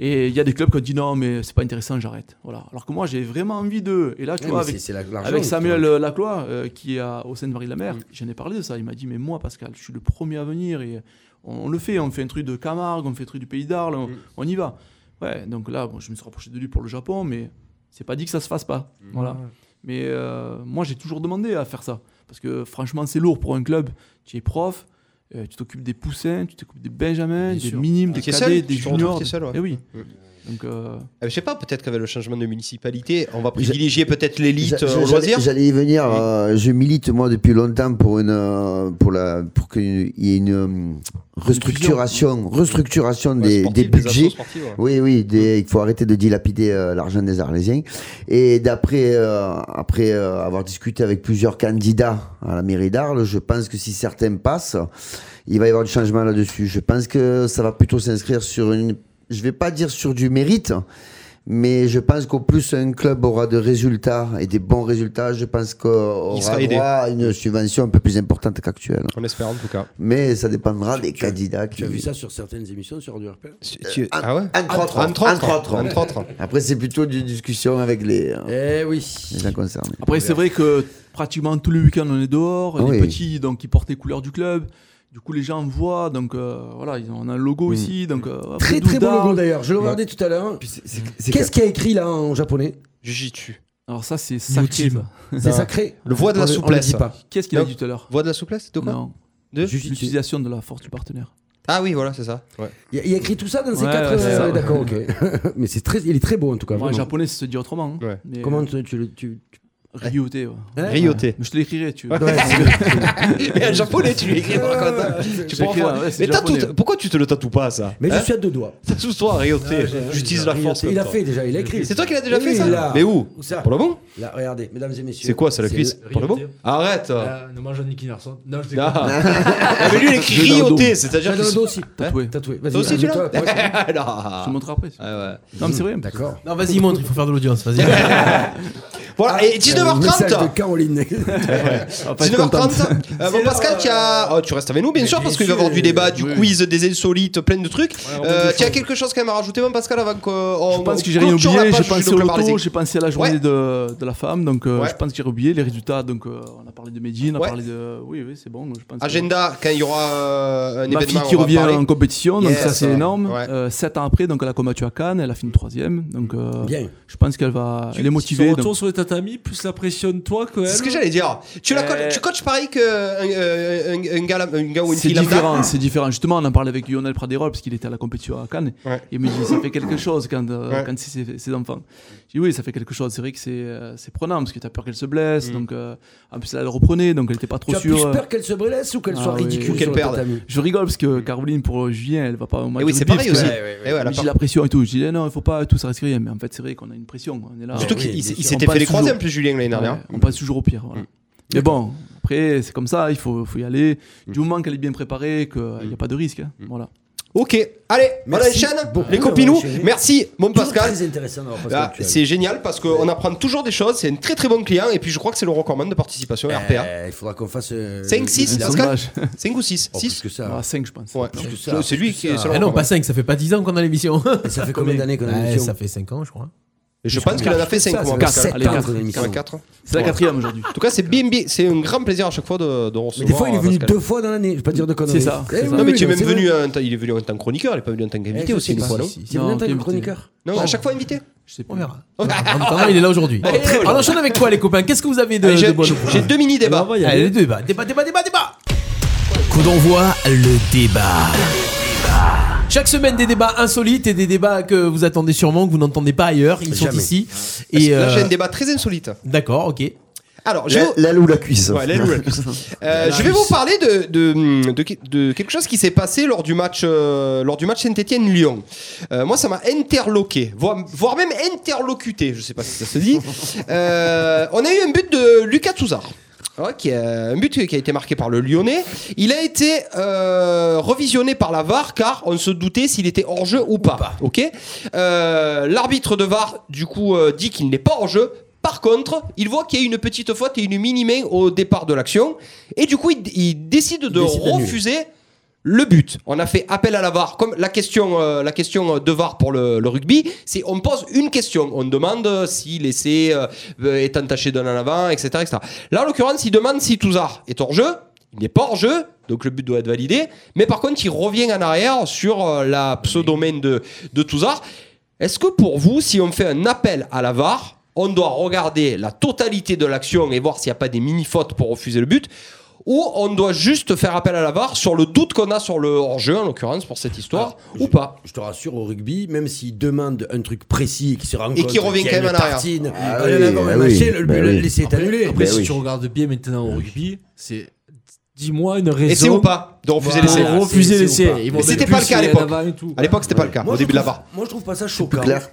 Speaker 7: Et il y a des clubs qui ont dit non, mais c'est pas intéressant, j'arrête. Voilà. Alors que moi, j'ai vraiment envie de. Et là, tu
Speaker 4: Ouais,
Speaker 7: vois,
Speaker 4: mais
Speaker 7: avec
Speaker 4: c'est- c'est la- l'argent,
Speaker 7: avec Samuel
Speaker 4: justement.
Speaker 7: euh, Lacloix, euh, qui est à- au Seine-Marie-la-Mer, j'en ai parlé de ça. Il m'a dit Mais moi, Pascal, je suis le premier à venir et on, on le fait. On fait un truc de Camargue, on fait un truc du Pays d'Arles, on, on y va. Ouais, donc là, bon, je me suis rapproché de lui pour le Japon, mais c'est pas dit que ça se fasse pas. Voilà. Mais euh, moi, j'ai toujours demandé à faire ça. Parce que franchement, c'est lourd pour un club. Tu es prof, euh, tu t'occupes des poussins, tu t'occupes des benjamins,
Speaker 6: Bien
Speaker 7: des
Speaker 6: sûr.
Speaker 7: minimes,
Speaker 3: Qui
Speaker 7: des
Speaker 3: est seul,
Speaker 7: cadets, des
Speaker 3: Ah, tu te retrouves
Speaker 7: juniors.
Speaker 3: qui est seul, ouais.
Speaker 7: Eh oui.
Speaker 3: Mm.
Speaker 7: Donc, euh,
Speaker 3: euh, je sais pas, peut-être qu'avec le changement de municipalité, on va privilégier peut-être l'élite
Speaker 5: J'a-
Speaker 3: euh, au
Speaker 5: j'allais-
Speaker 3: loisir.
Speaker 5: J'allais y venir. euh, je milite moi depuis longtemps pour une euh, pour la pour qu'il y ait une euh, restructuration restructuration
Speaker 3: Ouais,
Speaker 5: des,
Speaker 3: sportif,
Speaker 5: des budgets.
Speaker 3: assos sportifs, ouais.
Speaker 5: Oui, oui, des- il faut arrêter de dilapider euh, l'argent des Arlésiens. Et d'après euh, après euh, avoir discuté avec plusieurs candidats à la mairie d'Arles, je pense que si certains passent, il va y avoir du changement là-dessus. Je pense que ça va plutôt s'inscrire sur une, je vais pas dire sur du mérite, mais je pense qu'au plus un club aura de résultats et des bons résultats, je pense qu'on
Speaker 3: sera
Speaker 5: aura
Speaker 3: aidé.
Speaker 5: droit à une subvention un peu plus importante qu'actuelle.
Speaker 3: On espère en tout cas.
Speaker 5: Mais ça dépendra des
Speaker 4: Tu-
Speaker 5: candidats. qui-
Speaker 4: Tu as vu ça sur certaines émissions sur du RP
Speaker 3: Ah ouais
Speaker 5: Entre autres.
Speaker 3: Entre
Speaker 5: Entre
Speaker 3: autres.
Speaker 5: autres.
Speaker 3: Entre autres.
Speaker 5: Après, c'est plutôt une discussion avec les, euh,
Speaker 4: Eh oui.
Speaker 5: les gens concernés.
Speaker 7: Après, c'est vrai que pratiquement tous les week-ends, on est dehors.
Speaker 5: Oui.
Speaker 7: Les petits, donc, ils portent les couleurs du club. Du coup, les gens voient. Donc, euh, voilà, ils ont- on a le logo ici. Donc, euh, hop,
Speaker 4: Très
Speaker 7: le
Speaker 4: très bon
Speaker 7: Douda.
Speaker 4: logo d'ailleurs. Je le regardais tout à l'heure. Qu'est-ce qu'il y a écrit là en japonais
Speaker 3: Jujitsu.
Speaker 7: Alors, ça, c'est sacré.
Speaker 8: Team.
Speaker 7: ça.
Speaker 4: C'est sacré.
Speaker 3: Le voie de la
Speaker 4: On le- on le
Speaker 3: souplesse.
Speaker 4: dit pas.
Speaker 7: Qu'est-ce qu'il a
Speaker 3: Non.
Speaker 7: dit tout à l'heure
Speaker 3: Voie de la souplesse, de quoi
Speaker 7: Non.
Speaker 3: De
Speaker 7: L'utilisation de la force du partenaire.
Speaker 3: Ah oui, voilà, c'est ça. Ouais.
Speaker 4: Il y a- il y a écrit tout ça dans ces
Speaker 7: Ouais,
Speaker 4: quatre.
Speaker 7: ouais, c'est
Speaker 4: euh,
Speaker 7: ça, ouais.
Speaker 4: D'accord, ok. *laughs* Mais c'est très, il est très beau en tout cas.
Speaker 7: Moi,
Speaker 4: vraiment.
Speaker 7: japonais, ça se dit autrement. hein.
Speaker 3: Ouais.
Speaker 7: Mais,
Speaker 4: Comment
Speaker 7: euh,
Speaker 4: tu, tu le- tu- tu-
Speaker 7: Ryoté, ouais.
Speaker 4: Hein
Speaker 3: Ryoté.
Speaker 7: Mais *laughs* je te l'écrirai, tu veux.
Speaker 4: Ouais, c'est-
Speaker 3: Et en japonais, tu lui *laughs*
Speaker 4: Ah,
Speaker 3: écris par contre. Tu
Speaker 7: J'ai
Speaker 3: peux en
Speaker 7: écrit,
Speaker 3: faire-
Speaker 7: ouais, c'est
Speaker 3: Mais t'as
Speaker 7: japonais.
Speaker 3: tout- Pourquoi tu te le tatoues pas, ça
Speaker 4: Mais
Speaker 3: Hein
Speaker 4: je suis à deux doigts.
Speaker 3: Tout toi, Ryoté. J'utilise la force.
Speaker 4: Il
Speaker 3: comme
Speaker 4: a
Speaker 3: toi.
Speaker 4: fait déjà, il a écrit.
Speaker 3: C'est toi qui l'as déjà
Speaker 4: Oui,
Speaker 3: fait,
Speaker 4: il
Speaker 3: ça
Speaker 4: l'a.
Speaker 3: Mais où
Speaker 4: Où ça
Speaker 3: Pour le bon
Speaker 4: Là, regardez, mesdames et messieurs.
Speaker 3: C'est quoi, ça, la cuisse
Speaker 4: l-
Speaker 3: Pour le bon
Speaker 6: Ryoté.
Speaker 3: Arrête
Speaker 6: Euh, ne mange un Nicky Larson. Non, je déconne.
Speaker 3: *laughs* Ah. Mais lui, il écrit
Speaker 7: Je vais dans le
Speaker 3: Ryoté,
Speaker 7: dos.
Speaker 4: J'ai
Speaker 3: c'est-à-dire
Speaker 4: le
Speaker 3: qu'il
Speaker 4: dos aussi.
Speaker 7: Tatoué.
Speaker 4: Tatoué. Vas-y,
Speaker 3: Hein Toi aussi, tu
Speaker 4: amène-toi après.
Speaker 3: *laughs* se-
Speaker 7: Je te
Speaker 3: Non.
Speaker 7: montre après.
Speaker 3: Ah ouais.
Speaker 7: Non, mais c'est vrai.
Speaker 4: D'accord.
Speaker 2: Non, vas-y, montre, il faut faire de l'audience, vas-y.
Speaker 3: Voilà, Ah,
Speaker 4: Ah,
Speaker 3: et
Speaker 4: Message de
Speaker 3: 19h30 *laughs*
Speaker 4: Caroline.
Speaker 3: 19h30 euh, Bon, Pascal, tu as. oh, tu restes avec nous, bien
Speaker 4: Mais
Speaker 3: sûr,
Speaker 4: bien
Speaker 3: parce qu'il va y
Speaker 4: sûr,
Speaker 3: avoir du
Speaker 4: euh,
Speaker 3: débat, du
Speaker 4: oui.
Speaker 3: quiz, des insolites, plein de trucs. Euh,
Speaker 6: on peut dire
Speaker 3: tu as
Speaker 6: ça.
Speaker 3: quelque chose quand même à rajouter, mon Pascal, avant qu'on.
Speaker 7: Je pense
Speaker 3: on
Speaker 7: que j'ai rien
Speaker 3: clôture la
Speaker 7: oublié.
Speaker 3: page
Speaker 7: J'ai
Speaker 3: du
Speaker 7: pensé
Speaker 3: Judo
Speaker 7: au
Speaker 3: Club Arlesic.
Speaker 7: taux, j'ai pensé à la journée
Speaker 3: Ouais.
Speaker 7: de, de la femme. Donc, euh,
Speaker 3: Ouais.
Speaker 7: je pense que j'ai oublié les résultats. Donc, euh, on a parlé de Medine, on
Speaker 3: Ouais.
Speaker 7: a parlé de. Oui, oui, c'est bon. Je pense que-
Speaker 3: Agenda, quand il y aura euh, un
Speaker 7: Ma fille
Speaker 3: événement.
Speaker 7: qui
Speaker 3: on va
Speaker 7: revient
Speaker 3: parler.
Speaker 7: en compétition, donc
Speaker 3: Yes,
Speaker 7: ça c'est
Speaker 3: ouais.
Speaker 7: énorme.
Speaker 3: Ouais.
Speaker 7: Euh, sept ans après, donc elle a combattu à Cannes, elle a fini troisième. Donc euh,
Speaker 4: Bien.
Speaker 7: je pense qu'elle va, elle est motivée.
Speaker 8: Son
Speaker 7: donc-
Speaker 8: retour sur les tatamis, plus la pressionne toi que
Speaker 3: C'est ce que
Speaker 8: elle.
Speaker 3: j'allais dire. Tu, la co-
Speaker 8: Euh,
Speaker 3: tu coaches pareil qu'un euh, un, un, gars, la- un gars ou une
Speaker 7: C'est
Speaker 3: fille lambda Ah.
Speaker 7: différent, c'est différent. Justement, on en parlait avec Lionel Praderol parce qu'il était à la compétition à Cannes.
Speaker 3: Ouais.
Speaker 7: Et il me dit ça fait quelque chose quand, euh,
Speaker 3: Ouais.
Speaker 7: quand c'est ses, ses enfants. J'ai dit oui, ça fait quelque chose. C'est vrai que c'est euh, c'est prenant parce que t'as peur qu'elle se blesse.
Speaker 3: Mm.
Speaker 7: Donc euh, en plus elle le reprenait, donc elle était pas trop
Speaker 4: Tu as plus
Speaker 7: sûre.
Speaker 4: peur qu'elle se brûlisse ou qu'elle
Speaker 7: Ah
Speaker 4: soit
Speaker 7: oui.
Speaker 4: ridicule
Speaker 3: Ou qu'elle
Speaker 4: sur le
Speaker 3: perde.
Speaker 4: tatami
Speaker 7: Je rigole parce que Caroline pour Julien, elle va pas au match.
Speaker 3: Et oui,
Speaker 7: de
Speaker 3: c'est
Speaker 7: bif,
Speaker 3: pareil
Speaker 7: parce
Speaker 3: aussi.
Speaker 7: que-
Speaker 3: Eh ouais, la
Speaker 7: Mais j'ai
Speaker 3: part-
Speaker 7: la pression et tout. Je dis eh non, il faut pas, tout ça risque rien. Mais en fait, c'est vrai qu'on a une pression. On est là.
Speaker 3: Surtout
Speaker 4: oui,
Speaker 3: qu'il
Speaker 4: bien
Speaker 3: il
Speaker 4: sûr.
Speaker 3: s'était
Speaker 7: On
Speaker 3: fait les
Speaker 7: passe
Speaker 3: croisés en
Speaker 7: toujours.
Speaker 3: plus, Julien, l'année
Speaker 7: Ouais,
Speaker 3: dernière.
Speaker 7: on passe toujours au pire. voilà. Mais bon, Après, c'est comme ça, il faut, faut y aller.
Speaker 3: Mm.
Speaker 7: Du moment qu'elle est bien préparée, qu'il n'y a pas de risque. hein. Voilà.
Speaker 3: Ok, allez,
Speaker 4: Merci
Speaker 3: on enchaîne,
Speaker 4: beaucoup
Speaker 3: les copinous.
Speaker 4: d'avoir enchaîné.
Speaker 3: Merci, mon
Speaker 4: Toujours
Speaker 3: Pascal.
Speaker 4: Très intéressant d'avoir Pascal
Speaker 3: Ah,
Speaker 4: Actuel.
Speaker 3: c'est génial parce qu'on apprend toujours des choses. C'est un très très bon client et puis je crois que c'est le recommande de participation à RPA.
Speaker 4: Euh, il faudra qu'on fasse.
Speaker 3: 5, 6,
Speaker 7: le
Speaker 3: Pascal
Speaker 7: sondage.
Speaker 3: 5 ou 6 6
Speaker 4: que ça.
Speaker 7: Ah, 5, je pense.
Speaker 3: Ouais,
Speaker 4: plus Oh, que ça,
Speaker 3: Je- c'est lui
Speaker 4: plus que
Speaker 3: qui est
Speaker 4: ça.
Speaker 3: c'est le
Speaker 2: Ah non,
Speaker 3: recommande.
Speaker 2: pas 5, ça fait pas 10 ans qu'on a l'émission.
Speaker 4: Et
Speaker 3: Ah,
Speaker 4: ça fait combien d'années qu'on a
Speaker 2: Ouais,
Speaker 4: l'émission
Speaker 2: Ça fait 5 ans, je crois.
Speaker 3: Je pense qu'il en a fait 5
Speaker 4: Ça,
Speaker 3: ou
Speaker 4: ça fait
Speaker 7: quatre.
Speaker 4: sept
Speaker 7: Allez,
Speaker 4: ans
Speaker 7: quatre.
Speaker 4: qu'on a l'émission.
Speaker 7: C'est la quatrième aujourd'hui.
Speaker 3: En tout cas, c'est bien, bien- C'est un grand plaisir à chaque fois de, de
Speaker 4: Mais
Speaker 3: recevoir. euh,
Speaker 4: des fois, il est venu
Speaker 3: Pascal.
Speaker 4: deux fois dans l'année. Je vais pas dire de conneries.
Speaker 7: C'est ça,
Speaker 4: Eh
Speaker 7: c'est
Speaker 4: oui,
Speaker 7: ça.
Speaker 3: Non, mais
Speaker 4: oui,
Speaker 3: tu es même
Speaker 4: c'est
Speaker 3: venu.
Speaker 4: vrai.
Speaker 3: en tant- il est venu en tant que chroniqueur. Il est pas venu en tant
Speaker 4: Eh,
Speaker 3: qu'invité
Speaker 4: je
Speaker 3: aussi
Speaker 4: sais
Speaker 3: une
Speaker 4: pas.
Speaker 3: fois, non
Speaker 4: Il est venu
Speaker 7: Non,
Speaker 4: en tant que
Speaker 7: invité.
Speaker 4: chroniqueur.
Speaker 3: Non, à chaque fois invité.
Speaker 7: Je sais pas.
Speaker 2: On verra. En attendant, il est là aujourd'hui. On enchaîne avec quoi, les copains Qu'est-ce que vous avez de,
Speaker 4: Euh,
Speaker 3: Allez,
Speaker 2: de
Speaker 3: Ah, J'ai
Speaker 2: bon
Speaker 3: j'ai- j'ai deux mini débats.
Speaker 2: Allez, les deux, bah, débat, débat, débat, débat
Speaker 1: Coup d'envoi, le débat.
Speaker 2: Chaque semaine, des débats insolites et des débats que vous attendez sûrement, que vous n'entendez pas ailleurs. Ils sont ici. Et
Speaker 3: Là, j'ai un
Speaker 2: euh,
Speaker 3: débat très insolite.
Speaker 2: D'accord, ok.
Speaker 3: Alors, je vais
Speaker 5: La-
Speaker 3: vous-
Speaker 5: L'aile ou la cuisse
Speaker 3: Ouais, l'aile ou *laughs* la cuisse. Euh, je vais vous parler de, de, de, de quelque chose qui s'est passé lors du match, euh, lors du match Saint-Etienne-Lyon. Euh, moi, ça m'a interloqué, voire, voire même interlocuté, je sais pas si ça se *laughs* dit. Euh, on a eu un but de Lucas Touzard. Ouais, qui est euh, un but qui a été marqué par le Lyonnais. Il a été euh, revisionné par la VAR car on se doutait s'il était hors jeu ou pas. Ok. Euh, L'arbitre de VAR du coup euh, dit qu'il n'est pas hors jeu. Par contre, il voit qu'il y a une petite faute et une mini main au départ de l'action et du coup il, il décide de
Speaker 4: décide d'annuler.
Speaker 3: refuser. Le but, on a fait appel à la VAR. Comme la question, euh, la question de VAR pour le, le rugby, c'est on pose une question. On demande euh, si l'essai euh, euh, est entaché d'un en avant, etc., etc. Là, en l'occurrence, il demande si Touzard est hors jeu. Il n'est pas hors jeu, donc le but doit être validé. Mais par contre, il revient en arrière sur euh, la pseudomaine de, de Touzard. Est-ce que pour vous, si on fait un appel à la VAR, on doit regarder la totalité de l'action et voir s'il n'y a pas des mini-fautes pour refuser le but ou on doit juste faire appel à la VAR sur le doute qu'on a sur le hors-jeu, en l'occurrence, pour cette histoire, ou
Speaker 4: Alors, je-
Speaker 3: pas
Speaker 4: Je te rassure, au rugby, même s'il demande un truc précis et qu'il se rend
Speaker 3: Et
Speaker 4: compte
Speaker 3: qu'il revient
Speaker 4: qu'il y
Speaker 3: quand
Speaker 4: a
Speaker 3: même
Speaker 4: une
Speaker 3: en arrière.
Speaker 4: tartine,
Speaker 5: Ah
Speaker 4: euh,
Speaker 5: oui,
Speaker 4: là, là, on a
Speaker 5: bah
Speaker 4: lâché,
Speaker 5: oui,
Speaker 4: le-
Speaker 5: bah
Speaker 4: le-
Speaker 5: oui.
Speaker 4: l'essai est annulé.
Speaker 5: Ben
Speaker 6: Après, si
Speaker 5: oui.
Speaker 6: tu regardes bien maintenant au rugby, c'est dis-moi une raison.
Speaker 3: Et c'est ou pas de refuser Ah,
Speaker 6: Voilà,
Speaker 3: l'essai
Speaker 6: c'est-
Speaker 4: Refuser
Speaker 6: c'est
Speaker 4: l'essai.
Speaker 6: ou pas. Ils vont
Speaker 3: Mais c'était
Speaker 6: mettre
Speaker 3: pas le
Speaker 6: plus
Speaker 3: cas à
Speaker 6: les
Speaker 3: l'époque.
Speaker 6: Navas et tout.
Speaker 3: À l'époque, c'était pas le cas,
Speaker 4: Moi,
Speaker 3: au
Speaker 4: je
Speaker 3: début de la
Speaker 4: trouve-
Speaker 3: VAR.
Speaker 4: Moi, je trouve pas ça choquant.
Speaker 5: clair.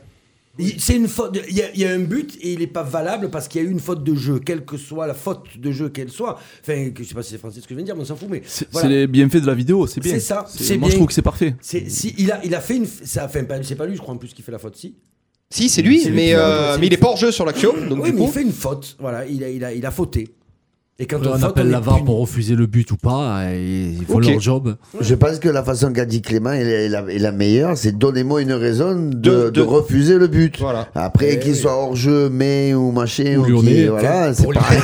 Speaker 4: Il- C'est une faute. de- Il y, a- il y a un but et il n'est pas valable parce qu'il y a eu une faute de jeu, quelle que soit la faute de jeu qu'elle soit. Enfin, que- je sais pas si c'est français ce que je viens de dire, mais on s'en fout. Mais
Speaker 7: C'est
Speaker 4: voilà.
Speaker 7: c'est les bienfaits de la vidéo, c'est bien.
Speaker 4: C'est ça, c'est
Speaker 7: Moi,
Speaker 4: bien.
Speaker 7: je trouve que c'est parfait.
Speaker 4: C'est- si, il, a, il a fait une. f- Ça, enfin, pas- c'est pas lui, je crois, en plus, qui fait la faute, si.
Speaker 3: Si, c'est lui,
Speaker 4: C'est lui
Speaker 3: mais,
Speaker 4: qui l'a-
Speaker 3: euh,
Speaker 4: c'est
Speaker 3: mais il
Speaker 4: lui.
Speaker 3: est pas hors-jeu sur l'action, donc
Speaker 4: oui,
Speaker 3: du
Speaker 4: mais il
Speaker 3: coup...
Speaker 4: fait une faute. Voilà, il a, il a, il a fauté. Et quand
Speaker 6: Après, on
Speaker 4: faute,
Speaker 6: appelle
Speaker 4: est
Speaker 6: la VAR
Speaker 4: puni.
Speaker 6: pour refuser le but ou pas, et ils font
Speaker 3: Ok.
Speaker 6: leur job.
Speaker 5: *laughs* Je pense que la façon qu'a dit Clément est la, est la- est la meilleure, c'est donnez-moi une raison de,
Speaker 3: De-
Speaker 5: de
Speaker 3: de-
Speaker 5: refuser le but.
Speaker 3: Voilà.
Speaker 5: Après,
Speaker 4: Eh
Speaker 5: qu'il
Speaker 4: oui.
Speaker 5: soit hors jeu, mais ou machin,
Speaker 6: Ou
Speaker 5: ou, qu'il-
Speaker 6: lyonnais,
Speaker 5: voilà, c'est
Speaker 4: pour
Speaker 5: pareil.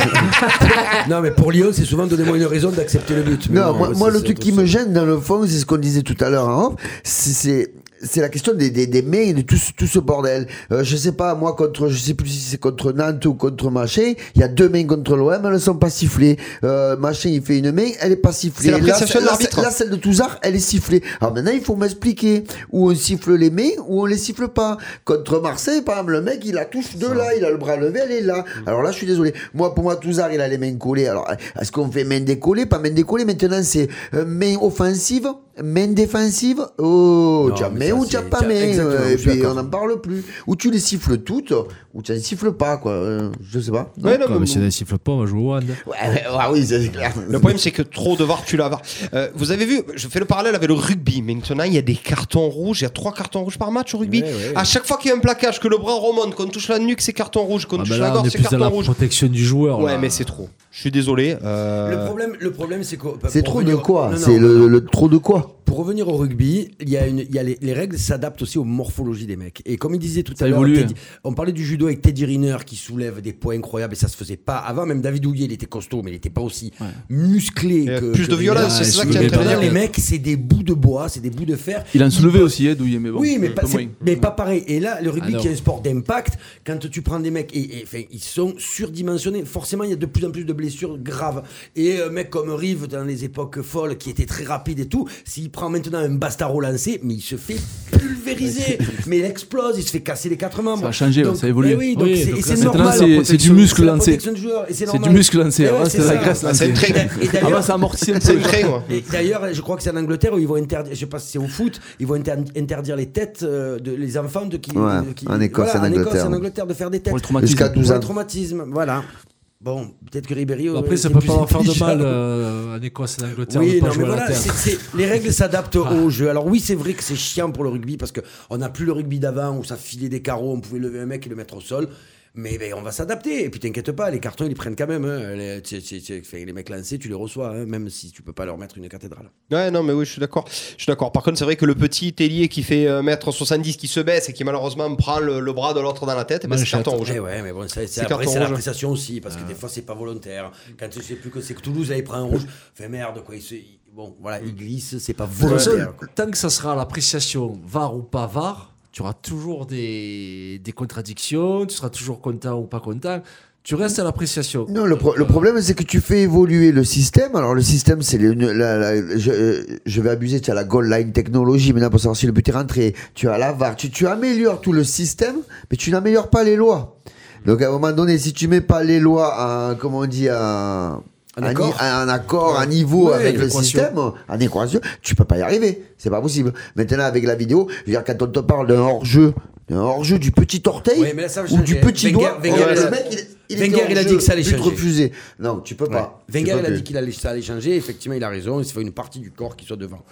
Speaker 4: Non, mais pour Lyon, c'est souvent donnez-moi une raison d'accepter le but. Mais
Speaker 5: Non, moi,
Speaker 4: c'est-
Speaker 5: moi, le
Speaker 4: c'est
Speaker 5: truc
Speaker 4: autre
Speaker 5: qui
Speaker 4: chose.
Speaker 5: me gêne dans le fond, c'est ce qu'on disait tout à l'heure en off, c'est- c'est c'est la question des, des, des mains et de tout, ce- tout ce bordel. Euh, je sais pas, moi, contre, je sais plus si c'est contre Nantes ou contre Machin, il y a deux mains contre l'OM, elles ne sont pas sifflées. Euh, Machin, il fait une main, elle est pas sifflée.
Speaker 3: C'est la
Speaker 5: Là,
Speaker 3: prestation
Speaker 5: ce-
Speaker 3: de
Speaker 5: là,
Speaker 3: l'arbitre.
Speaker 5: ce- Là, celle de Touzard, elle est sifflée. Alors maintenant, il faut m'expliquer où on siffle les mains, où on les siffle pas. Contre Marseille, par exemple, le mec, il la touche de là, il a le bras levé, elle est là.
Speaker 4: Mm.
Speaker 5: Alors là, je suis désolé. Moi, pour moi, Touzard, il a les mains collées. Alors, est-ce qu'on fait main décollée, pas main décollée Maintenant, c'est euh, main offensive, main défensive. Oh,
Speaker 4: Non,
Speaker 5: tu as
Speaker 4: mais
Speaker 5: main
Speaker 4: ça,
Speaker 5: ou tu as
Speaker 4: c'est-
Speaker 5: pas
Speaker 4: tiens,
Speaker 5: main.
Speaker 4: exactement,
Speaker 5: euh,
Speaker 4: je
Speaker 5: Et
Speaker 4: suis
Speaker 5: puis, on
Speaker 4: d'accord.
Speaker 5: n'en parle plus. Ou tu les siffles toutes, ou tu les siffles pas, quoi. Euh, je sais pas.
Speaker 3: Ouais, non,
Speaker 6: Comme
Speaker 3: mais-
Speaker 6: si on ne siffle pas, on va jouer au hand.
Speaker 5: Ouais, ouais, ah oui, c'est clair.
Speaker 3: Le problème, c'est que trop de VAR, tu la VAR. Euh, vous avez vu, je fais le parallèle avec le rugby. Maintenant, il y a des cartons rouges. Il y a trois cartons rouges par match au rugby.
Speaker 4: Ouais, ouais.
Speaker 3: À chaque fois qu'il y a un plaquage, que le bras remonte, qu'on touche la nuque, c'est carton rouge. Qu'on
Speaker 6: Ah,
Speaker 3: touche
Speaker 6: ben
Speaker 3: la
Speaker 6: là, on
Speaker 3: gorge,
Speaker 6: est
Speaker 3: c'est
Speaker 6: plus dans
Speaker 3: carton
Speaker 6: la
Speaker 3: rouge.
Speaker 6: protection du joueur.
Speaker 3: Ouais,
Speaker 6: là.
Speaker 3: mais c'est trop. Je suis désolé. euh,
Speaker 4: Le problème, le problème c'est que.
Speaker 5: C'est
Speaker 4: pour
Speaker 5: trop de
Speaker 4: revenir-
Speaker 5: quoi
Speaker 4: Non,
Speaker 5: C'est
Speaker 4: non,
Speaker 5: le,
Speaker 4: non.
Speaker 5: le trop de quoi
Speaker 4: Pour revenir au rugby, il y a une, il y a les, les règles s'adaptent aussi aux morphologies des mecs. Et comme il disait tout
Speaker 7: Ça
Speaker 4: à l'heure,
Speaker 7: évolue,
Speaker 4: Teddy- on parlait du judo avec Teddy Riner qui soulève des poids incroyables et ça se faisait pas avant. Même David Douillet, il était costaud, mais il était pas aussi musclé.
Speaker 3: il y a
Speaker 4: Que,
Speaker 3: plus
Speaker 4: que
Speaker 3: de
Speaker 4: Riner.
Speaker 3: violence,
Speaker 6: Ah,
Speaker 3: c'est
Speaker 6: il
Speaker 3: ça
Speaker 6: se
Speaker 3: que tu
Speaker 6: met
Speaker 3: es en train de
Speaker 6: pas
Speaker 3: dire.
Speaker 4: Maintenant, les mecs, c'est des bouts de bois, c'est des bouts de fer.
Speaker 7: Il en soulevé aussi, hein, Douillet, mais bon.
Speaker 4: Oui, mais
Speaker 7: un
Speaker 4: pas,
Speaker 7: peu
Speaker 4: c'est-
Speaker 7: moins.
Speaker 4: mais pas pareil. Et là, le rugby
Speaker 6: Ah non.
Speaker 4: qui est un sport d'impact, quand tu prends des mecs, et, et, enfin, ils sont surdimensionnés. Forcément, il y a de plus en plus de blessures graves. Et un mec comme Rive, dans les époques folles, qui était très rapide et tout, s'il prend maintenant un bastard au lancer, mais il se fait
Speaker 7: *laughs*
Speaker 4: pulvériser. mais il explose, il se fait casser les quatre membres.
Speaker 7: Ça a changé,
Speaker 4: Donc-
Speaker 7: ouais, ça a évolué.
Speaker 4: Eh oui, donc
Speaker 6: Oui,
Speaker 4: c'est-
Speaker 6: donc
Speaker 4: et c'est
Speaker 6: maintenant,
Speaker 4: normal.
Speaker 7: c'est-
Speaker 4: la
Speaker 7: c'est
Speaker 4: protection-
Speaker 7: du muscle
Speaker 4: la
Speaker 7: lancé.
Speaker 4: protection du joueur, et C'est
Speaker 7: C'est
Speaker 4: normal.
Speaker 7: du muscle lancé,
Speaker 4: Eh
Speaker 7: avant,
Speaker 4: ouais,
Speaker 7: c'était
Speaker 4: c'est
Speaker 7: la
Speaker 4: ça.
Speaker 7: graisse
Speaker 3: Ah, c'est
Speaker 7: lancée.
Speaker 3: un train.
Speaker 4: Et
Speaker 7: Ah
Speaker 4: d'ailleurs-
Speaker 7: bah, ça amortit
Speaker 3: *laughs*
Speaker 7: un
Speaker 3: C'est
Speaker 7: peu.
Speaker 3: un train, ouais.
Speaker 4: et d'ailleurs, je crois que c'est en Angleterre où ils vont interdire, je sais pas si c'est au foot, ils vont inter- interdire les têtes euh, de les enfants de qui,
Speaker 5: Ouais,
Speaker 4: de qui-
Speaker 5: en Écosse, en
Speaker 4: en Écosse,
Speaker 5: Angleterre.
Speaker 4: en Angleterre de faire des têtes
Speaker 7: Pour le traumatisme.
Speaker 5: Jusqu'à 12
Speaker 4: Pour
Speaker 5: ans.
Speaker 4: le traumatisme, voilà. Bon, peut-être que Ribéry. aurait
Speaker 6: Après, ça
Speaker 4: été
Speaker 6: peut
Speaker 4: plus
Speaker 6: pas en faire de
Speaker 4: intelligent.
Speaker 6: mal euh, en Écosse et en Angleterre. de
Speaker 4: Oui,
Speaker 6: pas
Speaker 4: non,
Speaker 6: jouer
Speaker 4: mais
Speaker 6: à Ah. la
Speaker 4: voilà,
Speaker 6: terre.
Speaker 4: c'est- c'est- les règles s'adaptent au jeu. Alors oui, c'est vrai que c'est chiant pour le rugby parce qu'on n'a plus le rugby d'avant où ça filait des carreaux, on pouvait lever un mec et le mettre au sol. Mais ben, on va s'adapter. Et puis t'inquiète pas, les cartons, ils les prennent quand même. hein. Les, tu- tu- tu- enfin, les mecs lancés, tu les reçois, hein, même si tu peux pas leur mettre une cathédrale.
Speaker 3: Ouais, non, mais oui, je suis d'accord. Je suis d'accord. Par contre, c'est vrai que le petit ailier qui fait euh, 1m70 qui se baisse et qui malheureusement prend le, le bras de l'autre dans la tête, eh ben, c'est
Speaker 6: Manchette.
Speaker 3: carton *laughs* rouge.
Speaker 4: Eh ouais, mais bon, ça, c'est
Speaker 3: C'est
Speaker 4: après,
Speaker 3: carton
Speaker 4: c'est la
Speaker 3: rouge.
Speaker 4: prestation aussi, parce que des fois, c'est pas volontaire. Quand tu sais plus que c'est que Toulouse, là, il prend un rouge. Fait merde, quoi. Il se- il- bon, voilà, il glisse, c'est pas
Speaker 6: Le seul-
Speaker 4: volontaire. quoi.
Speaker 6: tant que ça sera à l'appréciation VAR ou pas VAR, tu auras toujours des, des contradictions, tu seras toujours content ou pas content. Tu restes à l'appréciation.
Speaker 5: Non, le, pro-
Speaker 6: Donc,
Speaker 5: le
Speaker 6: euh,
Speaker 5: problème, c'est que tu fais évoluer le système. Alors, le système, c'est. les- la- la- je, euh, je vais abuser, tu as la goal line technologie maintenant pour savoir si le but est rentré. Tu as la VAR. Tu, tu améliores tout le système, mais tu n'améliores pas les lois. Donc, à un moment donné, si tu mets pas les lois, en, comment on dit, en, en
Speaker 4: accord.
Speaker 5: ni- en accord, à niveau
Speaker 6: Ouais,
Speaker 5: avec le
Speaker 6: l'équation.
Speaker 5: système, en équation, tu peux pas y arriver. C'est pas possible. Maintenant, avec la vidéo, je veux dire, quand on te parle d'un hors-jeu, d'un hors-jeu du petit orteil
Speaker 4: Oui, mais là, ça va
Speaker 5: ou du
Speaker 4: changer.
Speaker 5: petit
Speaker 4: Wenger-
Speaker 5: doigt,
Speaker 4: Wenger,
Speaker 5: le
Speaker 4: il a-
Speaker 5: mec, il, il
Speaker 4: Wenger,
Speaker 5: était hors
Speaker 4: il a
Speaker 5: jeu,
Speaker 4: dit que ça allait
Speaker 5: but
Speaker 4: changer.
Speaker 5: refusé. Non, tu peux
Speaker 4: Ouais.
Speaker 5: pas. Tu
Speaker 4: Wenger,
Speaker 5: peux
Speaker 4: il a
Speaker 5: plus.
Speaker 4: dit qu'il allait, ça allait changer. Effectivement, il a raison. Il se fait une partie du corps qui soit devant.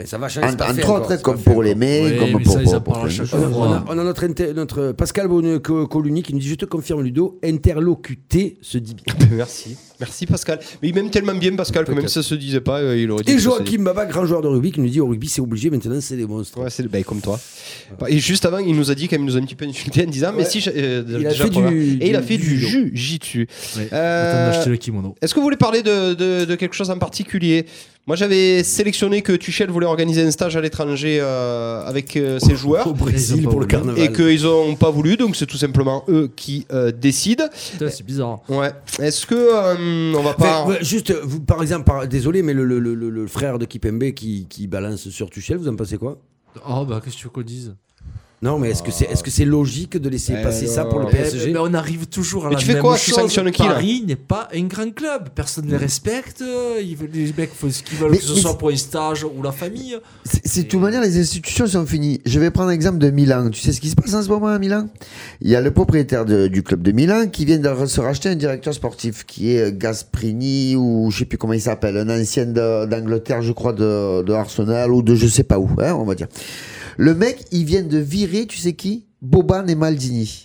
Speaker 4: Enfin, ça va changer. c'est
Speaker 5: Entre,
Speaker 4: pas fait
Speaker 5: entre
Speaker 4: encore,
Speaker 5: autres,
Speaker 4: c'est
Speaker 5: comme
Speaker 4: pas fait
Speaker 5: pour les
Speaker 4: encore.
Speaker 5: mecs,
Speaker 6: Oui,
Speaker 5: comme
Speaker 6: mais
Speaker 5: pour,
Speaker 6: ça, ils
Speaker 5: pour,
Speaker 6: en
Speaker 5: pour
Speaker 6: parlent à
Speaker 5: plein de
Speaker 6: chaque
Speaker 5: choses.
Speaker 6: fois.
Speaker 4: On a, on a notre, inter- notre Pascal Bonne- Co- Coluni qui nous dit Je te confirme, Ludo, interlocuté se dit
Speaker 3: Ah,
Speaker 4: bien.
Speaker 3: Merci. Merci, Pascal. Mais il m'aime tellement bien, Pascal, que même si ça se disait pas, euh, il aurait dit.
Speaker 4: Et
Speaker 3: que ça se disait.
Speaker 4: Joachim Baba, grand joueur de rugby, qui nous dit Au rugby, c'est obligé, maintenant, c'est des monstres.
Speaker 3: Ouais, c'est le- bah, comme toi. Et juste avant, il nous a dit qu'il nous a un petit peu insulté en disant Mais si. je- euh,
Speaker 4: Il a
Speaker 3: déjà
Speaker 4: fait
Speaker 3: première.
Speaker 4: du-
Speaker 3: Et il a
Speaker 4: du-
Speaker 3: fait
Speaker 4: du
Speaker 3: du
Speaker 4: judo.
Speaker 3: jus, j'y tue.
Speaker 6: ouais,
Speaker 3: Euh,
Speaker 6: attends d'acheter le kimono.
Speaker 3: Est-ce que vous voulez parler de, de- de quelque chose en particulier Moi, j'avais sélectionné que Tuchel voulait organiser un stage à l'étranger euh, avec euh, ses joueurs.
Speaker 4: Au Brésil pour le carnaval.
Speaker 3: Et qu'ils n'ont pas voulu, donc c'est tout simplement eux qui euh, décident.
Speaker 6: Putain, c'est bizarre.
Speaker 3: Ouais. Est-ce que euh, on va pas
Speaker 4: Enfin, ouais, juste, euh, vous, par exemple, par- désolé, mais le, le- le- le- le frère de Kipembe qui, qui balance sur Tuchel, vous en pensez quoi
Speaker 6: Oh, bah, qu'est-ce que tu veux qu'on dise
Speaker 4: Non, mais est-ce que c'est est -ce c'est logique de laisser
Speaker 3: Eh
Speaker 4: passer ça pour le
Speaker 3: non.
Speaker 4: PSG
Speaker 6: Mais on arrive toujours à
Speaker 3: Mais
Speaker 6: la
Speaker 3: tu fais
Speaker 6: même
Speaker 3: quoi Tu
Speaker 6: chose.
Speaker 3: sanctionnes qui, là
Speaker 6: Paris n'est pas un grand club. Personne ne les respecte. Ils veulent, les mecs font ce qu'ils veulent,
Speaker 5: Mais-
Speaker 6: que ce
Speaker 5: mais-
Speaker 6: soit pour un stage ou la famille.
Speaker 5: C'est- C'est de toute manière, les institutions sont finies. Je vais prendre l'exemple de Milan. Tu sais ce qui se passe en ce moment à Milan Il y a le propriétaire de- du club de Milan qui vient de se racheter un directeur sportif qui est euh, Gasprini ou je sais plus comment il s'appelle, un ancien de- d'Angleterre, je crois, de, de Arsenal ou de je sais pas où, hein, on va dire. Le mec, il vient de virer, tu sais qui Boban et Maldini.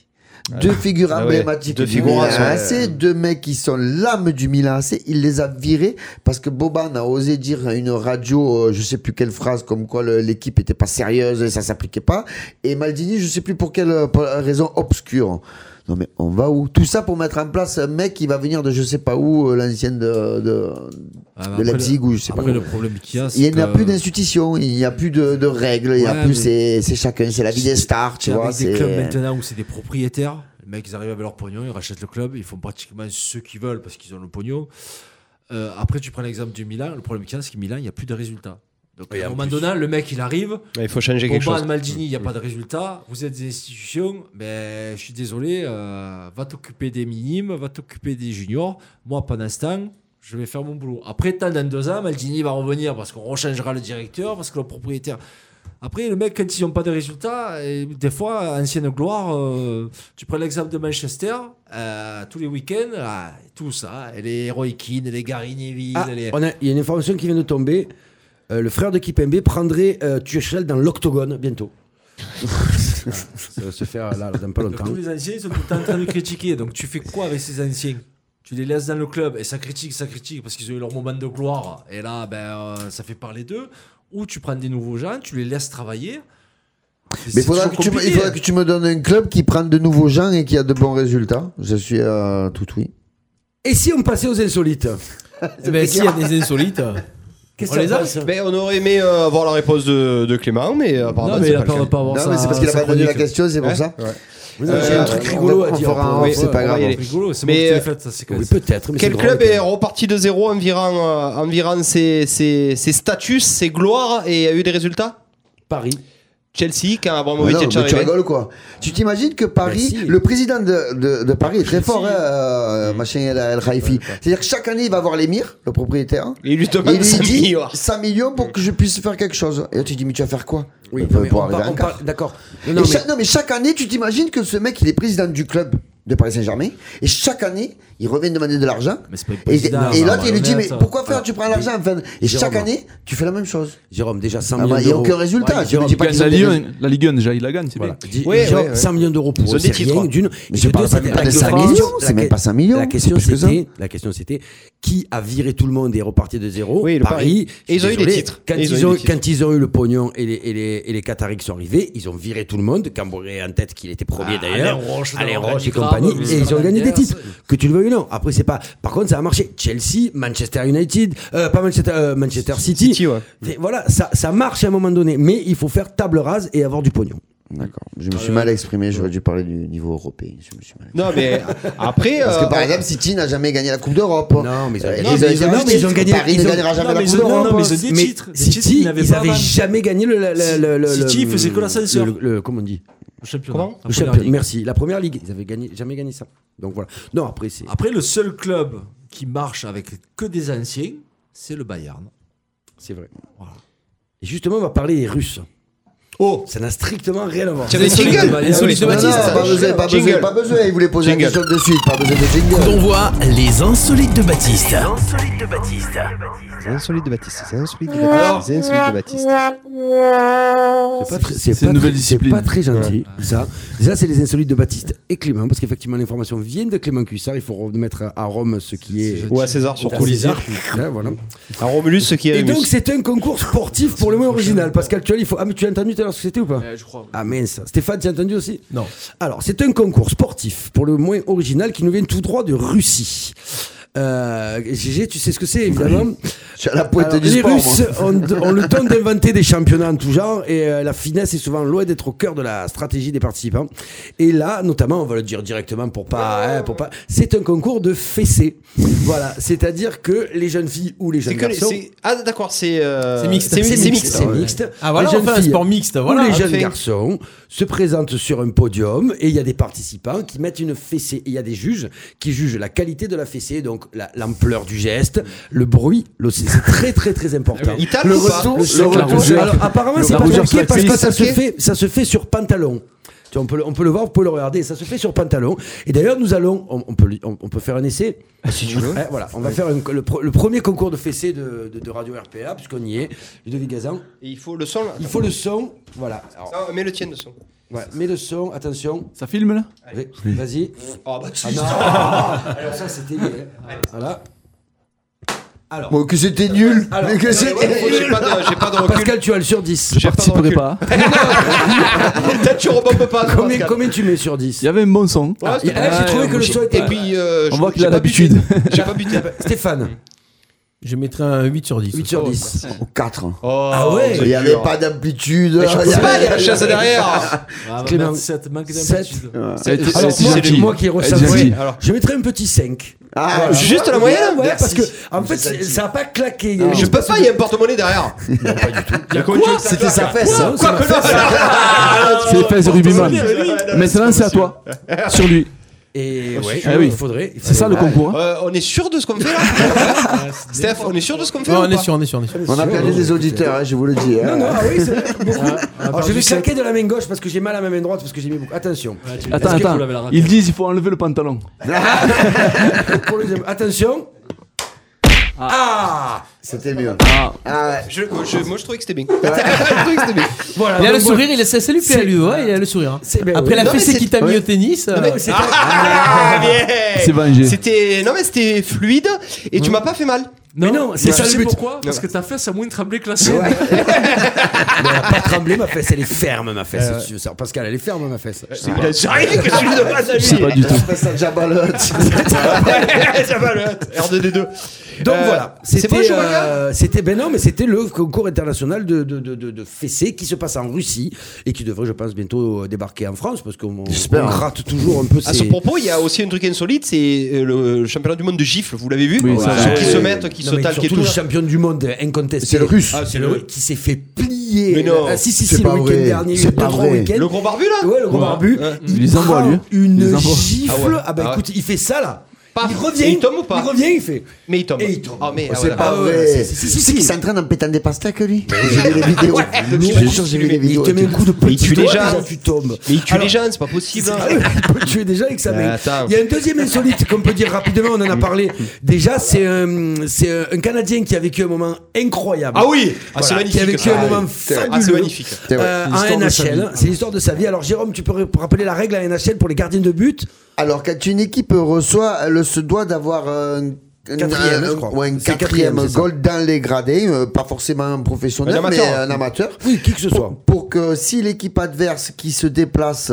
Speaker 5: Deux figures
Speaker 3: Ah ouais,
Speaker 5: emblématiques
Speaker 3: deux
Speaker 5: du
Speaker 3: figures,
Speaker 5: Milan
Speaker 3: ouais.
Speaker 5: AC, deux mecs qui sont l'âme du Milan AC, il les a virés parce que Boban a osé dire à une radio, euh, je sais plus quelle phrase, comme quoi le- l'équipe était pas sérieuse et ça s'appliquait pas. Et Maldini, je sais plus pour quelle euh, pour- raison obscure. Non mais on va où Tout ça pour mettre en place un mec qui va venir de je sais pas où, euh, l'ancienne de, de,
Speaker 3: bah
Speaker 6: Ah,
Speaker 5: de
Speaker 6: après,
Speaker 5: Leipzig ou je sais
Speaker 6: après,
Speaker 5: pas. où.
Speaker 6: le problème qu'il y a, c'est
Speaker 5: Il n'y a
Speaker 6: que-
Speaker 5: plus d'institution, il n'y a plus de, de règles, il n'y a
Speaker 6: Ouais,
Speaker 5: plus
Speaker 6: mais-
Speaker 5: c'est c'est chacun, c'est la vie des stars, tu
Speaker 6: C'est
Speaker 5: vois.
Speaker 6: avec des
Speaker 5: c'est-
Speaker 6: clubs maintenant où c'est des propriétaires. Les mecs, ils arrivent avec leur pognon, ils rachètent le club, ils font pratiquement ce qu'ils veulent parce qu'ils ont le pognon. Euh, après, tu prends l'exemple du Milan. Le problème qu'il y a, c'est que Milan, il n'y a plus de résultats. Donc,
Speaker 4: Oui,
Speaker 6: à un
Speaker 4: en
Speaker 6: moment
Speaker 4: plus.
Speaker 6: donné, le mec, il arrive.
Speaker 3: Il faut changer quelque
Speaker 6: Boban,
Speaker 3: chose.
Speaker 6: Maldini, il n'y a pas de résultats. Vous êtes des institutions. Mais je suis désolé, euh, va t'occuper des minimes, va t'occuper des juniors. Moi, pendant ce temps, je vais faire mon boulot. Après, tant dans deux ans, Maldini va revenir parce qu'on rechangera le directeur, parce que le propriétaire. Après, le mec, quand ils n'ont pas de résultats, et des fois, ancienne gloire, euh, tu prends l'exemple de Manchester, euh, tous les week-ends, ah, tout ça, et les Roy Keane, et les Gary Neville,
Speaker 4: Ah,
Speaker 6: et les-
Speaker 4: on a- Il y a une information qui vient de tomber. Euh, le frère de Kipembe prendrait euh, Tuchel dans l'octogone *laughs* bientôt. ça va se faire là, dans pas *laughs*
Speaker 6: Donc,
Speaker 4: longtemps.
Speaker 6: tous les anciens, ils sont tout le temps en train de critiquer. Donc tu fais quoi avec ces anciens Tu les laisses dans le club et ça critique, ça critique parce qu'ils ont eu leur moment de gloire. Et là, ben, euh, ça fait parler d'eux. Ou tu prends des nouveaux gens, tu les laisses travailler.
Speaker 5: Mais
Speaker 6: C'est
Speaker 5: faudra que tu
Speaker 6: toujours
Speaker 5: me- il
Speaker 6: compliqué.
Speaker 5: faudra que tu me donnes un club qui prenne de nouveaux gens et qui a de bons résultats. Je suis euh, tout oui.
Speaker 4: Et si on passait aux insolites
Speaker 2: Eh ben, s'il y a des insolites. euh,
Speaker 4: Qu'est-ce
Speaker 2: On
Speaker 4: que
Speaker 2: les
Speaker 4: ça
Speaker 2: a,
Speaker 4: passe
Speaker 3: Mais on aurait aimé euh, avoir la réponse de, de Clément, mais euh, apparemment
Speaker 5: Ah,
Speaker 6: Non, mais
Speaker 3: c'est
Speaker 6: il
Speaker 3: pas
Speaker 6: a
Speaker 3: le
Speaker 6: peur de
Speaker 3: cas.
Speaker 6: pas avoir
Speaker 5: Non,
Speaker 6: ça.
Speaker 5: mais c'est parce qu'il a
Speaker 6: ça
Speaker 5: pas donné la
Speaker 6: chronique.
Speaker 5: question, c'est pour
Speaker 3: Ouais.
Speaker 5: ça.
Speaker 3: Ouais.
Speaker 4: Oui, non, J'ai
Speaker 3: Euh,
Speaker 4: un truc
Speaker 5: on-
Speaker 4: rigolo à
Speaker 5: on
Speaker 4: dire.
Speaker 5: fera
Speaker 4: pour-
Speaker 5: un
Speaker 3: oui,
Speaker 5: off, c'est pas
Speaker 3: on va
Speaker 5: grave.
Speaker 3: y aller.
Speaker 6: Rigolo, c'est
Speaker 3: Mais,
Speaker 6: moi qui t'ai
Speaker 3: euh,
Speaker 6: fait, ça, c'est quand
Speaker 4: Oui,
Speaker 6: même-
Speaker 4: peut-être. mais
Speaker 3: Quel
Speaker 4: c'est
Speaker 3: club
Speaker 4: drôle.
Speaker 3: est reparti de zéro en virant, euh, en virant ses, ses- ses statuts, ses gloires et a eu des résultats
Speaker 4: Paris.
Speaker 3: Chelsea, quand
Speaker 5: Ah
Speaker 3: Abramovich
Speaker 5: non,
Speaker 3: est
Speaker 5: mais tu
Speaker 3: arrivé.
Speaker 5: rigoles quoi Tu t'imagines que Paris,
Speaker 4: si.
Speaker 5: le président de, de, de Paris est très fort, hein, euh, machin El, El Khaifi. C'est-à-dire que chaque année, il va voir l'émir, le propriétaire,
Speaker 3: Et il lui
Speaker 5: et
Speaker 3: demande
Speaker 5: il lui
Speaker 3: 5
Speaker 5: dit
Speaker 3: millions.
Speaker 5: 100 millions pour que je puisse faire quelque chose. Et là, tu dis, mais tu vas faire quoi
Speaker 4: Oui,
Speaker 5: Pour-
Speaker 4: non, mais
Speaker 5: pour
Speaker 4: on
Speaker 5: arriver
Speaker 4: parle-
Speaker 5: à un
Speaker 4: on
Speaker 5: quart.
Speaker 4: parle- D'accord.
Speaker 5: Et
Speaker 4: Non, non, mais-
Speaker 5: chaque- non, mais chaque année, tu t'imagines que ce mec, il est président du club. de Paris Saint-Germain. Et chaque année, il revient demander de l'argent.
Speaker 6: Mais c'est pas le
Speaker 5: Et,
Speaker 6: président,
Speaker 5: et
Speaker 6: non,
Speaker 5: l'autre, il lui dit, mais
Speaker 6: malhonnête.
Speaker 5: pourquoi faire Tu prends l'argent, enfin. Et
Speaker 4: Jérôme.
Speaker 5: chaque année, tu fais la même chose.
Speaker 4: Jérôme, déjà 100
Speaker 5: Ah
Speaker 4: millions
Speaker 5: bah, Il n'y a
Speaker 4: d'euros.
Speaker 5: aucun résultat.
Speaker 4: Ouais,
Speaker 5: Je ne
Speaker 4: Jérôme,
Speaker 5: dis pas
Speaker 7: Gagne
Speaker 5: qu'ils
Speaker 7: la
Speaker 5: ont
Speaker 7: Ligue
Speaker 5: des-
Speaker 7: 1, la Ligue 1 déjà, il la gagne, c'est
Speaker 4: Voilà.
Speaker 7: bien.
Speaker 4: Dis-
Speaker 3: Ouais,
Speaker 4: Jérôme,
Speaker 3: ouais, ouais.
Speaker 4: 100 millions d'euros pour
Speaker 5: Ce
Speaker 4: eux, c'est
Speaker 5: titre.
Speaker 4: rien d'une. Et
Speaker 5: Mais je
Speaker 4: de
Speaker 5: parle
Speaker 4: deux,
Speaker 5: pas de-
Speaker 4: c'était-
Speaker 5: pas de
Speaker 4: la
Speaker 5: 5
Speaker 4: question-
Speaker 5: millions,
Speaker 4: la
Speaker 5: c'est même
Speaker 4: que-
Speaker 5: pas 5 millions,
Speaker 4: La
Speaker 5: c'est
Speaker 4: question,
Speaker 5: plus que ça.
Speaker 4: c'était, la question, c'était qui a viré tout le monde et est reparti de zéro
Speaker 3: Oui, le Paris.
Speaker 4: Paris.
Speaker 3: Et ils ont eu
Speaker 4: Désolé,
Speaker 3: les titres.
Speaker 4: Quand
Speaker 3: Et
Speaker 4: ils,
Speaker 3: eu
Speaker 4: ont,
Speaker 3: les titres.
Speaker 4: quand ils ont eu le pognon et les, et les, et les Qataris qui sont arrivés, ils ont viré tout le monde. Camboré en tête, qu'il était
Speaker 3: Ah,
Speaker 4: premier d'ailleurs.
Speaker 6: Alain Roche dans
Speaker 4: Alain Roche et
Speaker 6: l'organigramme,
Speaker 4: compagnie.
Speaker 6: mais
Speaker 4: Et
Speaker 6: c'est
Speaker 4: ils ont
Speaker 6: pas
Speaker 4: gagné
Speaker 6: la
Speaker 4: des
Speaker 6: guerre,
Speaker 4: titres. Que tu le veuilles ou non. Après, c'est pas. Par contre, ça a marché. Chelsea, Manchester United, euh, pas Manchester, euh, Manchester
Speaker 3: *laughs*
Speaker 4: City.
Speaker 3: City, ouais.
Speaker 4: Mais Voilà, ça, ça marche à un moment donné. Mais il faut faire table rase et avoir du pognon.
Speaker 5: D'accord. Je me suis mal exprimé, j'aurais dû parler du niveau européen. Je me suis mal exprimé.
Speaker 3: Non, mais après.
Speaker 5: Parce
Speaker 3: euh,
Speaker 5: que par exemple, City n'a jamais gagné la Coupe d'Europe.
Speaker 4: Non, mais ils ont
Speaker 5: Euh,
Speaker 4: gagné-
Speaker 5: et
Speaker 4: non,
Speaker 5: ils
Speaker 4: mais
Speaker 5: avaient
Speaker 4: ils ont-
Speaker 5: jamais
Speaker 4: non,
Speaker 5: de
Speaker 4: mais ils ont
Speaker 5: titre.
Speaker 4: gagné-
Speaker 5: Paris ne
Speaker 4: ils ont-
Speaker 5: gagnera jamais
Speaker 8: non,
Speaker 5: la
Speaker 8: mais
Speaker 5: Coupe
Speaker 8: ils ont- non,
Speaker 5: d'Europe.
Speaker 8: mais ils ont des
Speaker 4: mais
Speaker 8: titres. Des
Speaker 4: City,
Speaker 8: titres, ils n'avaient
Speaker 4: ils
Speaker 8: pas
Speaker 4: n'avaient
Speaker 8: avant.
Speaker 4: jamais gagné le. le- le- le-
Speaker 8: City,
Speaker 4: le-
Speaker 8: il faisait que l'ascenseur.
Speaker 4: le- le- Comment on dit
Speaker 6: Le championnat.
Speaker 4: Le
Speaker 6: La première
Speaker 4: champion-
Speaker 6: ligue.
Speaker 4: Merci. La première ligue, ils avaient gagné, jamais gagné ça. Donc voilà. Non, après, c'est.
Speaker 6: Après, le seul club qui marche avec que des anciens, c'est le Bayern.
Speaker 4: C'est vrai. Et justement, on va parler des Russes.
Speaker 3: Oh
Speaker 4: Ça n'a strictement rien à voir.
Speaker 3: Tiens, des jingles
Speaker 5: Insolite de Baptiste. Pas besoin, pas besoin,
Speaker 3: Jingle.
Speaker 5: pas besoin. Il voulait poser
Speaker 3: Jingle.
Speaker 5: la question de suite, pas besoin de jingle.
Speaker 1: Coup d'envoi, les insolites de Baptiste.
Speaker 3: C'est insolite de Baptiste, c'est insolite de
Speaker 5: Ah.
Speaker 3: Baptiste, c'est insolite de Baptiste.
Speaker 4: C'est pas très- c'est
Speaker 7: c'est
Speaker 4: pas
Speaker 7: une nouvelle
Speaker 4: très-
Speaker 7: discipline.
Speaker 4: C'est pas très gentil, ça. Déjà, c'est les insolites de Baptiste et Clément, parce qu'effectivement, l'information vient de Clément Cuissard. Il faut remettre à Rome ce qui est.
Speaker 3: Ou à César sur
Speaker 4: à
Speaker 3: Colisée.
Speaker 4: César. Là, voilà.
Speaker 3: À Romulus, ce qui est.
Speaker 4: Et donc, c'est un concours sportif pour le moins original, parce qu'actuellement, il faut. Ah, mais tu as entendu tout à l'heure ce que c'était ou pas
Speaker 7: Ouais, je crois.
Speaker 4: Ah mince, Stéphane, tu as entendu aussi
Speaker 2: Non.
Speaker 4: Alors, c'est un concours sportif, pour le moins original, qui nous vient tout droit de Russie. Euh, GG, tu sais ce que c'est, évidemment.
Speaker 5: Je suis à la pointe
Speaker 4: Alors,
Speaker 5: du
Speaker 4: les
Speaker 5: sport.
Speaker 4: Russes
Speaker 5: moi.
Speaker 4: ont, ont le
Speaker 5: *laughs*
Speaker 4: don d'inventer des championnats en tout genre et euh, la finesse est souvent loin d'être au cœur de la stratégie des participants. Et là, notamment, on va le dire directement pour pas, hein, pour pas. C'est un concours de fessées. voilà, c'est-à-dire que les jeunes filles ou les jeunes
Speaker 3: C'est que les-
Speaker 4: garçons.
Speaker 3: c'est- Ah, d'accord, c'est. euh,
Speaker 2: C'est mixte.
Speaker 3: C'est
Speaker 4: C'est
Speaker 3: c'est
Speaker 4: mixte.
Speaker 3: mixte.
Speaker 4: C'est mixte.
Speaker 2: Ah voilà,
Speaker 4: Les
Speaker 2: on
Speaker 4: jeunes
Speaker 2: fait un
Speaker 4: filles-
Speaker 2: sport mixte, voilà.
Speaker 4: où les jeunes
Speaker 3: fait.
Speaker 4: garçons se présentent sur un podium et il y a des participants qui mettent une fessée. Et Il y a des juges qui jugent la qualité de la fessée, donc la- l'ampleur du geste, le bruit. le- C'est c'est très très très important.
Speaker 3: Il tape
Speaker 5: Le
Speaker 3: ou pas
Speaker 5: retour,
Speaker 4: Le
Speaker 5: le
Speaker 4: retour-
Speaker 5: retour.
Speaker 4: Alors, apparemment, Ah c'est
Speaker 5: la
Speaker 4: pas
Speaker 5: rougeur
Speaker 4: marqué
Speaker 5: sur la
Speaker 4: parce que
Speaker 5: cuisse.
Speaker 4: ça se
Speaker 5: Ok.
Speaker 4: fait, ça se fait sur pantalon. Tu vois, on, peut le, on peut le voir, vous pouvez le regarder. Ça se fait sur pantalon. Et d'ailleurs, nous allons, on, on peut, le- on, on peut faire un essai. Ah, si tu veux. voilà, on va faire une- le, pro- le premier concours de fessée de, de- de Radio RPA, puisqu'on y est. Ludovic Gazan.
Speaker 3: Et Il faut le son là.
Speaker 4: Il faut le son. Voilà. Alors,
Speaker 3: Non, mets le tien de son.
Speaker 4: Ouais, mets le son, attention.
Speaker 7: Ça filme là
Speaker 4: Ré-
Speaker 7: *laughs*
Speaker 4: Vas-y.
Speaker 3: Oh, bah, *laughs* tu-
Speaker 4: Ah non Alors ça c'était nul. Voilà. Alors.
Speaker 5: Bon, que c'était nul.
Speaker 4: Euh, Alors,
Speaker 5: Mais que c'était nul.
Speaker 3: J'ai pas de- j'ai pas de recul.
Speaker 4: Pascal, tu as le sur 10.
Speaker 7: Je participerai pas.
Speaker 3: Peut-être tu rebombes pas. toi,
Speaker 4: Combien,
Speaker 3: Pascal.
Speaker 4: combien tu mets sur
Speaker 7: Il y
Speaker 4: 10
Speaker 7: avait un bon son.
Speaker 3: Ouais, c'était
Speaker 4: Ah,
Speaker 3: pas
Speaker 4: j'ai
Speaker 3: mal.
Speaker 4: trouvé que le son était-
Speaker 3: Et puis, euh,
Speaker 7: On
Speaker 3: je-
Speaker 7: voit qu'il
Speaker 3: j'ai
Speaker 7: a
Speaker 3: pas buté.
Speaker 7: l'habitude.
Speaker 3: J'ai pas buté.
Speaker 4: Stéphane,
Speaker 2: Je mettrais un 8 sur 10.
Speaker 4: 8 sur 10.
Speaker 5: 4.
Speaker 6: Oh.
Speaker 3: Ah
Speaker 4: ouais.
Speaker 5: Il n'y avait pas d'amplitude.
Speaker 3: Je pensais pas, il y a la chasse derrière.
Speaker 8: bah,
Speaker 6: Ah,
Speaker 4: Clément.
Speaker 6: merde, sept, manque
Speaker 4: Sept.
Speaker 6: d'amplitude.
Speaker 4: Alors,
Speaker 7: C'est
Speaker 4: moi,
Speaker 7: gentil.
Speaker 4: moi qui ressens
Speaker 7: C'est gentil.
Speaker 4: Ouais, alors, je mettrais un petit 5.
Speaker 5: Ah,
Speaker 3: Juste la moyenne
Speaker 4: Ouais, parce
Speaker 5: Merci.
Speaker 4: que, en fait,
Speaker 5: êtes
Speaker 4: c'est-
Speaker 5: gentil.
Speaker 4: ça n'a pas claqué.
Speaker 3: Je peux pas, il y a un porte-monnaie derrière.
Speaker 5: C'était sa fesse. hein.
Speaker 3: Quoi que non
Speaker 7: *laughs* C'est les fesses de Rubiman.
Speaker 3: Bah
Speaker 7: Maintenant, c'est à toi. Sur lui.
Speaker 4: Et ouais,
Speaker 7: Ah oui.
Speaker 4: il faudrait.
Speaker 7: C'est ça le concours. hein
Speaker 3: Euh, On est sûr de ce qu'on fait là Steph, on est sûr de ce qu'on fait
Speaker 2: Ouais,
Speaker 3: ou
Speaker 2: on est
Speaker 3: pas
Speaker 2: sûr, on est sûr, on est sûr.
Speaker 5: On a perdu des auditeurs, hein, je vous le dis. hein.
Speaker 4: Ah oui, c'est vrai.
Speaker 6: Alors,
Speaker 4: Alors, je vais claquer de la main gauche parce que j'ai mal à ma main droite parce que j'ai mis beaucoup. Attention.
Speaker 7: Attends,
Speaker 6: Est-ce que vous
Speaker 7: attends.
Speaker 6: l'avez la raquette
Speaker 7: Ils disent il faut enlever le pantalon.
Speaker 4: Pour le deuxième. Attention. Ah,
Speaker 5: C'était mieux. Ah, ouais.
Speaker 3: Je- je- Moi je trouvais que c'était bien. *laughs* Je trouvais que c'était bien.
Speaker 4: Voilà.
Speaker 2: Il a le
Speaker 4: donc, voilà.
Speaker 2: sourire, il est assez lui plaît à lui, ouais, il a le sourire. hein.
Speaker 4: C'est- ben,
Speaker 2: Après
Speaker 4: ouais.
Speaker 2: la
Speaker 3: Non, mais
Speaker 2: fessée
Speaker 3: c'est-
Speaker 2: qui t'a mis
Speaker 3: ouais.
Speaker 2: au tennis. euh,
Speaker 4: mais c'est-
Speaker 3: Ah, bien.
Speaker 7: C'est vengé.
Speaker 3: C'était non mais c'était fluide et tu m'as pas fait mal.
Speaker 4: Mais non, c'est ça
Speaker 6: Tu
Speaker 4: le
Speaker 6: sais
Speaker 4: but.
Speaker 6: pourquoi Parce que ta fesse a moins tremblé que la sienne.
Speaker 4: Mais elle a pas tremblé ma fesse, elle est ferme ma fesse. Tu- ça, Pascal, elle est ferme ma fesse. Euh,
Speaker 3: Il a j'ai rien que je lui demande *laughs* à
Speaker 7: C'est
Speaker 3: lui.
Speaker 7: pas du tout.
Speaker 5: Face à Jabalote.
Speaker 3: Ça va le R2D2.
Speaker 4: Donc
Speaker 3: Euh,
Speaker 4: voilà,
Speaker 3: c'est
Speaker 4: c'était
Speaker 3: bon, je
Speaker 4: euh, c'était ben non, mais c'était le concours international de de, de, de- de fessées qui se passe en Russie et qui devrait, je pense, bientôt euh, débarquer en France parce qu'on on
Speaker 5: J'espère.
Speaker 4: gratte toujours un peu
Speaker 3: À ce
Speaker 4: ces.
Speaker 3: propos, il y a aussi un truc insolite, c'est euh, le championnat du monde de gifle. Vous l'avez vu
Speaker 7: Oui, ça,
Speaker 3: Ceux qui
Speaker 7: ouais.
Speaker 3: se mettent, qui
Speaker 4: Non,
Speaker 3: se
Speaker 4: mais
Speaker 3: talquent et
Speaker 4: surtout
Speaker 3: tout.
Speaker 4: le champion du monde euh, incontesté.
Speaker 5: C'est le Russe.
Speaker 4: Ah, c'est le Russe qui s'est fait plier.
Speaker 3: Mais non,
Speaker 4: Ah, si si
Speaker 5: c'est
Speaker 4: si le
Speaker 5: pas
Speaker 4: week-end
Speaker 5: vrai.
Speaker 4: dernier,
Speaker 5: C'est
Speaker 4: deux,
Speaker 5: pas
Speaker 4: trois
Speaker 5: vrai.
Speaker 4: week-ends.
Speaker 3: Le gros barbu là
Speaker 4: Ouais, le gros barbu.
Speaker 7: Il les envoie,
Speaker 4: prend
Speaker 7: lui. Il
Speaker 4: Une
Speaker 7: les envoie.
Speaker 4: gifle. Ah,
Speaker 3: Ah ouais.
Speaker 4: bah
Speaker 3: Ah ouais.
Speaker 4: écoute, il fait ça là.
Speaker 3: Paf.
Speaker 4: Il revient.
Speaker 3: Il tombe ou pas
Speaker 4: Il revient, il fait.
Speaker 3: Mais il tombe.
Speaker 4: Et il tombe.
Speaker 3: Oh, mais, ah,
Speaker 5: C'est
Speaker 3: voilà.
Speaker 5: pas
Speaker 4: Ah ouais,
Speaker 5: vrai.
Speaker 4: si, si, si,
Speaker 5: C'est
Speaker 4: si,
Speaker 5: qui
Speaker 4: si.
Speaker 5: s'entraîne en pétant des pastèques, lui J'ai vu les vidéos. Je te jure, j'ai vu les
Speaker 4: Il
Speaker 5: vidéos.
Speaker 4: te met un coup de
Speaker 3: il tue
Speaker 4: petit doigt,
Speaker 3: les gens.
Speaker 4: déjà, tu tombes.
Speaker 3: Mais il tue
Speaker 4: Alors-
Speaker 3: les jeunes, c'est pas possible. hein.
Speaker 4: Ah oui, il peut tuer déjà avec sa
Speaker 3: Euh,
Speaker 4: main.
Speaker 3: attends. Ah
Speaker 4: Il y a un deuxième insolite qu'on peut dire rapidement, on en a parlé. Déjà, c'est un, c'est un Canadien qui a vécu un moment incroyable.
Speaker 3: Ah oui Ah, c'est
Speaker 4: Voilà,
Speaker 3: magnifique.
Speaker 4: Qui a vécu
Speaker 3: ça.
Speaker 4: un moment
Speaker 3: Ah,
Speaker 4: fabuleux.
Speaker 3: c'est magnifique.
Speaker 5: C'est vrai.
Speaker 4: Euh,
Speaker 5: L'histoire
Speaker 4: en
Speaker 5: de sa vie.
Speaker 4: NHL, c'est l'histoire de sa vie. Alors Jérôme, tu peux ra- rappeler la règle à NHL pour les gardiens de but
Speaker 5: Alors, quand une équipe reçoit, elle se doit d'avoir un. un-
Speaker 4: Quatrième,
Speaker 5: un-
Speaker 4: je crois.
Speaker 5: ouais, un
Speaker 4: C'est
Speaker 5: quatrième,
Speaker 4: quatrième, c'est ça.
Speaker 5: goal dans les gradés, euh, pas forcément un professionnel,
Speaker 3: Un amateur.
Speaker 5: mais un amateur.
Speaker 4: Oui, qui que ce soit.
Speaker 5: Pour, pour que si l'équipe adverse qui se déplace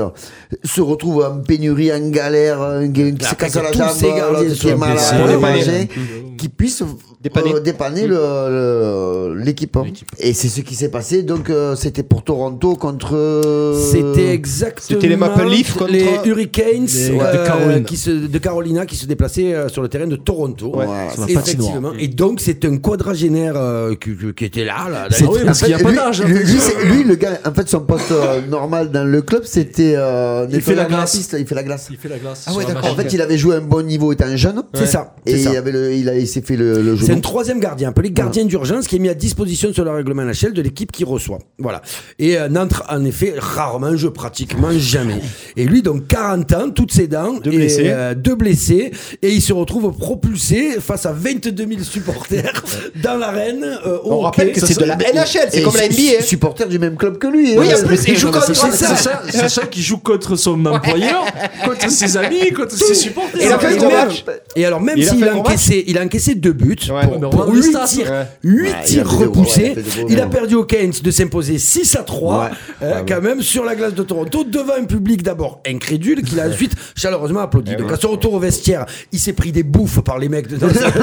Speaker 5: se retrouve en pénurie, en galère, euh, qui se casse
Speaker 4: que
Speaker 5: la
Speaker 4: tous
Speaker 5: jambe,
Speaker 4: ces gardiens
Speaker 5: l'autre qui
Speaker 4: soient
Speaker 5: est malade,
Speaker 3: blessés. Pour
Speaker 5: manger,
Speaker 3: dépanner.
Speaker 6: hein.
Speaker 5: qui puisse euh,
Speaker 3: Dépanner.
Speaker 5: dépanner le- le- l'équipe. Et c'est ce qui s'est passé. Donc euh, c'était pour Toronto contre. euh,
Speaker 4: C'était exactement
Speaker 3: C'était les Maple Leafs contre-
Speaker 4: les Hurricanes euh,
Speaker 6: Les- ouais, de Caroline.
Speaker 4: qui se- de Carolina qui se déplaçaient euh, sur le terrain de Toronto.
Speaker 5: Voilà.
Speaker 6: sur la
Speaker 4: Effectivement. Et donc c'est un quadragénaire euh, qui, qui était là. là
Speaker 5: C'est-
Speaker 4: d'ailleurs.
Speaker 5: en
Speaker 6: parce
Speaker 5: fait,
Speaker 6: qu'il y a pas
Speaker 5: lui-
Speaker 6: d'âge, hein,
Speaker 5: Lui,
Speaker 6: c'est
Speaker 5: lui,
Speaker 6: ça.
Speaker 5: c'est- lui, le gars, en fait, son poste euh, normal dans le club, c'était. euh, nettoyeur
Speaker 6: fait la
Speaker 5: de
Speaker 6: glace.
Speaker 5: piste, il fait la glace.
Speaker 6: Il fait la glace.
Speaker 5: Ah ouais, d'accord. En fait, il avait joué un bon niveau étant jeune.
Speaker 4: C'est ça.
Speaker 5: Et
Speaker 4: c'est ça.
Speaker 5: il, avait le, il, a- il s'est fait le, le
Speaker 4: C'est
Speaker 5: genou.
Speaker 4: un troisième gardien, appelé gardien d'urgence, qui est mis à disposition sur le règlement NHL de l'équipe qui reçoit. Voilà. Et euh, n'entre en effet rarement en jeu, pratiquement jamais. Et lui, donc 40 ans, toutes ses dents, deux
Speaker 3: blessés.
Speaker 4: et, euh, deux blessés, et il se retrouve propulsé face à 22
Speaker 3: *laughs*
Speaker 4: 000 supporters dans l'arène. euh,
Speaker 3: On
Speaker 4: au hockey.
Speaker 3: rappelle que c'est de la NHL, c'est
Speaker 5: Et
Speaker 3: comme la
Speaker 5: su-
Speaker 3: NBA.
Speaker 5: Supporter du même club que lui.
Speaker 3: Oui,
Speaker 5: hein.
Speaker 3: en plus, il joue contre
Speaker 5: c'est ça.
Speaker 6: Sacha, Sacha qui joue contre son employeur, contre ses amis, contre ses supporters.
Speaker 3: Et il a fait
Speaker 4: Et
Speaker 3: le gros
Speaker 4: même-
Speaker 3: match.
Speaker 4: Et alors même
Speaker 3: Il a
Speaker 4: s'il
Speaker 3: fait
Speaker 4: a,
Speaker 3: le gros
Speaker 4: encaissé, il a encaissé deux buts
Speaker 3: Ouais.
Speaker 4: pour,
Speaker 3: Mais
Speaker 4: pour
Speaker 6: regarde les
Speaker 4: huit
Speaker 6: stats.
Speaker 4: tirs,
Speaker 3: Ouais.
Speaker 4: huit
Speaker 5: Ouais, il a
Speaker 4: tirs
Speaker 5: fait des gros, ouais, il
Speaker 4: repoussés.
Speaker 5: a fait des gros
Speaker 4: Il a
Speaker 5: moments.
Speaker 4: perdu au Keynes de s'imposer 6 à 3
Speaker 5: Ouais.
Speaker 4: euh, quand même sur la glace de Toronto devant un public d'abord incrédule qu'il a ensuite chaleureusement
Speaker 5: Eh
Speaker 4: applaudi. Donc à son retour au vestiaire, il s'est pris des bouffes par les mecs de dans sa- à son
Speaker 5: *laughs*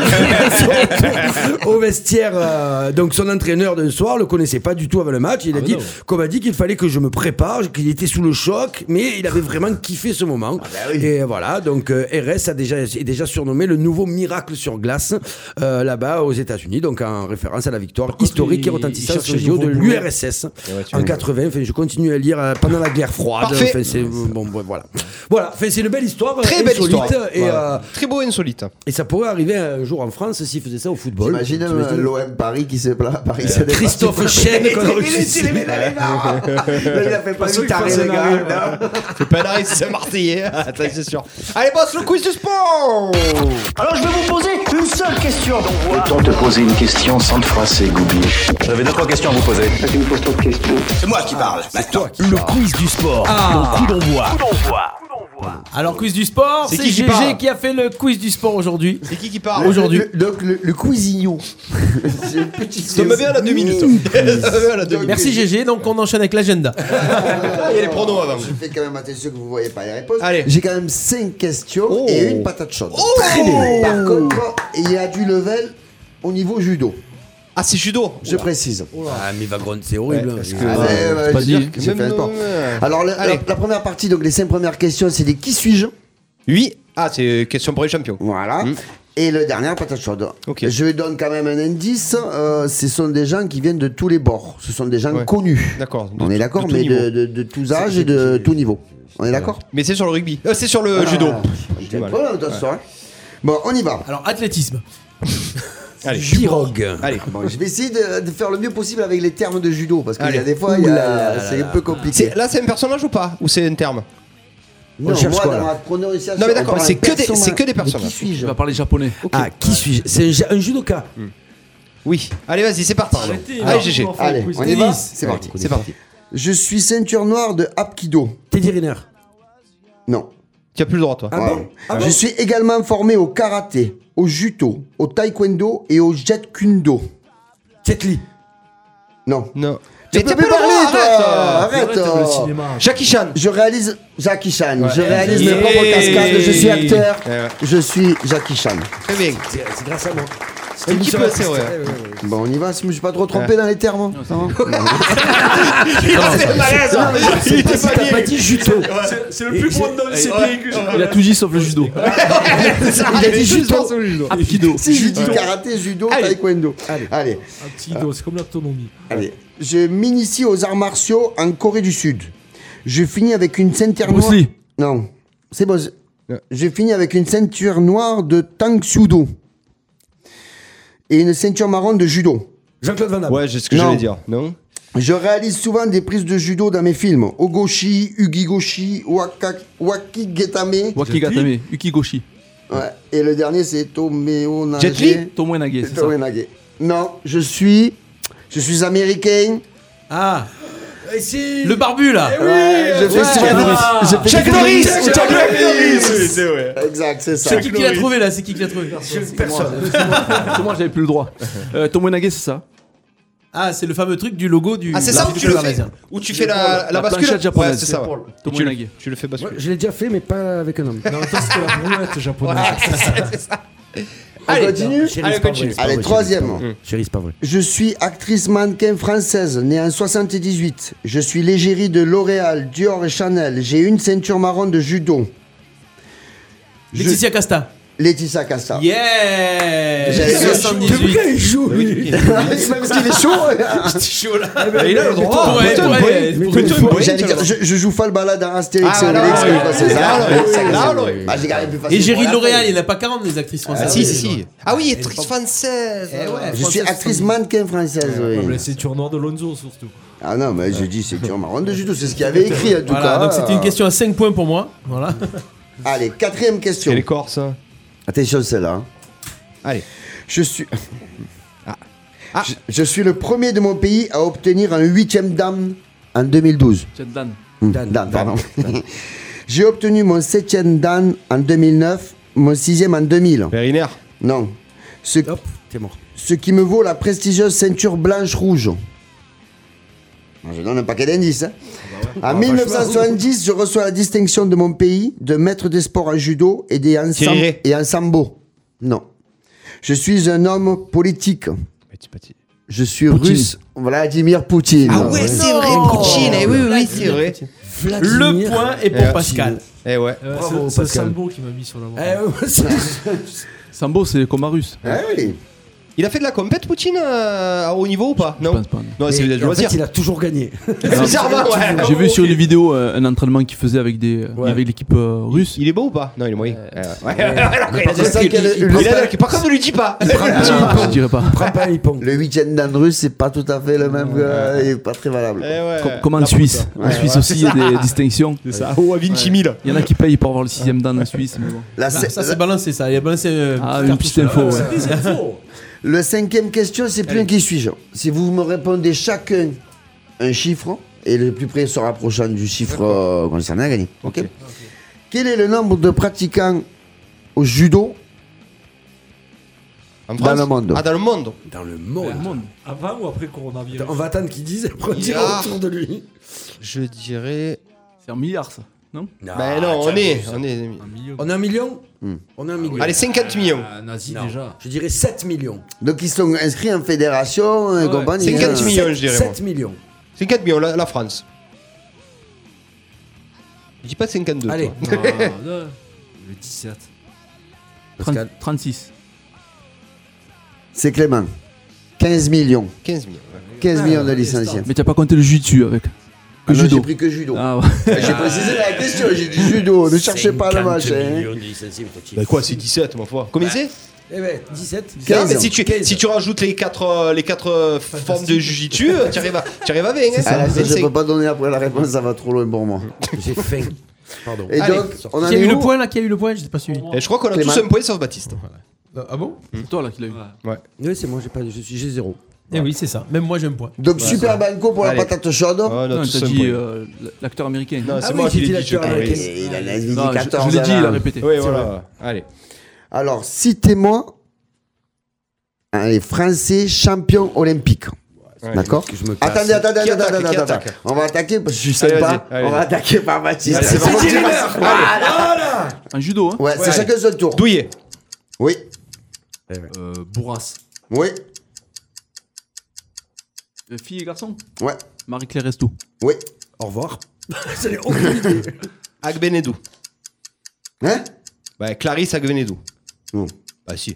Speaker 4: retour *laughs* au vestiaire. euh, donc son entraîneur de soir le connaissait pas du tout avant le match. Il a dit qu'on m'a dit qu'il fallait que je me prépare, qu'il était sous le choc, mais il avait vraiment kiffé ce moment. Et voilà, donc euh, RS a déjà, est déjà surnommé le nouveau miracle sur glace euh, là-bas aux États-Unis, donc en référence à la victoire
Speaker 6: contre,
Speaker 4: historique
Speaker 6: il-
Speaker 4: et retentissante
Speaker 6: il cherche
Speaker 4: sur
Speaker 6: un
Speaker 4: JO de
Speaker 6: nouveau boulet.
Speaker 4: l'URSS en 80. Enfin, je continue à lire euh, pendant la guerre froide.
Speaker 3: Parfait.
Speaker 4: Enfin, c'est, euh, bon, bon, voilà. Voilà, enfin, c'est une belle histoire. euh,
Speaker 3: Très belle
Speaker 4: insolite,
Speaker 3: histoire.
Speaker 4: Et, euh,
Speaker 3: Voilà. Très beau et insolite.
Speaker 4: et ça pourrait arriver un jour en France s'ils faisaient ça au football.
Speaker 5: Imagine euh,
Speaker 4: T'imagines
Speaker 5: l'OM Paris qui se pla- Paris se déplace.
Speaker 4: Christophe Chen, qu'on a
Speaker 5: Il est-
Speaker 4: reçu.
Speaker 5: il est ménagé, là. Là, il a fait pas
Speaker 6: Parce
Speaker 5: huit
Speaker 4: Ah,
Speaker 5: arrêts,
Speaker 6: qu'il pense
Speaker 5: le
Speaker 6: à
Speaker 5: gars,
Speaker 6: l'arrêt,
Speaker 5: là.
Speaker 3: *laughs* C'est pas l'arrêt, c'est un martillé. Attends, c'est sûr. Allez, boss, le quiz du sport
Speaker 9: Alors je vais vous poser une seule question.
Speaker 10: Autant te poser une question sans te froisser, Goubi. J'avais deux, trois questions à vous poser.
Speaker 9: C'est moi qui parle.
Speaker 1: Le quiz du sport. Au coup d'envoi.
Speaker 2: Alors, quiz du sport,
Speaker 3: C'est
Speaker 2: c'est
Speaker 3: qui qui
Speaker 2: GG
Speaker 3: parle
Speaker 2: qui a fait le quiz du sport aujourd'hui.
Speaker 3: C'est qui qui parle
Speaker 2: Aujourd'hui.
Speaker 5: Le- Donc le, le cuisignon. *laughs* C'est une petite-
Speaker 3: Ça me vient à la deux minutes. *laughs* Ça me vient à la deux minutes.
Speaker 2: Merci GG, donc on enchaîne avec l'agenda.
Speaker 3: Il y a les pronos avant.
Speaker 5: Je fais quand même attention que vous voyez pas les réponses.
Speaker 3: Allez.
Speaker 5: J'ai quand même 5 questions
Speaker 3: Oh.
Speaker 5: et une patate chaude. Par contre, il y a du level au niveau judo,
Speaker 3: Ah, c'est judo.
Speaker 5: je précise.
Speaker 4: Ah, mais Vagrant, c'est horrible. hein.
Speaker 5: Ah,
Speaker 3: euh,
Speaker 5: ouais, ouais, je veux
Speaker 7: dit.
Speaker 5: dire que j'ai
Speaker 3: Même
Speaker 5: fait un sport.
Speaker 3: nous, euh,
Speaker 5: Alors la, la-
Speaker 3: Allez.
Speaker 5: la première partie, donc les 5 premières questions, c'est des qui suis-je
Speaker 3: Oui. Ah, c'est question pour les champions.
Speaker 5: Voilà.
Speaker 3: Mm.
Speaker 5: Et le dernier, patate chaude.
Speaker 3: Ok.
Speaker 5: Je donne quand même un indice. euh, ce sont des gens qui viennent de tous les bords. Ce sont des gens
Speaker 3: Ouais.
Speaker 5: connus.
Speaker 3: D'accord. De
Speaker 5: On est
Speaker 3: tout-
Speaker 5: d'accord,
Speaker 3: de tout
Speaker 5: mais
Speaker 3: niveau.
Speaker 5: de, de- de tous âges et de tout niveau. On est d'accord
Speaker 3: Mais c'est sur le rugby. Euh, c'est sur le judo.
Speaker 5: Ah,
Speaker 3: J'ai du
Speaker 5: j'ai
Speaker 3: mal.
Speaker 5: pas mal de ça, hein. Bon, on y va.
Speaker 2: Alors, athlétisme.
Speaker 3: Allez.
Speaker 4: Pirogue.
Speaker 3: Allez.
Speaker 5: Bon, je vais essayer de, de faire le mieux possible avec les termes de judo parce qu'il y
Speaker 3: Allez.
Speaker 5: a des fois, il y a- c'est un peu compliqué.
Speaker 3: C'est- Là, c'est un personnage ou pas Ou c'est un terme
Speaker 5: Non,
Speaker 4: cherche
Speaker 5: moi,
Speaker 4: quoi,
Speaker 5: dans
Speaker 4: là
Speaker 5: ma prononciation,
Speaker 3: Non, mais
Speaker 5: on
Speaker 3: d'accord,
Speaker 5: parle
Speaker 3: c'est que des-
Speaker 5: personnage.
Speaker 3: c'est que des
Speaker 5: Mais
Speaker 3: personnages.
Speaker 5: Qui suis-je
Speaker 7: Tu vas parler japonais.
Speaker 4: Ah, qui suis-je C'est un, ja- un judoka.
Speaker 3: Oui. Allez, vas-y, c'est parti. Allez, GG.
Speaker 5: Allez, on y va. C'est parti.
Speaker 3: C'est parti.
Speaker 5: Je suis ceinture noire de Hapkido.
Speaker 4: Teddy Riner.
Speaker 5: Non.
Speaker 3: Tu as plus le droit, toi.
Speaker 4: Ah
Speaker 5: Voilà.
Speaker 4: bon Ah
Speaker 5: Je
Speaker 4: bon
Speaker 5: suis également formé au karaté, au judo, au taekwondo et au jet kundo.
Speaker 4: Jet Li.
Speaker 5: Non.
Speaker 3: Non.
Speaker 5: Tu
Speaker 3: Mais
Speaker 5: peux
Speaker 3: t'as plus
Speaker 5: plus
Speaker 3: le
Speaker 5: parler,
Speaker 3: droit,
Speaker 5: toi
Speaker 3: arrête
Speaker 5: Arrête, euh.
Speaker 3: Jackie Chan.
Speaker 5: Je réalise Jackie Chan. Je réalise
Speaker 3: Yeah.
Speaker 5: mes propres cascades. Je suis acteur.
Speaker 3: Eh Ouais, ouais.
Speaker 5: Je suis Jackie Chan.
Speaker 3: Très bien.
Speaker 4: C'est c'est grâce à moi.
Speaker 3: Un petit peu, c'est vrai.
Speaker 5: Bon, on y va. Si je me suis pas trop trompé dans les termes. hein. Ça va
Speaker 3: Il a fait le malaise. hein. Il était pas
Speaker 4: T'as
Speaker 3: bien.
Speaker 4: pas dit judo.
Speaker 8: C'est le plus gros nom de ces pays que
Speaker 7: Il a tout dit sauf le judo.
Speaker 5: Il a dit Ah, judo.
Speaker 7: Aikido.
Speaker 5: Si je dis karaté, judo, taekwondo. Allez. Allez.
Speaker 8: Un petit dos, c'est comme l'autonomie.
Speaker 5: Allez. Je m'initie aux arts martiaux en Corée du Sud. Je finis avec une ceinture noire.
Speaker 7: Bruce Lee.
Speaker 5: Non. C'est Bruce. J'ai fini avec une ceinture noire de Tang Sudo. Et une ceinture marron de judo.
Speaker 4: Jean-Claude Van Damme.
Speaker 3: Ouais, c'est ce que
Speaker 5: Non.
Speaker 3: j'allais dire. Non
Speaker 5: Je réalise souvent des prises de judo dans mes films. Ogoshi, Ugigoshi, Waka, Wakigetame.
Speaker 7: Wakigatame, Ukigoshi,
Speaker 5: Ouais. Et le dernier, c'est Tomeo Nage.
Speaker 7: Jet Li, Tomoe Nage, c'est ça
Speaker 5: Tomeo Nage. Non, je suis... Je suis américain.
Speaker 2: Ah,
Speaker 4: Et si-
Speaker 2: le barbu là.
Speaker 5: Ouais, je fais souvent des- je fais
Speaker 3: Ah. Jack
Speaker 5: des prises-
Speaker 3: Norris Jack
Speaker 5: Oui,
Speaker 3: Norris C'est vrai.
Speaker 5: Exact, c'est ça.
Speaker 2: C'est qui qui l'a trouvé là C'est qui qui l'a trouvé
Speaker 4: Personne.
Speaker 7: C'est moi, j'avais plus
Speaker 3: *laughs*
Speaker 7: le droit. Euh, Tomoe Nage, c'est ça
Speaker 2: Ah, c'est le fameux truc du logo du.
Speaker 3: Ah, c'est
Speaker 2: la
Speaker 3: ça où
Speaker 2: culture
Speaker 3: tu le fais
Speaker 2: parisienne.
Speaker 3: Où tu fais la, la,
Speaker 7: La
Speaker 3: bascule
Speaker 7: planchette japonaise,
Speaker 3: Ouais, c'est
Speaker 7: c'est
Speaker 3: ça.
Speaker 7: pour
Speaker 3: ouais.
Speaker 7: le-
Speaker 3: Tu,
Speaker 7: Tomonage.
Speaker 3: le- tu le fais basculer.
Speaker 4: Je l'ai déjà fait, mais pas avec un homme.
Speaker 6: Non, attends, c'était la roulette japonaise.
Speaker 3: Allez,
Speaker 4: Ah,
Speaker 5: continue
Speaker 4: Chérie,
Speaker 3: Allez,
Speaker 4: c'est pas
Speaker 3: continue.
Speaker 4: vrai, c'est Hmm. pas
Speaker 5: Allez,
Speaker 4: vrai,
Speaker 5: troisième.
Speaker 4: Chérie, c'est pas vrai.
Speaker 5: Je suis actrice mannequin française, née en 78. Je suis l'égérie de L'Oréal, Dior et Chanel. J'ai une ceinture marron de judo. Je-
Speaker 2: Laetitia Casta.
Speaker 5: Laetitia
Speaker 3: Ah.
Speaker 5: Casta.
Speaker 2: Yeah
Speaker 5: J'avais
Speaker 2: 78.
Speaker 4: il joue, lui
Speaker 5: C'est parce qu'il est chaud.
Speaker 3: il a le droit.
Speaker 2: Ouais,
Speaker 3: Putain,
Speaker 2: ouais,
Speaker 3: ouais.
Speaker 2: ouais,
Speaker 4: mais
Speaker 2: pour
Speaker 4: toi,
Speaker 2: une
Speaker 4: tu
Speaker 2: fois.
Speaker 5: J'allais dire, je, je joue pas le balade dans Astérix et
Speaker 3: Ah,
Speaker 5: Obélix,
Speaker 3: alors,
Speaker 5: comme
Speaker 3: oui.
Speaker 5: ça, c'est ça.
Speaker 3: Ah, alors, oui,
Speaker 5: Ça,
Speaker 3: oui,
Speaker 5: ça,
Speaker 3: alors,
Speaker 5: ça.
Speaker 3: oui.
Speaker 5: Ah, j'ai gardé plus facile
Speaker 2: Et
Speaker 5: pour
Speaker 2: Géry
Speaker 5: la
Speaker 2: L'Oréal,
Speaker 5: fin.
Speaker 2: il n'a pas 40 les actrices françaises.
Speaker 3: Ah, si, si, si. Ah oui, actrice française.
Speaker 2: Eh ouais.
Speaker 5: Je suis
Speaker 2: Française,
Speaker 5: actrice
Speaker 2: c'est-
Speaker 5: mannequin française, oui.
Speaker 8: La ceinture noire de Lonzo, surtout.
Speaker 5: Ah non, mais j'ai dit, c'est
Speaker 2: *laughs*
Speaker 5: dur marron de judo, c'est ce qu'il y avait écrit en tout
Speaker 2: Voilà,
Speaker 5: cas.
Speaker 2: donc
Speaker 3: euh,
Speaker 2: c'était une question à 5 points pour moi. Voilà.
Speaker 5: Allez, quatrième question.
Speaker 3: Et les Corses hein.
Speaker 5: Attention celle-là. hein.
Speaker 3: Allez.
Speaker 5: Je suis.
Speaker 2: Ah.
Speaker 5: Je, je suis le premier de mon pays à obtenir un huitième dan en 2012.
Speaker 7: Jet Dan.
Speaker 5: Hmm, Dan, pardon. *laughs* J'ai obtenu mon septième dan en 2009, mon sixième en 2000.
Speaker 3: Périnaire.
Speaker 5: Non. Ce,
Speaker 4: Hop, t'es mort.
Speaker 5: ce qui me vaut la prestigieuse ceinture blanche-rouge. Moi, Je donne un paquet d'indices. hein. En 1970, je reçois la distinction de mon pays de maître des sports en judo et, des en sam-
Speaker 3: Thierry Ray.
Speaker 5: et en sambo. Non. Je suis un homme politique.
Speaker 3: Petit, petit.
Speaker 5: Je suis russe. Vladimir Poutine.
Speaker 3: Ah ouais, c'est vrai, Poutine. Eh oui, oui, oui, c'est vrai.
Speaker 2: Le point est pour
Speaker 3: Euh,
Speaker 2: Pascal.
Speaker 3: Eh ouais.
Speaker 8: Euh,
Speaker 4: Bravo,
Speaker 8: c'est- c'est
Speaker 4: Pascal.
Speaker 8: Salbo qui m'a mis sur la
Speaker 4: Eh,
Speaker 8: voie.
Speaker 4: ouais, c'est-
Speaker 7: Sambo, c'est comme un russe.
Speaker 5: Ah oui.
Speaker 3: Il a fait de la compète, Poutine, euh, à haut niveau ou pas
Speaker 7: Je
Speaker 3: Non.
Speaker 7: pense pas. non.
Speaker 3: Non, c'est
Speaker 4: Et
Speaker 3: du
Speaker 4: en
Speaker 3: loisir.
Speaker 4: fait, il a toujours gagné.
Speaker 3: Bizarrement, ouais.
Speaker 7: J'ai vu sur une vidéo euh, un entraînement qu'il faisait avec, des, euh,
Speaker 4: Ouais.
Speaker 7: avec l'équipe euh, russe.
Speaker 3: *laughs* Il est beau ou pas Non, *laughs* il est moyen. Eh ouais.
Speaker 5: Par contre, ça, qu'il y a le-
Speaker 3: Il a
Speaker 5: le-
Speaker 3: l'air- Par contre, ne lui dis pas.
Speaker 7: Ah, Je dirais pas.
Speaker 4: Prends pas un hippon.
Speaker 5: Le huitième dan russe, c'est pas tout à fait le même. euh, et pas très valable.
Speaker 3: Eh ouais.
Speaker 7: Com- Comme en Suisse. En Suisse aussi, il y a des distinctions.
Speaker 3: C'est ça. Oh, à Vinci 1000.
Speaker 7: Il y en a qui payent pour avoir le sixième dan en Suisse. mais bon.
Speaker 5: La
Speaker 2: Ah, Ça,
Speaker 5: cin-
Speaker 2: Bah, ça, c'est balancé ça. Il a balancé. euh,
Speaker 7: Ah,
Speaker 2: petit
Speaker 7: une petite
Speaker 2: cartouche,
Speaker 7: info.
Speaker 2: là.
Speaker 7: ouais.
Speaker 4: Eh.
Speaker 5: Le cinquième question, c'est plus un qui suis-je. Si vous me répondez chacun un chiffre, et le plus près se rapprochant du chiffre euh, concerné a gagné. Ok. Quel est le nombre de pratiquants au judo
Speaker 3: En
Speaker 5: Dans le monde.
Speaker 3: Ah, dans le monde.
Speaker 4: Dans le monde.
Speaker 8: Avant ou après coronavirus
Speaker 4: On va attendre qu'ils disent, *laughs* après on
Speaker 3: Ah.
Speaker 4: dira autour de lui.
Speaker 3: Je dirais.
Speaker 7: C'est un milliard, ça. Non
Speaker 4: Ah,
Speaker 3: Ben non, on est. On est...
Speaker 4: On est un million
Speaker 5: Hmm.
Speaker 4: On est un million.
Speaker 3: Allez, 50 millions.
Speaker 6: Un nazi
Speaker 4: Non. *laughs*
Speaker 6: déjà.
Speaker 4: Je dirais 7 millions.
Speaker 5: Donc ils sont inscrits en fédération et
Speaker 7: Ouais.
Speaker 5: compagnie.
Speaker 3: C'est
Speaker 5: hein.
Speaker 3: 4 millions, je dirais. moi.
Speaker 4: 7 millions.
Speaker 3: 50 millions, la, la France. Je dis pas 52.
Speaker 4: Allez.
Speaker 3: toi.
Speaker 6: Non,
Speaker 8: Ah,
Speaker 6: non. Le 17.
Speaker 7: 30 36.
Speaker 5: C'est Clément. 15 millions.
Speaker 3: 15 millions. ouais.
Speaker 5: 15 millions de licenciés.
Speaker 7: Mais t'as pas compté Ah, le jutsu avec.
Speaker 5: Ah
Speaker 7: Le
Speaker 5: non, J'ai
Speaker 7: judo.
Speaker 5: pris que judo.
Speaker 7: Ah ouais.
Speaker 5: J'ai précisé la question, j'ai dit judo, ne cherchez pas le match. hein.
Speaker 3: Bah quoi, c'est 17, ma foi. Combien c'est
Speaker 4: Eh ben, 17.
Speaker 3: Non,
Speaker 5: 15.
Speaker 3: mais si tu, si tu rajoutes les 4 les quatre euh, formes de jujitsu, euh, tu arrives à, tu arrives à 20. Hein,
Speaker 5: Ah là, ça, je
Speaker 3: C'est-
Speaker 5: peux pas donner après la réponse, ça va trop loin pour moi.
Speaker 4: J'ai faim. Pardon.
Speaker 5: Et
Speaker 3: Allez.
Speaker 5: donc, on en
Speaker 2: Qui a
Speaker 5: est
Speaker 2: eu le
Speaker 5: où
Speaker 2: point là Qui a eu le point Je n'ai pas suivi.
Speaker 3: Et je crois qu'on a
Speaker 5: Clément.
Speaker 3: tous un point sauf Baptiste.
Speaker 2: Ah bon
Speaker 7: C'est toi là qui l'as eu.
Speaker 4: Oui, c'est moi, j'ai pas, je suis, j'ai zéro.
Speaker 2: Eh oui, c'est ça. Même moi, j'ai un point.
Speaker 5: Donc super banco pour
Speaker 3: Allez.
Speaker 5: la patate chaude. hein.
Speaker 3: Ah, on a
Speaker 7: Non,
Speaker 3: tous
Speaker 7: t'as
Speaker 3: un
Speaker 7: dit
Speaker 3: point.
Speaker 7: euh, l'acteur américain.
Speaker 3: Non, c'est
Speaker 4: oui,
Speaker 3: moi
Speaker 4: j'ai
Speaker 3: qui
Speaker 4: dit
Speaker 3: l'ai dit, je
Speaker 4: l'acteur
Speaker 3: crois.
Speaker 5: Et
Speaker 4: américain.
Speaker 3: Ah Oui,
Speaker 5: il en a dit
Speaker 7: Non, je-
Speaker 5: 14.
Speaker 7: je l'ai dit, il
Speaker 5: alors.
Speaker 7: a répété.
Speaker 3: Oui, voilà. Allez.
Speaker 5: Alors, citez-moi un Français champion olympique. D'accord
Speaker 4: Je me casse.
Speaker 5: Attendez, attendez,
Speaker 3: Qui
Speaker 5: attendez,
Speaker 3: attaque,
Speaker 5: attendez,
Speaker 3: qui
Speaker 5: attendez.
Speaker 3: attaque
Speaker 5: On va attaquer parce que je suis
Speaker 3: Allez,
Speaker 5: sympa.
Speaker 3: vas-y, allez,
Speaker 5: On va
Speaker 3: vas-y.
Speaker 5: attaquer par Baptiste.
Speaker 3: Allez, c'est parti.
Speaker 5: parti. Voilà.
Speaker 7: Un judo, hein
Speaker 5: Ouais, c'est
Speaker 3: Ouais,
Speaker 5: chacun son tour.
Speaker 3: Douillet.
Speaker 5: Oui,
Speaker 6: Euh, Bourras.
Speaker 5: oui,
Speaker 7: Euh, Fille et garçon
Speaker 5: ouais,
Speaker 7: Marie-Claire Estou.
Speaker 5: oui.
Speaker 4: Au revoir.
Speaker 3: Agbenedou.
Speaker 5: Hein
Speaker 3: Bah, Clarisse Agbenedou.
Speaker 5: Non.
Speaker 3: Bah, si.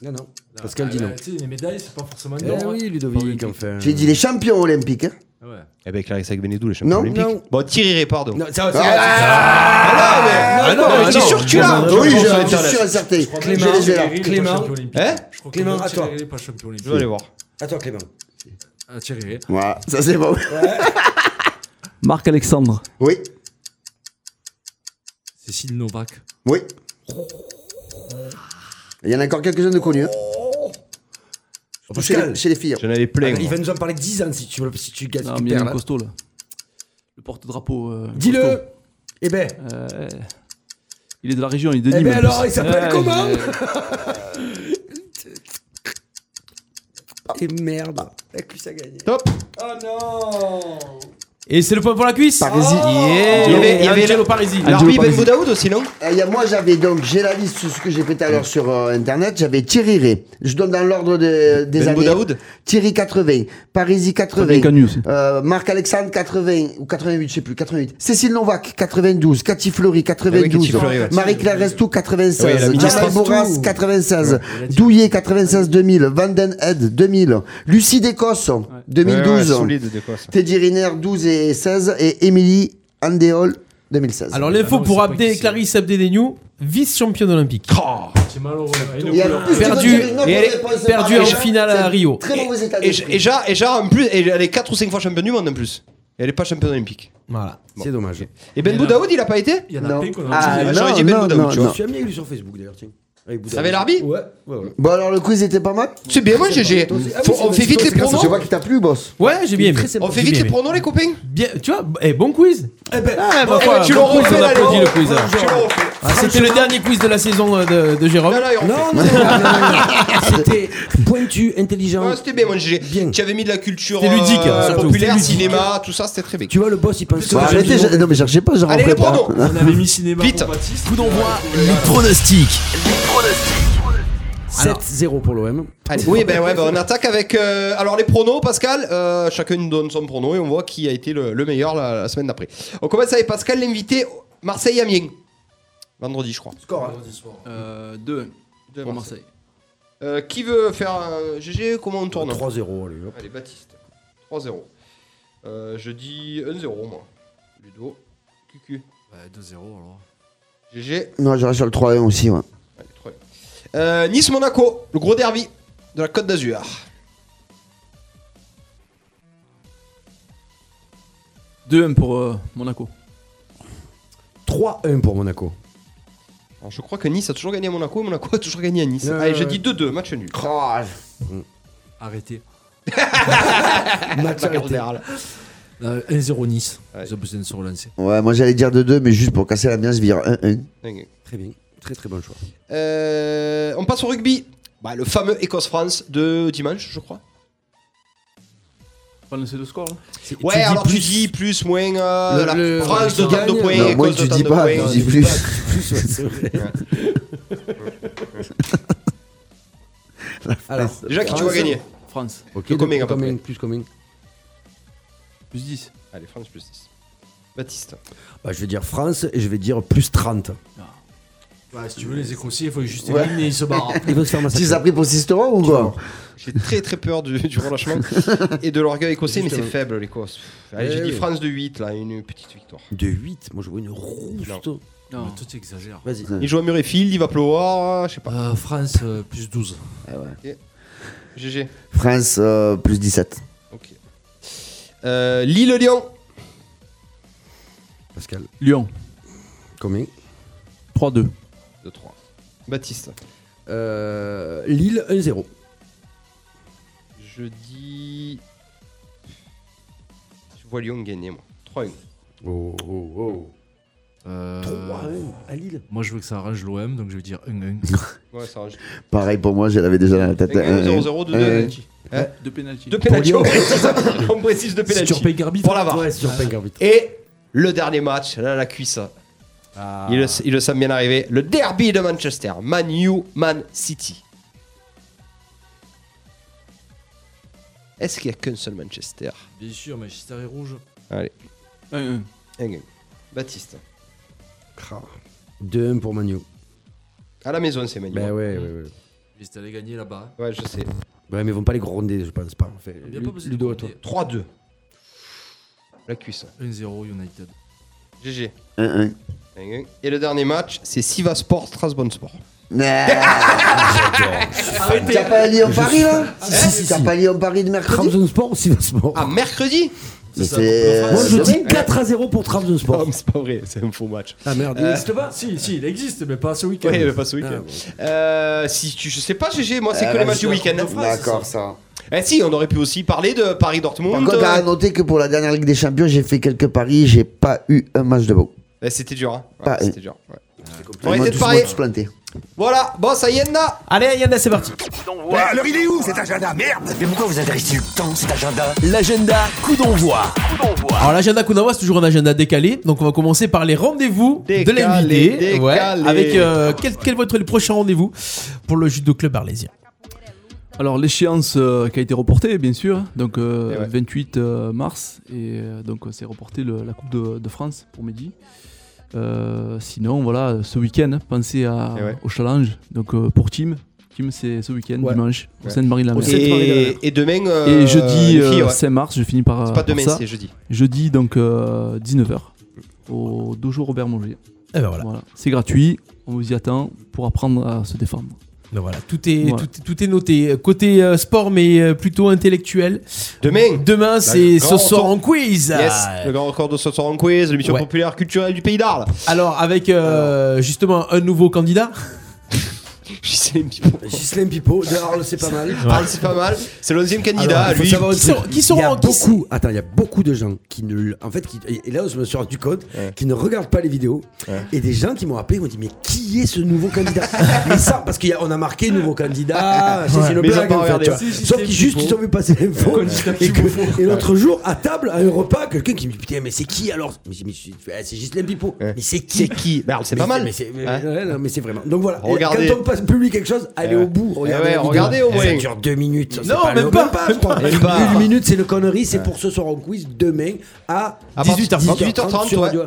Speaker 4: Non, non. Pascal
Speaker 6: Ah,
Speaker 4: dit non.
Speaker 6: bah, Tu sais, les médailles, c'est pas forcément
Speaker 4: Eh
Speaker 6: une
Speaker 4: oui,
Speaker 6: droite.
Speaker 4: Ludovic, enfin.
Speaker 5: J'ai dit les champions olympiques. hein.
Speaker 3: Eh ben, Clarisse avec Benedou, les champion
Speaker 5: Non,
Speaker 3: olympique.
Speaker 5: non.
Speaker 3: Bon, Thierry Répardon.
Speaker 4: Non, ça, ça-
Speaker 3: Ah non, mais. Ah non, mais t'es sûr que tu l'as
Speaker 5: Ah oui, j'en suis sûr et certain.
Speaker 4: Clément,
Speaker 5: Je les ai là.
Speaker 8: Thierry, il est pas
Speaker 4: Clément. Eh
Speaker 8: champion olympique.
Speaker 3: Hein
Speaker 8: Je crois
Speaker 4: Clément,
Speaker 8: que
Speaker 4: à toi.
Speaker 8: Thierry, il est pas champion olympique.
Speaker 3: Je vais aller voir.
Speaker 4: À toi, Clément.
Speaker 6: Ah, Thierry.
Speaker 5: Voilà, ça c'est bon.
Speaker 7: Marc Alexandre.
Speaker 5: Oui,
Speaker 6: Cécile Novak.
Speaker 5: oui. Il y en a encore quelques-uns de connus. hein.
Speaker 3: Oh,
Speaker 5: Chez les,
Speaker 4: Oh, Pascal.
Speaker 5: chez les filles.
Speaker 3: J'en avais plein.
Speaker 4: Ah, Il
Speaker 3: moi.
Speaker 4: va nous en parler 10 ans si tu, si tu gagnes.
Speaker 7: Non,
Speaker 4: tu
Speaker 7: mais il y en
Speaker 4: perds,
Speaker 7: a
Speaker 4: là.
Speaker 7: un costaud là. Le porte-drapeau. euh,
Speaker 4: Dis-le.
Speaker 7: costaud.
Speaker 4: Eh ben,
Speaker 7: Euh, il est de la région, il est de Nîmes.
Speaker 4: eh ben
Speaker 7: en
Speaker 4: alors,
Speaker 7: plus.
Speaker 4: il s'appelle
Speaker 7: Ouais,
Speaker 4: comment
Speaker 7: euh,
Speaker 4: *laughs* Et merde. La cuisse a gagné.
Speaker 3: Top.
Speaker 2: Et c'est le point pour la cuisse Oh
Speaker 5: Parisi.
Speaker 2: Yeah.
Speaker 3: Il y avait- il y avait
Speaker 2: Angelo
Speaker 3: la-
Speaker 2: Parisi.
Speaker 3: Larbi Ben Boudaoud aussi, non
Speaker 5: Euh, y a- moi j'avais donc, j'ai la liste de ce que j'ai fait tout à
Speaker 3: Mm.
Speaker 5: l'heure sur euh, internet, j'avais Thierry Ray. Je donne dans l'ordre de- des
Speaker 3: Ben
Speaker 5: années.
Speaker 3: Boudaoud
Speaker 5: Thierry 80, Parisi
Speaker 7: Fabien
Speaker 5: 80,
Speaker 7: Canu aussi.
Speaker 5: euh, Marc-Alexandre 80 ou 88, je sais plus, 88. Cécile Novak 92, Cathy
Speaker 3: Ah
Speaker 5: Fleury
Speaker 3: oui,
Speaker 5: 92,
Speaker 3: Cathy Fleury, ouais.
Speaker 5: Marie-Claire Restou
Speaker 3: Oui, la
Speaker 5: 96,
Speaker 3: ministre.
Speaker 5: Jamal Bourras
Speaker 4: Restou.
Speaker 5: 96, Douillet 96 2000, Vanden Head 2000, Lucie Descosses 2012,
Speaker 3: Ouais, ouais, solide d'Écosse.
Speaker 5: Teddy Riner 12 et 16 et Émilie Andéol 2016.
Speaker 2: Alors l'info
Speaker 6: Ah non,
Speaker 2: pour
Speaker 6: c'est pas
Speaker 2: Abdé
Speaker 6: qui c'est.
Speaker 2: Clarisse Abdedenou, vice-championne olympique.
Speaker 8: C'est malheureux.
Speaker 5: Il y a plus de
Speaker 2: Perdu-
Speaker 5: bonnes réponses
Speaker 2: et elle est
Speaker 5: par
Speaker 2: perdue en
Speaker 5: les gens.
Speaker 2: finale à
Speaker 5: C'est un
Speaker 2: Rio.
Speaker 5: Très mauvais état
Speaker 3: Et
Speaker 5: d'esprit.
Speaker 3: et Ja, et Ja, en plus, et elle est 4 ou 5 fois championne du monde en plus. Et elle est pas championne olympique.
Speaker 2: Voilà.
Speaker 4: C'est dommage.
Speaker 3: Et Ben Boudaoud, il a pas été
Speaker 8: Il y en a
Speaker 5: Non.
Speaker 8: plein qu'on a
Speaker 5: Ah,
Speaker 3: dit.
Speaker 5: non,
Speaker 3: J'aurais dit Ben
Speaker 5: non,
Speaker 3: Boudaoud,
Speaker 5: non,
Speaker 3: tu
Speaker 5: non.
Speaker 4: Je suis ami avec lui sur Facebook d'ailleurs, tiens. Avec Bouddha.
Speaker 3: Avec l'arbi
Speaker 4: Ouais, ouais, ouais.
Speaker 5: Bon alors le quiz était pas mal.
Speaker 3: C'est bien, moi, GG.
Speaker 4: Toi aussi. Ah oui,
Speaker 3: Faut-
Speaker 4: c'est
Speaker 3: On
Speaker 4: vrai,
Speaker 3: fait
Speaker 4: c'est
Speaker 3: vite
Speaker 4: toi,
Speaker 3: les
Speaker 4: c'est grâce
Speaker 5: Je
Speaker 3: pronos.
Speaker 5: vois qu'il t'a plu, boss.
Speaker 2: Ouais, j'ai bien aimé.
Speaker 4: Très sympa.
Speaker 3: On fait
Speaker 2: J'ai
Speaker 3: vite
Speaker 2: bien
Speaker 3: les
Speaker 2: aimé.
Speaker 3: pronos, les copains
Speaker 2: Bien, tu vois, eh, bon quiz.
Speaker 4: Eh ben,
Speaker 2: Ah, ma
Speaker 3: Eh
Speaker 2: foi,
Speaker 3: ben, tu
Speaker 2: bon
Speaker 3: l'as
Speaker 2: quiz,
Speaker 3: refait,
Speaker 2: on
Speaker 3: là,
Speaker 2: applaudit
Speaker 3: Léo.
Speaker 2: le quiz.
Speaker 3: Tu l'as refait.
Speaker 2: Ah, C'était le dernier quiz de la saison euh, de, de Jérôme.
Speaker 3: Non, non, il refait.
Speaker 4: Ah, Non,
Speaker 3: *laughs*
Speaker 4: non, non, c'était pointu, intelligent.
Speaker 3: Ouais, c'était bien, mon GG.
Speaker 4: Bien.
Speaker 3: Tu avais mis de la culture
Speaker 2: C'était ludique,
Speaker 3: euh,
Speaker 2: surtout.
Speaker 3: populaire,
Speaker 2: C'était ludique.
Speaker 3: cinéma, tout ça, c'était très bien.
Speaker 4: Tu vois, le boss, il pense
Speaker 5: Bah, arrêtez, j'ai- non mais cherchez pas, j'en
Speaker 3: Allez,
Speaker 5: rentre
Speaker 3: les
Speaker 5: pas.
Speaker 3: pronos
Speaker 8: On
Speaker 5: *laughs*
Speaker 8: avait mis cinéma
Speaker 3: Vite.
Speaker 8: pour Baptiste.
Speaker 2: Coup d'envoi.
Speaker 1: Les pronostics.
Speaker 4: 7-0 pour l'OM.
Speaker 3: Allez. Oui, ben ouais, ben on attaque avec. euh, alors les pronos, Pascal, euh, chacun nous donne son prono et on voit qui a été le, le meilleur la, la semaine d'après. On commence avec Pascal, l'invité Marseille-Amiens. Vendredi, je crois.
Speaker 7: Euh, 2
Speaker 3: De
Speaker 7: pour
Speaker 3: Marseille.
Speaker 7: Marseille.
Speaker 3: Euh, qui veut faire un GG Comment on tourne
Speaker 4: 3-0, allez. hop.
Speaker 3: Allez, Baptiste. 3-0. Euh, je dis 1-0, moi. Ludo. QQ.
Speaker 6: Ouais, 2-0 alors.
Speaker 3: GG.
Speaker 5: Non, j'aurais sur le 3-1 aussi, ouais.
Speaker 3: Allez, très bien. Euh, Nice-Monaco, le gros derby de la Côte d'Azur.
Speaker 7: Deux 1 pour euh, Monaco.
Speaker 4: 3-1 pour Monaco.
Speaker 3: Alors, je crois que Nice a toujours gagné à Monaco et Monaco a toujours gagné à Nice.
Speaker 4: Ouais,
Speaker 3: Allez,
Speaker 4: ouais,
Speaker 3: je
Speaker 4: ouais.
Speaker 3: dis 2-2, match nul.
Speaker 5: *laughs*
Speaker 6: Arrêtez.
Speaker 4: Match
Speaker 3: Plaque
Speaker 4: arrêté.
Speaker 3: latérale.
Speaker 6: Euh, 1-0 Nice.
Speaker 3: Ouais.
Speaker 6: Ils ont besoin de se relancer.
Speaker 5: Ouais, moi j'allais dire 2-2, mais juste pour casser la mienne, je vire 1-1.
Speaker 3: Dingue.
Speaker 4: Très bien. Très très bon choix.
Speaker 3: Euh, on passe au rugby. Bah, le fameux Écosse-France de dimanche, je crois.
Speaker 7: Pas lancer de score là.
Speaker 3: Ouais, alors tu dis plus, moins. euh,
Speaker 4: Le-
Speaker 3: la
Speaker 4: le-
Speaker 3: France
Speaker 4: qui
Speaker 3: de tant de
Speaker 4: gagne.
Speaker 3: points.
Speaker 5: Non, moi
Speaker 3: Écosse
Speaker 5: tu
Speaker 3: de
Speaker 5: dis
Speaker 3: tant de
Speaker 5: pas,
Speaker 3: points.
Speaker 5: tu dis plus.
Speaker 4: Plus, ouais, c'est vrai. Alors,
Speaker 3: Déjà, qui tu vois gagner
Speaker 7: France.
Speaker 4: *laughs* Ok,
Speaker 3: Le combien,
Speaker 4: donc,
Speaker 3: à peu
Speaker 4: combien, plus combien
Speaker 7: Plus 10.
Speaker 3: Allez, France plus 10. Baptiste.
Speaker 4: bah, Je vais dire France et je vais dire plus 30.
Speaker 8: Ouais, si tu veux, les Écossais, il faut juste
Speaker 5: Ouais.
Speaker 8: éliminer, ils se barrent.
Speaker 5: *laughs*
Speaker 4: Il veut se faire massacrer.
Speaker 5: Tu les as pris pour 6 euros ou quoi
Speaker 3: J'ai très très peur du, du *laughs* relâchement et de l'orgueil écossais, mais c'est
Speaker 4: Justement.
Speaker 3: faible l'Écosse. Allez,
Speaker 4: Eh
Speaker 3: j'ai dit
Speaker 4: oui.
Speaker 3: France de 8, là, une petite victoire.
Speaker 4: De 8, moi je vois une rousse.
Speaker 3: Non.
Speaker 7: Non.
Speaker 6: Mais toi, tu exagères.
Speaker 4: Vas-y.
Speaker 3: Il joue à Murrayfield, il va pleuvoir, je sais pas.
Speaker 6: Euh, France, euh, plus 12.
Speaker 3: GG.
Speaker 5: France euh, plus 17.
Speaker 3: Ok. Euh, Lille-Lyon.
Speaker 4: Pascal,
Speaker 7: Lyon.
Speaker 4: combien
Speaker 7: 3-2.
Speaker 3: 2-3. Baptiste.
Speaker 4: euh, Lille 1-0.
Speaker 3: Je dis. Je vois Lyon gagner, moi. 3-1.
Speaker 4: Oh oh oh.
Speaker 6: Euh,
Speaker 4: 3-1 Ah à Lille.
Speaker 6: Moi, je veux que ça arrange l'OM, donc je vais dire
Speaker 5: *laughs*
Speaker 6: 1-1.
Speaker 3: Ouais, ça arrange.
Speaker 5: Pareil pour moi, je l'avais déjà dans la tête. 1-1.
Speaker 3: 0-0, 2-2.
Speaker 7: Deux pénaltys.
Speaker 3: Deux pénalty, on précise. *laughs* On précise deux
Speaker 8: Si tu
Speaker 3: pénalty.
Speaker 8: repayes Garbi,
Speaker 3: Pour la VAR.
Speaker 4: Ouais, c'est sur Pink arbitre.
Speaker 3: Et le dernier match, là, la cuisse. Ils, le, ils le savent bien arriver. Le derby de Manchester. Man U, Man City. Est-ce qu'il n'y a qu'un seul Manchester
Speaker 6: Bien sûr, Manchester est rouge.
Speaker 7: 1-1.
Speaker 3: Un game. Baptiste.
Speaker 4: 2-1 pour Manu.
Speaker 3: À la maison, c'est Man U.
Speaker 4: Ben ouais, ouais, ouais. Ben
Speaker 6: Ils étaient allés gagner là-bas.
Speaker 3: Ouais, je sais.
Speaker 4: Ouais, mais ils vont pas les gronder, je pense pas. Enfin,
Speaker 6: Il y a pas besoin de
Speaker 4: Ludo à toi.
Speaker 6: compter.
Speaker 3: 3-2. La cuisse.
Speaker 6: 1-0 United.
Speaker 3: GG.
Speaker 5: Hein, hein.
Speaker 3: Et le dernier match, c'est Siva Sport, Strasbourg Sport.
Speaker 5: T'as pas Lyon Paris là
Speaker 4: si, si,
Speaker 5: T'as
Speaker 4: si.
Speaker 5: pas Lyon Paris de mercredi
Speaker 4: Sport ou Sivas Sport
Speaker 3: Ah, mercredi
Speaker 5: Mais c'est.
Speaker 4: Moi je
Speaker 5: demain.
Speaker 4: dis 4 à 0 pour Trabzon Sport.
Speaker 3: mais c'est pas vrai, c'est un faux match.
Speaker 4: Ah merde.
Speaker 3: Euh,
Speaker 8: existe pas Si, si, il existe, mais pas ce week-end.
Speaker 3: Ouais, mais Ah, pas ce week-end.
Speaker 4: Ah, bon.
Speaker 3: Euh, si tu, je sais pas, GG, moi c'est
Speaker 5: Euh,
Speaker 3: que les
Speaker 5: la
Speaker 3: matchs du week-end.
Speaker 5: D'accord, ça.
Speaker 3: Eh si, on aurait pu aussi parler de Paris
Speaker 5: Par
Speaker 3: Dortmund.
Speaker 5: contre, à noter que pour la dernière Ligue des Champions, j'ai fait quelques paris, j'ai pas eu un match de beau.
Speaker 3: Eh, c'était dur, hein. Ouais,
Speaker 5: Pas-
Speaker 3: c'était dur. ouais. On
Speaker 5: Vraiment,
Speaker 3: va essayer de
Speaker 5: tous
Speaker 3: parier.
Speaker 5: tous plantés.
Speaker 3: Voilà, bon, ça y est, Nna.
Speaker 2: Allez, Yann, c'est parti.
Speaker 4: Ah,
Speaker 10: alors il est où cet agenda Merde Mais pourquoi vous intéressez le temps, cet agenda
Speaker 1: L'agenda coup d'envoi.
Speaker 2: Alors l'agenda Kunawa c'est toujours un agenda décalé, donc on va commencer par les rendez-vous de
Speaker 3: Décalé,
Speaker 2: l'invité. Ouais,
Speaker 3: décalé.
Speaker 2: avec euh, quel, quel va être le prochain rendez-vous pour le judo club arlésien
Speaker 7: Alors l'échéance euh, qui a été reportée, bien sûr, donc euh,
Speaker 3: Eh ouais.
Speaker 7: 28 euh, mars, et euh, donc euh, c'est reporté le- la Coupe de, de France pour midi. Euh, sinon, voilà, ce week-end, pensez à,
Speaker 3: Eh ouais.
Speaker 7: au challenge. Donc euh, pour Team, Team c'est ce week-end,
Speaker 3: Ouais.
Speaker 7: dimanche, au
Speaker 3: Ouais.
Speaker 7: Seine-Marie-la-Mer.
Speaker 8: Seine- cette soirée
Speaker 3: Et,
Speaker 8: dernière.
Speaker 3: et demain. euh,
Speaker 7: Et jeudi
Speaker 3: les filles,
Speaker 7: euh,
Speaker 3: ouais.
Speaker 7: 5 mars, je finis par,
Speaker 3: C'est
Speaker 7: euh,
Speaker 3: pas
Speaker 7: par
Speaker 3: demain,
Speaker 7: ça.
Speaker 3: c'est jeudi.
Speaker 7: Jeudi donc 19h au dojo Robert Monger.
Speaker 2: Et ben voilà.
Speaker 7: Voilà, c'est gratuit, on vous y attend pour apprendre à se défendre.
Speaker 2: Donc Ben, voilà, tout est,
Speaker 7: Voilà.
Speaker 2: Tout, est- tout est noté. Côté euh, sport, mais euh, plutôt intellectuel.
Speaker 3: Demain.
Speaker 2: Demain, c'est
Speaker 3: grande
Speaker 2: ce soir
Speaker 3: tour-
Speaker 2: en quiz.
Speaker 3: Yes, le grand record de ce soir en quiz, l'émission
Speaker 2: Ouais.
Speaker 3: populaire culturelle du pays d'Arles. *laughs*
Speaker 2: Alors avec euh, justement un nouveau candidat.
Speaker 3: Gisèle Bibot.
Speaker 4: Gislain Pipo, de Arles, c'est pas mal.
Speaker 3: Arles, c'est pas mal. C'est le 11 candidat,
Speaker 4: Alors, il faut
Speaker 3: lui.
Speaker 4: savoir
Speaker 2: Qui
Speaker 4: une chose.
Speaker 2: sont- qui sont-
Speaker 4: il y a
Speaker 2: qui-
Speaker 4: beaucoup, attends, il y a beaucoup de gens qui ne, l- en fait, qui, et là je me suis rendu compte, qui ne regardent pas les vidéos, et des gens qui m'ont appelé, ils m'ont dit mais qui est ce nouveau candidat Mais ça, parce qu'on a marqué nouveau candidat, Ah, c'est c'est une
Speaker 3: Mais ils ont
Speaker 4: blague.
Speaker 3: pas
Speaker 4: en fait,
Speaker 3: regardé.
Speaker 4: tu vois.
Speaker 8: Si, si,
Speaker 4: Sauf
Speaker 8: c'est
Speaker 4: qu'ils juste
Speaker 8: Pipo.
Speaker 4: ils ont vu passer l'info.
Speaker 8: Ouais.
Speaker 4: Et, que- et l'autre jour, à table, à un repas, quelqu'un qui me dit putain mais c'est qui alors Mais j'ai- mais j'ai fait, Ah, c'est Gislain Pipo.
Speaker 3: Ouais.
Speaker 4: Mais c'est qui
Speaker 3: C'est qui Bah, Arles, c'est
Speaker 4: Mais
Speaker 3: pas mal.
Speaker 4: Mais c'est mais-
Speaker 3: Hein
Speaker 4: ouais, non, mais c'est vraiment. Donc voilà.
Speaker 3: Regardez.
Speaker 4: Quand on passe publie quelque chose, allez
Speaker 3: Eh ouais.
Speaker 4: au bout.
Speaker 3: Eh
Speaker 4: Regardez.
Speaker 3: ouais,
Speaker 4: la vidéo.
Speaker 3: regardez au moins.
Speaker 4: Ça dure deux minutes. c'est
Speaker 2: Non, même
Speaker 4: long.
Speaker 2: pas,
Speaker 4: je crois.
Speaker 3: même pas.
Speaker 4: Une minute, c'est le connerie. C'est pour ce soir en quiz demain à
Speaker 3: À partir- 18h30 sur Radio,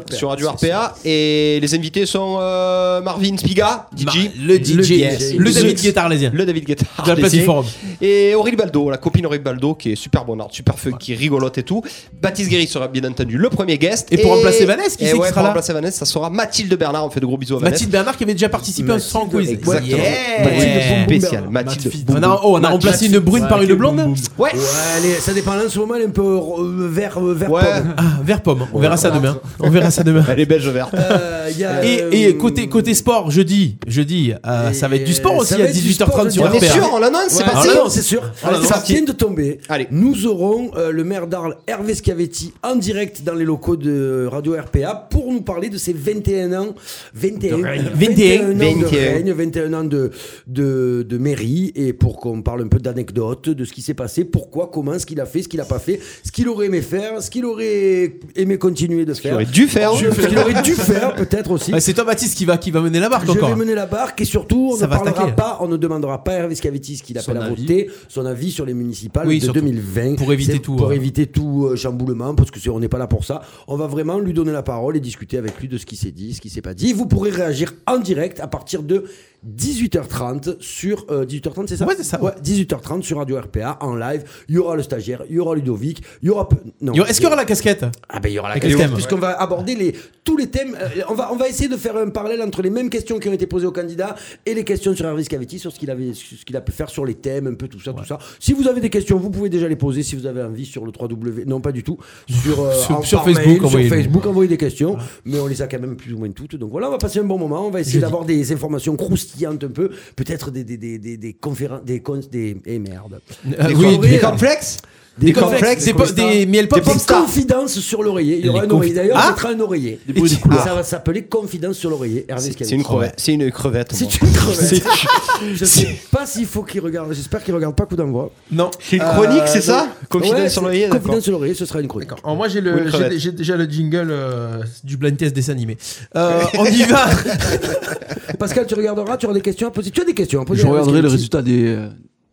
Speaker 4: RPA.
Speaker 3: RPA. Et les invités sont euh, Marvin Spiga,
Speaker 2: Mar-
Speaker 3: DJ,
Speaker 2: le DJ,
Speaker 3: yes.
Speaker 2: le
Speaker 3: The-
Speaker 2: David Guetta arlésien.
Speaker 3: le David Guetta,
Speaker 2: De la place du forum.
Speaker 3: et Aurélie Baldo, la copine Aurélie Baldo, qui est super bonne art, super fun, qui est rigolote et tout. Baptiste Guéry sera bien entendu le premier guest.
Speaker 2: Et pour remplacer Vanessa, qui
Speaker 3: et
Speaker 2: c'est qui
Speaker 3: ouais,
Speaker 2: sera
Speaker 3: pour
Speaker 2: là
Speaker 3: remplacer Vanessa, ça sera Mathilde Bernard. On fait de gros bisous à Vanessa.
Speaker 2: Mathilde Bernard qui avait déjà participé à ce soir en quiz.
Speaker 3: Exactement.
Speaker 2: Yeah.
Speaker 3: Mathilde spéciale.
Speaker 8: Mathilde
Speaker 3: Mathilde.
Speaker 2: On a, oh, on a
Speaker 3: Mathilde.
Speaker 2: remplacé une brune par une blonde.
Speaker 3: Ouais.
Speaker 4: Ouais, allez, ça dépend. Là, en ce moment, elle est un peu euh, vert, euh, vert.
Speaker 3: Ouais.
Speaker 4: pomme.
Speaker 2: Ah, vert pomme. On verra ça demain. On verra ça demain.
Speaker 3: Elle est belge verte.
Speaker 4: Euh, il y a, euh,
Speaker 2: Et, et côté, côté sport, jeudi, jeudi euh, ça va être du sport
Speaker 4: ça
Speaker 2: aussi
Speaker 4: va
Speaker 2: à
Speaker 4: être du
Speaker 2: 18h30
Speaker 4: sport,
Speaker 2: sur
Speaker 3: On est
Speaker 4: Super.
Speaker 2: RPA.
Speaker 3: sûr, on l'annonce, c'est
Speaker 4: Ouais.
Speaker 3: passé.
Speaker 4: Ah non, c'est sûr.
Speaker 3: Ah non,
Speaker 4: ça
Speaker 3: parti.
Speaker 4: vient de tomber.
Speaker 3: Allez.
Speaker 4: Nous aurons euh, le maire d'Arles, Hervé Schiavetti, en direct dans les locaux de Radio RPA pour nous parler de ses 21 ans. 21,
Speaker 2: 21.
Speaker 4: 21 ans de
Speaker 3: 21.
Speaker 4: règne, 21 ans de, de, de mairie et pour qu'on parle un peu d'anecdotes, de ce qui s'est passé, pourquoi, comment, ce qu'il a fait, ce qu'il n'a pas fait, ce qu'il aurait aimé faire, ce qu'il aurait aimé continuer de
Speaker 3: Il
Speaker 4: faire.
Speaker 3: aurait dû faire.
Speaker 4: Ce qu'il aurait dû faire, peut-être aussi.
Speaker 2: Ah, C'est toi, Baptiste, qui va, qui va mener la barque
Speaker 4: Je
Speaker 2: encore.
Speaker 4: vais mener la barque et surtout, on
Speaker 2: Ça
Speaker 4: ne
Speaker 2: va
Speaker 4: parlera
Speaker 2: attaquer.
Speaker 4: pas, on ne demandera pas à Hervé Scavetti ce qu'il appelle
Speaker 6: Son
Speaker 4: à
Speaker 6: avis.
Speaker 4: voter, son avis sur les municipales
Speaker 2: Oui,
Speaker 4: de
Speaker 2: surtout.
Speaker 4: 2020.
Speaker 2: Pour éviter
Speaker 4: C'est
Speaker 2: tout,
Speaker 4: Pour
Speaker 2: euh,
Speaker 4: éviter tout euh, chamboulement, parce que c'est- on n'est pas là pour ça. On va vraiment lui donner la parole et discuter avec lui de ce qui s'est dit, ce qui s'est pas dit. Vous pourrez réagir en direct à partir de 18h30 sur euh, 18h30 c'est ça
Speaker 2: Ouais, c'est ça.
Speaker 4: 18h30 sur Radio RPA en live il y aura le stagiaire il y aura Ludovic il y aura non
Speaker 2: Yo, Est-ce qu'il y aura la casquette
Speaker 4: ah ben il y aura la
Speaker 2: Avec
Speaker 4: question,
Speaker 2: les thèmes.
Speaker 4: puisqu'on va aborder les, tous les thèmes. Euh, on, va, on va essayer de faire un parallèle entre les mêmes questions qui ont été posées aux candidats et les questions sur Hervé Scavetti, sur ce qu'il avait, sur ce qu'il a pu faire sur les thèmes, un peu tout ça, tout ça. Si vous avez des questions, vous pouvez déjà les poser. Si vous avez envie sur le 3W, non pas du tout, sur, euh,
Speaker 2: Sur-
Speaker 4: en-
Speaker 2: sur
Speaker 4: par
Speaker 2: Facebook,
Speaker 4: mail, sur
Speaker 2: envoyez-nous.
Speaker 4: Facebook, envoyez des questions. Mais on les a quand même plus ou moins toutes. Donc voilà, on va passer un bon moment. On va essayer
Speaker 2: Jeudi.
Speaker 4: d'avoir des informations croustillantes un peu, peut-être des des des des, des conférences, des cons, des eh merde,
Speaker 2: Euh,
Speaker 3: Des
Speaker 2: oui,
Speaker 3: com- des
Speaker 2: des-
Speaker 3: complexes
Speaker 2: des cornflakes, des, po- des miel pop.
Speaker 3: Des pop-
Speaker 4: des
Speaker 3: Popstar.
Speaker 4: confidences sur l'oreiller. Il y aura
Speaker 2: Les
Speaker 4: un oreiller.
Speaker 2: confi-
Speaker 4: D'ailleurs,
Speaker 2: Ah
Speaker 4: ça sera un oreiller.
Speaker 7: Des bruits de couloir.
Speaker 4: Ça va s'appeler confidence sur l'oreiller. Hervé
Speaker 3: C'est
Speaker 4: Scavetti.
Speaker 3: c'est une crevette. C'est une crevette. moi.
Speaker 4: C'est une crevette. Je
Speaker 3: c'est-
Speaker 4: sais pas s'il faut qu'il regarde. J'espère qu'il regarde pas coup d'envoi.
Speaker 2: Non.
Speaker 3: C'est une chronique, c'est
Speaker 4: Euh,
Speaker 3: ça
Speaker 4: donc-
Speaker 3: Confidence
Speaker 4: Ouais,
Speaker 3: sur l'oreiller,
Speaker 4: c'est-
Speaker 3: d'accord.
Speaker 4: Confidence sur l'oreiller, ce sera une chronique.
Speaker 2: Alors moi j'ai
Speaker 3: Ou une
Speaker 2: le
Speaker 3: crevette.
Speaker 2: j'ai- j'ai déjà le jingle euh, du blind test dessin animé. Euh, on y va.
Speaker 4: Pascal, tu regarderas, tu auras des questions à poser. Tu as des questions à poser.
Speaker 7: Je
Speaker 4: Hervé
Speaker 7: regarderai le
Speaker 4: Scavetti.
Speaker 7: résultat des, euh,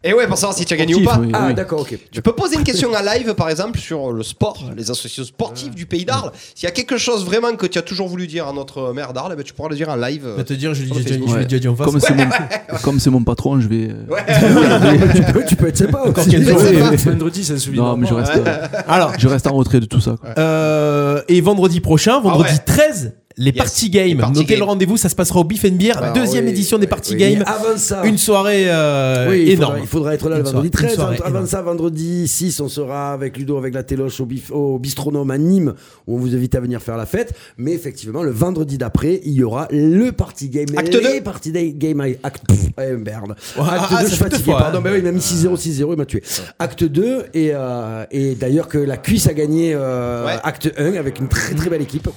Speaker 3: Et ouais, pour savoir si tu as gagné ou
Speaker 4: Sportif,
Speaker 3: pas.
Speaker 4: oui, Ah, oui. d'accord, ok.
Speaker 3: Tu peux poser une question en live, par exemple, sur le sport, les associations sportives du pays d'Arles. S'il y a quelque chose vraiment que tu as toujours voulu dire à notre maire d'Arles, eh ben, tu pourras le dire en live. euh,
Speaker 2: Va te dire, je lui
Speaker 3: sur
Speaker 2: dis
Speaker 3: le
Speaker 2: déjà-
Speaker 3: Facebook.
Speaker 2: je lui dis déjà en face.
Speaker 7: Comme c'est
Speaker 3: Ouais,
Speaker 7: mon,
Speaker 3: ouais,
Speaker 7: comme c'est mon patron, je vais. euh,
Speaker 4: tu, peux, tu peux être sympa encore. *laughs*
Speaker 2: Quel
Speaker 4: Ouais,
Speaker 2: jour
Speaker 4: c'est
Speaker 2: est-
Speaker 4: pas-
Speaker 8: Vendredi, ça se souvient.
Speaker 7: Non, mais je reste, euh,
Speaker 2: Alors,
Speaker 7: je reste en retrait de tout ça. quoi.
Speaker 2: euh, et vendredi prochain, vendredi
Speaker 3: Ah ouais.
Speaker 2: 13, les
Speaker 3: Yes,
Speaker 2: party games.
Speaker 3: les party
Speaker 2: Notez le
Speaker 3: games. Bah
Speaker 2: rendez-vous, ça se passera au Beef and Beer,
Speaker 4: Ah,
Speaker 2: deuxième
Speaker 4: oui,
Speaker 2: édition des
Speaker 4: oui,
Speaker 2: party
Speaker 4: oui.
Speaker 2: games.
Speaker 4: Mais Avant ça.
Speaker 2: Une soirée euh,
Speaker 4: Oui, il faudra-
Speaker 2: énorme.
Speaker 4: il faudra être là
Speaker 2: Une
Speaker 4: le vendredi
Speaker 2: soirée- une
Speaker 4: 13.
Speaker 2: soirée
Speaker 4: avant
Speaker 2: énorme.
Speaker 4: ça, vendredi 6, on sera avec Ludo, avec la Téloche au, bif- au Bistronome à Nîmes, où on vous invite à venir faire la fête. Mais effectivement, le vendredi d'après, il y aura le Party Game.
Speaker 3: Acte
Speaker 4: les
Speaker 3: deux.
Speaker 4: Party Day- Game I- Acte. Pff, eh, merde.
Speaker 2: Ah,
Speaker 4: acte
Speaker 2: ah,
Speaker 4: 2,
Speaker 2: ça
Speaker 4: je suis
Speaker 2: fait deux
Speaker 4: fatigué.
Speaker 2: fois, hein.
Speaker 5: Bah
Speaker 4: pardon, mais oui, il m'a mis 6-0, 6-0, il m'a tué. Acte 2, et, euh, et d'ailleurs que la cuisse a gagné euh,
Speaker 3: Ouais.
Speaker 4: Acte 1 avec une très très belle équipe.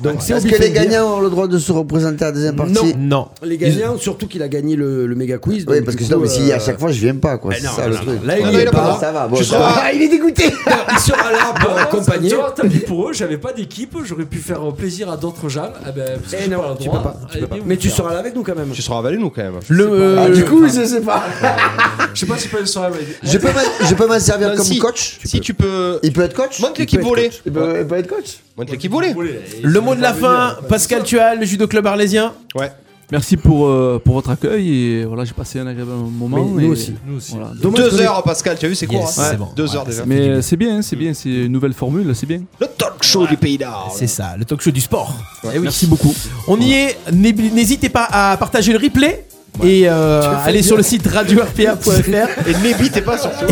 Speaker 4: Donc c'est au
Speaker 5: Ah, Est-ce
Speaker 4: Beef
Speaker 5: que les
Speaker 4: and Beer.
Speaker 5: gagnants ont le droit de se représenter à la deuxième partie
Speaker 4: Non.
Speaker 2: Non.
Speaker 4: Les gagnants, surtout qu'il a gagné le, le méga quiz.
Speaker 5: Oui,
Speaker 4: donc
Speaker 5: parce que
Speaker 4: du
Speaker 5: sinon,
Speaker 4: coup,
Speaker 5: mais si
Speaker 4: euh,
Speaker 5: à chaque fois je viens pas, quoi. c'est
Speaker 3: non,
Speaker 5: ça
Speaker 3: non,
Speaker 5: le
Speaker 3: non,
Speaker 5: truc.
Speaker 4: Là, il
Speaker 3: Non,
Speaker 4: y
Speaker 3: non,
Speaker 4: est
Speaker 3: il a
Speaker 4: pas.
Speaker 3: pas.
Speaker 5: Ça va, bon,
Speaker 3: Tu
Speaker 5: ça
Speaker 3: seras-
Speaker 5: va.
Speaker 4: Ah, il est dégoûté Il sera là pour accompagner.
Speaker 8: Tu vois, tant pis pour eux, j'avais pas d'équipe, j'aurais pu faire plaisir à d'autres gens. Eh ben, parce que
Speaker 4: Eh
Speaker 8: j'ai
Speaker 4: non,
Speaker 8: le
Speaker 4: tu peux
Speaker 8: droit.
Speaker 4: pas. tu
Speaker 8: Eh
Speaker 4: peux pas.
Speaker 8: bien,
Speaker 4: Mais tu
Speaker 8: faire.
Speaker 4: seras là avec nous quand même.
Speaker 3: Tu seras avalé, nous, quand même.
Speaker 2: Le,
Speaker 5: Ah, du coup, je sais pas.
Speaker 8: Je sais pas si pas une soirée. mais-
Speaker 5: Je peux m'en- je peux m'en servir
Speaker 3: Non,
Speaker 5: comme
Speaker 3: si.
Speaker 5: coach
Speaker 3: si tu peux.
Speaker 5: Il peut être coach
Speaker 3: Montre l'équipe volée.
Speaker 5: Il peut il peut être coach
Speaker 3: Montre l'équipe volée.
Speaker 2: *laughs*
Speaker 8: Eh,
Speaker 2: le mot de la fin,
Speaker 8: hein.
Speaker 2: Pascal Tual, le judo club arlésien.
Speaker 3: Ouais.
Speaker 7: Merci pour, euh, pour votre accueil et voilà, j'ai passé un agréable moment.
Speaker 4: Mais
Speaker 7: et-
Speaker 4: nous aussi.
Speaker 8: Nous aussi.
Speaker 7: voilà.
Speaker 3: Deux heures, Pascal, tu as vu, c'est court.
Speaker 2: Yes,
Speaker 3: hein
Speaker 2: c'est bon.
Speaker 3: Deux
Speaker 2: Ouais,
Speaker 3: heures
Speaker 2: c'est
Speaker 3: déjà.
Speaker 7: Mais c'est bien, c'est bien, c'est une nouvelle formule, c'est bien.
Speaker 3: Le talk show du pays
Speaker 5: Ah,
Speaker 3: d'Arles.
Speaker 2: C'est ça, le talk show du sport. Eh oui.
Speaker 7: Merci beaucoup.
Speaker 2: On y est, n'hé- n'hésitez pas à partager le replay. Et euh, allez sur le site radio-rpa.fr.
Speaker 3: Et n'hébitez pas surtout.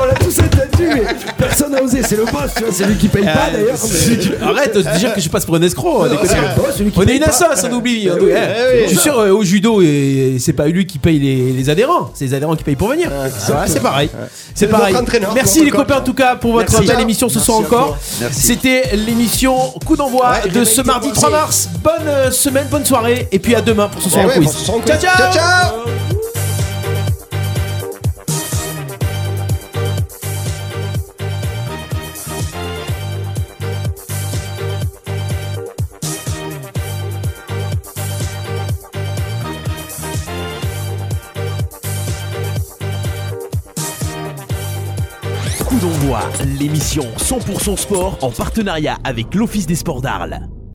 Speaker 4: On l'a tous attendu, mais personne n'a osé. C'est le boss, tu vois. C'est lui qui paye pas d'ailleurs. mais-
Speaker 2: Euh, Arrête de dire que je passe pour un escroc. déconne.
Speaker 4: C'est le boss, c'est lui qui
Speaker 2: On est
Speaker 4: paye
Speaker 2: une
Speaker 4: pas.
Speaker 2: assoce, on oublie. on oublie.
Speaker 3: eh oui.
Speaker 2: Je suis sûr, euh, au judo, et c'est pas lui qui paye les, les adhérents, c'est les adhérents qui payent pour
Speaker 3: Ah,
Speaker 2: venir. Ouais, c'est pareil. C'est
Speaker 3: Notre
Speaker 2: pareil.
Speaker 3: entraîneur,
Speaker 2: Merci
Speaker 3: notre
Speaker 2: les
Speaker 3: coach.
Speaker 2: copains, en tout cas, pour votre
Speaker 3: Merci.
Speaker 2: belle émission ce soir encore. C'était l'émission Coup d'envoi
Speaker 3: Ouais,
Speaker 2: de
Speaker 3: j'ai
Speaker 2: ce
Speaker 3: mérité
Speaker 2: mardi
Speaker 3: de
Speaker 2: 3
Speaker 3: bosser.
Speaker 2: mars. Bonne euh, semaine, bonne soirée, et puis à demain pour ce soir
Speaker 3: Eh
Speaker 2: en
Speaker 3: ouais,
Speaker 2: quiz.
Speaker 3: pour ce soir en quiz.
Speaker 2: ciao,
Speaker 3: ciao, ciao
Speaker 1: Coup d'envoi, l'émission 100% sport en partenariat avec l'Office des sports d'Arles.